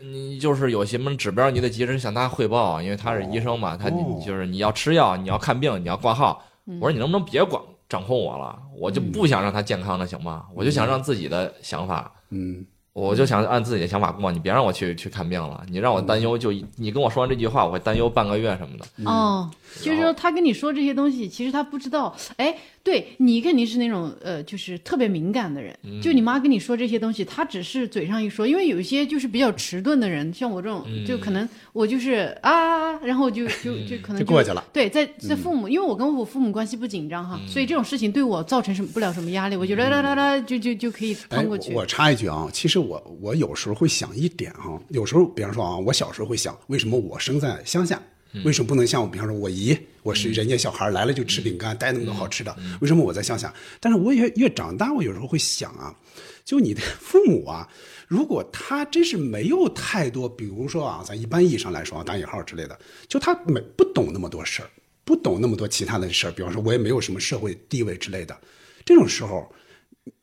[SPEAKER 4] 你就是有什么指标，你得及时向他汇报，因为他是医生嘛，他你
[SPEAKER 5] 哦
[SPEAKER 4] 就是你要吃药，你要看病，你要挂号。我说你能不能别管掌控我了，我
[SPEAKER 5] 嗯
[SPEAKER 4] 就不想让他健康了，行吗？我就想让自己的想法。
[SPEAKER 5] 嗯，
[SPEAKER 4] 我就想按自己的想法过，你别让我去去看病了，你让我
[SPEAKER 5] 嗯
[SPEAKER 4] 担忧就一你跟我说完这句话，我会担忧半个月什么的。
[SPEAKER 1] 哦，就是说他跟你说这些东西，其实他不知道。哎，对你肯定是那种呃，就是特别敏感的人。就你妈跟你说这些东西，她只是嘴上一说，因为有一些就是比较迟钝的人，像我这种，就可能我就是啊，然后就就就可能
[SPEAKER 5] 就过去了。嗯
[SPEAKER 1] 对，在在父母，因为我跟我父母关系不紧张哈，所以这种事情对我造成什么不了什么压力，我觉得啦啦啦就就就可以
[SPEAKER 5] 嗯哎，
[SPEAKER 1] 趟
[SPEAKER 5] 我
[SPEAKER 1] 过去。
[SPEAKER 5] 我插一句啊，其实我我有时候会想一点哈、有时候比方说啊，我小时候会想，为什么我生在乡下，为什么不能像我比方说我姨，我是人家小孩来了就吃饼干，带那么多好吃的，为什么我在乡下？但是我也越长大，我有时候会想啊，就你的父母啊，如果他真是没有太多，比如说啊，咱一般意义上来说啊，打引号之类的，就他没不懂那么多事儿，不懂那么多其他的事儿，比方说我也没有什么社会地位之类的，这种时候。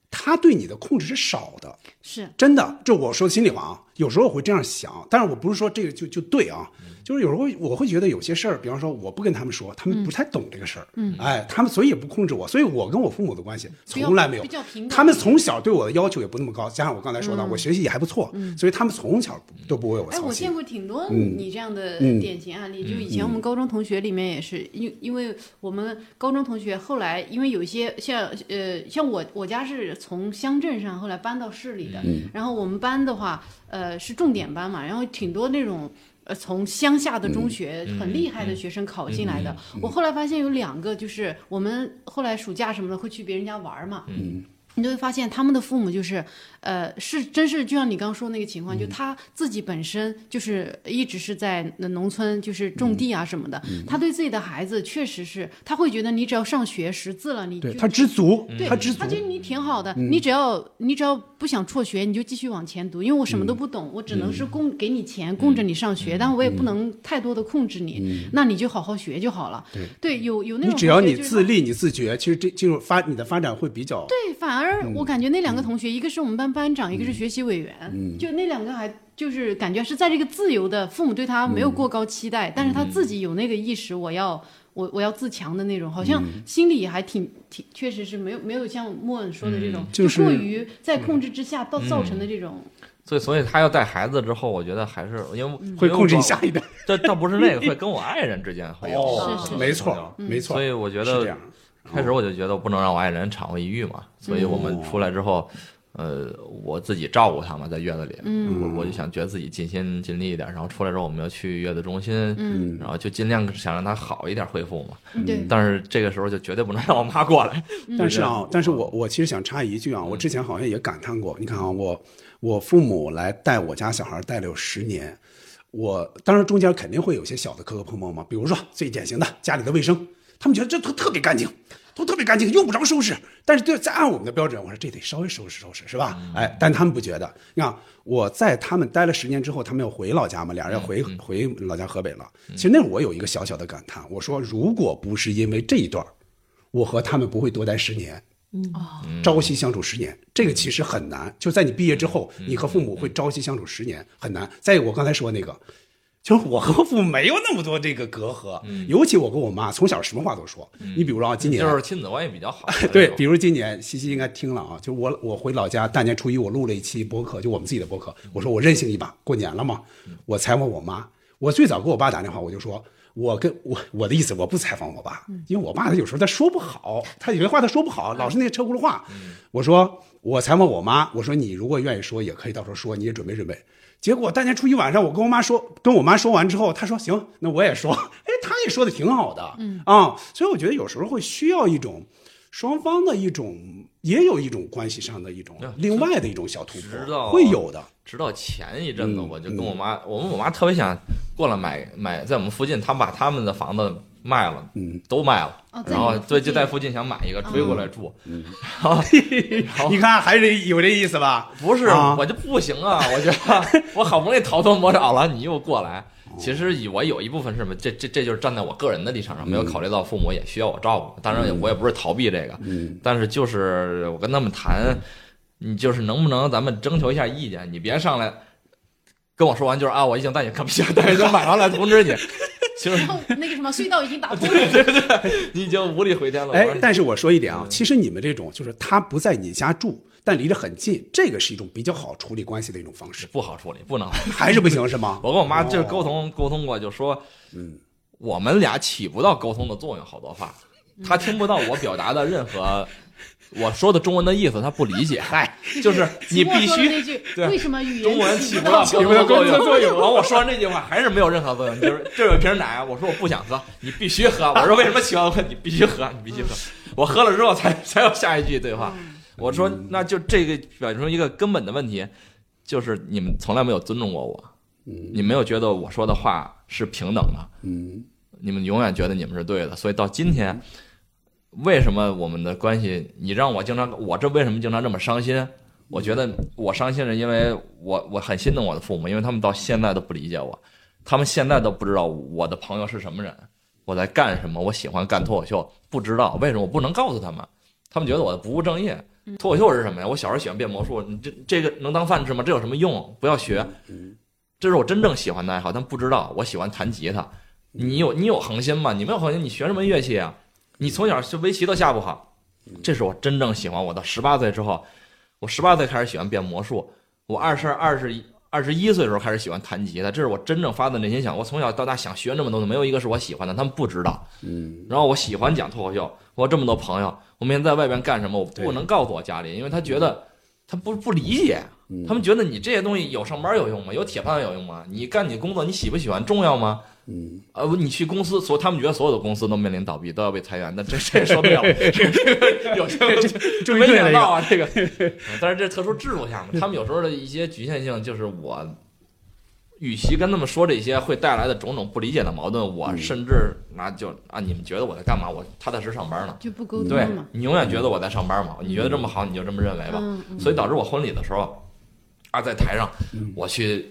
[SPEAKER 5] 他对你的控制是少的，
[SPEAKER 1] 是
[SPEAKER 5] 真的。这我说心里话啊，有时候我会这样想，但是我不是说这个就就对啊，
[SPEAKER 4] 嗯
[SPEAKER 5] 就是有时候我会觉得有些事儿，比方说我不跟他们说，他们不太懂这个事儿，嗯，哎，他们所以也不控制我，所以我跟我父母的关系
[SPEAKER 1] 较
[SPEAKER 5] 从来没有
[SPEAKER 1] 比较平，等
[SPEAKER 5] 他们从小对我的要求也不那么高，加上我刚才说的，我学习也还不错，所以他们从小都不为我
[SPEAKER 1] 嗯哎，
[SPEAKER 5] 操
[SPEAKER 1] 我
[SPEAKER 5] 心
[SPEAKER 1] 见。过挺多你这样的
[SPEAKER 5] 嗯
[SPEAKER 1] 典型案例，就以前我们高中同学里面也是，因、因为我们高中同学后来因为有一些像呃像我我家是从乡镇上后来搬到市里的，
[SPEAKER 5] 嗯
[SPEAKER 1] 然后我们班的话呃是重点班嘛，然后挺多那种。呃，从乡下的
[SPEAKER 5] 嗯
[SPEAKER 1] 中学、很厉害的学生考进来的，我后来发现有两个，就是我们后来暑假什么的会去别人家玩儿嘛，你就会发现他们的父母就是，呃，是真是就像你刚说那个情况，就
[SPEAKER 5] 嗯
[SPEAKER 1] 他自己本身就是一直是在农村，
[SPEAKER 5] 嗯
[SPEAKER 1] 就是种地啊什么的，他对自己的孩子确实是，他会觉得你只要上学识字了，你就
[SPEAKER 5] 对他知足，
[SPEAKER 1] 对
[SPEAKER 5] 他知足嗯
[SPEAKER 1] 他，觉得你挺好的，你只要你只要不想辍学，你就继续往前读，因为我
[SPEAKER 5] 嗯
[SPEAKER 1] 什么都不懂，我只能是供给你钱供着你上学，但我
[SPEAKER 5] 嗯
[SPEAKER 1] 也不能太多的控制你，那你就好好学就好了。对，有有那
[SPEAKER 5] 你
[SPEAKER 1] 种
[SPEAKER 5] 只要
[SPEAKER 1] 同学
[SPEAKER 5] 你
[SPEAKER 1] 就是
[SPEAKER 5] 自立，你自觉，其实这进入发你的发展会比较
[SPEAKER 1] 对，反而我感觉那两个同学，一个是我们班班长，一个是学习委员，就那两个还就是感觉是在这个自由的，父母对他没有过高期待，但是他自己有那个意识，我要。我我要自强的那种，好像心里还挺挺，确实是没有没有像莫恩说的这种，
[SPEAKER 4] 嗯
[SPEAKER 5] 就是
[SPEAKER 1] 过于在控制之下到造成的这种，
[SPEAKER 4] 所以所以他要带孩子之后，我觉得还是因
[SPEAKER 1] 嗯
[SPEAKER 4] 为
[SPEAKER 5] 会控制你下，一
[SPEAKER 4] 因为
[SPEAKER 5] 代。
[SPEAKER 4] 我这倒不是那个，会跟我爱人之间会有，嗯
[SPEAKER 1] 哦是是
[SPEAKER 5] 没错，没错，
[SPEAKER 4] 所以我觉
[SPEAKER 5] 是这
[SPEAKER 4] 得
[SPEAKER 5] 样。
[SPEAKER 4] 开始我就觉得不能让我爱人产后抑郁嘛，所以我们
[SPEAKER 5] 嗯
[SPEAKER 4] 出来之后，呃，我自己照顾他嘛，在院子里，
[SPEAKER 1] 嗯
[SPEAKER 4] 我我就想觉得自己尽心尽力一点，然后出来之后我们要去月子中心，
[SPEAKER 5] 嗯
[SPEAKER 4] 然后就尽量想让他好一点恢复嘛，
[SPEAKER 1] 对，
[SPEAKER 4] 但是这个时候就绝对不能让我妈过来，
[SPEAKER 5] 但是啊，但是我我其实想插一句啊，我之前好像也感叹过，你看啊，我我父母来带我家小孩带了有十年，我当然中间肯定会有些小的磕磕碰碰嘛，比如说最典型的家里的卫生，他们觉得这都特别干净，都特别干净，用不着收拾。但是对，在按我们的标准，我说这得稍微收拾收拾是吧？
[SPEAKER 4] 嗯
[SPEAKER 5] 哎，但他们不觉得。你看我在他们待了十年之后，他们要回老家嘛，俩人要回
[SPEAKER 4] 嗯
[SPEAKER 5] 回老家河北了。其实那会儿我有一个小小的感叹，我说如果不是因为这一段儿。我和他们不会多待十年。
[SPEAKER 4] 嗯
[SPEAKER 5] 朝夕相处十年，这个其实很难。就在你毕业之后，
[SPEAKER 4] 嗯
[SPEAKER 5] 你和父母会朝夕相处十年，很难。再有我刚才说那个，就是我和父母没有那么多这个隔阂，尤其我跟我妈从小什么话都说。你比如说啊，今
[SPEAKER 4] 嗯
[SPEAKER 5] 年。
[SPEAKER 4] 就是亲子关系比较好
[SPEAKER 5] 对，比如今年西西应该听了啊，就我我回老家大年初一我录了一期播客，就我们自己的播客，我说我任性一把，过年了嘛，我采访我妈，我最早给我爸打电话，我就说。我跟我我的意思，我不采访我爸，因为我爸他有时候他说不好，他有些话他说不好，老是那些车轱辘话。我说我采访我妈，我说你如果愿意说，也可以到时候说，你也准备准备。结果大年初一晚上，我跟我妈说，跟我妈说完之后，她说行，那我也说， 哎，她也说的挺好的，嗯啊，所以我觉得有时候会需要一种双方的一种，也有一种关系上的一种
[SPEAKER 4] 嗯
[SPEAKER 5] 另外的一种小突
[SPEAKER 4] 知
[SPEAKER 5] 破，
[SPEAKER 4] 道
[SPEAKER 5] 会有的，
[SPEAKER 4] 直到前一阵子，
[SPEAKER 5] 嗯
[SPEAKER 4] 我就跟我妈，我们我妈特别想过来买买，在我们附近，他们把他们的房子卖了，
[SPEAKER 5] 嗯，
[SPEAKER 4] 都卖了，
[SPEAKER 1] 哦在
[SPEAKER 4] 然
[SPEAKER 1] 你
[SPEAKER 4] 后
[SPEAKER 1] 们附
[SPEAKER 4] 对，就
[SPEAKER 1] 近哦
[SPEAKER 4] 在附近想买一个，追过来住，
[SPEAKER 5] 嗯
[SPEAKER 4] 好
[SPEAKER 5] 你看还是有这意思吧？
[SPEAKER 4] 不是，
[SPEAKER 5] 啊
[SPEAKER 4] 我就不行啊！我 觉得我好不容易逃脱魔爪了，你又过来。其实以我有一部分是这这这就是站在我个人的立场上，
[SPEAKER 5] 嗯
[SPEAKER 4] 没有考虑到父母也需要我照顾。当然，我也不是逃避这个，
[SPEAKER 5] 嗯
[SPEAKER 4] 但是就是我跟他们谈，你就是能不能咱们征求一下意见？你别上来跟我说完就是啊，我已经带你看片，但是就马上来通 知你，其实
[SPEAKER 1] 然后哦那个什么隧道已 经打通了，
[SPEAKER 4] 你已经无力回天了。
[SPEAKER 5] 哎
[SPEAKER 4] 我说，
[SPEAKER 5] 但是我说一点啊，其实你们这种就是他不在你家住，但离得很近，这个是一种比较好处理关系的一种方式，
[SPEAKER 4] 不好处理，不能。
[SPEAKER 5] 还是不行是吗？
[SPEAKER 4] 我跟我妈就是沟通沟通过，就说，
[SPEAKER 5] 嗯，
[SPEAKER 4] 我们俩起不到沟通的作用，好多话，她听不到我表达的任何我说的中文的意思，她不理解。
[SPEAKER 5] 哎
[SPEAKER 4] 嗨，就是你
[SPEAKER 1] 莫
[SPEAKER 4] 必
[SPEAKER 1] 说的
[SPEAKER 4] 须
[SPEAKER 1] 那句
[SPEAKER 4] 对
[SPEAKER 1] 为什么语言
[SPEAKER 4] 中文
[SPEAKER 1] 起
[SPEAKER 4] 起
[SPEAKER 1] 不
[SPEAKER 4] 不
[SPEAKER 1] 到
[SPEAKER 4] 到
[SPEAKER 1] 作
[SPEAKER 4] 沟
[SPEAKER 1] 用
[SPEAKER 4] 通的作
[SPEAKER 5] 起不到作用
[SPEAKER 4] 用。然后我说完这句话还是没有任何作用，就是 这有瓶奶，我说我不想喝，你必须喝。我说为什么喜欢喝？你必须喝，你必须喝。我喝了之后才才有下一句对话。我说那就这个表现出一个根本的问题，就是你们从来没有尊重过我，你没有觉得我说的话是平等的，
[SPEAKER 5] 嗯，
[SPEAKER 4] 你们永远觉得你们是对的，所以到今天，为什么我们的关系，你让我经常，我这为什么经常这么伤心？我觉得我伤心是因为我我很心疼我的父母，因为他们到现在都不理解我，他们现在都不知道我的朋友是什么人，我在干什么，我喜欢干脱口秀，不知道为什么我不能告诉他们，他们觉得我不务正业。脱口秀是什么呀？我小时候喜欢变魔术，你这这个能当饭吃吗？这有什么用？不要学。这是我真正喜欢的爱好，但不知道我喜欢弹吉他。你有你有恒心吗？你没有恒心，你学什么乐器啊？你从小是围棋都下不好，这是我真正喜欢。我到十八岁之后，我十八岁开始喜欢变魔术，我二十二十一二十一岁的时候开始喜欢弹吉他，这是我真正发自内心想。我从小到大想学那么多东西，没有一个是我喜欢的，他们不知道。嗯，然后我喜欢讲脱口秀，我有这么多朋友，我每天在外边干什么，我不能告诉我家里，因为他觉得他不不理解。他们觉得你这些东西有上班有用吗？有铁饭有用吗？你干你工作，你喜不喜欢重要吗？嗯，呃，不你去公司，所他们觉得所有的公司都面临倒闭，都要被裁员，那这这也受不了。有些
[SPEAKER 5] 终于
[SPEAKER 4] 没
[SPEAKER 5] 对
[SPEAKER 4] 想
[SPEAKER 5] 了一
[SPEAKER 4] 到
[SPEAKER 5] 个，
[SPEAKER 4] 啊，这个，嗯但是这特殊制度下嘛，他们有时候的一些局限性，就是我，与其跟他们说这些会带来的种种不理解的矛盾，我甚至那就啊，你们觉得我在干嘛？我踏踏实实上班呢。
[SPEAKER 1] 就不
[SPEAKER 5] 嗯
[SPEAKER 1] 沟
[SPEAKER 4] 对
[SPEAKER 1] 通嘛，
[SPEAKER 4] 你永远觉得我在上班嘛，你觉得这么好，你就这么认为吧。
[SPEAKER 1] 嗯
[SPEAKER 4] 所以导致我婚礼的时候，啊，在台上
[SPEAKER 5] 嗯
[SPEAKER 4] 我去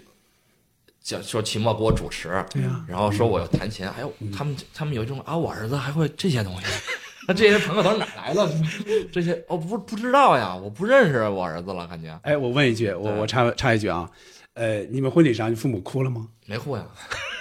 [SPEAKER 4] 讲说秦墨给我主持，
[SPEAKER 5] 对呀嗯
[SPEAKER 4] 然后说我要弹琴，哎呦，他们他们有一种啊，我儿子还会这些东西。 那这些朋友都是哪来的？ 这些哦不不知道呀，我不认识我儿子了，感觉
[SPEAKER 5] 哎，我问一句，我我插插一句啊，呃，你们婚礼上你父母哭了吗？
[SPEAKER 4] 没哭呀。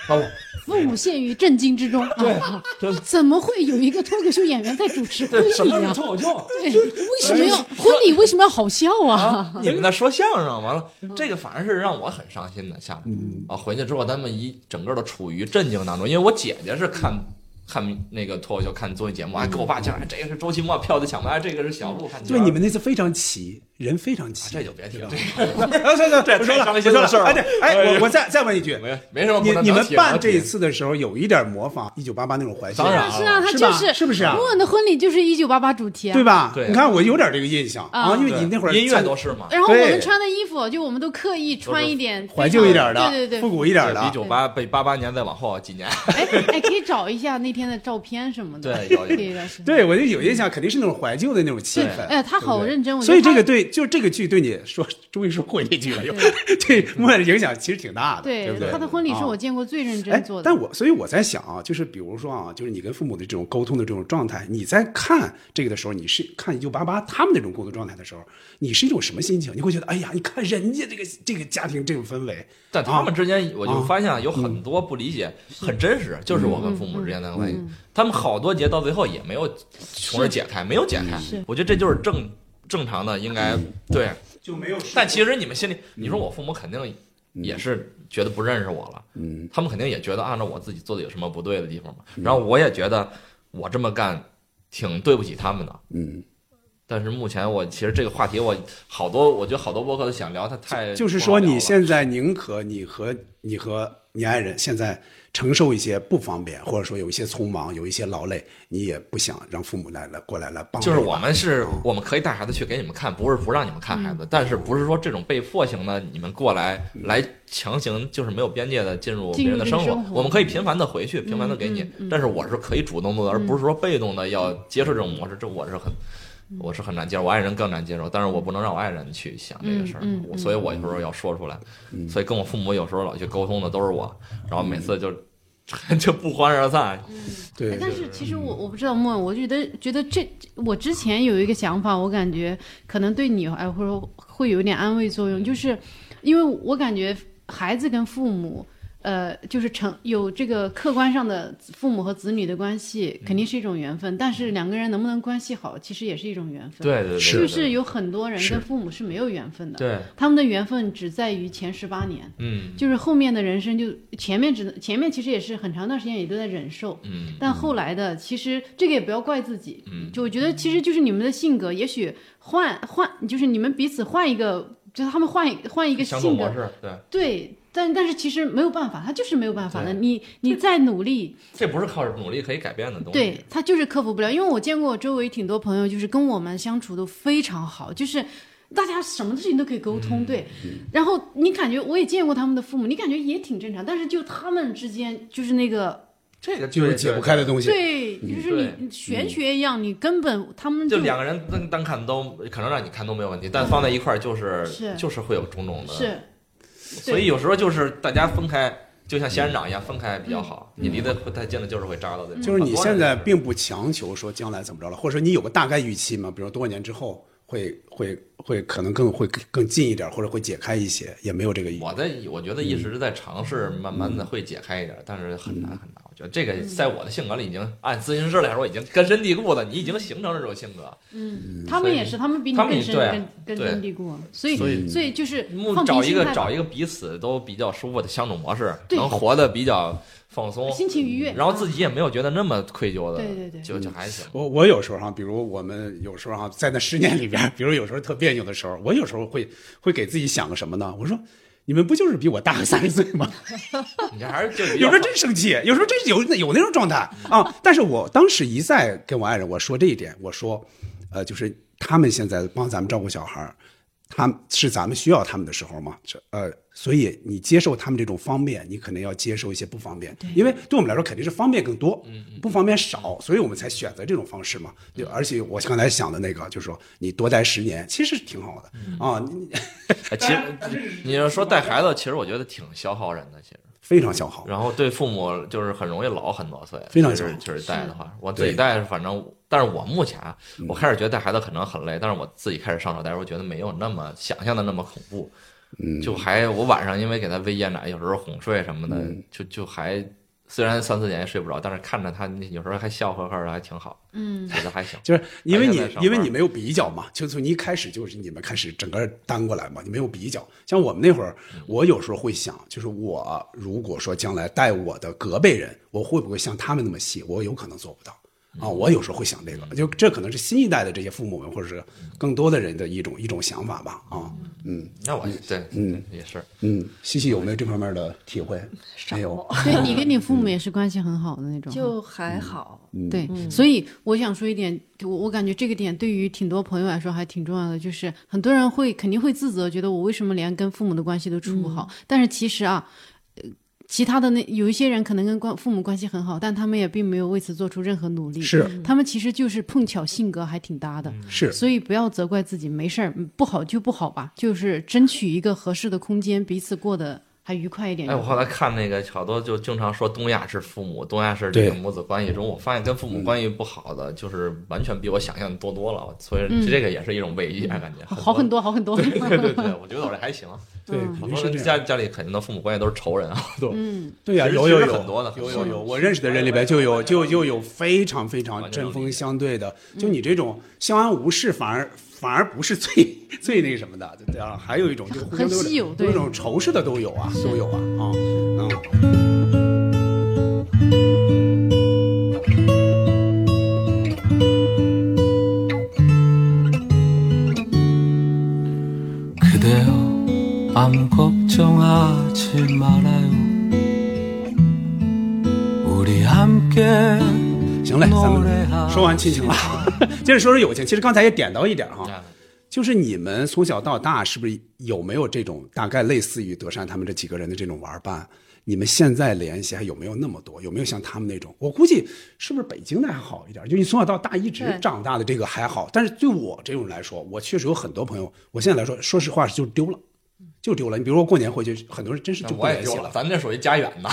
[SPEAKER 5] 把我哎
[SPEAKER 1] 父母陷于震惊之中 啊！怎么会有一个脱口秀演员在主持婚
[SPEAKER 5] 什
[SPEAKER 1] 礼
[SPEAKER 5] 么是
[SPEAKER 1] 啊？
[SPEAKER 5] 脱口秀？哎
[SPEAKER 1] 对，为什么要婚礼？为什么要好笑啊？
[SPEAKER 4] 你们在说相声，完了，这个反而是让我很伤心的。下来
[SPEAKER 5] 嗯
[SPEAKER 4] 啊，回去之后，他们一整个都处于震惊当中，因为我姐姐是看。看那个脱口秀，看综艺节目，还跟我爸讲，哎，这个是周奇墨票子抢不完，这个是小鹿看。
[SPEAKER 5] 对，你们那次非常齐，人非常
[SPEAKER 4] 啊
[SPEAKER 5] 齐。
[SPEAKER 4] 这就别提了，这
[SPEAKER 5] 行行行，
[SPEAKER 4] 这
[SPEAKER 5] 不说了，
[SPEAKER 4] 太伤
[SPEAKER 5] 不
[SPEAKER 4] 心
[SPEAKER 5] 说
[SPEAKER 4] 的事儿
[SPEAKER 5] 了。
[SPEAKER 4] 了
[SPEAKER 5] 哎，对，
[SPEAKER 4] 哎
[SPEAKER 5] 哎，
[SPEAKER 4] 呀
[SPEAKER 5] 我我再再问一句，
[SPEAKER 4] 没没什么不
[SPEAKER 5] 你
[SPEAKER 4] 能
[SPEAKER 5] 你们
[SPEAKER 4] 能提
[SPEAKER 5] 办
[SPEAKER 4] 能
[SPEAKER 5] 这
[SPEAKER 4] 提
[SPEAKER 5] 一次的时候，有一点模仿一九八八那种怀旧，
[SPEAKER 4] 当然
[SPEAKER 1] 是啊，他
[SPEAKER 5] 是
[SPEAKER 1] 就
[SPEAKER 5] 吧
[SPEAKER 1] 是
[SPEAKER 5] 是不是啊
[SPEAKER 1] 莫文的婚礼就是一九八八主题啊，
[SPEAKER 5] 对吧？
[SPEAKER 4] 对
[SPEAKER 5] 你看我有点这个印象啊，因为
[SPEAKER 4] 对
[SPEAKER 5] 你那会儿
[SPEAKER 4] 音乐
[SPEAKER 5] 参
[SPEAKER 4] 都是嘛，
[SPEAKER 1] 然后我
[SPEAKER 5] 对
[SPEAKER 1] 们穿的衣服，就我们都刻意穿一点
[SPEAKER 5] 怀旧一点的，
[SPEAKER 1] 对对
[SPEAKER 5] 复
[SPEAKER 1] 对。
[SPEAKER 5] 古一点
[SPEAKER 4] 比
[SPEAKER 5] 的。
[SPEAKER 4] 九八被八八年再往后几年，
[SPEAKER 1] 哎哎，可以找一下那天的照片什么的。
[SPEAKER 4] 对有有
[SPEAKER 1] 可以的是。
[SPEAKER 5] 对，我就有印象，肯定是那种怀旧的那种气氛。
[SPEAKER 1] 哎，他好认真，我觉
[SPEAKER 5] 所
[SPEAKER 1] 得
[SPEAKER 5] 以这
[SPEAKER 1] 他
[SPEAKER 5] 个对，就这个剧对你说，终于说过一句了，又 对莫言的影响其实挺大的，对不
[SPEAKER 1] 对
[SPEAKER 5] 对？
[SPEAKER 1] 他的婚礼是
[SPEAKER 5] 啊
[SPEAKER 1] 我见过最认真
[SPEAKER 5] 哎
[SPEAKER 1] 做，的。
[SPEAKER 5] 但我所以我在想啊，就是比如说啊，就是你跟父母的这种沟通的这种状态，你在看这个的时候，你是看一九八八他们那种沟通状态的时候，你是一种什么心情？你会觉得哎呀，你看人家这个这个家庭这种氛围，
[SPEAKER 4] 但他们之间，我就
[SPEAKER 5] 啊
[SPEAKER 4] 发现啊嗯有很多不理解，很真实，就是我跟父母之间的关系。他们好多结到最后也没有从而解开，没有解开。我觉得这就是嗯正正常的，应该对。
[SPEAKER 5] 就没有。
[SPEAKER 4] 但其实你们心里，你说我父母肯定也是觉得不认识我了，
[SPEAKER 5] 嗯，
[SPEAKER 4] 他们肯定也觉得按照我自己做的有什么不对的地方嘛。然后我也觉得我这么干挺对不起他们的。
[SPEAKER 5] 嗯，
[SPEAKER 4] 但是目前我其实这个话题，我好多我觉得好多博客都想聊，它太
[SPEAKER 5] 就是
[SPEAKER 4] 不好
[SPEAKER 5] 说
[SPEAKER 4] 聊
[SPEAKER 5] 你
[SPEAKER 4] 了
[SPEAKER 5] 现在宁可你和你和你爱人现在承受一些不方便，或者说有一些匆忙，有一些劳累，你也不想让父母来来过来来帮你
[SPEAKER 4] 就是
[SPEAKER 5] 吧
[SPEAKER 4] 我们是我们可以带孩子去给你们看，不是不让你们看孩子，但是不是说这种被迫型的你们过来来强行就是没有边界的进入别人的生
[SPEAKER 1] 进入这个生活嗯
[SPEAKER 4] 我们可以频繁的回去，频繁的给你，但是我是可以主动做的，而不是说被动的要接受这种
[SPEAKER 1] 嗯
[SPEAKER 4] 模式，这我是很。我是很难接受，我爱人更难接受，但是我不能让我爱人去想这个事儿，
[SPEAKER 1] 嗯
[SPEAKER 4] 我所以我有时候要说出来，所以跟我父母有时候老去沟通的都是我，然后每次就、
[SPEAKER 1] 嗯
[SPEAKER 4] 就不欢而散，
[SPEAKER 5] 对，
[SPEAKER 1] 哎但是其实我我不知道莫文，我觉得觉得这我之前有一个想法，我感觉可能对你来说会有点安慰作用，就是因为我感觉孩子跟父母。呃，就是成有这个客观上的父母和子女的关系，肯定是一种缘分。但是两个人能不能关系好，其实也是一种缘分。，
[SPEAKER 4] 对对对，
[SPEAKER 1] 就是有很多人
[SPEAKER 5] 是
[SPEAKER 1] 跟父母是没有缘分的，
[SPEAKER 4] 对，
[SPEAKER 1] 他们的缘分只在于前十八年。
[SPEAKER 4] 嗯
[SPEAKER 1] 就是后面的人生就前面只能前面其实也是很长一段时间也都在忍受，
[SPEAKER 4] 嗯，
[SPEAKER 1] 但后来的其实这个也不要怪自己，嗯，就我觉得其实就是你们的性格，也许换换就是你们彼此换一个，就是他们换一换一个
[SPEAKER 4] 相处
[SPEAKER 1] 性
[SPEAKER 4] 模
[SPEAKER 1] 格，
[SPEAKER 4] 式，对，
[SPEAKER 1] 对，但但是其实没有办法，他就是没有办法的，
[SPEAKER 4] 对
[SPEAKER 1] 你你再努力，
[SPEAKER 4] 这不是靠努力可以改变的东西。
[SPEAKER 1] 对，他就是克服不了，因为我见过我周围挺多朋友，就是跟我们相处都非常好，就是大家什么事情都可以沟
[SPEAKER 4] 嗯
[SPEAKER 1] 通，对。然后你感觉我也见过他们的父母，你感觉也挺正常，但是就他们之间就是那个
[SPEAKER 4] 这个
[SPEAKER 5] 就是解不开的东西。
[SPEAKER 1] 对，就是你
[SPEAKER 4] 嗯对
[SPEAKER 1] 你玄学一样，你根本他们
[SPEAKER 4] 就两个人单单看都可能让你看都没有问题，但放在一块儿就是
[SPEAKER 1] 是
[SPEAKER 4] 就是会有种种的，
[SPEAKER 1] 是
[SPEAKER 4] 所以有时候就是大家分开，就像仙人掌一样分开
[SPEAKER 1] 嗯
[SPEAKER 4] 比较好。你离得不太近了，就是会扎到的。
[SPEAKER 5] 就是你现在并不强求说将来怎么着了，或者说你有个大概预期吗？比如说多少年之后会会会可能更会更近一点，或者会解开一些，也没有这个意。
[SPEAKER 4] 我在我觉得一直在尝试，
[SPEAKER 1] 嗯
[SPEAKER 4] 慢慢的会解开一点，但是很
[SPEAKER 5] 嗯
[SPEAKER 4] 难很难。我觉得这个在我的性格里已经按咨询师来说已经根深蒂固了，你已经形成这种性格。
[SPEAKER 1] 嗯他
[SPEAKER 4] 嗯所
[SPEAKER 1] 们
[SPEAKER 4] 以
[SPEAKER 1] 也是，他们比你
[SPEAKER 4] 他们
[SPEAKER 1] 更
[SPEAKER 4] 也
[SPEAKER 1] 深
[SPEAKER 4] 对啊
[SPEAKER 1] 更
[SPEAKER 4] 对
[SPEAKER 1] 根深蒂固，所以
[SPEAKER 4] 所以
[SPEAKER 1] 所以就是
[SPEAKER 4] 目
[SPEAKER 1] 放
[SPEAKER 4] 找
[SPEAKER 1] 平
[SPEAKER 4] 一
[SPEAKER 1] 心态
[SPEAKER 4] 个
[SPEAKER 1] 吧，
[SPEAKER 4] 找一个彼此都比较舒服的相处模式，
[SPEAKER 1] 对
[SPEAKER 4] 能活得比较放松，
[SPEAKER 1] 心情愉悦，
[SPEAKER 4] 然后自己也没有觉得那么愧疚的，
[SPEAKER 1] 对对对
[SPEAKER 5] 嗯
[SPEAKER 4] 就就还行。
[SPEAKER 5] 我我有时候哈、比如我们有时候哈、在那十年里边，比如有时候特别扭的时候，我有时候会会给自己想个什么呢？我说。你们不就是比我大个三十岁吗？
[SPEAKER 4] 你这还是就比较
[SPEAKER 5] 有时候真生气，有时候真有有那种状态啊。但是我当时一再跟我爱人我说这一点，我说，呃，就是他们现在帮咱们照顾小孩儿，他们是咱们需要他们的时候嘛，这呃，所以你接受他们这种方便，你可能要接受一些不方便，因为对我们来说肯定是方便更多，不方便少，所以我们才选择这种方式嘛。对，而且我刚才想的那个，就是说你多待十年，其实挺好的啊，你
[SPEAKER 4] 哎其实你要说带孩子，其实我觉得挺消耗人的，其实。
[SPEAKER 5] 非常消耗。
[SPEAKER 4] 然后对父母就是很容易老很多岁，
[SPEAKER 5] 非常
[SPEAKER 4] 就
[SPEAKER 5] 消
[SPEAKER 4] 是
[SPEAKER 5] 耗
[SPEAKER 4] 就是带的话，我自
[SPEAKER 5] 对嗯
[SPEAKER 4] 己带反正，但是我目前啊我开始觉得带孩子可能很累，但是我自己开始上手带，我觉得没有那么想象的那么恐怖。
[SPEAKER 5] 嗯
[SPEAKER 4] 就还我晚上因为给他喂夜奶，有时候哄睡什么的，
[SPEAKER 5] 嗯
[SPEAKER 4] 就就还虽然三四点也睡不着，但是看着他有时候还笑呵呵的，还挺好，嗯，觉得还行。
[SPEAKER 5] 就是因为
[SPEAKER 4] 还
[SPEAKER 5] 你
[SPEAKER 4] 是在上班
[SPEAKER 5] 因为你没有比较嘛，就从你一开始就是你们开始整个单过来嘛，你没有比较。像我们那会儿，
[SPEAKER 4] 嗯
[SPEAKER 5] 我有时候会想，就是我如果说将来带我的隔辈人，我会不会像他们那么细？我有可能做不到。啊，
[SPEAKER 4] 嗯
[SPEAKER 5] 我有时候会想这个，就这可能是新一代的这些父母们，或者是更多的人的一种一种想法吧。啊，嗯
[SPEAKER 4] 那我对，嗯，也是，
[SPEAKER 5] 嗯，西西有没有这方面的体会？没有，
[SPEAKER 1] 对你跟你父母也是关系很好的那种，
[SPEAKER 2] 就还好。
[SPEAKER 5] 嗯
[SPEAKER 4] 嗯
[SPEAKER 1] 对，所以我想说一点，我我感觉这个点对于挺多朋友来说还挺重要的，就是很多人会肯定会自责，觉得我为什么连跟父母的关系都处不好？但是其实啊，呃，其他的那有一些人可能跟关父母关系很好，但他们也并没有为此做出任何努力，
[SPEAKER 5] 是
[SPEAKER 1] 他们其实就是碰巧性格还挺搭的，
[SPEAKER 4] 嗯
[SPEAKER 5] 是
[SPEAKER 1] 所以不要责怪自己，没事儿，嗯不好就不好吧，就是争取一个合适的空间，彼此过得还愉快一点。
[SPEAKER 4] 哎，我后来看那个好多就经常说东亚式父母、东亚式这
[SPEAKER 5] 对嗯
[SPEAKER 4] 个母子关系中，我发现跟父母关系不好的，就是完全比我想象的多多了，所以这个也是一种慰藉，啊感觉
[SPEAKER 1] 嗯好很。多，好很 多。
[SPEAKER 4] 对对对，我觉得我这还行。
[SPEAKER 5] 对，
[SPEAKER 4] 好
[SPEAKER 5] 肯
[SPEAKER 4] 嗯多
[SPEAKER 5] 定嗯是
[SPEAKER 4] 人
[SPEAKER 5] 这
[SPEAKER 4] 家
[SPEAKER 5] 样。
[SPEAKER 4] 家里肯定的父母关系都是仇人啊，都
[SPEAKER 5] 对呀、
[SPEAKER 4] 其实
[SPEAKER 5] 有有
[SPEAKER 4] 其
[SPEAKER 5] 有
[SPEAKER 4] 实很多的
[SPEAKER 5] 有
[SPEAKER 4] 很
[SPEAKER 5] 有
[SPEAKER 4] 多
[SPEAKER 5] 有，我认识的人里边就有就就有非常非常针锋相对的，就你这种相安无事，反而反而不是最 最那个什么的，对啊，还有一种就互相都
[SPEAKER 1] 很稀有
[SPEAKER 5] 有
[SPEAKER 1] 对
[SPEAKER 5] 有一种仇视的都有啊，都有啊啊嗯。
[SPEAKER 8] 그대여 아무 걱정하지 말아요 우리 함께
[SPEAKER 5] 行嘞，咱们
[SPEAKER 8] 노래하자
[SPEAKER 5] 说完亲情了，接着说说友情。其实刚才也点到一点哈、就是你们从小到大是不是有没有这种大概类似于德善他们这几个人的这种玩伴？你们现在联系还有没有那么多？有没有像他们那种？我估计是不是北京的还好一点？就你从小到大一直
[SPEAKER 2] 对
[SPEAKER 5] 长大的这个还好，但是对我这种来说，我确实有很多朋友，我现在来说，说实话就是丢了，就丢了。你比如说过年回去，很多人真是
[SPEAKER 4] 那
[SPEAKER 5] 就不
[SPEAKER 4] 我也
[SPEAKER 5] 联
[SPEAKER 4] 丢
[SPEAKER 5] 系
[SPEAKER 4] 了，咱们这属于家远 的。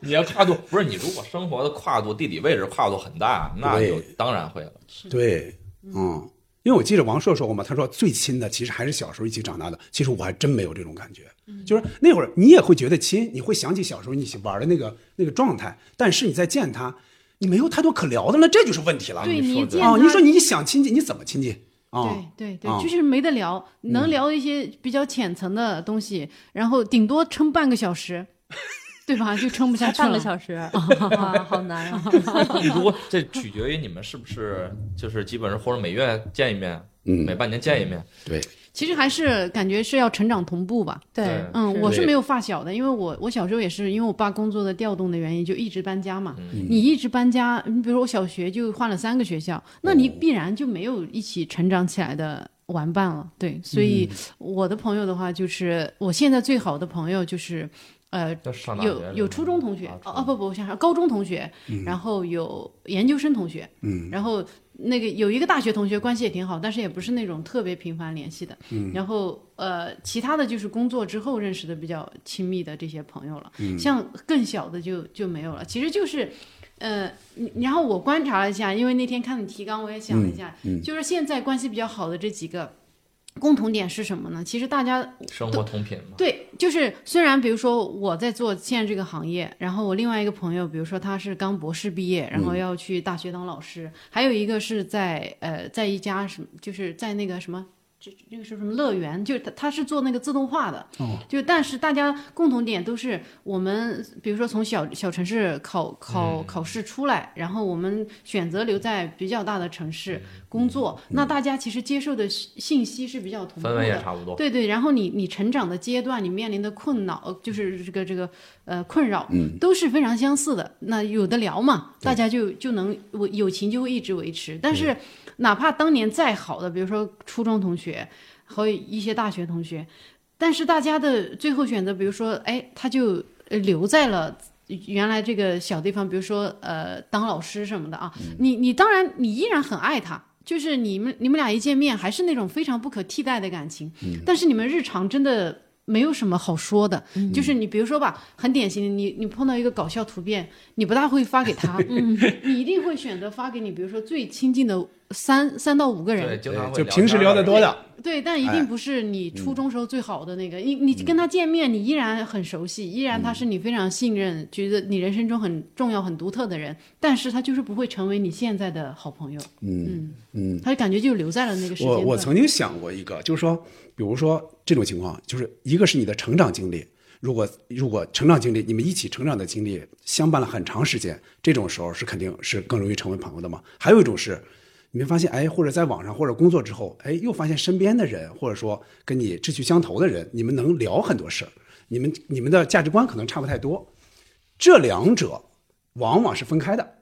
[SPEAKER 4] 你要跨度不是你，如果生活的跨度、地理位置跨度很大，那
[SPEAKER 5] 对
[SPEAKER 4] 有当然会了。
[SPEAKER 5] 对，嗯，因为我记得王朔说过嘛，他说最亲的其实还是小时候一起长大的。其实我还真没有这种感觉，
[SPEAKER 1] 嗯
[SPEAKER 5] 就是那会儿你也会觉得亲，你会想起小时候你一起玩的那个那个状态，但是你再见他，你没有太多可聊的了，这就是问题了。
[SPEAKER 1] 对你一见
[SPEAKER 5] 啊，
[SPEAKER 1] 他
[SPEAKER 5] 你说你想亲近，你怎么亲近啊？
[SPEAKER 1] 对对对，
[SPEAKER 5] 啊
[SPEAKER 1] 就是没得聊，能聊一些比较浅层的东西，然后顶多撑半个小时， 对吧？就撑不下
[SPEAKER 2] 才
[SPEAKER 1] 去了。
[SPEAKER 2] 半个小时， 哇，好难啊！
[SPEAKER 4] 如果这取决于你们是不是就是基本上或者每月见一面，
[SPEAKER 5] 嗯
[SPEAKER 4] 每半年见一面，
[SPEAKER 5] 对，
[SPEAKER 1] 其实还是感觉是要成长同步吧。
[SPEAKER 4] 对
[SPEAKER 1] 嗯，我是
[SPEAKER 5] 对
[SPEAKER 1] 没有发小的，因为我我小时候也是因为我爸工作的调动的原因，就一直搬家嘛。你一直搬家，你比如我小学就换了三个学校，那你必然就没有一起成长起来的玩伴了。对，所以我的朋友的话，就是我现在最好的朋友就是，呃，
[SPEAKER 4] 那上大学
[SPEAKER 1] 有有初中同学
[SPEAKER 4] 啊，
[SPEAKER 1] 哦哦不不，我想想，高中同学，然后有研究生同学，嗯，然后那个有一个大学同学关系也挺好，但是也不是那种特别频繁联系的，嗯，然后呃，其他的就是工作之后认识的比较亲密的这些朋友了，嗯，像更小的就就没有了，其实就是。呃，你然后我观察了一下，因为那天看你提纲，我也想了一下，就是现在关系比较好的这几个，共同点是什么呢？其实大家
[SPEAKER 4] 生活同频嘛。
[SPEAKER 1] 对，就是虽然比如说我在做现在这个行业，然后我另外一个朋友，比如说他是刚博士毕业，然后
[SPEAKER 4] 嗯
[SPEAKER 1] 要去大学当老师，还有一个是在呃在一家什么，就是在那个什么。这这个是什么乐园？就是他他是做那个自动化的，
[SPEAKER 4] 哦
[SPEAKER 1] 就但是大家共同点都是我们，比如说从小小城市考考、
[SPEAKER 4] 嗯
[SPEAKER 1] 考试出来，然后我们选择留在比较大的城市
[SPEAKER 4] 嗯
[SPEAKER 1] 工作，那大家其实接受的信信息是比较同步
[SPEAKER 4] 氛围也
[SPEAKER 1] 的，
[SPEAKER 4] 差不多，
[SPEAKER 1] 对对，然后你你成长的阶段，你面临的困扰，呃就是这个这个呃困扰，都是非常相似的。那有的聊嘛，大家就就能我友情就会一直维持。但是哪怕当年再好的，比如说初中同学和一些大学同学，但是大家的最后选择，比如说，哎，他就呃留在了。原来这个小地方，比如说呃，当老师什么的啊，你你当然你依然很爱他，就是你们你们俩一见面还是那种非常不可替代的感情，但是你们日常真的没有什么好说的，就是你比如说吧，很典型的，你你碰到一个搞笑图片，你不大会发给他，嗯、你一定会选择发给你，比如说最亲近的三三到五个
[SPEAKER 4] 对，
[SPEAKER 1] 人，
[SPEAKER 4] 经常会
[SPEAKER 5] 就平时聊得多
[SPEAKER 4] 天儿，
[SPEAKER 5] 的，
[SPEAKER 1] 对，但一
[SPEAKER 5] 哎嗯
[SPEAKER 1] 定不是你初中时候最好的那个。你你跟他见面，你依然很熟悉，依然他是你非常信任，觉得你人生中很重要、很独特的人，但是他就是不会成为你现在的好朋友。嗯嗯，他就感觉就留在了那个时间
[SPEAKER 5] 我
[SPEAKER 1] 段。
[SPEAKER 5] 我曾经想过一个，就是说，比如说这种情况，就是一个是你的成长经历，如果如果成长经历，你们一起成长的经历相伴了很长时间，这种时候是肯定是更容易成为朋友的嘛。还有一种是，你们发现哎，或者在网上或者工作之后，哎，又发现身边的人或者说跟你志趣相投的人，你们能聊很多事儿，你们你们的价值观可能差不太多，这两者往往是分开的。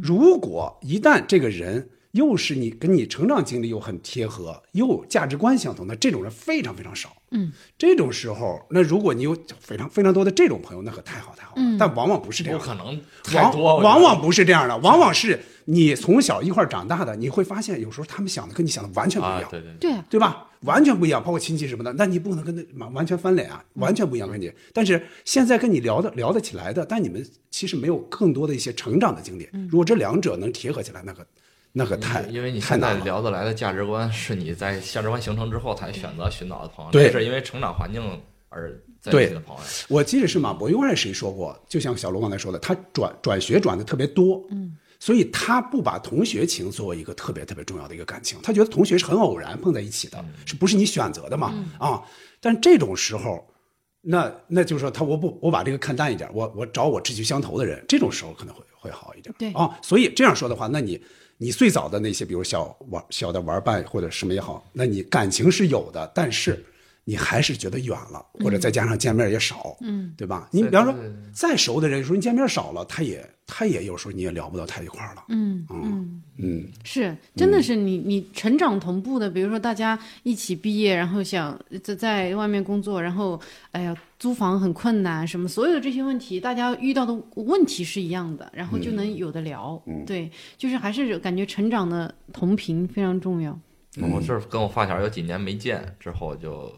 [SPEAKER 5] 如果一旦这个人又是你跟你成长经历又很贴合，又价值观相同的，这种人非常非常少。嗯，这种时候，那如果你有非常非常多的这种朋友，那可太好太好了。但往往不是这样
[SPEAKER 4] 不
[SPEAKER 5] 的，
[SPEAKER 4] 可能太
[SPEAKER 5] 往
[SPEAKER 4] 多，我觉得
[SPEAKER 5] 往往不是这样的，往往是你从小一块儿长大的，你会发现有时候他们想的跟你想的完全不一
[SPEAKER 4] 啊，
[SPEAKER 5] 样。
[SPEAKER 4] 对对对，
[SPEAKER 1] 对啊，
[SPEAKER 5] 对吧？完全不一样，包括亲戚什么的，那你不可能跟他完完全翻脸啊，完全
[SPEAKER 4] 嗯
[SPEAKER 5] 不一样跟你。但是现在跟你聊的聊得起来的，但你们其实没有更多的一些成长的经历。如果这两者能贴合起来，那可那可太
[SPEAKER 4] 嗯因为你
[SPEAKER 5] 太
[SPEAKER 4] 现在
[SPEAKER 5] 难了。
[SPEAKER 4] 聊得来的价值观是你在价值观形成之后才选择寻找的朋友，
[SPEAKER 5] 对
[SPEAKER 4] 那是因为成长环境而在
[SPEAKER 5] 对
[SPEAKER 4] 一起的朋友。
[SPEAKER 5] 我记得是马伯庸还是谁说过，就像小罗刚才说的，他转转学转的特别多，嗯，所以他不把同学情作为一个特别特别重要的一个感情，他觉得同学是很偶然碰在一起的，是不是你选择的嘛？啊，但这种时候。那那就是说他我不我把这个看淡一点，我我找我志趣相投的人，这种时候可能会会好一点。
[SPEAKER 1] 对
[SPEAKER 5] 啊，所以这样说的话，那你你最早的那些，比如小玩小的玩伴或者什么也好，那你感情是有的，但是你还是觉得远了，
[SPEAKER 1] 嗯
[SPEAKER 5] 或者再加上见面也少，嗯，对吧？你比方说
[SPEAKER 4] 对对对
[SPEAKER 5] 再熟的人，有时候你见面少了，他也他也有时候你也聊不到他一块儿了，
[SPEAKER 1] 嗯
[SPEAKER 5] 嗯嗯
[SPEAKER 1] 是，真的是你你成长同步的，比如说大家一起毕业，然后想在在外面工作，然后哎呀租房很困难，什么所有的这些问题，大家遇到的问题是一样的，然后
[SPEAKER 5] 嗯
[SPEAKER 1] 就能有的聊。对，就是还是感觉成长的同频非常重要。
[SPEAKER 5] 嗯
[SPEAKER 4] 我是跟我发小有几年没见之后就，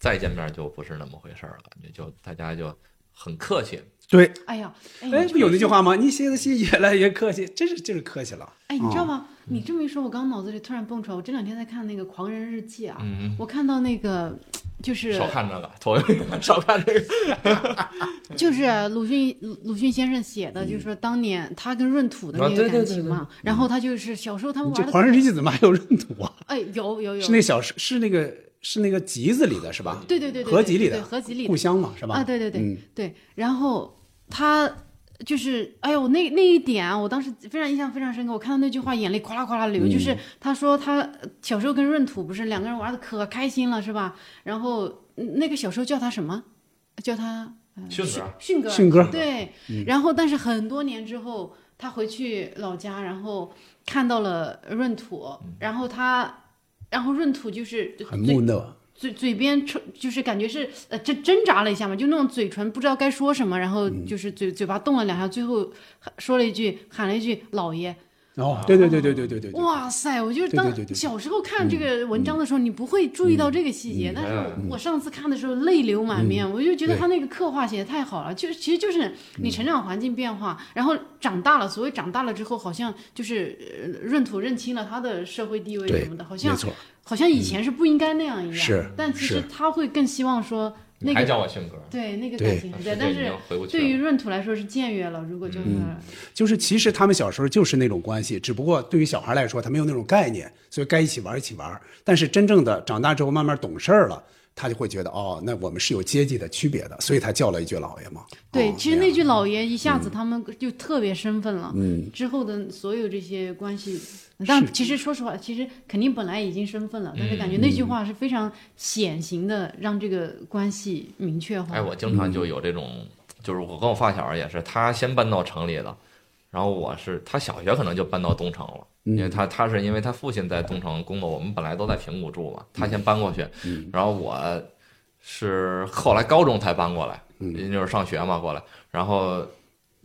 [SPEAKER 4] 再见面就不是那么回事儿了，感觉就大家就很客气。
[SPEAKER 5] 对。
[SPEAKER 1] 哎呀，哎
[SPEAKER 5] 哎，
[SPEAKER 1] 呀，
[SPEAKER 5] 不有那句话吗？你写的信越来越客气，这是这是客气了。
[SPEAKER 1] 哎，你知道
[SPEAKER 5] 哦
[SPEAKER 1] 吗？你这么一说，我刚脑子里突然蹦出来，我这两天在看那个《狂人日记》啊，
[SPEAKER 4] 嗯，
[SPEAKER 1] 我看到那个就是
[SPEAKER 4] 少看这个，头一 少看这个。
[SPEAKER 1] 就是鲁迅鲁鲁迅先生写的，就是说
[SPEAKER 5] 嗯
[SPEAKER 1] 当年他跟闰土的
[SPEAKER 4] 啊
[SPEAKER 1] 那
[SPEAKER 4] 对
[SPEAKER 1] 个
[SPEAKER 4] 对对
[SPEAKER 1] 感情嘛，然后他就是小时候他们
[SPEAKER 5] 你这
[SPEAKER 1] 玩
[SPEAKER 5] 《
[SPEAKER 1] 的，
[SPEAKER 5] 狂人日记》怎么还有闰土啊？
[SPEAKER 1] 哎，有有有，
[SPEAKER 5] 是那小是是那个是那个集子里的是吧？
[SPEAKER 1] 啊对对对对对
[SPEAKER 5] 合集里的
[SPEAKER 1] 对合集里的
[SPEAKER 5] 故乡嘛是吧？
[SPEAKER 1] 啊，对对对、
[SPEAKER 5] 嗯
[SPEAKER 1] 对，然后他就是，哎呦，那那一点啊，我当时非常印象非常深刻，我看到那句话眼泪哗啦哗啦流，就是
[SPEAKER 5] 嗯
[SPEAKER 1] 他说他小时候跟闰土不是两个人玩的可开心了是吧？然后嗯那个小时候叫他什么？叫他
[SPEAKER 4] 迅
[SPEAKER 1] 迅
[SPEAKER 4] 哥，
[SPEAKER 1] 迅哥，
[SPEAKER 5] 迅哥
[SPEAKER 1] 对。
[SPEAKER 5] 嗯
[SPEAKER 1] 然后，但是很多年之后，他回去老家，然后看到了闰土，然后他，然后闰土就是
[SPEAKER 5] 嗯很
[SPEAKER 1] 嘴
[SPEAKER 5] 木讷。
[SPEAKER 1] 嘴嘴边抽就是感觉是呃挣挣扎了一下嘛，就那种嘴唇不知道该说什么，然后
[SPEAKER 5] 嗯
[SPEAKER 1] 就是嘴、嘴巴动了两下，最后说了一句喊了一句老爷，
[SPEAKER 5] 哦，对对对对对对对对。
[SPEAKER 1] 哇塞！我就是当
[SPEAKER 5] 对对嗯对对
[SPEAKER 1] 小时候看这个文章的时候，你不会注意到这个细节，
[SPEAKER 5] 嗯
[SPEAKER 1] 但是我我上次看的时候泪流满面，我就觉得他那个刻画写的太好了。就其实就是你成长环境变化，然后长大了，所谓长大了之后，好像就是呃闰土认清了他的社会地位
[SPEAKER 5] 对
[SPEAKER 1] 什么的，好
[SPEAKER 5] 没
[SPEAKER 1] 像
[SPEAKER 5] 错，
[SPEAKER 1] 好像以前是不应该那样一样。
[SPEAKER 5] 是
[SPEAKER 1] 但其实
[SPEAKER 5] 是
[SPEAKER 1] 他会更希望说那
[SPEAKER 4] 还
[SPEAKER 1] 个
[SPEAKER 4] 叫我迅哥，
[SPEAKER 1] 对那个
[SPEAKER 5] 对
[SPEAKER 1] 感情还在，但
[SPEAKER 4] 已
[SPEAKER 1] 是
[SPEAKER 4] 经回不去了。
[SPEAKER 1] 对于闰土来说是僭越了。如果就是
[SPEAKER 5] 嗯就是其实他们小时候就是那种关系，只不过对于小孩来说，他没有那种概念，所以该一起玩一起玩。但是真正的长大之后，慢慢懂事儿了，他就会觉得哦，那我们是有阶级的区别的，所以他叫了一句老爷嘛。
[SPEAKER 1] 对，
[SPEAKER 5] 哦
[SPEAKER 1] 其实
[SPEAKER 5] 这
[SPEAKER 1] 那
[SPEAKER 5] 样
[SPEAKER 1] 句
[SPEAKER 4] 嗯
[SPEAKER 1] 老爷一下子他们就特别生分了。嗯，之后的所有这些关系，但其实说实话，其实肯定本来已经生分了，
[SPEAKER 4] 嗯
[SPEAKER 1] 但是感觉那句话是非常显形的，让这个关系明确化。
[SPEAKER 4] 哎，我经常就有这种，就是我跟我发小也是，他先搬到城里了，然后我是他小学可能就搬到东城了，因嗯
[SPEAKER 5] 嗯
[SPEAKER 4] 为他他是因为他父亲在东城工作，我们本来都在平谷住嘛，他先搬过去，
[SPEAKER 1] 嗯
[SPEAKER 4] 嗯然后我
[SPEAKER 1] 嗯
[SPEAKER 4] 是后来高中才搬过来，因为就是上学嘛过来，然后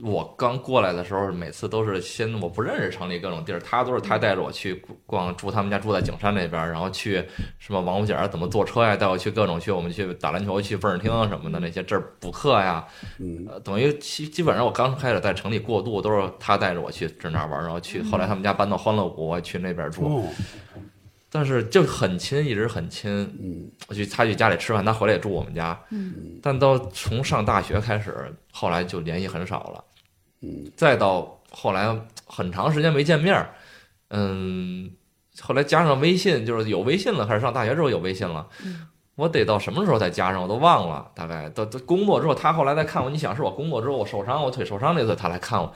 [SPEAKER 4] 我刚过来的时候，每次都是先我不认识城里各种地儿，他都是他带着我去逛，住他们家住在景山那边，然后去什么王府井啊怎么坐车呀，带我去各种去，我们去打篮球，去蹦儿厅啊什么的那些，这儿补课呀，
[SPEAKER 5] 嗯，
[SPEAKER 4] 呃，等于基基本上我刚开始在城里过渡，都是他带着我去这那儿玩儿，然后去后来他们家搬到欢乐谷，我去那边住，
[SPEAKER 5] 哦，
[SPEAKER 4] 但是就很亲，一直很亲。
[SPEAKER 5] 嗯，
[SPEAKER 4] 我去他去家里吃饭，他回来也住我们家。
[SPEAKER 1] 嗯，
[SPEAKER 4] 但到从上大学开始，后来就联系很少了。
[SPEAKER 5] 嗯，
[SPEAKER 4] 再到后来很长时间没见面儿，嗯，后来加上微信，就是有微信了，开始上大学之后有微信了。我得到什么时候再加上，我都忘了。大概到到工作之后，他后来再看我，你想是我工作之后我受伤，我腿受伤那次他来看我，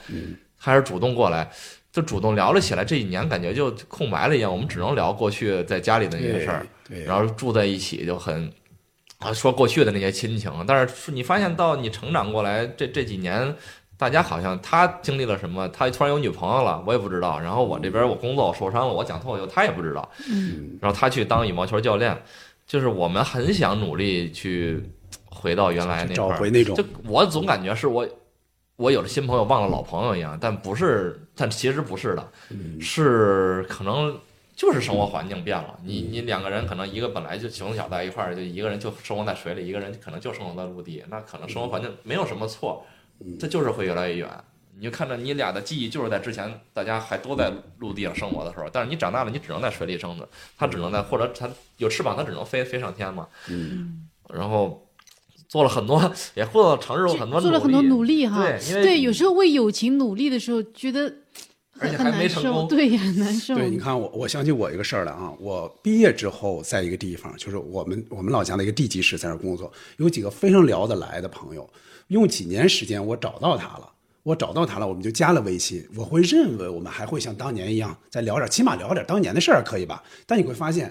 [SPEAKER 4] 还是主动过来，就主动聊了起来。这一年感觉就空白了一样，我们只能聊过去在家里的那些事儿，
[SPEAKER 5] 对，
[SPEAKER 4] 然后住在一起就很啊说过去的那些亲情。但是你发现到你成长过来这这几年。大家好像他经历了什么，他突然有女朋友了，我也不知道。然后我这边我工作我受伤了，我讲脱口秀他也不知道。
[SPEAKER 5] 嗯
[SPEAKER 4] 然后他去当羽毛球教练，就是我们很想努力去回到原来那
[SPEAKER 5] 找
[SPEAKER 4] 块儿
[SPEAKER 5] 回。那种
[SPEAKER 4] 就我总感觉是我我有了新朋友忘了老朋友一样，但不是，但其实不是的，是可能。就是生活环境变了，你你两个人可能一个本来就从小在一块儿，就一个人就生活在水里，一个人可能就生活在陆地，那可能生活环境没有什么错，这就是会越来越远。你就看着你俩的记忆，就是在之前大家还都在陆地上生活的时候，但是你长大了，你只能在水里生存，它只能在或者它有翅膀，它只能飞飞上天嘛。
[SPEAKER 5] 嗯，
[SPEAKER 4] 然后做了很多，也做了承受很多
[SPEAKER 1] 做了很多努
[SPEAKER 4] 力，
[SPEAKER 1] 力哈。
[SPEAKER 4] 对因为
[SPEAKER 1] 对，有时候为友情努力的时候，觉得
[SPEAKER 4] 而
[SPEAKER 1] 很
[SPEAKER 4] 且
[SPEAKER 1] 很
[SPEAKER 4] 还没
[SPEAKER 1] 难
[SPEAKER 4] 成
[SPEAKER 1] 受，
[SPEAKER 4] 功
[SPEAKER 1] 对，很难受。
[SPEAKER 5] 对，你看我，我想起我一个事儿来啊，我毕业之后在一个地方，就是我们我们老家的一个地级市，在那儿工作，有几个非常聊得来的朋友，用几年时间我找到他了。我找到他了，我们就加了微信。我会认为我们还会像当年一样再聊点，起码聊点当年的事儿，可以吧？但你会发现，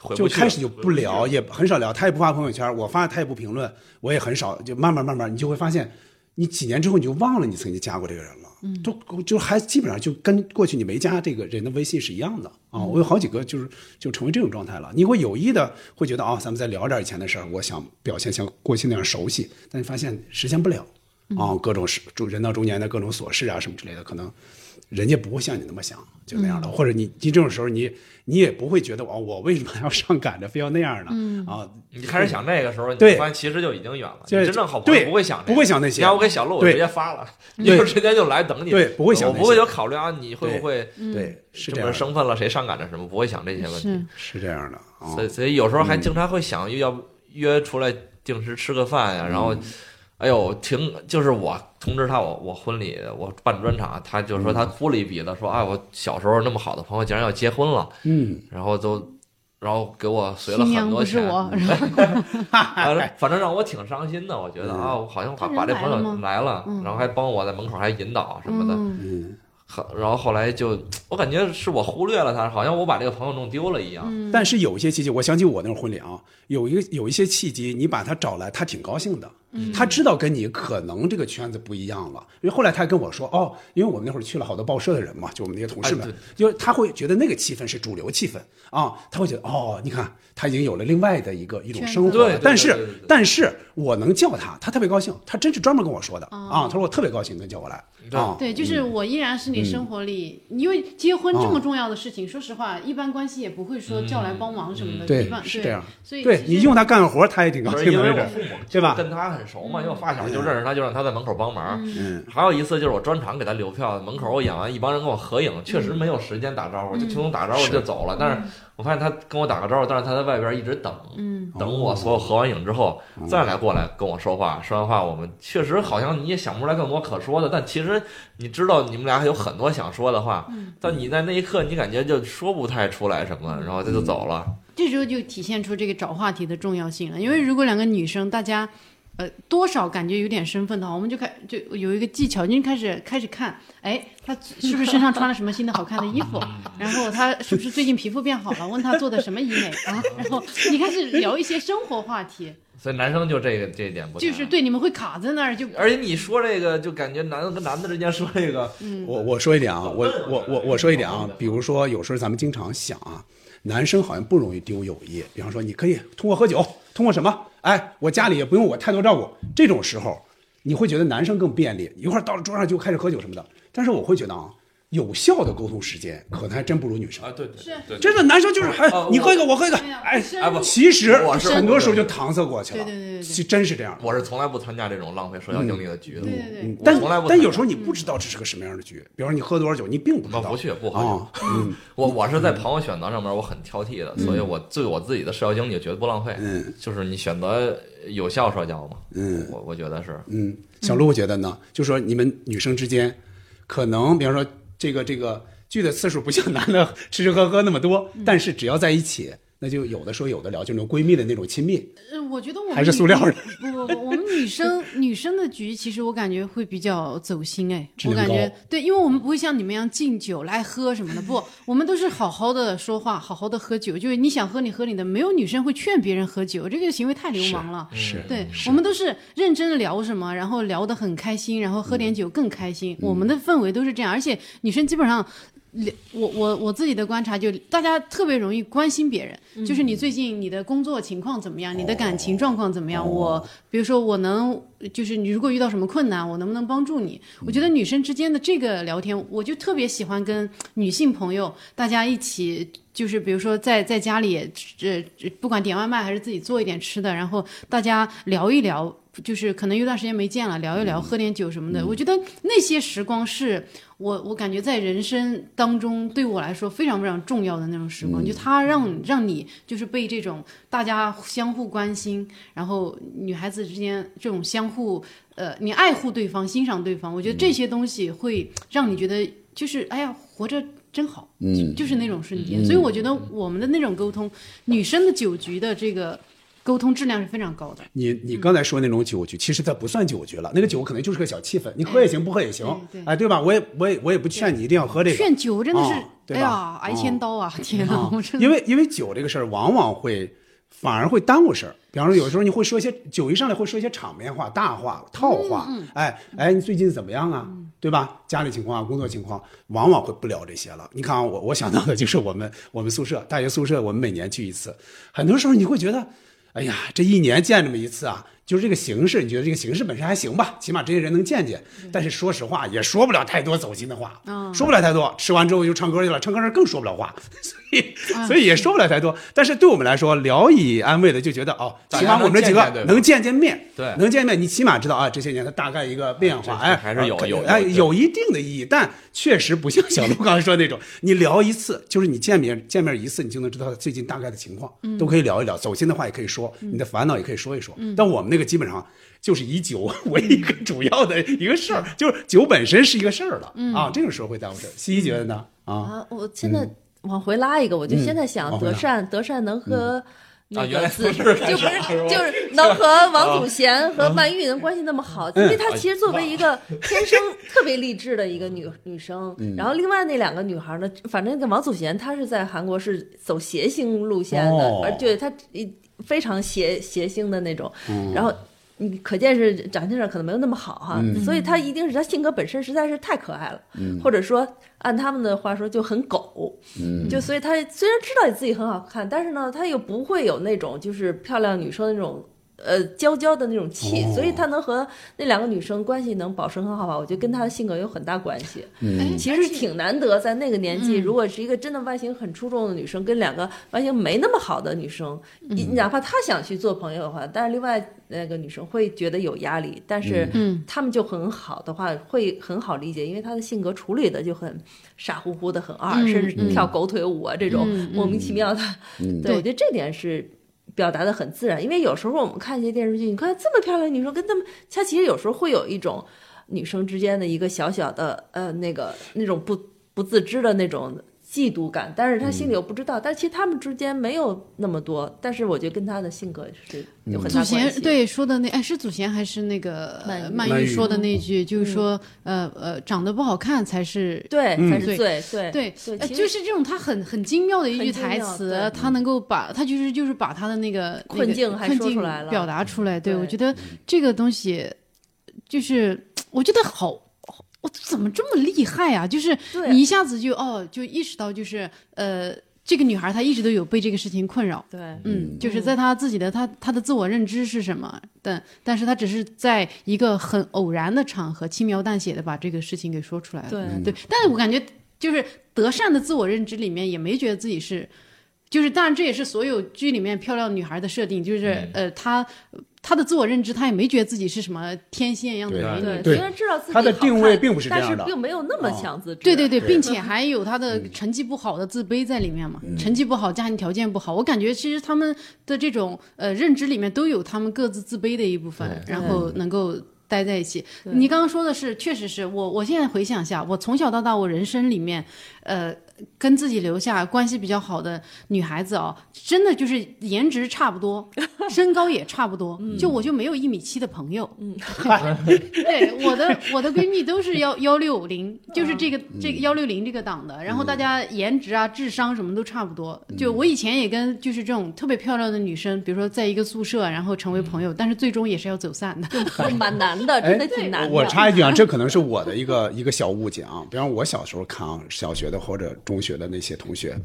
[SPEAKER 4] 回
[SPEAKER 5] 就
[SPEAKER 4] 不去
[SPEAKER 5] 开始
[SPEAKER 4] 了
[SPEAKER 5] 就不聊，也很少聊，他也不发朋友圈，我发他也不评论，我也很少，就慢慢慢慢，你就会发现，你几年之后你就忘了你曾经加过这个人了，嗯，都就还基本上就跟过去你没加这个人的微信是一样的啊。我有好几个就是就成为这种状态了，你会有意的会觉得啊、咱们再聊点以前的事儿，我想表现像过去那样熟悉，但你发现实现不了啊，各种事，就人到中年的各种琐事啊什么之类的，可能。人家不会像你那么想，就那样的，或者你你这种时候你你也不会觉得哦，我为什么要上赶着非要那样呢？啊，
[SPEAKER 4] 你开始想那个时候，你
[SPEAKER 5] 对
[SPEAKER 4] 发现其实就已经远了。
[SPEAKER 5] 就
[SPEAKER 4] 你
[SPEAKER 5] 是
[SPEAKER 4] 真正好朋友
[SPEAKER 5] 对
[SPEAKER 4] 不会想这个
[SPEAKER 5] 不会想那些
[SPEAKER 4] 你要我给小鹿，我
[SPEAKER 5] 对
[SPEAKER 4] 直接 发了，你
[SPEAKER 5] 对
[SPEAKER 4] 就直接就来等你。
[SPEAKER 5] 对不会想
[SPEAKER 4] 我
[SPEAKER 5] 那
[SPEAKER 4] 不会
[SPEAKER 5] 些
[SPEAKER 4] 有考虑啊，你会不会
[SPEAKER 5] 对，是这
[SPEAKER 4] 这
[SPEAKER 5] 样
[SPEAKER 4] 么
[SPEAKER 5] 的，
[SPEAKER 4] 生分了，谁上赶着什么，不会想这些问题
[SPEAKER 1] 是。
[SPEAKER 5] 是这样的啊
[SPEAKER 4] 所。以所以有时候还经常会想，要不约出来定时吃个饭呀、然后，哎呦，挺就是我通知他我我婚礼我办专场，他就说他哭了一鼻子，说啊、哎、我小时候那么好的朋友竟然要结婚了，
[SPEAKER 5] 嗯，
[SPEAKER 4] 然后都。然后给我随了
[SPEAKER 1] 新娘
[SPEAKER 4] 很
[SPEAKER 1] 不
[SPEAKER 4] 多
[SPEAKER 1] 是
[SPEAKER 4] 钱，
[SPEAKER 1] 我，然后
[SPEAKER 4] 反正反正让我挺伤心的。我觉得啊，我好像
[SPEAKER 1] 他
[SPEAKER 4] 把
[SPEAKER 1] 人
[SPEAKER 4] 把这
[SPEAKER 1] 来
[SPEAKER 4] 朋
[SPEAKER 1] 了
[SPEAKER 4] 友
[SPEAKER 1] 吗
[SPEAKER 4] 来了，
[SPEAKER 1] 嗯
[SPEAKER 4] 然后还帮我在门口还引导什么的，
[SPEAKER 1] 嗯
[SPEAKER 4] 很然后后来就我感觉是我忽略了他，好像我把这个朋友弄丢了一样。
[SPEAKER 5] 但是有一些契机，我想起我那种婚礼啊，有一个有一些契机，你把他找来，他挺高兴的。
[SPEAKER 4] 嗯
[SPEAKER 5] 他知道跟你可能这个圈子不一样了，因为后来他还跟我说，哦，因为我们那会儿去了好多报社的人嘛，就我们那些同事们，
[SPEAKER 4] 哎对
[SPEAKER 5] 就是他会觉得那个气氛是主流气氛啊，他会觉得哦，你看他已经有了另外的一个一种生活
[SPEAKER 4] 对
[SPEAKER 5] 了
[SPEAKER 4] 对，
[SPEAKER 5] 但
[SPEAKER 4] 对
[SPEAKER 5] 是
[SPEAKER 4] 对对对
[SPEAKER 5] 但是我能叫他，他特别高兴，他真是专门跟我说的、啊，他说我特别高兴，你能叫我来
[SPEAKER 4] 嗯对
[SPEAKER 5] 啊，
[SPEAKER 1] 对，就是我依然
[SPEAKER 5] 嗯
[SPEAKER 1] 是你生活里，因为结婚这
[SPEAKER 5] 哦
[SPEAKER 1] 么重要的事情，说实话，一般关系也不会说叫来帮忙什么的，
[SPEAKER 5] 嗯对
[SPEAKER 1] 一般
[SPEAKER 5] 是这样，
[SPEAKER 1] 所以
[SPEAKER 5] 对
[SPEAKER 1] 其实
[SPEAKER 5] 你用他干活，他也挺高
[SPEAKER 4] 不是
[SPEAKER 5] 兴
[SPEAKER 4] 因为
[SPEAKER 5] 的，
[SPEAKER 4] 我父母
[SPEAKER 5] 对吧
[SPEAKER 4] 跟他很熟嘛，因为我发小就认识他，就让他在门口帮忙。
[SPEAKER 5] 嗯，
[SPEAKER 4] 还有一次就是我专场给他留票，门口我演完，一帮人跟我合影，确
[SPEAKER 1] 嗯
[SPEAKER 4] 实没有时间打招呼，就轻松打招呼就走了。但是我发现他跟我打个招呼，但是他在外边一直等，
[SPEAKER 5] 哦
[SPEAKER 1] 嗯
[SPEAKER 4] 等我所有合完影之后
[SPEAKER 5] 嗯
[SPEAKER 4] 再来过来跟我说话。说完话，我们确实好像你也想不出来更多可说的，但其实你知道你们俩还有很多想说的话，
[SPEAKER 1] 嗯
[SPEAKER 4] 但你在那一刻你感觉就说不太出来什么，然后
[SPEAKER 5] 嗯
[SPEAKER 4] 他就走了。
[SPEAKER 1] 这时候就体现出这个找话题的重要性了。因为如果两个女生大家，呃，多少感觉有点身份的话，我们就开就有一个技巧，就开始开始看，哎，她是不是身上穿了什么新的好看的衣服？然后她是不是最近皮肤变好了？问她做的什么医美啊？然后你开始聊一些生活话题，
[SPEAKER 4] 所以男生就这个这一点不太
[SPEAKER 1] 就是对你们会卡在那儿就。
[SPEAKER 4] 而且你说这个，就感觉男的跟男的之间说这个，
[SPEAKER 1] 嗯
[SPEAKER 5] 我我说一点啊，我
[SPEAKER 4] 嗯
[SPEAKER 5] 我我我说一点啊，比如说有时候咱们经常想啊，男生好像不容易丢友谊，比方说你可以通过喝酒，通过什么，哎，我家里也不用我太多照顾，这种时候你会觉得男生更便利，一会儿到了桌上就开始喝酒什么的。但是我会觉得啊，有效的沟通时间可能还真不如女生。
[SPEAKER 4] 啊，对对
[SPEAKER 1] 是
[SPEAKER 4] 对，
[SPEAKER 5] 真的，男生就是哎
[SPEAKER 4] 啊，
[SPEAKER 5] 你喝一个，我喝一个
[SPEAKER 1] 对呀，
[SPEAKER 5] 哎
[SPEAKER 1] 是，啊
[SPEAKER 4] 哎不
[SPEAKER 5] 其实
[SPEAKER 4] 我是
[SPEAKER 5] 很多时候就搪塞过去了。
[SPEAKER 1] 对对对对对
[SPEAKER 5] 是真是这样的。
[SPEAKER 4] 我是从来不参加这种浪费社交精力的局的，
[SPEAKER 1] 对对对
[SPEAKER 5] 嗯
[SPEAKER 4] 我
[SPEAKER 5] 但
[SPEAKER 4] 从来不
[SPEAKER 5] 但
[SPEAKER 4] 参
[SPEAKER 5] 有
[SPEAKER 4] 加
[SPEAKER 5] 时候你不知道这是个什么样的局，比方说你喝多少酒，你并不知
[SPEAKER 4] 我
[SPEAKER 5] 道。
[SPEAKER 4] 不去不喝酒
[SPEAKER 5] 啊，嗯
[SPEAKER 4] 我我是在朋友选择上面我很挑剔的，所以我对我自己的社交经历绝对不浪费。
[SPEAKER 5] 嗯，
[SPEAKER 4] 就是你选择有效社交嘛。
[SPEAKER 5] 嗯
[SPEAKER 4] 我我觉得是
[SPEAKER 5] 嗯，小鹿觉得呢，就说你们女生之间，可能比方说这个这个聚的次数不像男的吃吃喝喝那么多，
[SPEAKER 1] 嗯
[SPEAKER 5] 但是只要在一起，那就有的时候有的聊，就那种闺蜜的那种亲密。
[SPEAKER 1] 呃，我觉得我们
[SPEAKER 5] 还是
[SPEAKER 1] 女
[SPEAKER 5] 塑料的
[SPEAKER 1] 不不不，我们女 生女生的局，其实我感觉会比较走心哎，
[SPEAKER 5] 质
[SPEAKER 1] 我
[SPEAKER 5] 量
[SPEAKER 1] 感觉
[SPEAKER 5] 高
[SPEAKER 1] 对，因为我们不会像你们一样敬酒来喝什么的，不，我们都是好好的说话，好好的喝酒，就是你想喝你喝你的，没有女生会劝别人喝酒，这个行为太流氓了。
[SPEAKER 5] 是嗯
[SPEAKER 1] 对我们都是认真的聊什么，然后聊得很开心，然后喝
[SPEAKER 5] 嗯
[SPEAKER 1] 点酒更开心。我们的氛围都是这样，而且女生基本上我我我自己的观察就，大家特别容易关心别人，就是你最近你的工作情况怎么样，你的感情状况怎么样？我比如说我能，就是你如果遇到什么困难，我能不能帮助你？我觉得女生之间的这个聊天，我就特别喜欢跟女性朋友大家一起。就是比如说在在家里也，呃，不管点外卖还是自己做一点吃的，然后大家聊一聊，就是可能有段时间没见了，聊一聊，喝点酒什么的。我觉得那些时光是我我感觉在人生当中对我来说非常非常重要的那种时光，就它让让你就是被这种大家相互关心，然后女孩子之间这种相互呃，你爱护对方、欣赏对方，我觉得这些东西会让你觉得就是哎呀，活着真好，嗯，就是那种瞬间。所以我觉得我们的那种沟通，女生的酒局的这个沟通质量是非常高的。
[SPEAKER 5] 你你刚才说那种酒局，其实它不算酒局了，那个酒可能就是个小气氛，你喝也行，不喝也行
[SPEAKER 1] 对，对
[SPEAKER 5] 哎，对吧？我也我也我也不劝你一定要喝这个，
[SPEAKER 1] 劝酒真的是，
[SPEAKER 5] 啊对
[SPEAKER 1] 哎
[SPEAKER 5] 吧
[SPEAKER 1] 呀，挨千刀啊！天哪，
[SPEAKER 5] 啊
[SPEAKER 1] 我真的
[SPEAKER 5] 因为因为酒这个事儿，往往会反而会耽误事儿。比方说，有时候你会说一些酒一上来会说一些场面话、大话、套话，
[SPEAKER 1] 嗯
[SPEAKER 5] 哎哎，你最近怎么样啊？对吧？家里情况、啊工作情况，往往会不聊这些了。你看啊，我我想到的就是我们我们宿舍大学宿舍，我们每年聚一次，很多时候你会觉得，哎呀，这一年见这么一次啊，就是这个形式，你觉得这个形式本身还行吧，起码这些人能见见。但是说实话，也说不了太多走心的话，说不了太多。吃完之后就唱歌去了，唱歌时更说不了话， 所以所以也说不了太多。但是对我们来说，聊以安慰的就觉得哦，
[SPEAKER 4] 大
[SPEAKER 5] 起
[SPEAKER 4] 家
[SPEAKER 5] 码我们这几
[SPEAKER 4] 能见见
[SPEAKER 5] 个
[SPEAKER 4] 对吧
[SPEAKER 5] 能见见面，
[SPEAKER 4] 对
[SPEAKER 5] 能见面，你起码知道啊，这些年他大概一个变化，哎，
[SPEAKER 4] 哎这还是有
[SPEAKER 5] 啊可
[SPEAKER 4] 有
[SPEAKER 5] 哎
[SPEAKER 4] 有
[SPEAKER 5] 有一定的意义，但确实不像小鹿刚才说那种，你聊一次，就是你见面见面一次，你就能知道他最近大概的情况，都可以聊一聊，走心的话也可以说，你的烦恼也可以说一说。但我们那个基本上就是以酒为一个主要的一个事儿，就是酒本身是一个事儿了啊，这个时候会耽误事儿。西西觉得呢？啊，嗯
[SPEAKER 2] 啊，我现在往回拉一个，我就现在想
[SPEAKER 5] 往回
[SPEAKER 2] 德
[SPEAKER 5] 拉嗯
[SPEAKER 2] 善，德善能和那
[SPEAKER 4] 啊原
[SPEAKER 2] 个
[SPEAKER 4] 来
[SPEAKER 2] 子，
[SPEAKER 4] 从
[SPEAKER 2] 就
[SPEAKER 4] 这儿
[SPEAKER 2] 不
[SPEAKER 4] 开
[SPEAKER 2] 是
[SPEAKER 4] 始是吧啊
[SPEAKER 2] 就是能和王祖贤
[SPEAKER 5] 啊
[SPEAKER 2] 和曼玉能关系那么好，
[SPEAKER 5] 嗯
[SPEAKER 2] 因为她其实作为一个天生特别励志的一个女女生，
[SPEAKER 5] 嗯
[SPEAKER 2] 然后另外那两个女孩呢，反正那王祖贤她是在韩国是走谐星路线
[SPEAKER 5] 哦
[SPEAKER 2] 的，而对她一非常谐谐星的那种，
[SPEAKER 4] 嗯
[SPEAKER 2] 然后。你嗯可见是长相上可能没有那么好哈，所以他一定是他性格本身实在是太可爱了，或者说按他们的话说就很狗，就所以他虽然知道自己很好看，但是呢，他又不会有那种就是漂亮女生的那种呃娇娇的那种气，所以他能和那两个女生关系能保持很好吧，我觉得跟他的性格有很大关系。
[SPEAKER 5] 嗯
[SPEAKER 1] 哎
[SPEAKER 2] 其
[SPEAKER 1] 而
[SPEAKER 2] 实
[SPEAKER 1] 且嗯
[SPEAKER 2] 挺难得，在那个年纪，如果是一个真的外形很出众的女生，跟两个外形没那么好的女生，
[SPEAKER 1] 嗯
[SPEAKER 2] 你哪怕她想去做朋友的话，但是另外那个女生会觉得有压力，但是她们就很好的话，会很好理解，因为她的性格处理的就很傻乎乎的，很二，
[SPEAKER 1] 嗯
[SPEAKER 2] 甚至跳狗腿舞啊这种莫名其妙的。对，我觉得这点是。表达的很自然，因为有时候我们看一些电视剧，你看这么漂亮的女生跟她们，她其实有时候会有一种女生之间的一个小小的呃那个那种不不自知的那种嫉妒感，但是她心里又不知道，但其实她们之间没有那么多，但是我觉得跟她的性格是有很
[SPEAKER 1] 祖
[SPEAKER 2] 大关
[SPEAKER 1] 贤
[SPEAKER 2] 系。，
[SPEAKER 1] 对说的那哎是祖贤还是那个
[SPEAKER 2] 曼
[SPEAKER 1] 呃
[SPEAKER 2] 玉嗯
[SPEAKER 1] 曼
[SPEAKER 5] 曼
[SPEAKER 1] 玉
[SPEAKER 5] 玉
[SPEAKER 1] 说的
[SPEAKER 5] 嗯
[SPEAKER 1] 那句，就是说呃呃长得不好看才是
[SPEAKER 2] 对，才
[SPEAKER 1] 对
[SPEAKER 2] 是最对
[SPEAKER 1] 嗯对，
[SPEAKER 2] 对，
[SPEAKER 1] 呃
[SPEAKER 2] 其实
[SPEAKER 1] 就是这种他很很精妙的一
[SPEAKER 2] 很
[SPEAKER 1] 句
[SPEAKER 2] 精
[SPEAKER 1] 台
[SPEAKER 2] 妙
[SPEAKER 1] 词
[SPEAKER 2] 对，
[SPEAKER 1] 他能够把他就是就是把他的那个那
[SPEAKER 2] 困
[SPEAKER 1] 个
[SPEAKER 2] 境还
[SPEAKER 1] 困
[SPEAKER 2] 说
[SPEAKER 1] 境
[SPEAKER 2] 出来了
[SPEAKER 1] 表达出来。对我
[SPEAKER 2] 对
[SPEAKER 1] 觉得这个东西，就是我觉得好。好我怎么这么厉害啊？就是
[SPEAKER 2] 对
[SPEAKER 1] 你一下子就哦，就意识到就是呃，这个女孩她一直都有被这个事情困扰。
[SPEAKER 2] 对，
[SPEAKER 1] 嗯，就是在她自己的她她的自我认知是什么，但但是她只是在一个很偶然的场合轻描淡写的把这个事情给说出来了。
[SPEAKER 2] 对
[SPEAKER 1] 对，但是我感觉就是德善的自我认知里面也没觉得自己是，就是当然这也是所有剧里面漂亮女孩的设定，就是、呃她她的自我认知她也没觉得自己是什么天仙一样的
[SPEAKER 5] 对
[SPEAKER 1] 美女，
[SPEAKER 2] 对，
[SPEAKER 5] 对
[SPEAKER 2] 虽然知道自己
[SPEAKER 5] 他的
[SPEAKER 2] 好
[SPEAKER 5] 定位
[SPEAKER 2] 看
[SPEAKER 5] 并不是这
[SPEAKER 2] 但
[SPEAKER 5] 样
[SPEAKER 2] 是
[SPEAKER 5] 的哦
[SPEAKER 2] 并没有那么强自制。
[SPEAKER 1] 对对对，并且还有他的成绩不好的自卑在里面嘛，成绩不好，家庭条件不好，我感觉其实他们的这种呃认知里面都有他们各自自卑的一部分，
[SPEAKER 4] 对
[SPEAKER 1] 然后能够。待在一起，你刚刚说的是，确实是我。我现在回想一下，我从小到大，我人生里面，呃，跟自己留下关系比较好的女孩子啊，真的就是颜值差不多，身高也差不多，就我就没有一米七的朋友。嗯， 对，我的我的闺蜜都是幺幺六零，就是这
[SPEAKER 5] 嗯
[SPEAKER 1] 个这个幺六零这个档的，然后大家颜值啊、智商什么都差不多。
[SPEAKER 5] 嗯
[SPEAKER 1] 就我以前也跟就是这种特别漂亮的女生，比如说在一个宿舍，然后成为
[SPEAKER 5] 嗯
[SPEAKER 1] 朋友，但是最终也是要走散的。
[SPEAKER 2] 就 蛮难的，真的挺难的。
[SPEAKER 5] 哎我插一句啊，这可能是我的一个一个小误解啊。比方我小时候看啊，小学的或者中学的那些同学，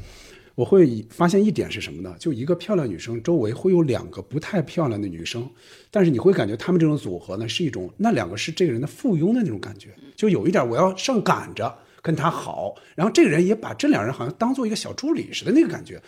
[SPEAKER 5] 我会发现一点是什么呢？就一个漂亮女生周围会有两个不太漂亮的女生，但是你会感觉她们这种组合呢，是一种那两个是这个人的附庸的那种感觉，就有一点我要上赶着跟她好，然后这个人也把这两人好像当做一个小助理似的那个感觉。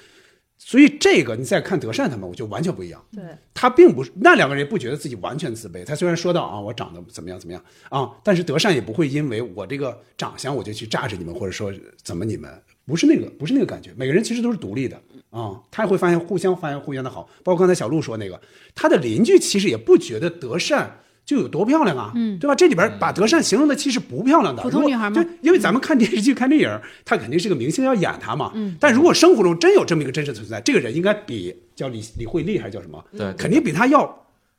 [SPEAKER 5] 所以这个你再看德善他们，我就完全不一样。
[SPEAKER 2] 对，
[SPEAKER 5] 他并不是那两个人也不觉得自己完全自卑。他虽然说到啊，我长得怎么样怎么样啊，但是德善也不会因为我这个长相我就去炸着你们，或者说怎么你们不是那个不是那个感觉。每个人其实都是独立的啊，他也会发现互相发现互相的好。包括刚才小鹿说那个，他的邻居其实也不觉得德善。就有多漂亮啊，嗯，对吧？这里边把德善形容的其实不漂亮的，
[SPEAKER 1] 普通
[SPEAKER 5] 如果
[SPEAKER 1] 女孩吗
[SPEAKER 5] 就因为咱们看电视剧、看电影，他肯定是个明星要演他嘛。嗯，但如果生活中真有这么一个真实存在，这个人应该比叫李李慧丽还是叫什么？
[SPEAKER 4] 对对
[SPEAKER 5] 肯定比他要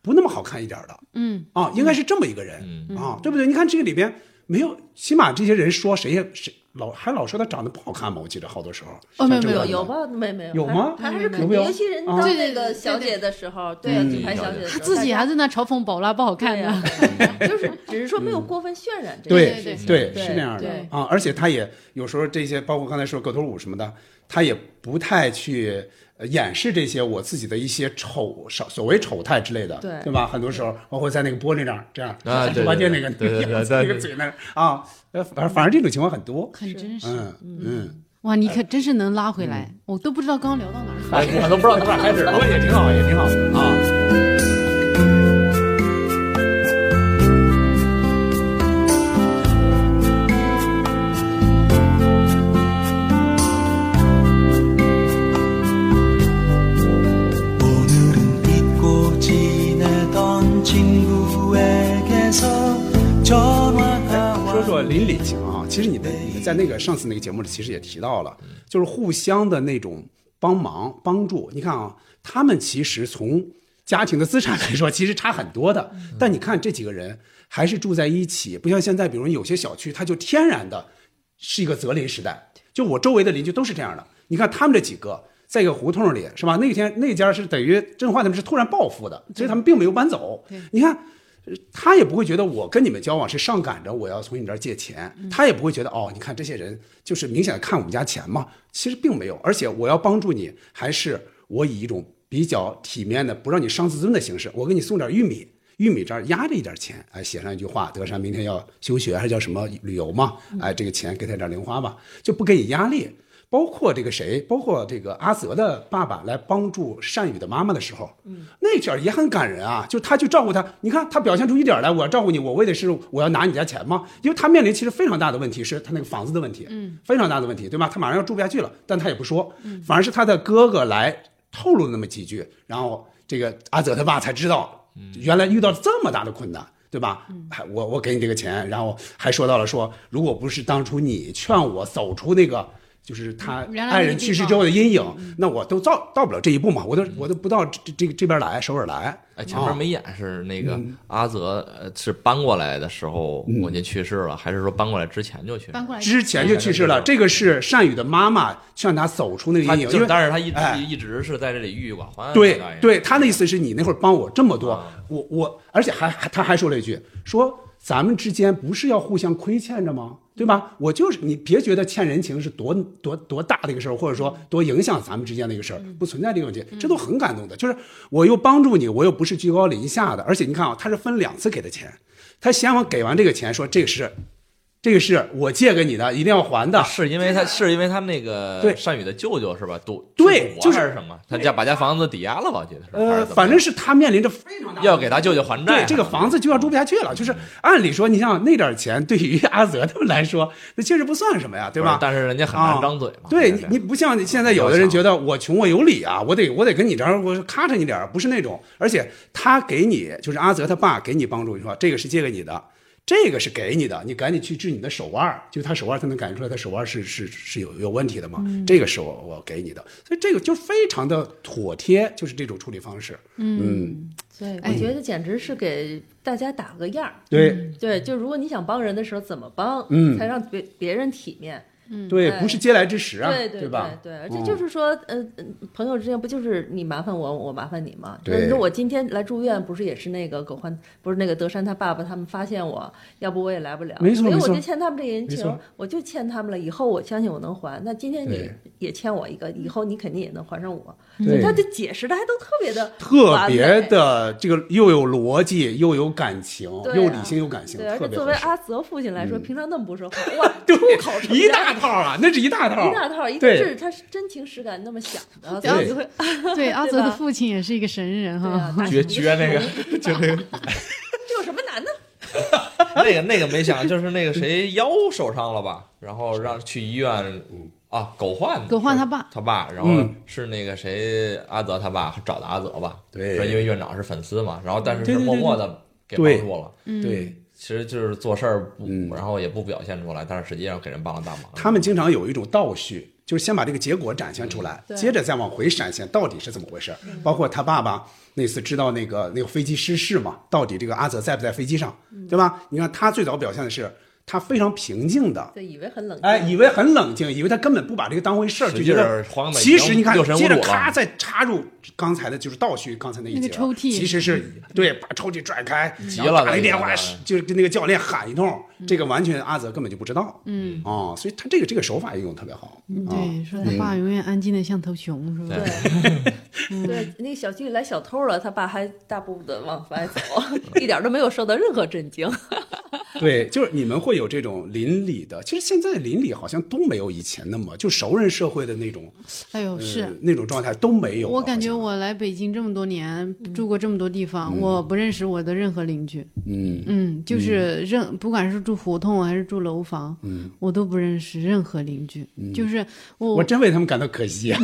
[SPEAKER 5] 不那么好看一点儿的。
[SPEAKER 1] 嗯，
[SPEAKER 5] 啊，应该是这么一个人。
[SPEAKER 4] 嗯
[SPEAKER 5] 啊，对不对？你看这个里边没有，起码这些人说谁也谁老还老说他长得不好看嘛，我记得好多时候。
[SPEAKER 1] 哦，没有没
[SPEAKER 5] 对
[SPEAKER 1] 有
[SPEAKER 2] 有
[SPEAKER 5] 吧
[SPEAKER 2] 有吧？没没有
[SPEAKER 5] 有吗
[SPEAKER 2] 还还是肯
[SPEAKER 5] 有没
[SPEAKER 2] 定，
[SPEAKER 5] 有
[SPEAKER 2] 尤其人
[SPEAKER 1] 哦
[SPEAKER 2] 当
[SPEAKER 5] 啊
[SPEAKER 2] 那个小姐的时候，对啊，
[SPEAKER 5] 嗯
[SPEAKER 2] 举牌小姐的时
[SPEAKER 1] 他
[SPEAKER 2] 候，
[SPEAKER 1] 自己
[SPEAKER 2] 大
[SPEAKER 1] 还
[SPEAKER 2] 家
[SPEAKER 1] 在那嘲讽宝拉不好看
[SPEAKER 2] 对
[SPEAKER 1] 呢
[SPEAKER 2] 啊。 就是只是说没有过分渲染这个
[SPEAKER 5] 嗯对
[SPEAKER 2] 事
[SPEAKER 1] 对
[SPEAKER 4] 嗯
[SPEAKER 2] 情。
[SPEAKER 5] 对，
[SPEAKER 2] 对
[SPEAKER 5] 是那样的
[SPEAKER 1] 对
[SPEAKER 5] 啊。而且他也有时候这些，包括刚才说格头舞什么的，他也不太去呃掩饰这些我自己的一些丑少所谓丑态之类的，
[SPEAKER 2] 对
[SPEAKER 5] 吧？很多时候包括在那个玻璃那儿这样
[SPEAKER 4] 啊对 对
[SPEAKER 5] 关键那个
[SPEAKER 4] 对对对对
[SPEAKER 5] 那
[SPEAKER 4] 对
[SPEAKER 5] 个嘴那儿啊，呃，反而反而这种情况很多。
[SPEAKER 1] 很真实，
[SPEAKER 5] 嗯嗯，
[SPEAKER 1] 哇！你可真是能拉回来，我都不知道刚刚聊到哪儿了。
[SPEAKER 4] 哎我都不知道从哪儿开始
[SPEAKER 5] 不
[SPEAKER 4] 了
[SPEAKER 5] 过。也挺好，也挺好啊。
[SPEAKER 8] 오늘은 잊고 지내던 친구에게서 전화가
[SPEAKER 5] 说
[SPEAKER 8] 와
[SPEAKER 5] 说邻里情啊，其实你的你们在那个上次那个节目里其实也提到了，就是互相的那种帮忙帮助。你看啊，他们其实从家庭的资产来说，其实差很多的。但你看这几个人还是住在一起，不像现在，比如有些小区，它就天然的是一个择邻时代。就我周围的邻居都是这样的。你看他们这几个，在一个胡同里，是吧？那天那家是等于振华他们是突然暴富的，所以他们并没有搬走。你看，呃他也不会觉得我跟你们交往是上赶着我要从你这儿借钱，他也不会觉得哦，你看这些人就是明显地看我们家钱嘛。其实并没有，而且我要帮助你，还是我以一种比较体面的、不让你伤自尊的形式，我给你送点玉米。玉米这儿压着一点钱，哎，写上一句话，德山明天要休学还是叫什么旅游嘛？哎，这个钱给他点零花吧，就不给你压力。包括这个谁，包括这个阿泽的爸爸来帮助善宇的妈妈的时候，那点儿也很感人啊。就他去照顾他，你看他表现出一点儿来，我要照顾你，我为的是我要拿你家钱吗？因为他面临其实非常大的问题，是他那个房子的问题，嗯，非常大的问题，对吧？他马上要住不下去了，但他也不说，反而是他的哥哥来透露那么几句，然后这个阿泽他爸才知道，原来遇到这么大的困难，对吧？还我我给你这个钱，然后还说到了说，如果不是当初你劝我走出那个。就是他
[SPEAKER 1] 嗯原来那个
[SPEAKER 5] 爱人
[SPEAKER 1] 地
[SPEAKER 5] 去世
[SPEAKER 1] 方嗯
[SPEAKER 5] 之后的阴影，那我都到到不了这一步嘛，我都我都不到这这这边来，首尔来，啊
[SPEAKER 4] 哎，前面没演是那个
[SPEAKER 5] 嗯
[SPEAKER 4] 阿泽，呃，是搬过来的时候我就去世了，还是说搬过来之前就去世？
[SPEAKER 1] 搬过来
[SPEAKER 5] 之前就去世了。这个是善宇的妈妈劝他走出那个
[SPEAKER 4] 他
[SPEAKER 5] 阴影，因
[SPEAKER 4] 就
[SPEAKER 5] 为
[SPEAKER 4] 但是他一
[SPEAKER 5] 哎
[SPEAKER 4] 直一直是在这里郁郁寡欢。
[SPEAKER 5] 对
[SPEAKER 4] 大概
[SPEAKER 5] 对，他的意思是你那会儿帮我这么多
[SPEAKER 4] 啊，
[SPEAKER 5] 我我，而且还还他还说了一句，说咱们之间不是要互相亏欠着吗？对吧？我就是你，别觉得欠人情是多多多大的一个事儿，或者说多影响咱们之间的一个事儿，
[SPEAKER 4] 嗯
[SPEAKER 5] 不存在这个问题，这都很感动的。就是我又帮助你，我又不是居高临下的，而且你看啊，他是分两次给的钱，他先往给完这个钱，说这个是，这个是我借给你的，一定要还的，
[SPEAKER 4] 是因为他是因为他那个
[SPEAKER 5] 对
[SPEAKER 4] 善宇的舅舅是吧？赌
[SPEAKER 5] 对
[SPEAKER 4] 赌博
[SPEAKER 5] 就是
[SPEAKER 4] 还是什么？他家把家房子抵押了吧？我记得是，还
[SPEAKER 5] 呃，
[SPEAKER 4] 是怎么
[SPEAKER 5] 反正
[SPEAKER 4] 样
[SPEAKER 5] 是他面临着非常大的
[SPEAKER 4] 要给他舅舅还债。
[SPEAKER 5] 对，这个房子就要住不下去了。就是按理说，你想想那点儿钱，对于阿泽他们来说，那确实不算什么呀，对
[SPEAKER 4] 对
[SPEAKER 5] 吧？
[SPEAKER 4] 但是人家很
[SPEAKER 5] 啊
[SPEAKER 4] 难张嘴嘛。
[SPEAKER 5] 对
[SPEAKER 4] 对
[SPEAKER 5] 你，你不像现在有的人觉得我穷我有理啊，我得我得跟你这儿我咔嚓你点儿，不是那种。而且他啊给你就是阿泽他爸给你帮助，你说这个是借给你的，这个是给你的，你赶紧去治你的手腕儿，就他手腕儿他能感觉出来他手腕儿是是是有有问题的嘛，
[SPEAKER 4] 嗯
[SPEAKER 5] 这个是我我给你的，所以这个就非常的妥帖，就是这种处理方式。嗯，
[SPEAKER 2] 对，我觉得简直是给大家打个样儿。
[SPEAKER 5] 对
[SPEAKER 2] 对，就如果你想帮人的时候，怎么帮，
[SPEAKER 5] 嗯
[SPEAKER 2] 才让别别人体面？
[SPEAKER 5] 对，
[SPEAKER 2] 哎
[SPEAKER 5] 不是嗟来之食啊，
[SPEAKER 2] 对对
[SPEAKER 5] 吧？嗯
[SPEAKER 2] 对，而且就是说，呃，呃朋友之间不就是你麻烦我，我麻烦你吗？
[SPEAKER 5] 对
[SPEAKER 2] 那那我今天来住院，不是也是那个葛欢，不是那个德山他爸爸他们发现我，要不我也来不了。
[SPEAKER 5] 没错
[SPEAKER 2] 所以
[SPEAKER 5] 没
[SPEAKER 2] 我
[SPEAKER 5] 错
[SPEAKER 2] 就欠他们这个人
[SPEAKER 5] 没
[SPEAKER 2] 情
[SPEAKER 5] 错，
[SPEAKER 2] 我就欠他们了。以后我相信我能还。那今天你
[SPEAKER 5] 对
[SPEAKER 2] 也欠我一个，以后你肯定也能还上我。
[SPEAKER 5] 对
[SPEAKER 2] 所以他的解释的还都特别的
[SPEAKER 5] 特别
[SPEAKER 2] 完美
[SPEAKER 5] 的这个又有逻辑，又有感情，
[SPEAKER 2] 对啊
[SPEAKER 5] 又理性又感性，
[SPEAKER 2] 对，而
[SPEAKER 5] 特
[SPEAKER 2] 且
[SPEAKER 5] 别
[SPEAKER 2] 作
[SPEAKER 5] 合
[SPEAKER 2] 为
[SPEAKER 5] 适。嗯
[SPEAKER 2] 阿泽父亲来说，平常那么 不说话，哇，
[SPEAKER 5] 对
[SPEAKER 2] 出口成
[SPEAKER 5] 一
[SPEAKER 2] 章
[SPEAKER 5] 大套 啊，那是一大套，
[SPEAKER 2] 一大套，一定
[SPEAKER 5] 对
[SPEAKER 2] 是他是真情实感那么想的，
[SPEAKER 5] 对
[SPEAKER 2] 所以就会
[SPEAKER 5] 嗯
[SPEAKER 1] 对，阿
[SPEAKER 2] 对
[SPEAKER 1] 泽的
[SPEAKER 2] 吧
[SPEAKER 1] 父亲也是一个神 人
[SPEAKER 2] 对
[SPEAKER 1] 哈
[SPEAKER 2] 啊，，大
[SPEAKER 4] 绝
[SPEAKER 2] 神
[SPEAKER 4] 绝那个就那个
[SPEAKER 2] 这有什么难的？
[SPEAKER 4] 那个那个没想，就是那个谁腰受伤了吧？然后让去医院啊，狗焕
[SPEAKER 1] 狗焕他爸
[SPEAKER 4] 他爸，然后
[SPEAKER 5] 嗯
[SPEAKER 4] 是那个谁阿泽他爸找的阿泽吧？
[SPEAKER 5] 对
[SPEAKER 4] 说因为院长是粉丝嘛，然后但是
[SPEAKER 5] 对
[SPEAKER 4] 是
[SPEAKER 5] 对对
[SPEAKER 4] 默默的给帮
[SPEAKER 5] 对
[SPEAKER 4] 助了。
[SPEAKER 2] 嗯
[SPEAKER 5] 对。
[SPEAKER 4] 其实就是做事儿不
[SPEAKER 5] 嗯，
[SPEAKER 4] 然后也不表现出来，但是实际上给人帮了大忙。
[SPEAKER 5] 他们经常有一种倒叙，就是先把这个结果展现出来，
[SPEAKER 2] 对嗯
[SPEAKER 5] 接着再往回闪现到底是怎么回事儿。包括他爸爸那次知道那个那个飞机失事嘛，到底这个阿泽在不在飞机上，
[SPEAKER 2] 嗯
[SPEAKER 5] 对吧？你看他最早表现的是他非常平静的。
[SPEAKER 2] 对，以为很冷静，
[SPEAKER 5] 哎，以为很冷静，以为他根本不把这个当回事儿，
[SPEAKER 4] 使
[SPEAKER 5] 就
[SPEAKER 4] 劲
[SPEAKER 5] 觉
[SPEAKER 4] 儿
[SPEAKER 5] 得
[SPEAKER 4] 慌得已
[SPEAKER 5] 其实
[SPEAKER 4] 经
[SPEAKER 5] 你看
[SPEAKER 4] 六神，无
[SPEAKER 5] 接着
[SPEAKER 4] 主了
[SPEAKER 5] 咔再插入刚才的，就是倒叙刚才那一
[SPEAKER 1] 那
[SPEAKER 5] 节
[SPEAKER 1] 个
[SPEAKER 5] 儿，
[SPEAKER 1] 抽屉
[SPEAKER 5] 其实是对把抽屉拽开，
[SPEAKER 4] 嗯急
[SPEAKER 5] 然后
[SPEAKER 4] 了
[SPEAKER 5] 打
[SPEAKER 4] 都
[SPEAKER 5] 一
[SPEAKER 4] 已
[SPEAKER 5] 电
[SPEAKER 4] 经
[SPEAKER 5] 话
[SPEAKER 4] 在，
[SPEAKER 5] 就是跟那个教练喊一通，这个完全阿泽根本就不知道，嗯，哦，所以他这个这个手法也用得特别好，啊
[SPEAKER 1] 对，说他爸永远安静的像头熊，是吧？
[SPEAKER 2] 对，对，那个小区里来小偷了，他爸还大步的往外走， 一点都没有受到任何震惊。
[SPEAKER 5] 对，就是你们会有这种邻里的，其实现在邻里好像都没有以前那么就熟人社会的那种，
[SPEAKER 1] 哎呦，是、
[SPEAKER 5] 呃那种状态都没有了，
[SPEAKER 1] 我感觉
[SPEAKER 5] 好像
[SPEAKER 1] 我来北京这么多年，住过这么多地方，我不认识我的任何邻居。嗯就是任不管是住胡同还是住楼房，我都不认识任何邻居。就是我嗯
[SPEAKER 5] 我
[SPEAKER 1] 我
[SPEAKER 5] 真为他们感到可惜啊，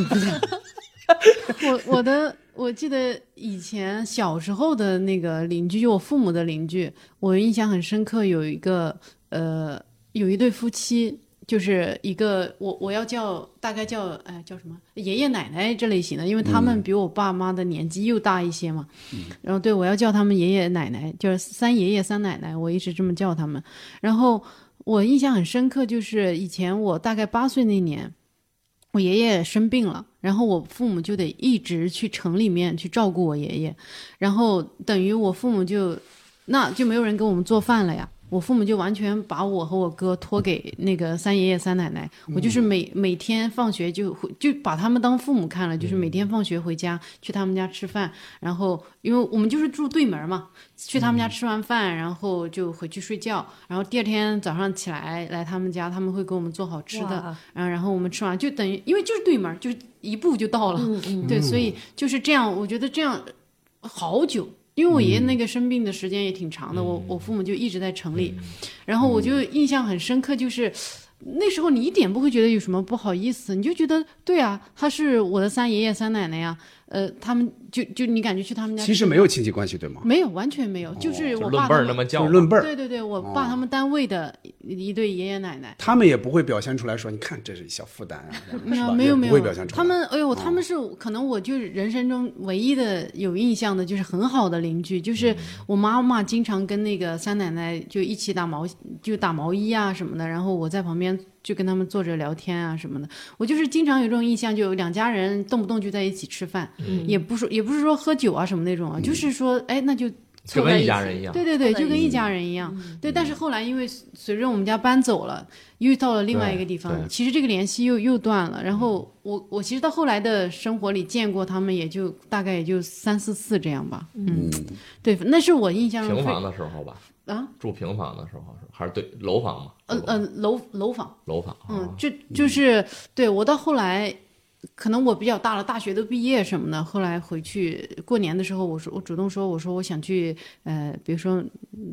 [SPEAKER 1] 我的我记得以前小时候的那个邻居，就我父母的邻居，我印象很深刻，有一个呃有一对夫妻。就是一个我我要叫大概叫哎叫什么爷爷奶奶这类型的，因为他们比我爸妈的年纪又大一些嘛，然后对我要叫他们爷爷奶奶，就是三爷爷三奶奶，我一直这么叫他们。然后我印象很深刻，就是以前我大概八岁那年，我爷爷生病了，然后我父母就得一直去城里面去照顾我爷爷，然后等于我父母就那就没有人给我们做饭了呀。我父母就完全把我和我哥托给那个三爷爷三奶奶，我就是每每天放学就回就把他们当父母看了，就是每天放学回家去他们家吃饭，然后因为我们就是住对门儿嘛，去他们家吃完饭，然后就回去睡觉，然后第二天早上起来来他们家，他们会给我们做好吃的，
[SPEAKER 2] 哇
[SPEAKER 1] 嗯然后然后我们吃完就等于，因为就是对门儿，就是一步就到了， 对，
[SPEAKER 4] 嗯
[SPEAKER 1] 所以就是这样，我觉得这样好久。因为我爷爷
[SPEAKER 4] 嗯
[SPEAKER 1] 那个生病的时间也挺长的，我我父母就一直在城里，
[SPEAKER 4] 嗯
[SPEAKER 1] 然后我就印象很深刻，就是那时候你一点不会觉得有什么不好意思，你就觉得对啊，他是我的三爷爷三奶奶呀、呃，他们就就你感觉去他们家
[SPEAKER 5] 其实没有亲戚关系对吗？
[SPEAKER 1] 没有完全没有，就是
[SPEAKER 4] 哦就
[SPEAKER 1] 我
[SPEAKER 4] 论
[SPEAKER 1] 爸他
[SPEAKER 4] 辈儿哦
[SPEAKER 1] 们
[SPEAKER 4] 那么叫
[SPEAKER 5] 就
[SPEAKER 4] 嘛，
[SPEAKER 5] 是论辈儿，
[SPEAKER 1] 对对对，我爸他们单位的一一对爷爷奶奶。
[SPEAKER 5] 他们也不会表现出来说，你看这是小负 担啊，
[SPEAKER 1] 没
[SPEAKER 5] 是吧
[SPEAKER 1] 有没有
[SPEAKER 5] 也
[SPEAKER 1] 没
[SPEAKER 5] 不会
[SPEAKER 1] 有
[SPEAKER 5] 表现，出来。嗯
[SPEAKER 1] 他们哎呦，他们是可能我就是人生中唯一的有印象的，就是很好的邻居，
[SPEAKER 5] 嗯
[SPEAKER 1] 就是我妈妈经常跟那个三奶奶就一起打毛就打毛衣啊什么的，然后我在旁边就跟他们坐着聊天啊什么的，我就是经常有这种印象，就有两家
[SPEAKER 5] 嗯
[SPEAKER 1] 嗯人动不动就在一起吃饭，也不说也不是说喝酒啊什么那种啊，就是说哎那就
[SPEAKER 4] 就
[SPEAKER 1] 凑在一
[SPEAKER 4] 跟一
[SPEAKER 1] 起。
[SPEAKER 4] 家人一样。
[SPEAKER 1] 对对对，
[SPEAKER 2] 凑在
[SPEAKER 1] 就跟
[SPEAKER 2] 一
[SPEAKER 1] 一
[SPEAKER 2] 起
[SPEAKER 1] 家人一样。对，但是后来因为随随着我们家搬走了，又到了另外一个地
[SPEAKER 4] 对
[SPEAKER 1] 方，
[SPEAKER 4] 对嗯
[SPEAKER 1] 其实这个联系又又断了。然后我我其实到后来的生活里见过他们，也就大概也就三四次这样吧。嗯，对，那是我印象中
[SPEAKER 4] 平
[SPEAKER 1] 啊非
[SPEAKER 4] 房的时候吧，
[SPEAKER 1] 啊，
[SPEAKER 4] 住平房的时候是还是对楼房嘛？
[SPEAKER 1] 嗯
[SPEAKER 4] 住
[SPEAKER 1] 嗯、楼楼房，
[SPEAKER 4] 楼房。
[SPEAKER 1] 嗯
[SPEAKER 4] 啊，
[SPEAKER 1] 就就是对我到后来。可能我比较大了，大学都毕业什么的。后来回去过年的时候，我说我主动说，我说我想去，呃，比如说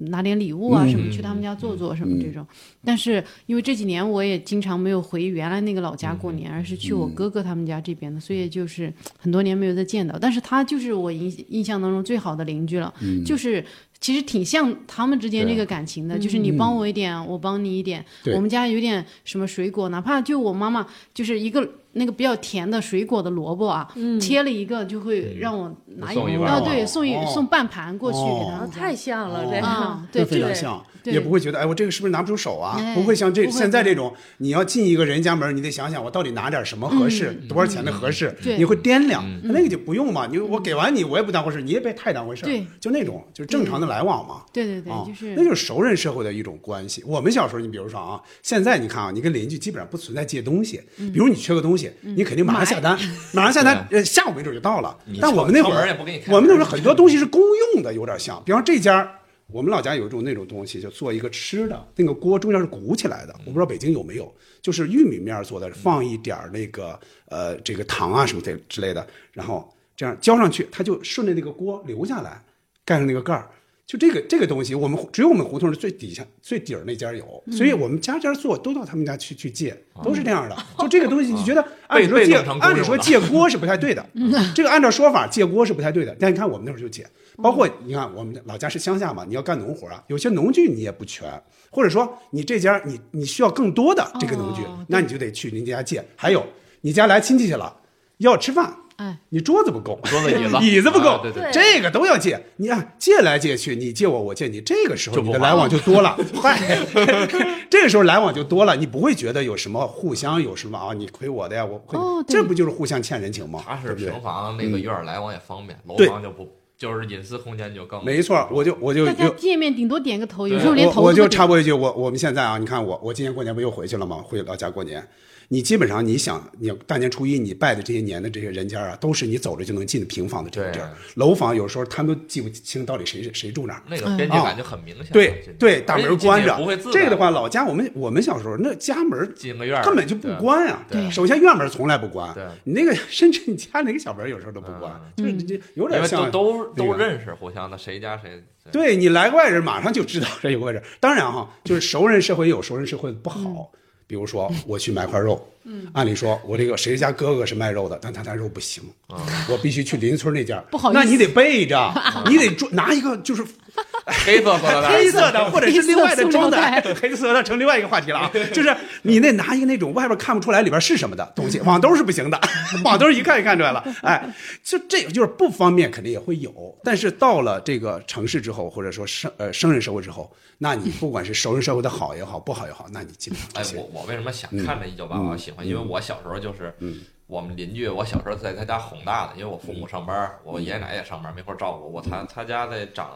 [SPEAKER 1] 拿点礼物啊
[SPEAKER 4] 嗯
[SPEAKER 1] 什么，去他们家坐坐什么这种。但是因为这几年我也经常没有回原来那个老家过年，而是去我哥哥他们家这边的，所以就是很多年没有再见到。但是他就是我印印象当中最好的邻居了，就是其实挺像他们之间
[SPEAKER 4] 对
[SPEAKER 1] 这个感情的，就是你帮我一点，我帮你一点。
[SPEAKER 5] 对
[SPEAKER 1] 我们家有点什么水果，哪怕就我妈妈就是一个那个比较甜的水果的萝卜啊，
[SPEAKER 2] 嗯
[SPEAKER 1] 切了一个就会让我拿
[SPEAKER 4] 送一碗
[SPEAKER 1] 啊，
[SPEAKER 4] 儿
[SPEAKER 1] 对，送一
[SPEAKER 5] 哦
[SPEAKER 1] 送半盘过去给他
[SPEAKER 2] 啊，
[SPEAKER 1] 们家。
[SPEAKER 2] 太像了，这
[SPEAKER 1] 啊
[SPEAKER 2] 样，
[SPEAKER 1] 对
[SPEAKER 5] 那非常
[SPEAKER 1] 对
[SPEAKER 5] 像，
[SPEAKER 1] 对
[SPEAKER 5] 也不会觉得哎，我这个是不是拿不出手啊？
[SPEAKER 1] 哎
[SPEAKER 5] 不会像这
[SPEAKER 1] 不会
[SPEAKER 5] 现在这种，你要进一个人家门，你得想想我到底拿点什么合适，多少钱的合适，
[SPEAKER 1] 嗯对
[SPEAKER 5] 你会掂量。那个就不用嘛，你我给完你，我也不当回事，你也别太当回事。
[SPEAKER 1] 对，
[SPEAKER 5] 就那种就是正常的来往嘛。
[SPEAKER 1] 对对对
[SPEAKER 5] 啊，，
[SPEAKER 1] 就是
[SPEAKER 5] 那就是熟人社会的一种关系。我们小时候，你比如说啊，现在你看啊，你跟邻居基本上不存在借东西。
[SPEAKER 1] 嗯
[SPEAKER 5] 比如你缺个东西，你肯定马上下单，马上下单，呃，下午没准就到了
[SPEAKER 4] 啊你。
[SPEAKER 5] 但我们那会
[SPEAKER 4] 敲门
[SPEAKER 5] 儿
[SPEAKER 4] 也不给你，开
[SPEAKER 5] 我们那会儿很多东西是公用的，有点像。比方这家，我们老家有一种那种东西，就做一个吃的，那个锅中间是鼓起来的，我不知道北京有没有，就是玉米面做的，放一点儿那个呃这个糖啊什么的之类的，然后这样浇上去，它就顺着那个锅流下来，盖上那个盖儿。就这个这个东西，我们只有我们胡同的最底下最底儿那家有，
[SPEAKER 4] 嗯
[SPEAKER 5] 所以我们家家做都到他们家去去借，都是这样的。就这个东西，你觉得按理说
[SPEAKER 4] 被
[SPEAKER 5] 借
[SPEAKER 4] 被动成，功嗯
[SPEAKER 5] 按理说
[SPEAKER 4] 用了
[SPEAKER 5] 借锅是不太对的， 这个按照说法借锅是不太对的。但你看我们那会儿就借，包括你看我们老家是乡下嘛，你要干农活啊，有些农具你也不全，或者说你这家你你需要更多的这个农具
[SPEAKER 1] 哦，
[SPEAKER 5] 那你就得去人家借。还有你家来亲戚去了，要吃饭，
[SPEAKER 1] 哎，
[SPEAKER 5] 你桌子不够，
[SPEAKER 4] 桌子椅子
[SPEAKER 5] 椅子不够
[SPEAKER 4] 啊，对对
[SPEAKER 2] 对
[SPEAKER 5] 这个都要借。你看借来借去，你借我，我借你，这个时候
[SPEAKER 4] 就
[SPEAKER 5] 你
[SPEAKER 4] 不
[SPEAKER 5] 的
[SPEAKER 4] 划
[SPEAKER 5] 来往就多 了，嗨， 这个时候来往就多了，你不会觉得有什么互相有什么啊，你亏我的呀，我亏你，
[SPEAKER 1] 哦对
[SPEAKER 5] 这不就是互相欠人情吗？
[SPEAKER 4] 它啊是
[SPEAKER 5] 对不对
[SPEAKER 4] 平？房，那个院儿来往也方便，楼
[SPEAKER 5] 对
[SPEAKER 4] 房就不就是隐私空间就更
[SPEAKER 5] 没错，我就我就
[SPEAKER 1] 大家
[SPEAKER 5] 有
[SPEAKER 1] 见面顶多点个头，有
[SPEAKER 4] 对
[SPEAKER 1] 时候连
[SPEAKER 5] 我
[SPEAKER 1] 头
[SPEAKER 5] 我
[SPEAKER 1] 都
[SPEAKER 5] 就
[SPEAKER 1] 不点
[SPEAKER 5] 插播一句，我我们现在啊，你看我我今年过年不又回去了吗？回老家过年，你基本上你想你大年初一你拜的这些年的这些人家啊，都是你走着就能进的平房的这种地儿
[SPEAKER 4] 对，
[SPEAKER 5] 楼房有时候他们都记不清到底谁谁住哪儿。
[SPEAKER 4] 那个边界感就很明显了。
[SPEAKER 5] 嗯哦对
[SPEAKER 4] 真的
[SPEAKER 5] 对，大门关
[SPEAKER 4] 而且你进去也不会
[SPEAKER 5] 着
[SPEAKER 4] 自。
[SPEAKER 5] 这个的
[SPEAKER 4] 在
[SPEAKER 5] 话，老家我们我们小时候那家门
[SPEAKER 4] 进个院儿
[SPEAKER 5] 根本就不
[SPEAKER 4] 对
[SPEAKER 5] 关呀、
[SPEAKER 4] 对
[SPEAKER 5] 首先院门从来不关
[SPEAKER 4] 对，嗯
[SPEAKER 5] 你那个甚至你家那个小门有时候都不关，就是你这有
[SPEAKER 4] 因
[SPEAKER 5] 点
[SPEAKER 4] 为
[SPEAKER 5] 像
[SPEAKER 4] 都都
[SPEAKER 5] 那
[SPEAKER 4] 都
[SPEAKER 5] 个
[SPEAKER 4] 认识互相的，谁家 谁。
[SPEAKER 5] 对你来个外人，马上就知道这有个外人。 当然哈，就是熟人社会也有熟人社会的不好。
[SPEAKER 1] 嗯
[SPEAKER 5] 比如说，我去买块肉，嗯，按理说我这个谁家哥哥是卖肉的，但他家肉不行，
[SPEAKER 4] 啊
[SPEAKER 5] 我必须去邻村那家。
[SPEAKER 1] 不好意思
[SPEAKER 5] 那你得 备着，你得装拿一个就是
[SPEAKER 4] 黑色塑料袋，
[SPEAKER 5] 黑色的，或者是另外的装的
[SPEAKER 1] 黑色塑料袋，
[SPEAKER 5] 黑色塑料袋成另外一个话题了啊！就是你那拿一个那种外边看不出来里边是什么的东西，网兜是不行的，网兜一看就看出来了。哎，就这个就是不方便，肯定也会有。但是到了这个城市之后，或者说生呃生人社会之后，那你不管是熟人社会的好也好，不好也好，那你尽量这
[SPEAKER 4] 哎，
[SPEAKER 5] 些嗯
[SPEAKER 4] 我我为什么想看这《一九八八》喜欢？因为我小时候就是，我们邻居，我小时候在他家哄大的，因为我
[SPEAKER 5] 嗯
[SPEAKER 4] 父母上班，我爷爷奶奶也上班，没空照顾我。他他家得长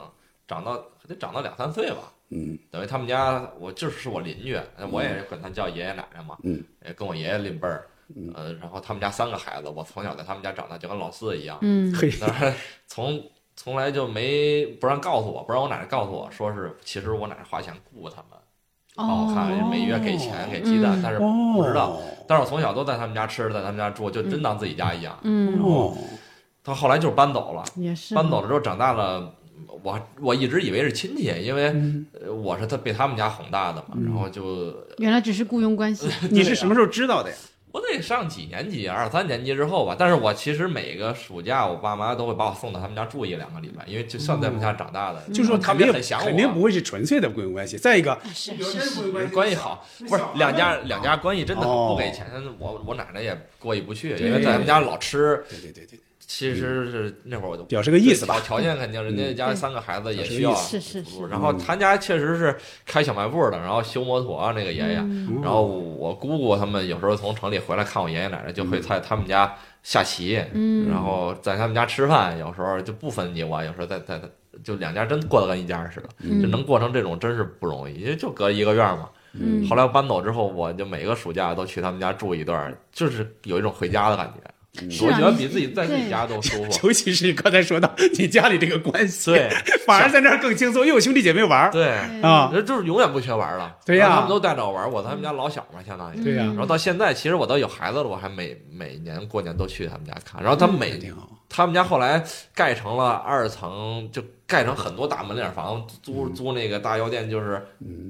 [SPEAKER 4] 长到得长到两三岁吧，
[SPEAKER 5] 嗯，
[SPEAKER 4] 等于他们家我就是是我邻居，我也管他叫爷爷奶奶嘛，
[SPEAKER 5] 嗯，
[SPEAKER 4] 跟我爷爷邻辈儿，呃，然后他们家三个孩子，我从小在他们家长大，就跟老四 一样，
[SPEAKER 1] 嗯，
[SPEAKER 5] 嘿，
[SPEAKER 4] 但是从从来就没不让告诉我，不让我奶奶告诉我说是，其实我奶奶花钱雇他们。帮我看，人每月给钱给鸡蛋，但是
[SPEAKER 5] 哦，
[SPEAKER 4] 不知道。但是我从小都在他们家吃，在他们家住，就真当自己家一样。
[SPEAKER 1] 嗯，
[SPEAKER 5] 哦，
[SPEAKER 4] 他后来就是搬走了，
[SPEAKER 1] 也是
[SPEAKER 4] 嗯搬走了之后长大了，我我一直以为是亲戚，因为
[SPEAKER 5] 嗯
[SPEAKER 4] 呃我是他被他们家哄大的嘛，然后就
[SPEAKER 1] 原来只是雇佣关系，
[SPEAKER 4] 嗯
[SPEAKER 5] 你是什么时候知道的呀？
[SPEAKER 4] 我得上几年级，二三年级之后吧。但是我其实每个暑假，我爸妈都会把我送到他们家住一两个礼拜，因为就算在他们家长大的，
[SPEAKER 5] 哦就是说
[SPEAKER 4] 他
[SPEAKER 5] 肯
[SPEAKER 4] 们
[SPEAKER 5] 定
[SPEAKER 4] 也很啊想我，
[SPEAKER 5] 肯定不会是纯粹的雇佣关系。再一个，
[SPEAKER 1] 是
[SPEAKER 5] 有
[SPEAKER 1] 是
[SPEAKER 5] 真
[SPEAKER 1] 是，
[SPEAKER 5] 雇佣关系
[SPEAKER 4] 关系好，不是两家两家关系真的好
[SPEAKER 5] 哦
[SPEAKER 4] 不给钱，我我奶奶也过意不去，
[SPEAKER 5] 对
[SPEAKER 4] 因为在他们家老吃
[SPEAKER 5] 对对对对，
[SPEAKER 4] 其
[SPEAKER 1] 嗯
[SPEAKER 4] 实是那会儿我就
[SPEAKER 5] 表示个意思
[SPEAKER 4] 条
[SPEAKER 5] 吧。
[SPEAKER 4] 条件肯定，人家家
[SPEAKER 1] 对
[SPEAKER 4] 三个孩子也
[SPEAKER 5] 表示
[SPEAKER 4] 需
[SPEAKER 5] 个
[SPEAKER 4] 要
[SPEAKER 5] 意
[SPEAKER 1] 是是是，嗯
[SPEAKER 4] 然后他家确实是开小卖部的，然后修摩托啊，那个爷爷。
[SPEAKER 1] 嗯
[SPEAKER 5] 嗯
[SPEAKER 4] 然后我姑姑他们有时候从城里回来看我爷爷奶奶，就会在他们家下棋，
[SPEAKER 1] 嗯
[SPEAKER 4] 然后在他们家吃饭，有时候就不分你我，有时候在在在就两家真过得跟一家似的，就能过成这种真是不容易，因为就隔一个院嘛。
[SPEAKER 1] 嗯
[SPEAKER 4] 后来我搬走之后，我就每个暑假都去他们家住一段儿，就是有一种回家的感觉。
[SPEAKER 1] 是
[SPEAKER 4] 嗯我
[SPEAKER 1] 啊
[SPEAKER 4] 觉得
[SPEAKER 1] 你
[SPEAKER 4] 比自己在自己家都 舒服。
[SPEAKER 5] 尤其是刚才说到你家里这个关系，
[SPEAKER 4] 对，
[SPEAKER 5] 反而在那儿更轻松，又有兄弟姐妹玩儿
[SPEAKER 4] 对，
[SPEAKER 5] 啊。
[SPEAKER 4] 人就是永远不缺玩儿了。
[SPEAKER 5] 对呀
[SPEAKER 4] 然后他们都带着我玩儿，我在他们家老小嘛，相
[SPEAKER 1] 嗯
[SPEAKER 4] 当于。
[SPEAKER 5] 对呀
[SPEAKER 4] 然后到现在，其实我都有孩子了，我还每每年过年都去他们家看。然后他们每、
[SPEAKER 5] 挺好，
[SPEAKER 4] 他们家后来盖成了二层，就盖成很多大门脸房，租
[SPEAKER 5] 嗯
[SPEAKER 4] 租那个大药店，就是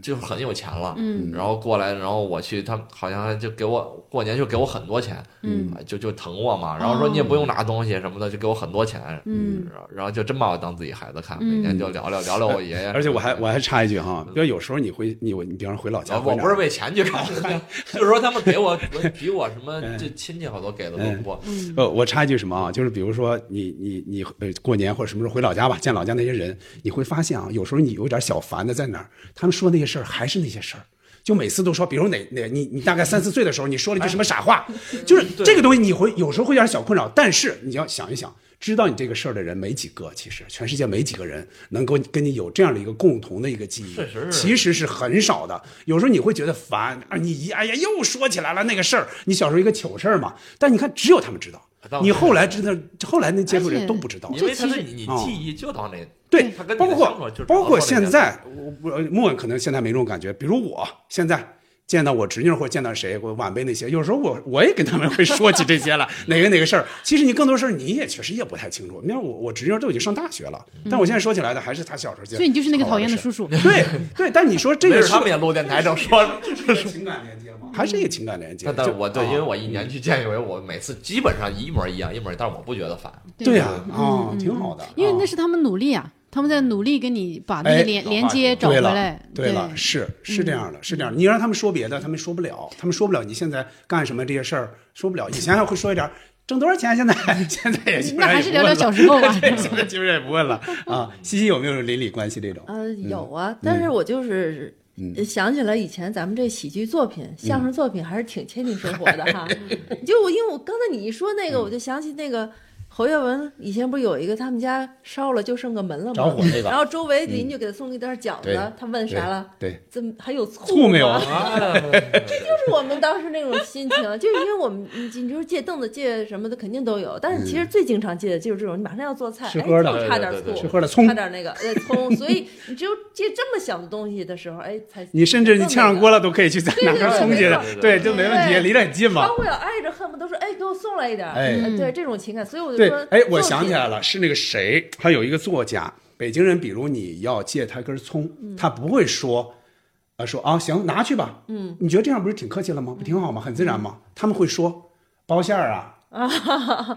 [SPEAKER 4] 就是很有钱了。
[SPEAKER 1] 嗯
[SPEAKER 4] 然后过来，然后我去，他们好像就给我过年就给我很多钱，
[SPEAKER 1] 嗯
[SPEAKER 4] 啊就就疼我嘛。然后说你也不用拿东西什么的，就给我很多钱。
[SPEAKER 1] 嗯
[SPEAKER 4] 然后，然后就真把我当自己孩子看，
[SPEAKER 1] 嗯
[SPEAKER 4] 每天就聊聊聊聊我爷爷。
[SPEAKER 5] 而且我还我还插一句哈，比如有时候你回你你比方说回老家，
[SPEAKER 4] 啊我
[SPEAKER 5] 回哪
[SPEAKER 4] 不
[SPEAKER 5] 儿
[SPEAKER 4] 是为钱去看 的，就是说他们给我我比我什么
[SPEAKER 5] 哎
[SPEAKER 4] 这亲戚好多给的都多。
[SPEAKER 1] 嗯
[SPEAKER 5] 呃，我插一句什么啊？就是比如说你你你呃过年或者什么时候回老家吧，见老家那些人，你会发现啊，有时候你有点小烦的在哪儿，他们说那些事儿还是那些事儿。就每次都说，比如哪哪你你大概三四岁的时候，你说了一句什么傻话， 就是
[SPEAKER 4] 哎对
[SPEAKER 5] 这个东西，你会有时候会有点小困扰，但是你要想一想，知道你这个事儿的人没几个，其实全世界没几个人能够跟你有这样的一个共同的一个记忆，
[SPEAKER 4] 确实是
[SPEAKER 5] 其实是很少的。有时候你会觉得烦啊，你一哎呀又说起来了那个事儿，你小时候一个糗事儿嘛，但你看只有他们知道
[SPEAKER 4] 倒，是
[SPEAKER 5] 你后来知道，后来那接触
[SPEAKER 1] 而
[SPEAKER 5] 人
[SPEAKER 1] 且
[SPEAKER 5] 都不知道。
[SPEAKER 4] 因为他
[SPEAKER 1] 这
[SPEAKER 4] 是
[SPEAKER 1] 其实
[SPEAKER 4] 你
[SPEAKER 5] 哦
[SPEAKER 4] 记忆就到那，
[SPEAKER 5] 对
[SPEAKER 4] 他跟，你
[SPEAKER 5] 包
[SPEAKER 4] 的相处
[SPEAKER 5] 括
[SPEAKER 4] 就只
[SPEAKER 5] 包
[SPEAKER 4] 能到
[SPEAKER 5] 括
[SPEAKER 4] 那
[SPEAKER 5] 现
[SPEAKER 4] 点
[SPEAKER 5] 在，我我莫文可能现在没这种感觉。比如我现在见到我侄女或者见到谁，我晚辈那些，有时候我我也跟他们会说起 这些了，哪个哪个事儿。其实你更多事儿你也确实也不太清楚。你看我我侄女都已经上大学了，
[SPEAKER 4] 嗯
[SPEAKER 5] 但我现在说起来的还是她小时候见。
[SPEAKER 1] 所以你就是那个讨厌的
[SPEAKER 5] 事
[SPEAKER 1] 叔
[SPEAKER 5] 儿。
[SPEAKER 1] 叔，
[SPEAKER 5] 对对，但你说这
[SPEAKER 4] 没
[SPEAKER 5] 个
[SPEAKER 4] 准他
[SPEAKER 5] 是
[SPEAKER 4] 们也录电台正说。
[SPEAKER 5] 这是情感连接吗？还是一个情感连接
[SPEAKER 4] 但？但
[SPEAKER 5] 就
[SPEAKER 4] 嗯我对，
[SPEAKER 5] 啊
[SPEAKER 4] 因为我一年去见一回，我每次基本上一模一样，一模一样，但是我不觉得烦。
[SPEAKER 5] 对呀，
[SPEAKER 1] 嗯
[SPEAKER 5] 啊，挺好的，
[SPEAKER 1] 因为那
[SPEAKER 5] 啊
[SPEAKER 1] 是他们努力啊，他们在努力跟你把那个
[SPEAKER 5] 哎
[SPEAKER 1] 连
[SPEAKER 4] 找
[SPEAKER 1] 连
[SPEAKER 4] 话
[SPEAKER 1] 接
[SPEAKER 4] 题
[SPEAKER 1] 找
[SPEAKER 5] 对
[SPEAKER 1] 回
[SPEAKER 5] 了
[SPEAKER 1] 来。嗯
[SPEAKER 5] 对了，是是这样的，是这样的。你让他们说别的，他们说不了，他们说不了。你现在干什么这些事儿说不了，以前还会说一点儿挣多少钱，现在 现在也基本
[SPEAKER 1] 那
[SPEAKER 5] 上
[SPEAKER 1] 还
[SPEAKER 5] 也
[SPEAKER 1] 是
[SPEAKER 5] 不
[SPEAKER 1] 聊
[SPEAKER 5] 问
[SPEAKER 1] 聊
[SPEAKER 5] 了
[SPEAKER 1] 小时候吧。
[SPEAKER 5] 对 现在基本上也不问了啊。西西有没有邻里关系这种？
[SPEAKER 2] 呃，有
[SPEAKER 5] 嗯
[SPEAKER 2] 啊，但是我就是。呃想起来以前咱们这喜剧作品、相
[SPEAKER 5] 嗯
[SPEAKER 2] 声作品还是挺 贴近生活的哈。就我因为我刚才你一说那个，
[SPEAKER 5] 嗯
[SPEAKER 2] 我就想起那个侯耀文以前不是有一个他们家烧了就剩个门了
[SPEAKER 5] 着
[SPEAKER 2] 吗
[SPEAKER 5] 火？那个嗯
[SPEAKER 2] 然后周围邻居给他送了一袋饺
[SPEAKER 5] 对
[SPEAKER 2] 子，他问啥了？
[SPEAKER 5] 对，
[SPEAKER 2] 怎么还有醋
[SPEAKER 5] 醋没有
[SPEAKER 2] 吗
[SPEAKER 5] 啊？
[SPEAKER 4] 哎
[SPEAKER 2] 就是我们当时那种心情，啊就是因为我们你你就是借凳子借什么的肯定都有，但
[SPEAKER 5] 嗯
[SPEAKER 2] 是其实最经常借的就是这种，你马上要做菜，
[SPEAKER 5] 吃
[SPEAKER 2] 哎，
[SPEAKER 5] 喝的
[SPEAKER 2] 就差点
[SPEAKER 4] 对对对
[SPEAKER 2] 醋，
[SPEAKER 5] 吃喝的葱
[SPEAKER 2] 差点那个呃 葱，所以你只有借这么小的东西的时候，哎，才
[SPEAKER 5] 你甚至你炝上锅
[SPEAKER 2] 了。
[SPEAKER 5] 了都可以去再拿
[SPEAKER 2] 对对
[SPEAKER 5] 根
[SPEAKER 2] 对
[SPEAKER 5] 葱
[SPEAKER 2] 没
[SPEAKER 5] 去的
[SPEAKER 4] 错，
[SPEAKER 5] 对，就没问题，
[SPEAKER 2] 对
[SPEAKER 5] 离得很近嘛
[SPEAKER 2] 包。括有挨着，恨不得说，哎，给我送来一点儿，
[SPEAKER 5] 哎
[SPEAKER 2] 呃对这种情感，所以我就
[SPEAKER 5] 对
[SPEAKER 2] 说，，
[SPEAKER 5] 哎，我想起
[SPEAKER 2] 了，
[SPEAKER 5] 来了，是那个谁，他有一个作家，北京人。比如你要借他根葱，
[SPEAKER 2] 嗯
[SPEAKER 5] 他不会说，呃，说啊，行，拿去吧。嗯，你觉得这样不是挺客气了吗？不挺好吗？很自然吗？他们会说，包馅儿 啊，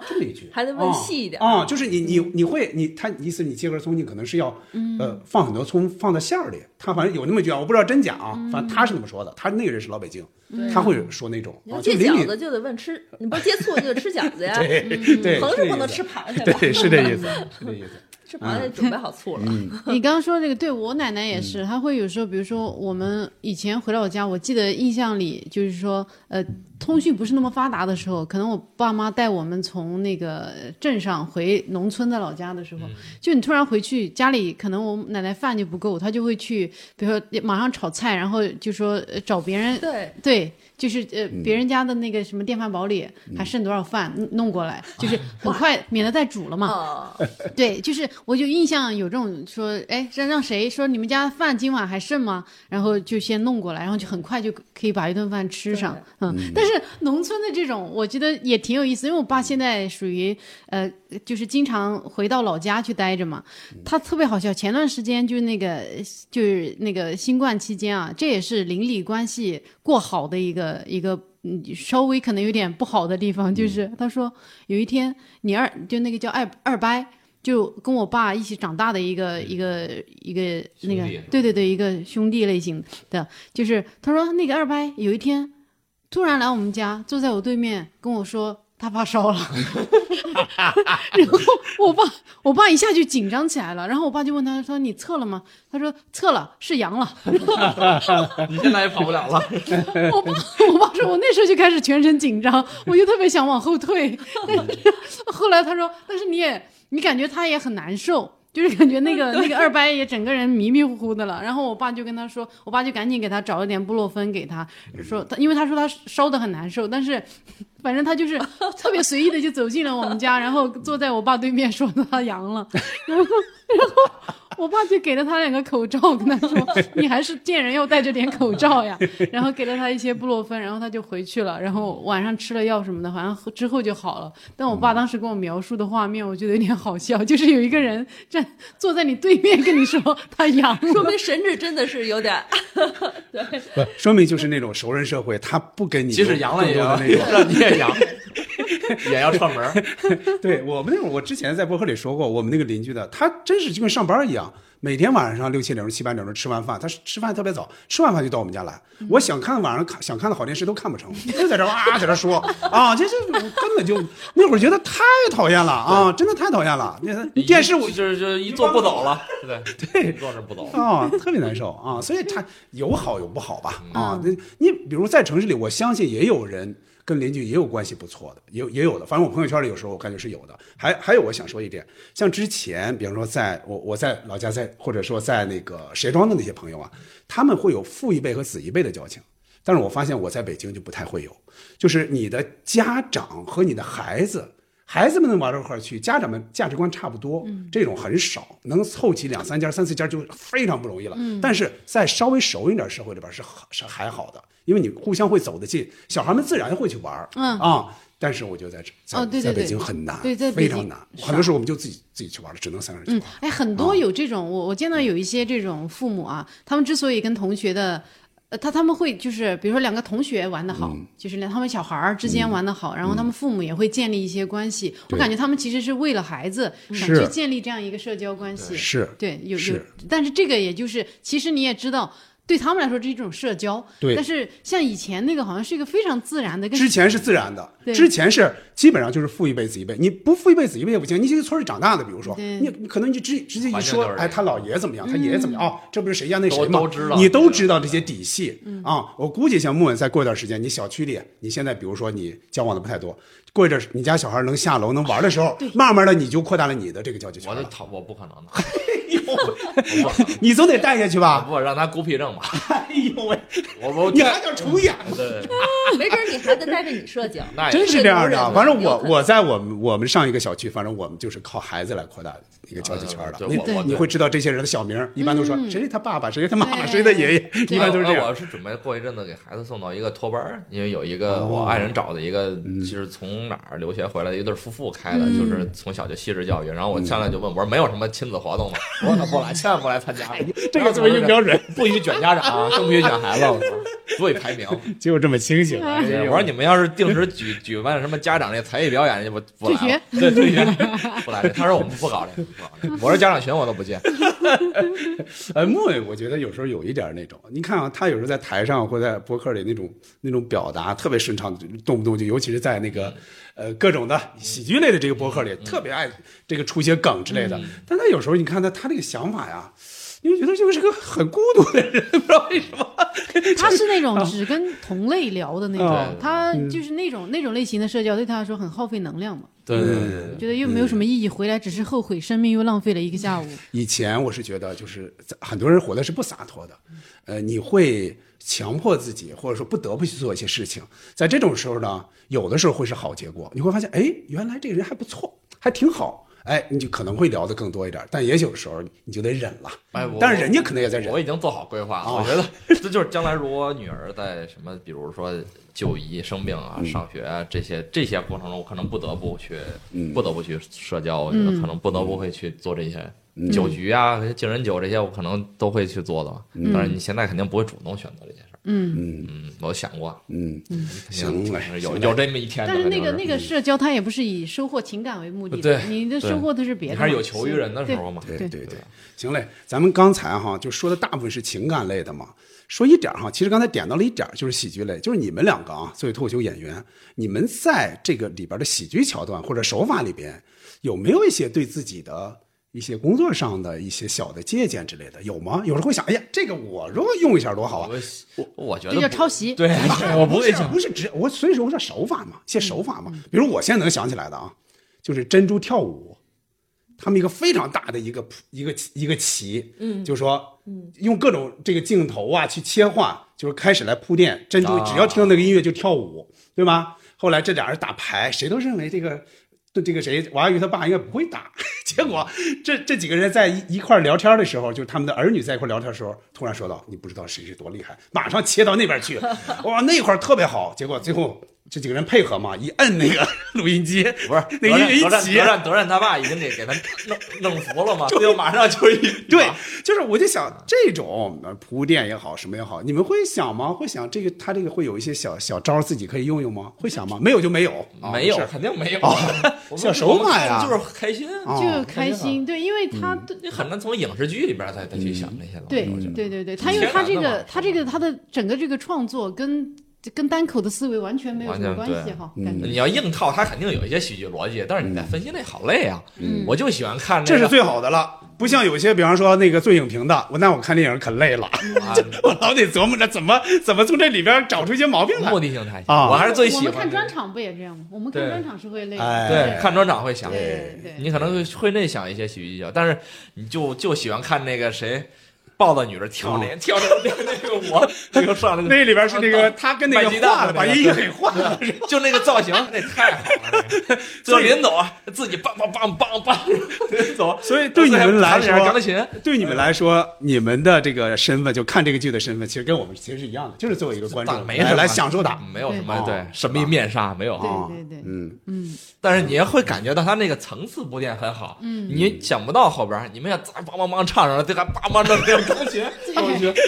[SPEAKER 5] 这么一句，
[SPEAKER 2] 还得问细一点嗯
[SPEAKER 5] 啊、啊就是你你你会你他意思你借根葱，你可能是要呃放很多葱放在馅儿里，他反正有那么一句啊，我不知道真假啊，
[SPEAKER 2] 嗯
[SPEAKER 5] 反正他是那么说的，他那个人是老北京，他会说那种
[SPEAKER 2] 你
[SPEAKER 5] 啊，
[SPEAKER 2] 要
[SPEAKER 5] 就
[SPEAKER 2] 借
[SPEAKER 5] 邻
[SPEAKER 2] 饺
[SPEAKER 5] 里
[SPEAKER 2] 子就得问吃，你不是借醋就得吃饺子呀，
[SPEAKER 5] 对对，
[SPEAKER 2] 横
[SPEAKER 5] 是
[SPEAKER 2] 着
[SPEAKER 5] 这
[SPEAKER 2] 不能
[SPEAKER 5] 意思
[SPEAKER 2] 吃， 螃 蟹吧，
[SPEAKER 5] 对，是嗯这意思，是这意思。
[SPEAKER 2] 吃螃蟹准备好醋了，
[SPEAKER 1] 你刚刚说这个，对我奶奶也是，她会有时候，比如说我们以前回老家，我记得印象里就是说，呃，通讯不是那么发达的时候，可能我爸妈带我们从那个镇上回农村的老家的时候，就你突然回去家里，可能我奶奶饭就不够，她就会去，比如说马上炒菜，然后就说呃找别人
[SPEAKER 2] 对，
[SPEAKER 1] 对，就是呃，别人家的那个什么电饭煲里还剩多少饭，嗯弄过来，就是很快，免得再煮了嘛。
[SPEAKER 2] 啊，
[SPEAKER 1] 对，就是我就印象有这种说，哎，让让谁说你们家饭今晚还剩吗？然后就先弄过来，然后就很快就可以把一顿饭吃上。嗯，但是农村的这种，我觉得也挺有意思，因为我爸现在属于呃，就是经常回到老家去待着嘛。嗯他特别好笑，前段时间就是那个就是那个新冠期间啊，这也是邻里关系过好的一个一个。嗯，稍微可能有点不好的地方，
[SPEAKER 4] 嗯
[SPEAKER 1] 就是他说有一天你二就那个叫二二伯，就跟我爸一起长大的一个一个一个那个
[SPEAKER 4] 兄弟是吧
[SPEAKER 1] 对对对一个兄弟类型的，就是他说那个二伯有一天突然来我们家，坐在我对面跟我说：“他发烧 了， 然后我爸我爸一下就紧张起来了，然后我爸就问他说：“你测了吗？”他说：“测了，是阳了。”
[SPEAKER 4] 你现在也跑不了了。
[SPEAKER 1] 我爸，我爸说，我那时候就开始全身紧张，我就特别想往后退， 但是后来他说，但是你也，你感觉他也很难受， 就是感觉那个那个二伯也整个人迷迷糊糊的了。然后我爸就跟他说，我爸就赶紧给他找了点布洛芬给他，说他，因为他说他烧的很难受，但是。反正他就是特别随意的就走进了我们家，然后坐在我爸对面说他阳了，然后然后我爸就给了他两个口罩，跟他说你还是见人要戴着点口罩呀，然后给了他一些布洛芬，然后他就回去了，然后晚上吃了药什么的，好像之后就好了。但我爸当时跟我描述的画面，我觉得有点好笑，就是有一个人站坐在你对面跟你说他阳了，
[SPEAKER 2] 说明神智真的是有点，
[SPEAKER 5] 不，说明就是那种熟人社会，他不跟你
[SPEAKER 4] 即使
[SPEAKER 5] 有
[SPEAKER 4] 阳了
[SPEAKER 5] 更
[SPEAKER 4] 也
[SPEAKER 5] 多
[SPEAKER 4] 要
[SPEAKER 5] 的那
[SPEAKER 4] 让你也
[SPEAKER 5] 种。
[SPEAKER 4] 阳，也要串门儿。
[SPEAKER 5] 对我们那种，我之前在博客里说过，我们那个邻居的，他真是就跟上班一样，每天晚上六七点钟、七八点钟吃完饭，他是吃饭特别早，吃完饭就到我们家来。我想看晚上看想看的好电视都看不成，就在这哇、在这说啊，这这我根本就那会儿觉得太讨厌了啊，真的太讨厌了。那电视我
[SPEAKER 4] 就是就是一坐不走了， 对对，坐那不走。
[SPEAKER 5] 啊、特别难受啊，所以它有好有不好吧啊。那你比如在城市里，我相信也有人跟邻居也有关系不错的，也有也有的。反正我朋友圈里有时候我感觉是有的。还还有我想说一点，像之前比方说在我我在老家在或者说在那个石家庄的那些朋友啊，他们会有父一辈和子一辈的交情。但是我发现我在北京就不太会有，就是你的家长和你的孩子，孩子们能玩到一块儿去，家长们价值观差不多，
[SPEAKER 1] 嗯
[SPEAKER 5] 这种很少，能凑齐两三家、三四家就非常不容易了。
[SPEAKER 1] 嗯
[SPEAKER 5] 但是在稍微熟一点社会里边是好是还好的，因为你互相会走得近，小孩们自然会去玩儿。
[SPEAKER 1] 嗯
[SPEAKER 5] 啊。但是我觉得在在、
[SPEAKER 1] 哦对对
[SPEAKER 5] 在
[SPEAKER 1] 对
[SPEAKER 5] 北京很难，
[SPEAKER 1] 对在
[SPEAKER 5] 非
[SPEAKER 1] 北
[SPEAKER 5] 常
[SPEAKER 1] 京
[SPEAKER 5] 难。
[SPEAKER 1] 少
[SPEAKER 5] 很多时候我们就自己自己去玩了，只能三个人
[SPEAKER 1] 嗯
[SPEAKER 5] 去玩。，
[SPEAKER 1] 哎，很多有这种，我我见到有一些这种父母啊，他们之所以跟同学的，呃，他他们会就是，比如说两个同学玩的好，
[SPEAKER 5] 嗯
[SPEAKER 1] 就是两他们小孩儿之间玩的好，然后他们父母也会建立一些关系。我
[SPEAKER 5] 对
[SPEAKER 1] 感觉他们其实是为了孩子想
[SPEAKER 5] 是
[SPEAKER 1] 去建立这样一个社交关系。
[SPEAKER 5] 是
[SPEAKER 1] 对，有有
[SPEAKER 5] 是，
[SPEAKER 1] 但是这个也就是，其实你也知道。对他们来说，这是一种社交。
[SPEAKER 5] 对
[SPEAKER 1] 但是像以前那个，好像是一个非常自然的，跟
[SPEAKER 5] 之前是自然的，
[SPEAKER 1] 对
[SPEAKER 5] 之前是基本上就是父一辈子一辈，你不父一辈子一辈也不行。你这个村里长大的，比如说，
[SPEAKER 1] 对嗯
[SPEAKER 5] 你你可能你直直接一
[SPEAKER 4] 环境
[SPEAKER 5] 说
[SPEAKER 4] 就是，这样
[SPEAKER 5] 哎，他姥爷怎么样，他爷爷怎么样，哦，这不是谁家那
[SPEAKER 4] 都
[SPEAKER 5] 谁吗？
[SPEAKER 4] 都知道
[SPEAKER 5] 你都知道这些底细
[SPEAKER 1] 嗯
[SPEAKER 5] 啊。我估计像木稳，再过一段时间，你小区里，你现在比如说你交往的不太多，过一段时你家小孩能下楼能玩的时候，慢慢的你就扩大了你的这个交际圈
[SPEAKER 4] 我就
[SPEAKER 5] 了，
[SPEAKER 4] 讨我不可 能的，
[SPEAKER 5] 你总得带下 去吧？
[SPEAKER 4] 我让他孤僻症 吧。
[SPEAKER 5] 哎呦喂，
[SPEAKER 4] 我我
[SPEAKER 5] 你还想重演？
[SPEAKER 4] 对，
[SPEAKER 2] 没准儿你还得带着你社交。
[SPEAKER 4] 那也
[SPEAKER 5] 真
[SPEAKER 4] 是
[SPEAKER 5] 是这样的啊，
[SPEAKER 2] 对
[SPEAKER 5] 反正
[SPEAKER 2] 有
[SPEAKER 5] 我
[SPEAKER 2] 可能
[SPEAKER 5] 我在我们我们上一个小区，反正我们就是靠孩子来扩大一个交际圈的
[SPEAKER 4] 呃对。
[SPEAKER 5] 你
[SPEAKER 4] 我我
[SPEAKER 5] 你会知道这些人的小名儿，一般都说谁是他爸爸，谁是他妈妈，
[SPEAKER 1] 对
[SPEAKER 5] 谁是他爷爷，一般都是这
[SPEAKER 4] 哎我
[SPEAKER 5] 样。
[SPEAKER 4] 是准备过一阵子给孩子送到一个托班儿，因为有一个
[SPEAKER 5] 哦
[SPEAKER 4] 我爱人找的一个，
[SPEAKER 5] 嗯
[SPEAKER 4] 就是从哪儿留学回来的一对夫妇开的，就是从小就西式教育。然后
[SPEAKER 5] 嗯
[SPEAKER 4] 我上来就问我说：“没有什么亲子活动 吗？”我说：“不来，千万不来参加。
[SPEAKER 5] 这个作为一个标准，
[SPEAKER 4] 不允许卷家长啊，更不允许卷孩子。”我说：“所以排名。”
[SPEAKER 5] 结果这么清醒啊。哎
[SPEAKER 4] 对
[SPEAKER 5] 呦
[SPEAKER 4] 我说你们要是定时举举办什么家长这才艺表演，就不不来了，对退学不来了。他说我们不搞这个，不搞这个。我说家长群我都不见，
[SPEAKER 5] 呃，莫伟，我觉得有时候有一点那种，你看啊，他有时候在台上或在博客里那种那种表达特别顺畅，动不动就，尤其是在那个呃各种的喜剧类的这个博客
[SPEAKER 4] 嗯
[SPEAKER 5] 里，特别爱这个出一些梗之类的。但他有时候你看他他这个想法呀，你会觉得就是个很孤独的人，不知道为什么。
[SPEAKER 1] 他是那
[SPEAKER 4] 啊
[SPEAKER 1] 种只跟同类聊的那
[SPEAKER 5] 啊
[SPEAKER 1] 种，他
[SPEAKER 4] 嗯
[SPEAKER 1] 就是那种那种类型的社交，对他来说很耗费能量嘛。
[SPEAKER 4] 对对对对。
[SPEAKER 1] 觉得又没有什么意义，回来只是后悔，生命又浪费了一个下午。
[SPEAKER 5] 以前我是觉得，就是在很多人活的是不洒脱的，呃，你会强迫自己，或者说不得不去做一些事情。在这种时候呢，有的时候会是好结果，你会发现，哎，原来这个人还不错，还挺好，哎，你就可能会聊得更多一点。但也有时候你就得忍了，
[SPEAKER 4] 哎，我
[SPEAKER 5] 但是人家可能也在忍
[SPEAKER 4] 我已经做好规划了。
[SPEAKER 5] 哦
[SPEAKER 4] 我觉得这就是将来如果女儿在什么，比如说就医、生病
[SPEAKER 5] 嗯
[SPEAKER 4] 啊、上学啊这些这些过程中，我可能不得不去，
[SPEAKER 5] 嗯
[SPEAKER 4] 不得不去社交，我觉得可能不得不会去做这些。
[SPEAKER 5] 嗯
[SPEAKER 4] 酒局啊、敬人酒这些，我可能都会去做的嘛。但是你现在肯定不会主动选择这件事儿，
[SPEAKER 1] 嗯，
[SPEAKER 5] 嗯
[SPEAKER 4] 嗯，我想过，
[SPEAKER 5] 嗯，
[SPEAKER 4] 肯
[SPEAKER 5] 行
[SPEAKER 4] 定
[SPEAKER 5] 嘞，
[SPEAKER 4] 有
[SPEAKER 5] 行
[SPEAKER 4] 有
[SPEAKER 5] 嘞
[SPEAKER 4] 这么一天的。
[SPEAKER 1] 但是那
[SPEAKER 4] 肯
[SPEAKER 1] 个
[SPEAKER 4] 定
[SPEAKER 1] 那个社交，它也不是以收获情感为目的的，
[SPEAKER 4] 嗯对
[SPEAKER 1] 你的收获的是别
[SPEAKER 4] 你
[SPEAKER 1] 的嘛，
[SPEAKER 4] 还是有求于人的时候嘛，
[SPEAKER 5] 对
[SPEAKER 1] 对
[SPEAKER 5] 对对，行嘞，咱们刚才哈就说的大部分是情感类的嘛，说一点儿哈，其实刚才点到了一点儿就是喜剧类，就是你们两个啊，作为脱口秀演员，你们在这个里边的喜剧桥段或者手法里边，有没有一些对自己的一些工作上的一些小的借鉴之类的？有吗？有时候会想，哎呀，这个我如果用一下多好啊。
[SPEAKER 4] 我我我觉得
[SPEAKER 1] 这叫
[SPEAKER 4] 不
[SPEAKER 1] 抄袭
[SPEAKER 4] 对，啊我不会
[SPEAKER 5] 是
[SPEAKER 4] 想
[SPEAKER 5] 不是只我，所以说我说手法嘛，一些手法嘛。比如我现在能想起来的啊，就是珍珠跳舞，他们一个非常大的一个一个一个棋，嗯，就说，嗯，用各种这个镜头啊去切换，就是开始来铺垫珍珠，
[SPEAKER 4] 啊
[SPEAKER 5] 只要听到那个音乐就跳舞，对吧？后来这俩人打牌，谁都认为这个。对这个谁，王阿姨他爸应该不会打。 结果这这几个人在一一块儿聊天的时候，就是他们的儿女在一块儿聊天的时候，突然说到：“你不知道谁是多厉害。”马上切到那边 去，哇，那块儿特别好。结果最后这几个人配合嘛，一摁那个录音机，
[SPEAKER 4] 不是德
[SPEAKER 5] 那个
[SPEAKER 4] 善
[SPEAKER 5] 音乐一
[SPEAKER 4] 德善
[SPEAKER 5] 起，
[SPEAKER 4] 德善德善他爸已经给给他 弄弄服了嘛，就马上就一
[SPEAKER 5] 对，就是我就想这种呃铺垫也好，什么也好，你们会想吗？会想这个他这个会有一些小小招儿自己可以用用吗？会想吗？没有就没有，啊
[SPEAKER 4] 没有
[SPEAKER 5] 是，
[SPEAKER 4] 肯定没 有，我们
[SPEAKER 5] 小手法呀
[SPEAKER 4] 我们就是开心，
[SPEAKER 5] 哦
[SPEAKER 1] 就开心，对，因为他对
[SPEAKER 4] 你很难从影视剧里边再再去想这些东西。
[SPEAKER 1] 对
[SPEAKER 4] 我觉得
[SPEAKER 1] 对对对，他
[SPEAKER 4] 挺
[SPEAKER 1] 因为他这
[SPEAKER 4] 天然的
[SPEAKER 1] 个
[SPEAKER 4] 嘛
[SPEAKER 1] 他这个他的整个这个创作跟跟单口的思维完全没有什么
[SPEAKER 4] 完
[SPEAKER 1] 关
[SPEAKER 4] 全
[SPEAKER 1] 系
[SPEAKER 4] 对
[SPEAKER 1] 哈，
[SPEAKER 5] 嗯
[SPEAKER 1] 感觉
[SPEAKER 4] 你要硬套，它肯定有一些喜剧逻辑，但是你在分析那好累啊！
[SPEAKER 1] 嗯
[SPEAKER 4] 我就喜欢看
[SPEAKER 5] 这
[SPEAKER 4] 那
[SPEAKER 5] 是
[SPEAKER 4] 个
[SPEAKER 5] 最好的了。不像有些，比方说那个做影评的，我那我看电影可累了，
[SPEAKER 4] 啊
[SPEAKER 5] 我老得琢磨着怎么怎么从这里边找出一些毛病来
[SPEAKER 4] 目。的性太
[SPEAKER 5] 啊
[SPEAKER 4] 强，我还是最
[SPEAKER 1] 我
[SPEAKER 4] 喜
[SPEAKER 1] 们
[SPEAKER 4] 欢
[SPEAKER 1] 看
[SPEAKER 4] 这
[SPEAKER 1] 专
[SPEAKER 4] 个
[SPEAKER 1] 场不也这样吗？我们看
[SPEAKER 4] 对
[SPEAKER 1] 专场是会累
[SPEAKER 5] 哎
[SPEAKER 1] 的，
[SPEAKER 4] 对看专场会想，
[SPEAKER 1] 对对
[SPEAKER 4] 你可能会会那想一些喜剧技巧，但是你就就喜欢看那个谁抱着女的跳那跳那那那个我那个上那个啊
[SPEAKER 5] 那里边是那个他跟那个
[SPEAKER 4] 卖鸡蛋
[SPEAKER 5] 画了，
[SPEAKER 4] 的
[SPEAKER 5] 把
[SPEAKER 4] 那个
[SPEAKER 5] 音乐给 画了。
[SPEAKER 4] 就那个造型，那太好了。那个就临走啊，自己梆梆梆梆梆，临走。
[SPEAKER 5] 所以对你们来
[SPEAKER 4] 弹了一下
[SPEAKER 5] 说
[SPEAKER 4] 钢，琴，
[SPEAKER 5] 对你们来说，你们的这个身份，就看这个剧的身份，其实跟我们其实是一样的，就是作为一个观
[SPEAKER 4] 但
[SPEAKER 5] 众
[SPEAKER 4] 没
[SPEAKER 5] 来
[SPEAKER 4] 什么
[SPEAKER 5] 来享受它。
[SPEAKER 4] 没有什么
[SPEAKER 5] 对
[SPEAKER 4] 对神秘面纱没有啊。
[SPEAKER 1] 对对对，
[SPEAKER 5] 嗯，
[SPEAKER 1] 嗯，
[SPEAKER 4] 但是你也会感觉到他那个层次铺垫很好，嗯，你想不到后边儿，你们要咋梆梆梆唱上了，这还梆梆弄这个钢琴，
[SPEAKER 1] 哦
[SPEAKER 4] 我觉得，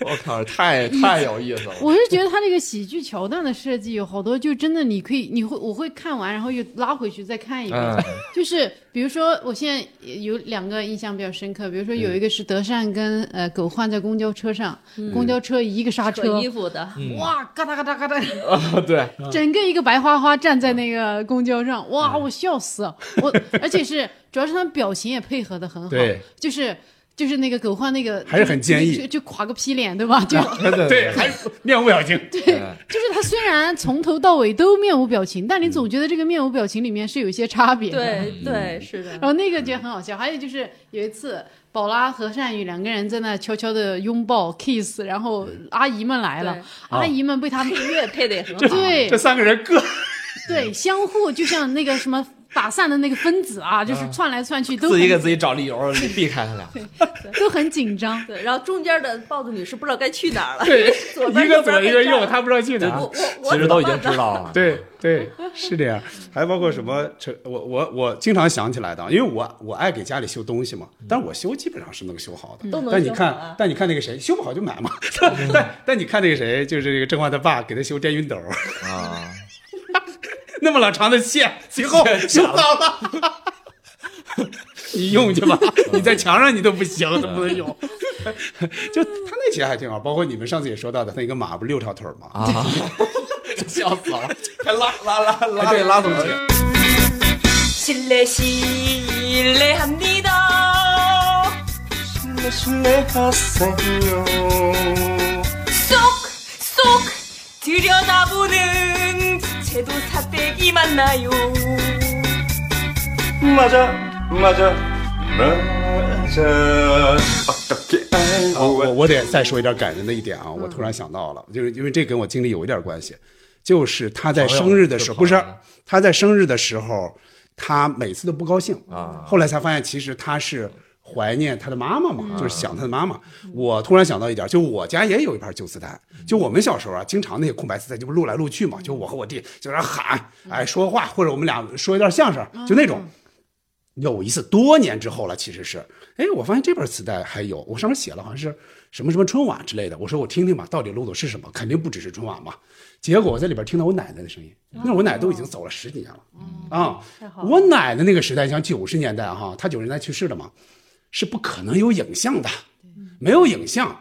[SPEAKER 4] 我靠，太太有意思了，
[SPEAKER 1] 我是觉得他这个喜剧桥段的设计有好多，就真的你可以，你会我会看完，然后又拉回去再看一遍。
[SPEAKER 4] 嗯
[SPEAKER 1] 就是比如说，我现在有两个印象比较深刻，比如说有一个是德善跟呃狗焕在公交车上，公交车一个刹
[SPEAKER 2] 扯
[SPEAKER 1] 车
[SPEAKER 2] 衣，服的，
[SPEAKER 5] 嗯
[SPEAKER 1] 哇，嘎哒嘎哒嘎哒，
[SPEAKER 4] 啊，对，
[SPEAKER 1] 整个一个白花花站在那个公交上，哇，我笑死了，我而且是主要是他们表情也配合的 很好，
[SPEAKER 5] 对，
[SPEAKER 1] 就是就是那个狗焕那个
[SPEAKER 5] 还是很坚毅啊
[SPEAKER 1] 就就就垮个屁脸对吧？就
[SPEAKER 4] 对
[SPEAKER 5] 对，还面无表情。
[SPEAKER 1] 对， 就是他虽然从头到尾都面无表情，但你
[SPEAKER 5] 嗯
[SPEAKER 1] 总觉得这个面无表情里面是有一些差别的。
[SPEAKER 2] 对对是的
[SPEAKER 1] 然，后那个觉得很好笑。还有就是有一次，宝拉和善宇两个人在那悄悄的拥抱 kiss，然后阿姨们来了
[SPEAKER 2] 对，啊
[SPEAKER 1] 阿姨们被他们
[SPEAKER 2] 配 乐配的也很好，
[SPEAKER 1] 对
[SPEAKER 5] 啊这三个人各
[SPEAKER 1] 对相互就像那个什么打散的那个分子啊，就是窜来窜去都
[SPEAKER 4] 自己给
[SPEAKER 1] 很
[SPEAKER 4] 自己找理由避开他俩，
[SPEAKER 1] 都很紧张。
[SPEAKER 2] 对，然后中间的豹子女士不知道该去哪儿了， 左 边
[SPEAKER 5] 一个左
[SPEAKER 2] 边
[SPEAKER 5] 一个
[SPEAKER 2] 给占
[SPEAKER 5] 右，
[SPEAKER 2] 了
[SPEAKER 5] 他不知道去哪儿
[SPEAKER 2] 我。我
[SPEAKER 4] 其实都已经知
[SPEAKER 2] 了，
[SPEAKER 4] 道了，，
[SPEAKER 5] 对对，是这样。 还包括什么？这我我我经常想起来的，因为我我爱给家里修东西嘛，但是我修基本上是能修好的。
[SPEAKER 2] 都能
[SPEAKER 5] 但你
[SPEAKER 2] 修好
[SPEAKER 5] 看
[SPEAKER 2] 啊，
[SPEAKER 5] 但你看那个谁修不好就买嘛。 但但你看那个谁，就是这个郑焕他爸给他修电熨斗，
[SPEAKER 4] 啊，
[SPEAKER 5] 那么老长的线，最后修好了。 你用去吧，你在墙上你都不行，都不能用。 就他那些还挺好，包括你们上次也说到的，那个马不是六条腿儿吗？啊，
[SPEAKER 4] 笑死了，还拉拉拉拉队哎拉出去，
[SPEAKER 9] 실례 실례합니다
[SPEAKER 8] 실례 실례하세요
[SPEAKER 9] 쏙쏙 들여다보는 제도 사대기 만나요
[SPEAKER 8] 맞아 맞아 맞아 어떻게
[SPEAKER 5] 啊，
[SPEAKER 8] 알고
[SPEAKER 5] 我
[SPEAKER 4] 哦
[SPEAKER 5] 我得再说一点感人的一点啊！
[SPEAKER 4] 嗯
[SPEAKER 5] 我突然想到了，就是因为这跟我经历有一点关系，就是他在生日的时候，不
[SPEAKER 4] 朋友
[SPEAKER 5] 是
[SPEAKER 4] 是朋友
[SPEAKER 5] 他在生日的时候，他每次都不高兴
[SPEAKER 4] 啊
[SPEAKER 5] 后来才发现，其实他是怀念他的妈妈
[SPEAKER 4] 啊
[SPEAKER 5] 嘛，就是想他的妈妈。我突然想到一点，就我家也有一盘旧磁带，
[SPEAKER 4] 嗯
[SPEAKER 5] 就我们小时候啊，经常那些空白磁带就录来录去嘛，
[SPEAKER 4] 嗯
[SPEAKER 5] 就我和我弟就在那喊，哎，说话或者我们俩说一段相声，就那种。有一次多年之后了，其实是，哎，我发现这本磁带还有，我上面写了好像是什么什么春晚之类的，我说我听听吧，到底录的是什么？肯定不只是春晚吧。结果我在里边听到我奶奶的声音，那时候我奶奶都已经走了十几年了，啊、
[SPEAKER 2] 哦太好了
[SPEAKER 5] 我奶奶那个时代，像九十年代哈、她九十年代去世了嘛，是不可能有影像的，没有影像，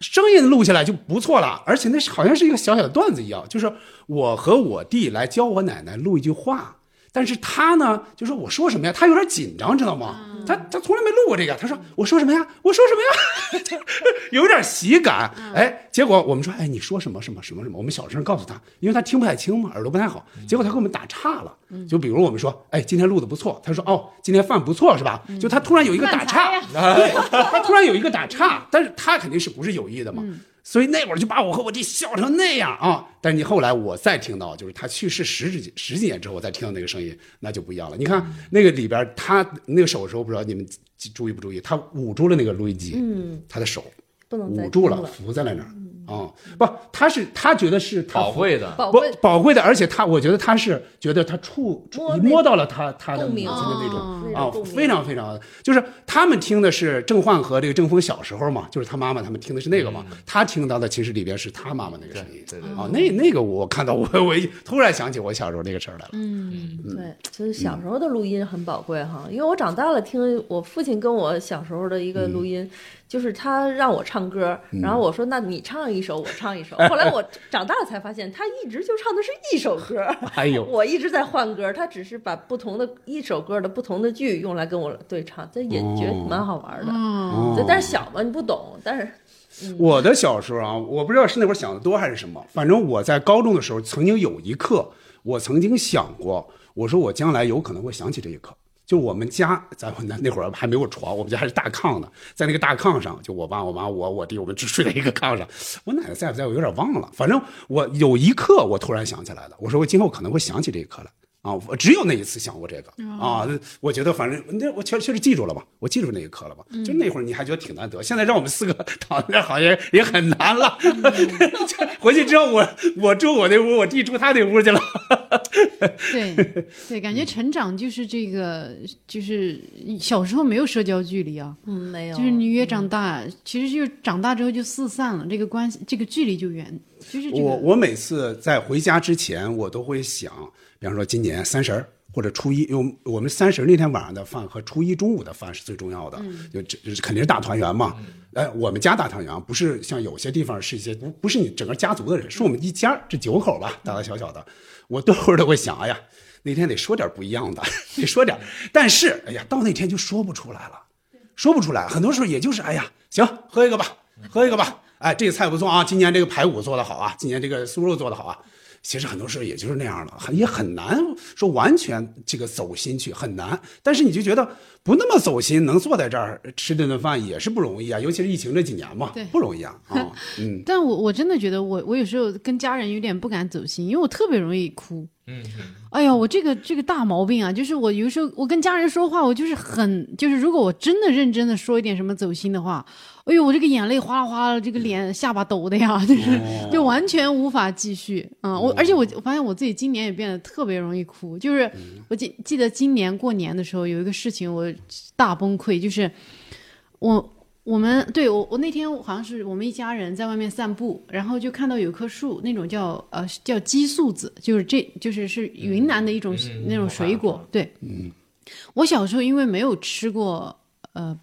[SPEAKER 5] 声音录下来就不错了，而且那是好像是一个小小的段子一样，就是我和我弟来教我奶奶录一句话，但是他呢就说我说什么呀，他有点紧张，知道吗？他他从来没录过这个，他说我说什么呀，我说什么呀， 有点喜感，哎，结果我们说哎你说什么什么什么什么，我们小声告诉他，因为他听不太清嘛，耳朵不太好，结果他给我们打岔了，就比如我们说哎今天录的不错，他说哦今天饭不错是吧？就他突然有一个打岔，对，他突然有一个打岔，但是他肯定是不是有意的嘛，
[SPEAKER 2] 嗯
[SPEAKER 5] 所以那会儿就把我和我弟笑成那样啊。但你后来我再听到，就是他去世十几十几年之后，我再听到那个声音，那就不一样了。你看那个里边儿，他那个手的时候，不知道你们记注意不注意，他捂住了那个录音机，
[SPEAKER 2] 嗯，
[SPEAKER 5] 他的手
[SPEAKER 2] 不能再
[SPEAKER 5] 捂住
[SPEAKER 2] 听
[SPEAKER 5] 了，
[SPEAKER 2] 了，嗯
[SPEAKER 5] 扶在了那儿啊、不，他是他觉得是他
[SPEAKER 4] 宝贵的，
[SPEAKER 2] 宝
[SPEAKER 5] 不
[SPEAKER 2] 贝，
[SPEAKER 5] 宝贵的，而且他我觉得他是觉得他触
[SPEAKER 2] 摸
[SPEAKER 5] 你
[SPEAKER 2] 那
[SPEAKER 5] 摸到了他他的
[SPEAKER 2] 共鸣
[SPEAKER 5] 脑子的那种
[SPEAKER 2] 哦
[SPEAKER 5] 啊
[SPEAKER 2] 那种共，鸣
[SPEAKER 5] 非常非常，就是他们听的是郑焕和这个郑峰小时候嘛，就是他妈妈他们听的是那个嘛，他听到的其实里边是他妈妈那个声音，
[SPEAKER 4] 嗯对对对
[SPEAKER 5] 啊，那那个我看到我我一突然想起我小时候那个事儿来了，
[SPEAKER 4] 嗯
[SPEAKER 2] 对，就是小时候的录音很宝贵哈，因为我长大了听我父亲跟我小时候的一个
[SPEAKER 4] 嗯
[SPEAKER 2] 录音，就是他让我唱歌，然后我说那你唱一首，我唱一首。后来我长大了才发现，他一直就唱的是一首歌，
[SPEAKER 5] 哎呦，
[SPEAKER 2] 我一直在换歌，他只是把不同的一首歌的不同的句用来跟我对唱，这也觉得蛮好玩
[SPEAKER 1] 嗯
[SPEAKER 2] 的。
[SPEAKER 5] 哦
[SPEAKER 2] 对，但是小嘛你不懂，但是
[SPEAKER 5] 我的小时候啊，我不知道是那会儿想的多还是什么，反正我在高中的时候曾经有一课，我曾经想过，我说我将来有可能会想起这一课。就我们家，咱们那那会儿还没有床，我们家还是大炕呢，在那个大炕上，就我爸、我妈、我、我弟，我们只睡在一个炕上。我奶奶在不在？我有点忘了。反正我有一刻，我突然想起来了，我说我今后可能会想起这一刻来。啊，我只有那一次想过这个、啊，我觉得反正那我确确实记住了吧，我记住那一刻了吧，就那会儿你还觉得挺难得，现在让我们四个躺在那儿好像也很难了。 就回去之后我我住我那屋，我弟住他那屋去了。
[SPEAKER 1] 对对，感觉成长就是这个，就是小时候没有社交距离啊，
[SPEAKER 2] 嗯没有，
[SPEAKER 1] 就是你越长大，其实就是长大之后就四散了，这个关系，这个距离就远，就是这个
[SPEAKER 5] 我我每次在回家之前，我都会想，比方说今年三十儿或者初一，因为我们三十儿那天晚上的饭和初一中午的饭是最重要的，
[SPEAKER 1] 嗯
[SPEAKER 5] 就这这是肯定是大团圆嘛。哎，我们家大团圆啊不是像有些地方是一些不不是你整个家族的人，是我们一家儿这九口吧，大大小小的，我都会儿都会想，哎呀，那天得说点不一样的， 得说点儿，但是哎呀，到那天就说不出来了。说不出来，很多时候也就是哎呀，行，喝一个吧，喝一个吧，哎，这个菜不错啊，今年这个排骨做的好啊，今年这个酥肉做的好啊。其实很多时候也就是那样了，很也很难说完全这个走心去很难，但是你就觉得不那么走心，能坐在这儿吃这顿饭也是不容易啊，尤其是疫情这几年嘛
[SPEAKER 1] 对，
[SPEAKER 5] 不容易啊啊， 嗯，
[SPEAKER 1] 但我我真的觉得我我有时候跟家人有点不敢走心，因为我特别容易哭。
[SPEAKER 4] 嗯，
[SPEAKER 1] 哎呀，我这个这个大毛病啊，就是我有时候我跟家人说话，我就是很就是如果我真的认真的说一点什么走心的话，哎呦，我这个眼泪哗啦哗啦，这个脸下巴抖的呀， 就是、
[SPEAKER 4] 哦
[SPEAKER 1] 就完全无法继续啊、我而且我我发现我自己今年也变得特别容易哭，就是
[SPEAKER 4] 嗯
[SPEAKER 1] 我记记得今年过年的时候有一个事情我大崩溃，就是我我们对我我那天好像是我们一家人在外面散步，然后就看到有棵树，那种叫呃叫激素子，就是这就是是云南的一种、
[SPEAKER 4] 嗯嗯
[SPEAKER 1] 那种
[SPEAKER 4] 我看
[SPEAKER 1] 水果
[SPEAKER 4] 过，
[SPEAKER 1] 对，嗯，我小时候因为没有吃过呃。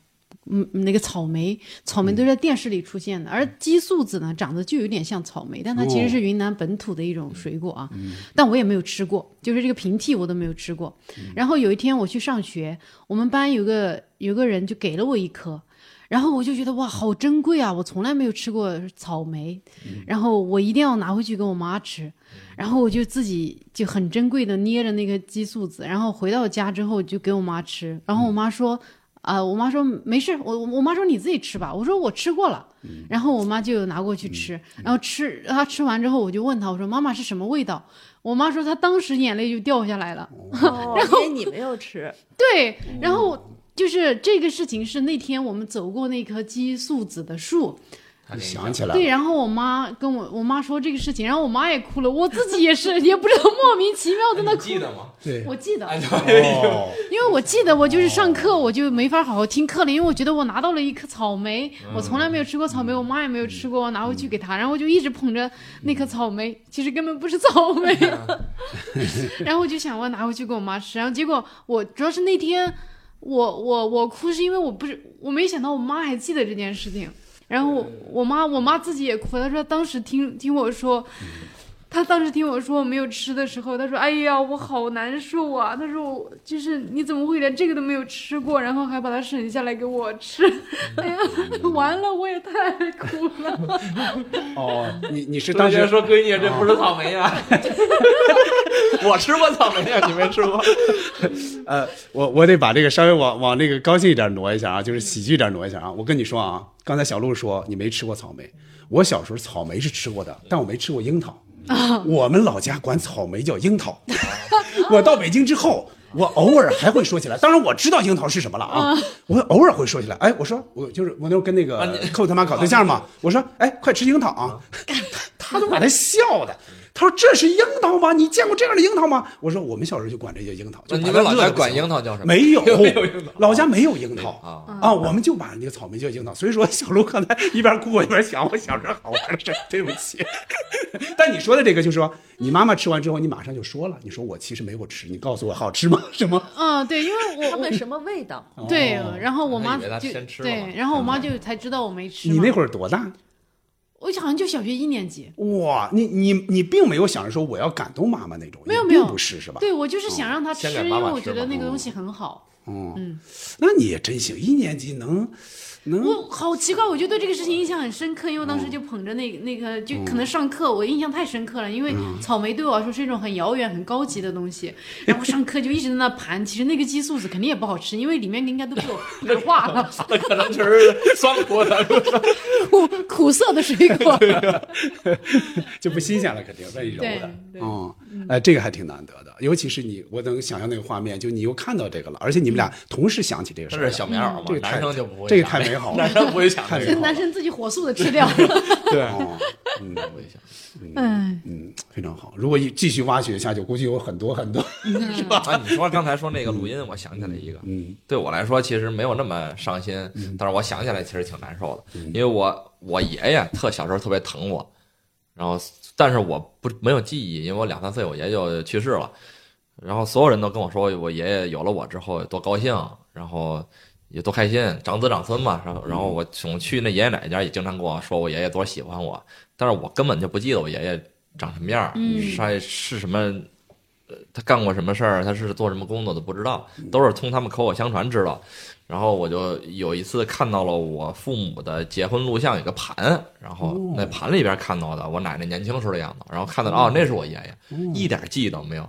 [SPEAKER 1] 嗯，那个草莓，草莓都是在电视里出现的，而激素子呢，长得就有点像草莓，但它其实是云南本土的一种水果啊。但我也没有吃过，就是这个平替我都没有吃过。然后有一天我去上学，我们班有个有个人就给了我一颗，然后我就觉得哇，好珍贵啊！我从来没有吃过草莓，然后我一定要拿回去给我妈吃。然后我就自己就很珍贵的捏着那个激素子，然后回到家之后就给我妈吃。然后我妈说，啊、我妈说没事，我我妈说你自己吃吧。我说我吃过了。然后我妈就拿过去吃，然后吃她吃完之后，我就问她，我说妈妈是什么味道？我妈说她当时眼泪就掉下来了。
[SPEAKER 2] 哦 因为你没有吃，
[SPEAKER 1] 对，然后就是这个事情是那天我们走过那棵激素子的树，
[SPEAKER 4] 他给你
[SPEAKER 5] 想起来
[SPEAKER 1] 对，
[SPEAKER 5] 了，
[SPEAKER 1] 然后我妈跟我我妈说这个事情，然后我妈也哭了，我自己也是，也不知道莫名其妙在那
[SPEAKER 4] 你
[SPEAKER 1] 哭。
[SPEAKER 4] 记得吗？哎
[SPEAKER 5] 对，
[SPEAKER 1] 我记得，
[SPEAKER 5] 哦，
[SPEAKER 1] 因为我记得我就是上课我就没法好好听课了，因为我觉得我拿到了一颗草莓，我从来没有吃过草莓，我妈也没有吃过，我拿回去给她，然后我就一直捧着那颗草莓， 其实根本不是草莓，然后我就想我拿回去给我妈吃，然后结果我主要是那天我我我哭是因为我不是我没想到我妈还记得这件事情，然后我我妈我妈自己也哭，她说当时听听我说。他当时听我说我没有吃的时候，他说：“哎呀，我好难受啊！”他说我：“就是你怎么会连这个都没有吃过，然后还把它省下来给我吃？
[SPEAKER 4] 嗯
[SPEAKER 1] 哎呀，完了，我也太苦了。
[SPEAKER 5] 哦，你你是
[SPEAKER 4] 当
[SPEAKER 5] 当
[SPEAKER 4] 时
[SPEAKER 5] 时
[SPEAKER 4] 说闺女，这不是草莓啊呀、 我吃过草莓呀、啊你没吃过？
[SPEAKER 5] 呃，我我得把这个稍微往往那个高兴一点挪一下啊，就是喜剧一点挪一下啊。我跟你说啊，刚才小鹿说你没吃过草莓，我小时候草莓是吃过的，但我没吃过樱桃。 我们老家管草莓叫樱桃。我到北京之后，我偶尔还会说起来，当然我知道樱桃是什么了啊，我偶尔会说起来。哎，我说我就是我那时候跟那
[SPEAKER 4] 啊
[SPEAKER 5] 个
[SPEAKER 4] 你啊
[SPEAKER 5] 寇他妈搞对象嘛，我说哎，快吃樱 桃啊，他都把他笑的。他说：“这是樱桃吗？你见过这样的樱桃吗？”我说：“我们小时候就管这叫樱桃，就
[SPEAKER 4] 啊你
[SPEAKER 5] 把
[SPEAKER 4] 们
[SPEAKER 5] 它
[SPEAKER 4] 老
[SPEAKER 5] 乐
[SPEAKER 4] 家
[SPEAKER 5] 得不
[SPEAKER 4] 管
[SPEAKER 5] 行
[SPEAKER 4] 樱桃 叫什么？
[SPEAKER 5] 没有，
[SPEAKER 4] 没有樱桃
[SPEAKER 5] 老家没有樱桃
[SPEAKER 4] 啊
[SPEAKER 5] 啊，我们就把那个草莓叫樱桃。所以说，小鹿刚才一边哭我一边想，我小时候好玩的事儿，对不起。 但你说的这个，就是说你妈妈吃完之后，你马上就说了，你说我其实没有吃，你告诉我好吃吗？ 什么？”
[SPEAKER 1] 嗯，对，因为
[SPEAKER 2] 他
[SPEAKER 1] 我
[SPEAKER 2] 们什么 味道？
[SPEAKER 1] 我对
[SPEAKER 5] 哦，
[SPEAKER 1] 然后我妈
[SPEAKER 4] 以为她
[SPEAKER 1] 就
[SPEAKER 4] 先吃了嗯嘛
[SPEAKER 1] 对，然后我妈就才知道我没吃嘛。
[SPEAKER 5] 你那会儿多大？
[SPEAKER 1] 我好像就小学一年级，
[SPEAKER 5] 哇，你你你并没有想着说我要感动妈妈那种，
[SPEAKER 1] 没有
[SPEAKER 5] 你
[SPEAKER 1] 没有
[SPEAKER 5] 并不是是吧？
[SPEAKER 1] 对我就是想让她吃，
[SPEAKER 4] 嗯先
[SPEAKER 1] 因
[SPEAKER 4] 给
[SPEAKER 1] 为
[SPEAKER 4] 妈妈
[SPEAKER 1] 我
[SPEAKER 4] 吃
[SPEAKER 1] 觉得
[SPEAKER 4] 嘛嗯
[SPEAKER 1] 那个东西很好。
[SPEAKER 5] 那你也真行，一年级能能
[SPEAKER 1] 我好奇怪，我就对这个事情印象很深刻，因为我当时就捧着那那个，就可能上课我印象太深刻了，因为草莓对我来说是一种很遥远、很高级的东 西，然后上课就一直在那盘，其实那个鸡素子肯定也不好吃，因为里面应该都被 我盘化了，
[SPEAKER 4] 那可能就是酸苦的。
[SPEAKER 1] 苦苦涩的水 果，
[SPEAKER 5] 就不新鲜了，肯定万一揉
[SPEAKER 1] 对嗯
[SPEAKER 5] 的。哦，哎，这个还挺难得的，尤其是你，我能想象那个画面，就你又看到这个了，而且你们
[SPEAKER 1] 嗯
[SPEAKER 5] 俩同时想起这个事
[SPEAKER 4] 这
[SPEAKER 5] 儿 来，
[SPEAKER 4] 是小棉袄嘛，
[SPEAKER 5] 这个太
[SPEAKER 4] 男生就不会想。
[SPEAKER 5] 这个太美好了
[SPEAKER 4] 男生不会想
[SPEAKER 5] 太
[SPEAKER 4] 这
[SPEAKER 5] 美
[SPEAKER 4] 个
[SPEAKER 5] 好。了
[SPEAKER 1] 男生自己火速的吃掉了，
[SPEAKER 5] 对，哦
[SPEAKER 4] 不会想
[SPEAKER 1] 嗯，
[SPEAKER 5] 嗯，非常好。如果一继续挖掘下去，估计有很多很多。
[SPEAKER 4] 啊，你说刚才说那个录音，我想起来一个，
[SPEAKER 5] 嗯，
[SPEAKER 4] 对我来说其实没有那么伤心，但是我想起来其实挺难受的，因为我我爷爷特小时候特别疼我，然后但是我不没有记忆，因为我两三岁我爷就去世了，然后所有人都跟我说我爷爷有了我之后多高兴，然后也多开心，长子长孙嘛，然后然后我总去那爷爷奶奶家也经常跟我说我爷爷多喜欢我，但是我根本就不记得我爷爷长什么样儿，是是什么。呃他干过什么事儿，他是做什么工作都不知道，都是从他们口口相传知道。然后我就有一次看到了我父母的结婚录像有个盘，然后那盘里边看到的我奶奶年轻时候的样子，然后看到了哦那是我爷爷，一点记忆都没有。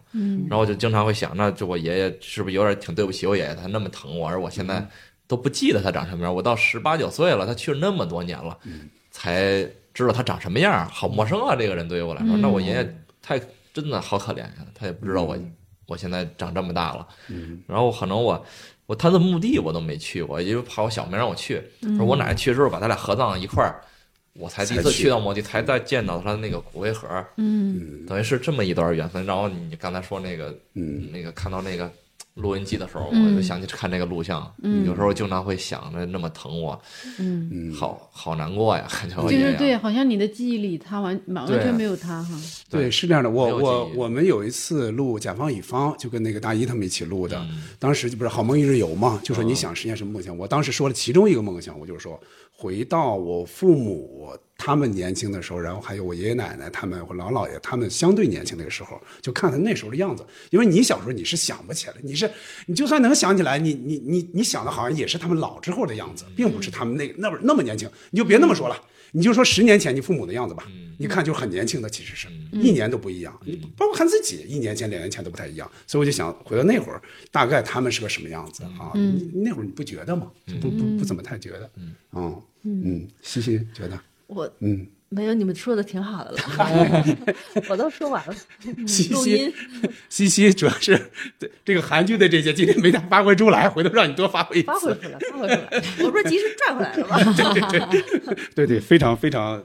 [SPEAKER 4] 然后我就经常会想，那就我爷爷是不是有点挺对不起我爷爷？他那么疼我，而我现在都不记得他长什么样。我到十八九岁了，他去世那么多年了，才知道他长什么样，好陌生啊！这个人对于我来说，那我爷爷太真的好可怜呀、他也不知道我、我现在长这么大了。然后可能我我他的墓地我都没去过，因为怕我小没让我去。
[SPEAKER 1] 嗯
[SPEAKER 4] 说我奶奶去世之后把他俩合葬一块儿，我才第一
[SPEAKER 5] 才
[SPEAKER 4] 次
[SPEAKER 5] 去
[SPEAKER 4] 去到墓地，才再见到他的那个骨灰盒。
[SPEAKER 1] 嗯，
[SPEAKER 4] 等于是这么一段缘分。然后你刚才说那个，
[SPEAKER 5] 嗯，
[SPEAKER 4] 那个看到那个录音机的时候，
[SPEAKER 1] 嗯
[SPEAKER 4] 我就想起看这个录像，有时候经常会想着那么疼我，
[SPEAKER 1] 嗯，哦
[SPEAKER 5] 嗯
[SPEAKER 4] 好好难过呀，感觉我
[SPEAKER 1] 就
[SPEAKER 4] 爷
[SPEAKER 1] 是
[SPEAKER 4] 爷
[SPEAKER 1] 对，好像你的记忆里他完完
[SPEAKER 4] 对
[SPEAKER 1] 全没有他哈，
[SPEAKER 5] 对，是这样的。我
[SPEAKER 4] 没有
[SPEAKER 5] 我
[SPEAKER 4] 记忆
[SPEAKER 5] 我们有一次录甲方乙方，就跟那个大一他们一起录的，
[SPEAKER 4] 嗯
[SPEAKER 5] 当时就不是好梦一日游嘛，就说你想实现什么梦想？我当时说了其中一个梦想，我就是说回到我父母他们年轻的时候，然后还有我爷爷奶奶他们、我姥姥姥爷他们相对年轻那个时候，就看他那时候的样子。因为你小时候你是想不起来，你是你就算能想起来，你你你你想的好像也是他们老之后的样子，并不是他们那那么那么年轻。你就别那么说了，你就说十年前你父母的样子吧，你看就很年轻的，其实是一年都不一样。你包括看自己，一年前、两年前都不太一样。所以我就想回到那会儿，大概他们是个什么样子啊？你那会儿你不啊嗯觉得吗？就不不不怎么太觉得，嗯嗯，西西觉得，
[SPEAKER 2] 我
[SPEAKER 5] 嗯
[SPEAKER 2] 没有，你们说的挺 好的了， 我都说完了。
[SPEAKER 5] 西
[SPEAKER 2] 嗯录
[SPEAKER 5] 西
[SPEAKER 2] 音
[SPEAKER 5] 西西主要是对这个韩剧的这些今天没太发挥出来，回头让你多发挥一
[SPEAKER 2] 发挥
[SPEAKER 5] 次。
[SPEAKER 2] 出来，发挥出来。我不是及时拽回来了吗？
[SPEAKER 5] 对对，非常非常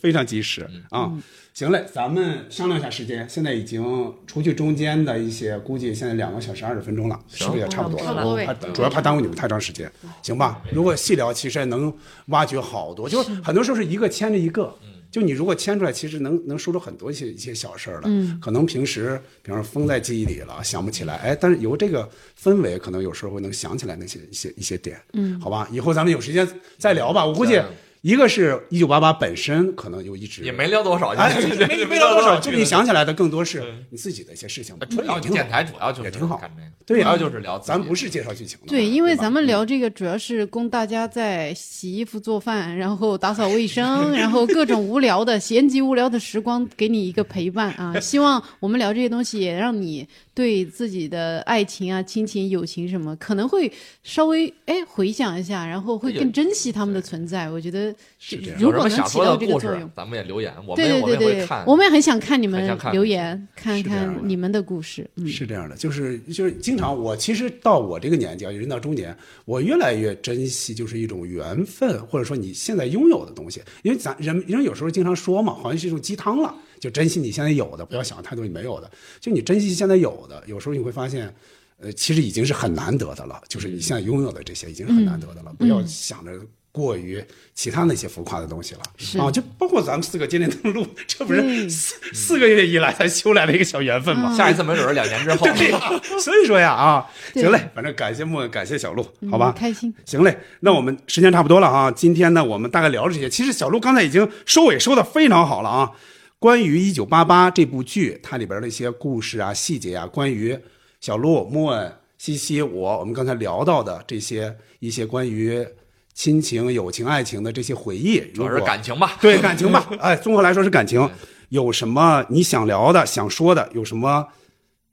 [SPEAKER 5] 非常及时啊！行嘞，咱们商量一下时间，现在已经除去中间的一些，估计现在两个小时二十分钟了，是不是也差不多
[SPEAKER 2] 差不
[SPEAKER 7] 多
[SPEAKER 5] 了？
[SPEAKER 7] 呗
[SPEAKER 5] 怕主要怕耽误你们太长时间，行吧？如果细聊，其实能挖掘好多，就是很多时候是一个牵着一个。就你如果牵出来，其实能能说出很多一些一些小事儿来。嗯，可能平时，比方说封在记忆里了，想不起来。哎，但是由这个氛围，可能有时候会能想起来那些一些一些点。嗯，好吧，以后咱们有时间再聊吧。我估计
[SPEAKER 4] 嗯
[SPEAKER 5] 一个是一九八八本身可能就一直
[SPEAKER 4] 也没聊多少，
[SPEAKER 5] 哎，
[SPEAKER 4] 就是
[SPEAKER 5] 没没聊多少，就你
[SPEAKER 4] 是
[SPEAKER 5] 想起来的更多是你自己的一些事情。
[SPEAKER 4] 纯聊
[SPEAKER 5] 也挺好
[SPEAKER 4] 电台主要就是
[SPEAKER 5] 也挺好
[SPEAKER 4] 干这个，
[SPEAKER 5] 对呀
[SPEAKER 4] 主要就是聊自己，
[SPEAKER 5] 咱不是介绍剧情的嘛，
[SPEAKER 1] 对，因为
[SPEAKER 5] 吧
[SPEAKER 1] 咱
[SPEAKER 4] 嗯
[SPEAKER 1] 们聊这个主要是供大家在洗衣服、做饭，然后打扫卫 生，然后各种无聊的、闲极无聊的时光，给你一个陪伴 啊！希望我们聊这些东西，也让你对自己的爱情啊、亲情、友情什么，可能会稍微哎回想一下，然后会
[SPEAKER 4] 对
[SPEAKER 1] 更珍惜他们的存在。我觉得这
[SPEAKER 5] 这样
[SPEAKER 1] 如
[SPEAKER 4] 有什
[SPEAKER 1] 果
[SPEAKER 4] 么
[SPEAKER 1] 能
[SPEAKER 4] 想
[SPEAKER 1] 起
[SPEAKER 4] 说
[SPEAKER 1] 到
[SPEAKER 4] 的
[SPEAKER 1] 这个
[SPEAKER 4] 故
[SPEAKER 1] 作用
[SPEAKER 4] 事，，咱们也留言，我们
[SPEAKER 1] 对对
[SPEAKER 4] 我们
[SPEAKER 1] 对
[SPEAKER 4] 也会
[SPEAKER 1] 对
[SPEAKER 4] 看，，
[SPEAKER 1] 我们也很想看你
[SPEAKER 4] 很
[SPEAKER 1] 们
[SPEAKER 4] 想看
[SPEAKER 1] 留言，看
[SPEAKER 5] 是这样的
[SPEAKER 1] 看你们的故事。嗯，
[SPEAKER 5] 是这样的，就是就是经常我其实到我这个年纪啊，人到中年，我越来越珍惜就是一种缘分，或者说你现在拥有的东西，因为咱人人有时候经常说嘛，好像是一种鸡汤了，就珍惜你现在有的，不要想太多你没有的，就你珍惜现在有的，有时候你会发现。呃，其实已经是很难得的了，就是你现在拥有的这些已经是很难得的了，不要想着过于其他那些浮夸的东西了啊！就包括咱们四个今天能录，这不是
[SPEAKER 1] 对
[SPEAKER 5] 四四个月以来才修来的一个小缘分吗？
[SPEAKER 4] 下一次没准儿两年之后，
[SPEAKER 5] 啊
[SPEAKER 4] 啊
[SPEAKER 5] 对呀、所以说呀啊，
[SPEAKER 1] 对
[SPEAKER 5] 行嘞，反正感谢莫问，感谢小鹿，好吧
[SPEAKER 1] 嗯，开心。
[SPEAKER 5] 行嘞，那我们时间差不多了啊，今天呢，我们大概聊了这些。其实小鹿刚才已经收尾收的非常好了啊。关于《一九八八》这部剧，它里边的一些故事啊、细节啊，关于小鹿、莫恩、西西我，我们刚才聊到的这些一些关于亲情、友情、爱情的这些回忆，
[SPEAKER 4] 主
[SPEAKER 5] 如
[SPEAKER 4] 要
[SPEAKER 5] 果
[SPEAKER 4] 是感情 吧，
[SPEAKER 5] 对感情吧， 哎，综合来说是感情。有什么你想聊的、想说的，有什么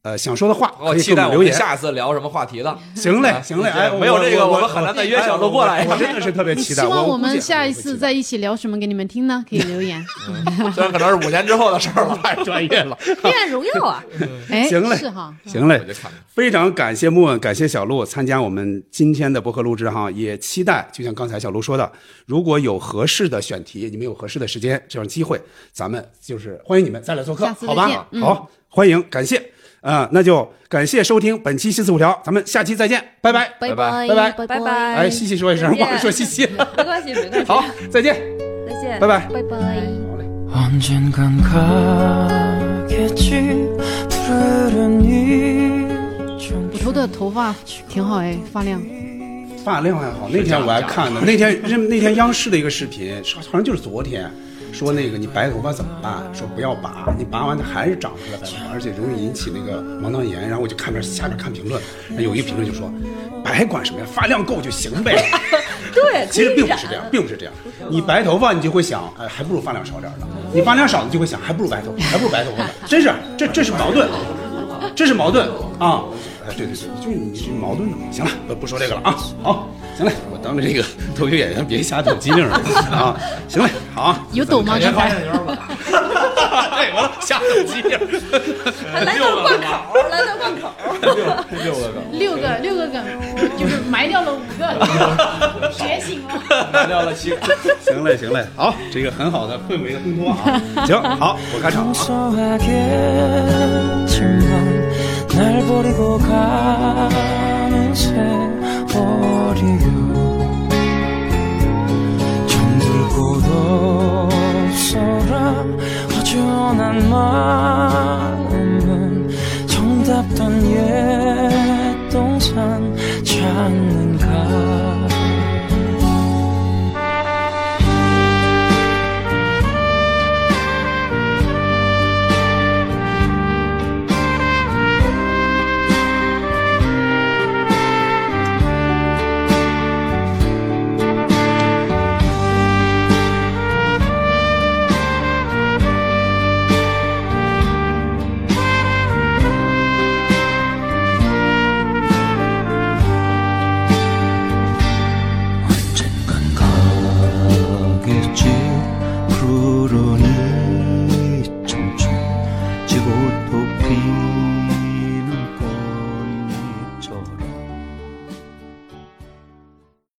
[SPEAKER 5] 呃想说的话，
[SPEAKER 4] 我
[SPEAKER 5] 可
[SPEAKER 4] 哦
[SPEAKER 5] 以给
[SPEAKER 4] 期
[SPEAKER 5] 我
[SPEAKER 4] 待
[SPEAKER 5] 们
[SPEAKER 4] 我
[SPEAKER 5] 留
[SPEAKER 4] 们
[SPEAKER 5] 言。
[SPEAKER 4] 下次聊什么话题了。
[SPEAKER 5] 行嘞
[SPEAKER 4] 啊，
[SPEAKER 5] 行嘞，
[SPEAKER 4] 对
[SPEAKER 5] 哎，
[SPEAKER 4] 没有这个
[SPEAKER 5] 我
[SPEAKER 4] 我们很难再约小鹿过来
[SPEAKER 5] 哎我我真的是特别期待。
[SPEAKER 1] 希望
[SPEAKER 5] 我
[SPEAKER 1] 我
[SPEAKER 5] 估
[SPEAKER 1] 们
[SPEAKER 5] 计啊
[SPEAKER 1] 下一
[SPEAKER 5] 会期
[SPEAKER 1] 次
[SPEAKER 5] 待
[SPEAKER 1] 再一起聊什么给你们听呢？可以留 言。
[SPEAKER 4] 虽然可能是五年之后的事儿了，太专业了。
[SPEAKER 2] 黑暗荣耀啊，
[SPEAKER 1] 哎，
[SPEAKER 5] 行嘞
[SPEAKER 1] 是哈。
[SPEAKER 5] 行嘞
[SPEAKER 4] 我，就看看，
[SPEAKER 5] 非常感谢莫问，感谢小鹿参加我们今天的播客录制哈，也期待就像刚才小鹿说的，如果有合适的选题，你们有合适的时间这样机会，咱们就是欢迎你们再来做客
[SPEAKER 1] 下，次再
[SPEAKER 5] 好吧
[SPEAKER 1] 见？嗯
[SPEAKER 5] 好，欢迎，感谢，啊，那就感谢收听本期西四五条，咱们下期再见，拜拜，
[SPEAKER 4] 拜拜。
[SPEAKER 5] 拜拜，
[SPEAKER 2] 拜拜。
[SPEAKER 5] 哎，西西说一声，
[SPEAKER 2] 再见
[SPEAKER 5] 忘了说西西了，
[SPEAKER 2] 没关系，没关系。
[SPEAKER 5] 好，再见，
[SPEAKER 2] 再 见，
[SPEAKER 5] 拜拜。
[SPEAKER 2] 拜拜。
[SPEAKER 10] 언젠간 가겠지 푸른 이정
[SPEAKER 1] 我头的头发挺好哎，发亮。
[SPEAKER 5] 发量还好，那天我还看呢。那天那那天央视的一个视频，好像就是昨天，说那个你白头发怎么办？说不要拔，你拔完它还是长出来白头发，而且容易引起那个毛囊炎。然后我就看边下边看评论，然后有一个评论就说，白管什么呀，发量够就行呗。
[SPEAKER 2] 对，
[SPEAKER 5] 其实并不
[SPEAKER 2] 可以
[SPEAKER 5] 是
[SPEAKER 2] 染
[SPEAKER 5] 这样，并不是这样。你白头发，你就会想，哎，还不如发量少点儿呢；你发量少，你就会想，还不如白头，还不如白头发呢。真是，啊这这是矛盾，这是矛盾啊！哎，对对对，就是你这矛盾的嘛。行了，不不说这个了啊。好，行嘞，我当着这个脱口秀演员别瞎抖机灵了啊。行嘞，好啊，
[SPEAKER 1] 有抖吗？刚才？
[SPEAKER 5] 对，完了，瞎抖机灵。
[SPEAKER 2] 来到贯口，来到贯口。
[SPEAKER 4] 哎
[SPEAKER 1] 六个六个梗，就是埋掉了五个，觉醒了。
[SPEAKER 4] 聊了七个。
[SPEAKER 5] 行嘞，行嘞，好，这个很好的氛围的烘托啊。行，好，我开场啊。
[SPEAKER 10] 소하겠지만 날 버리고 가는 세월이여 정들 곳 없어라 허전한 마음은 정답던 옛 동산 찾는가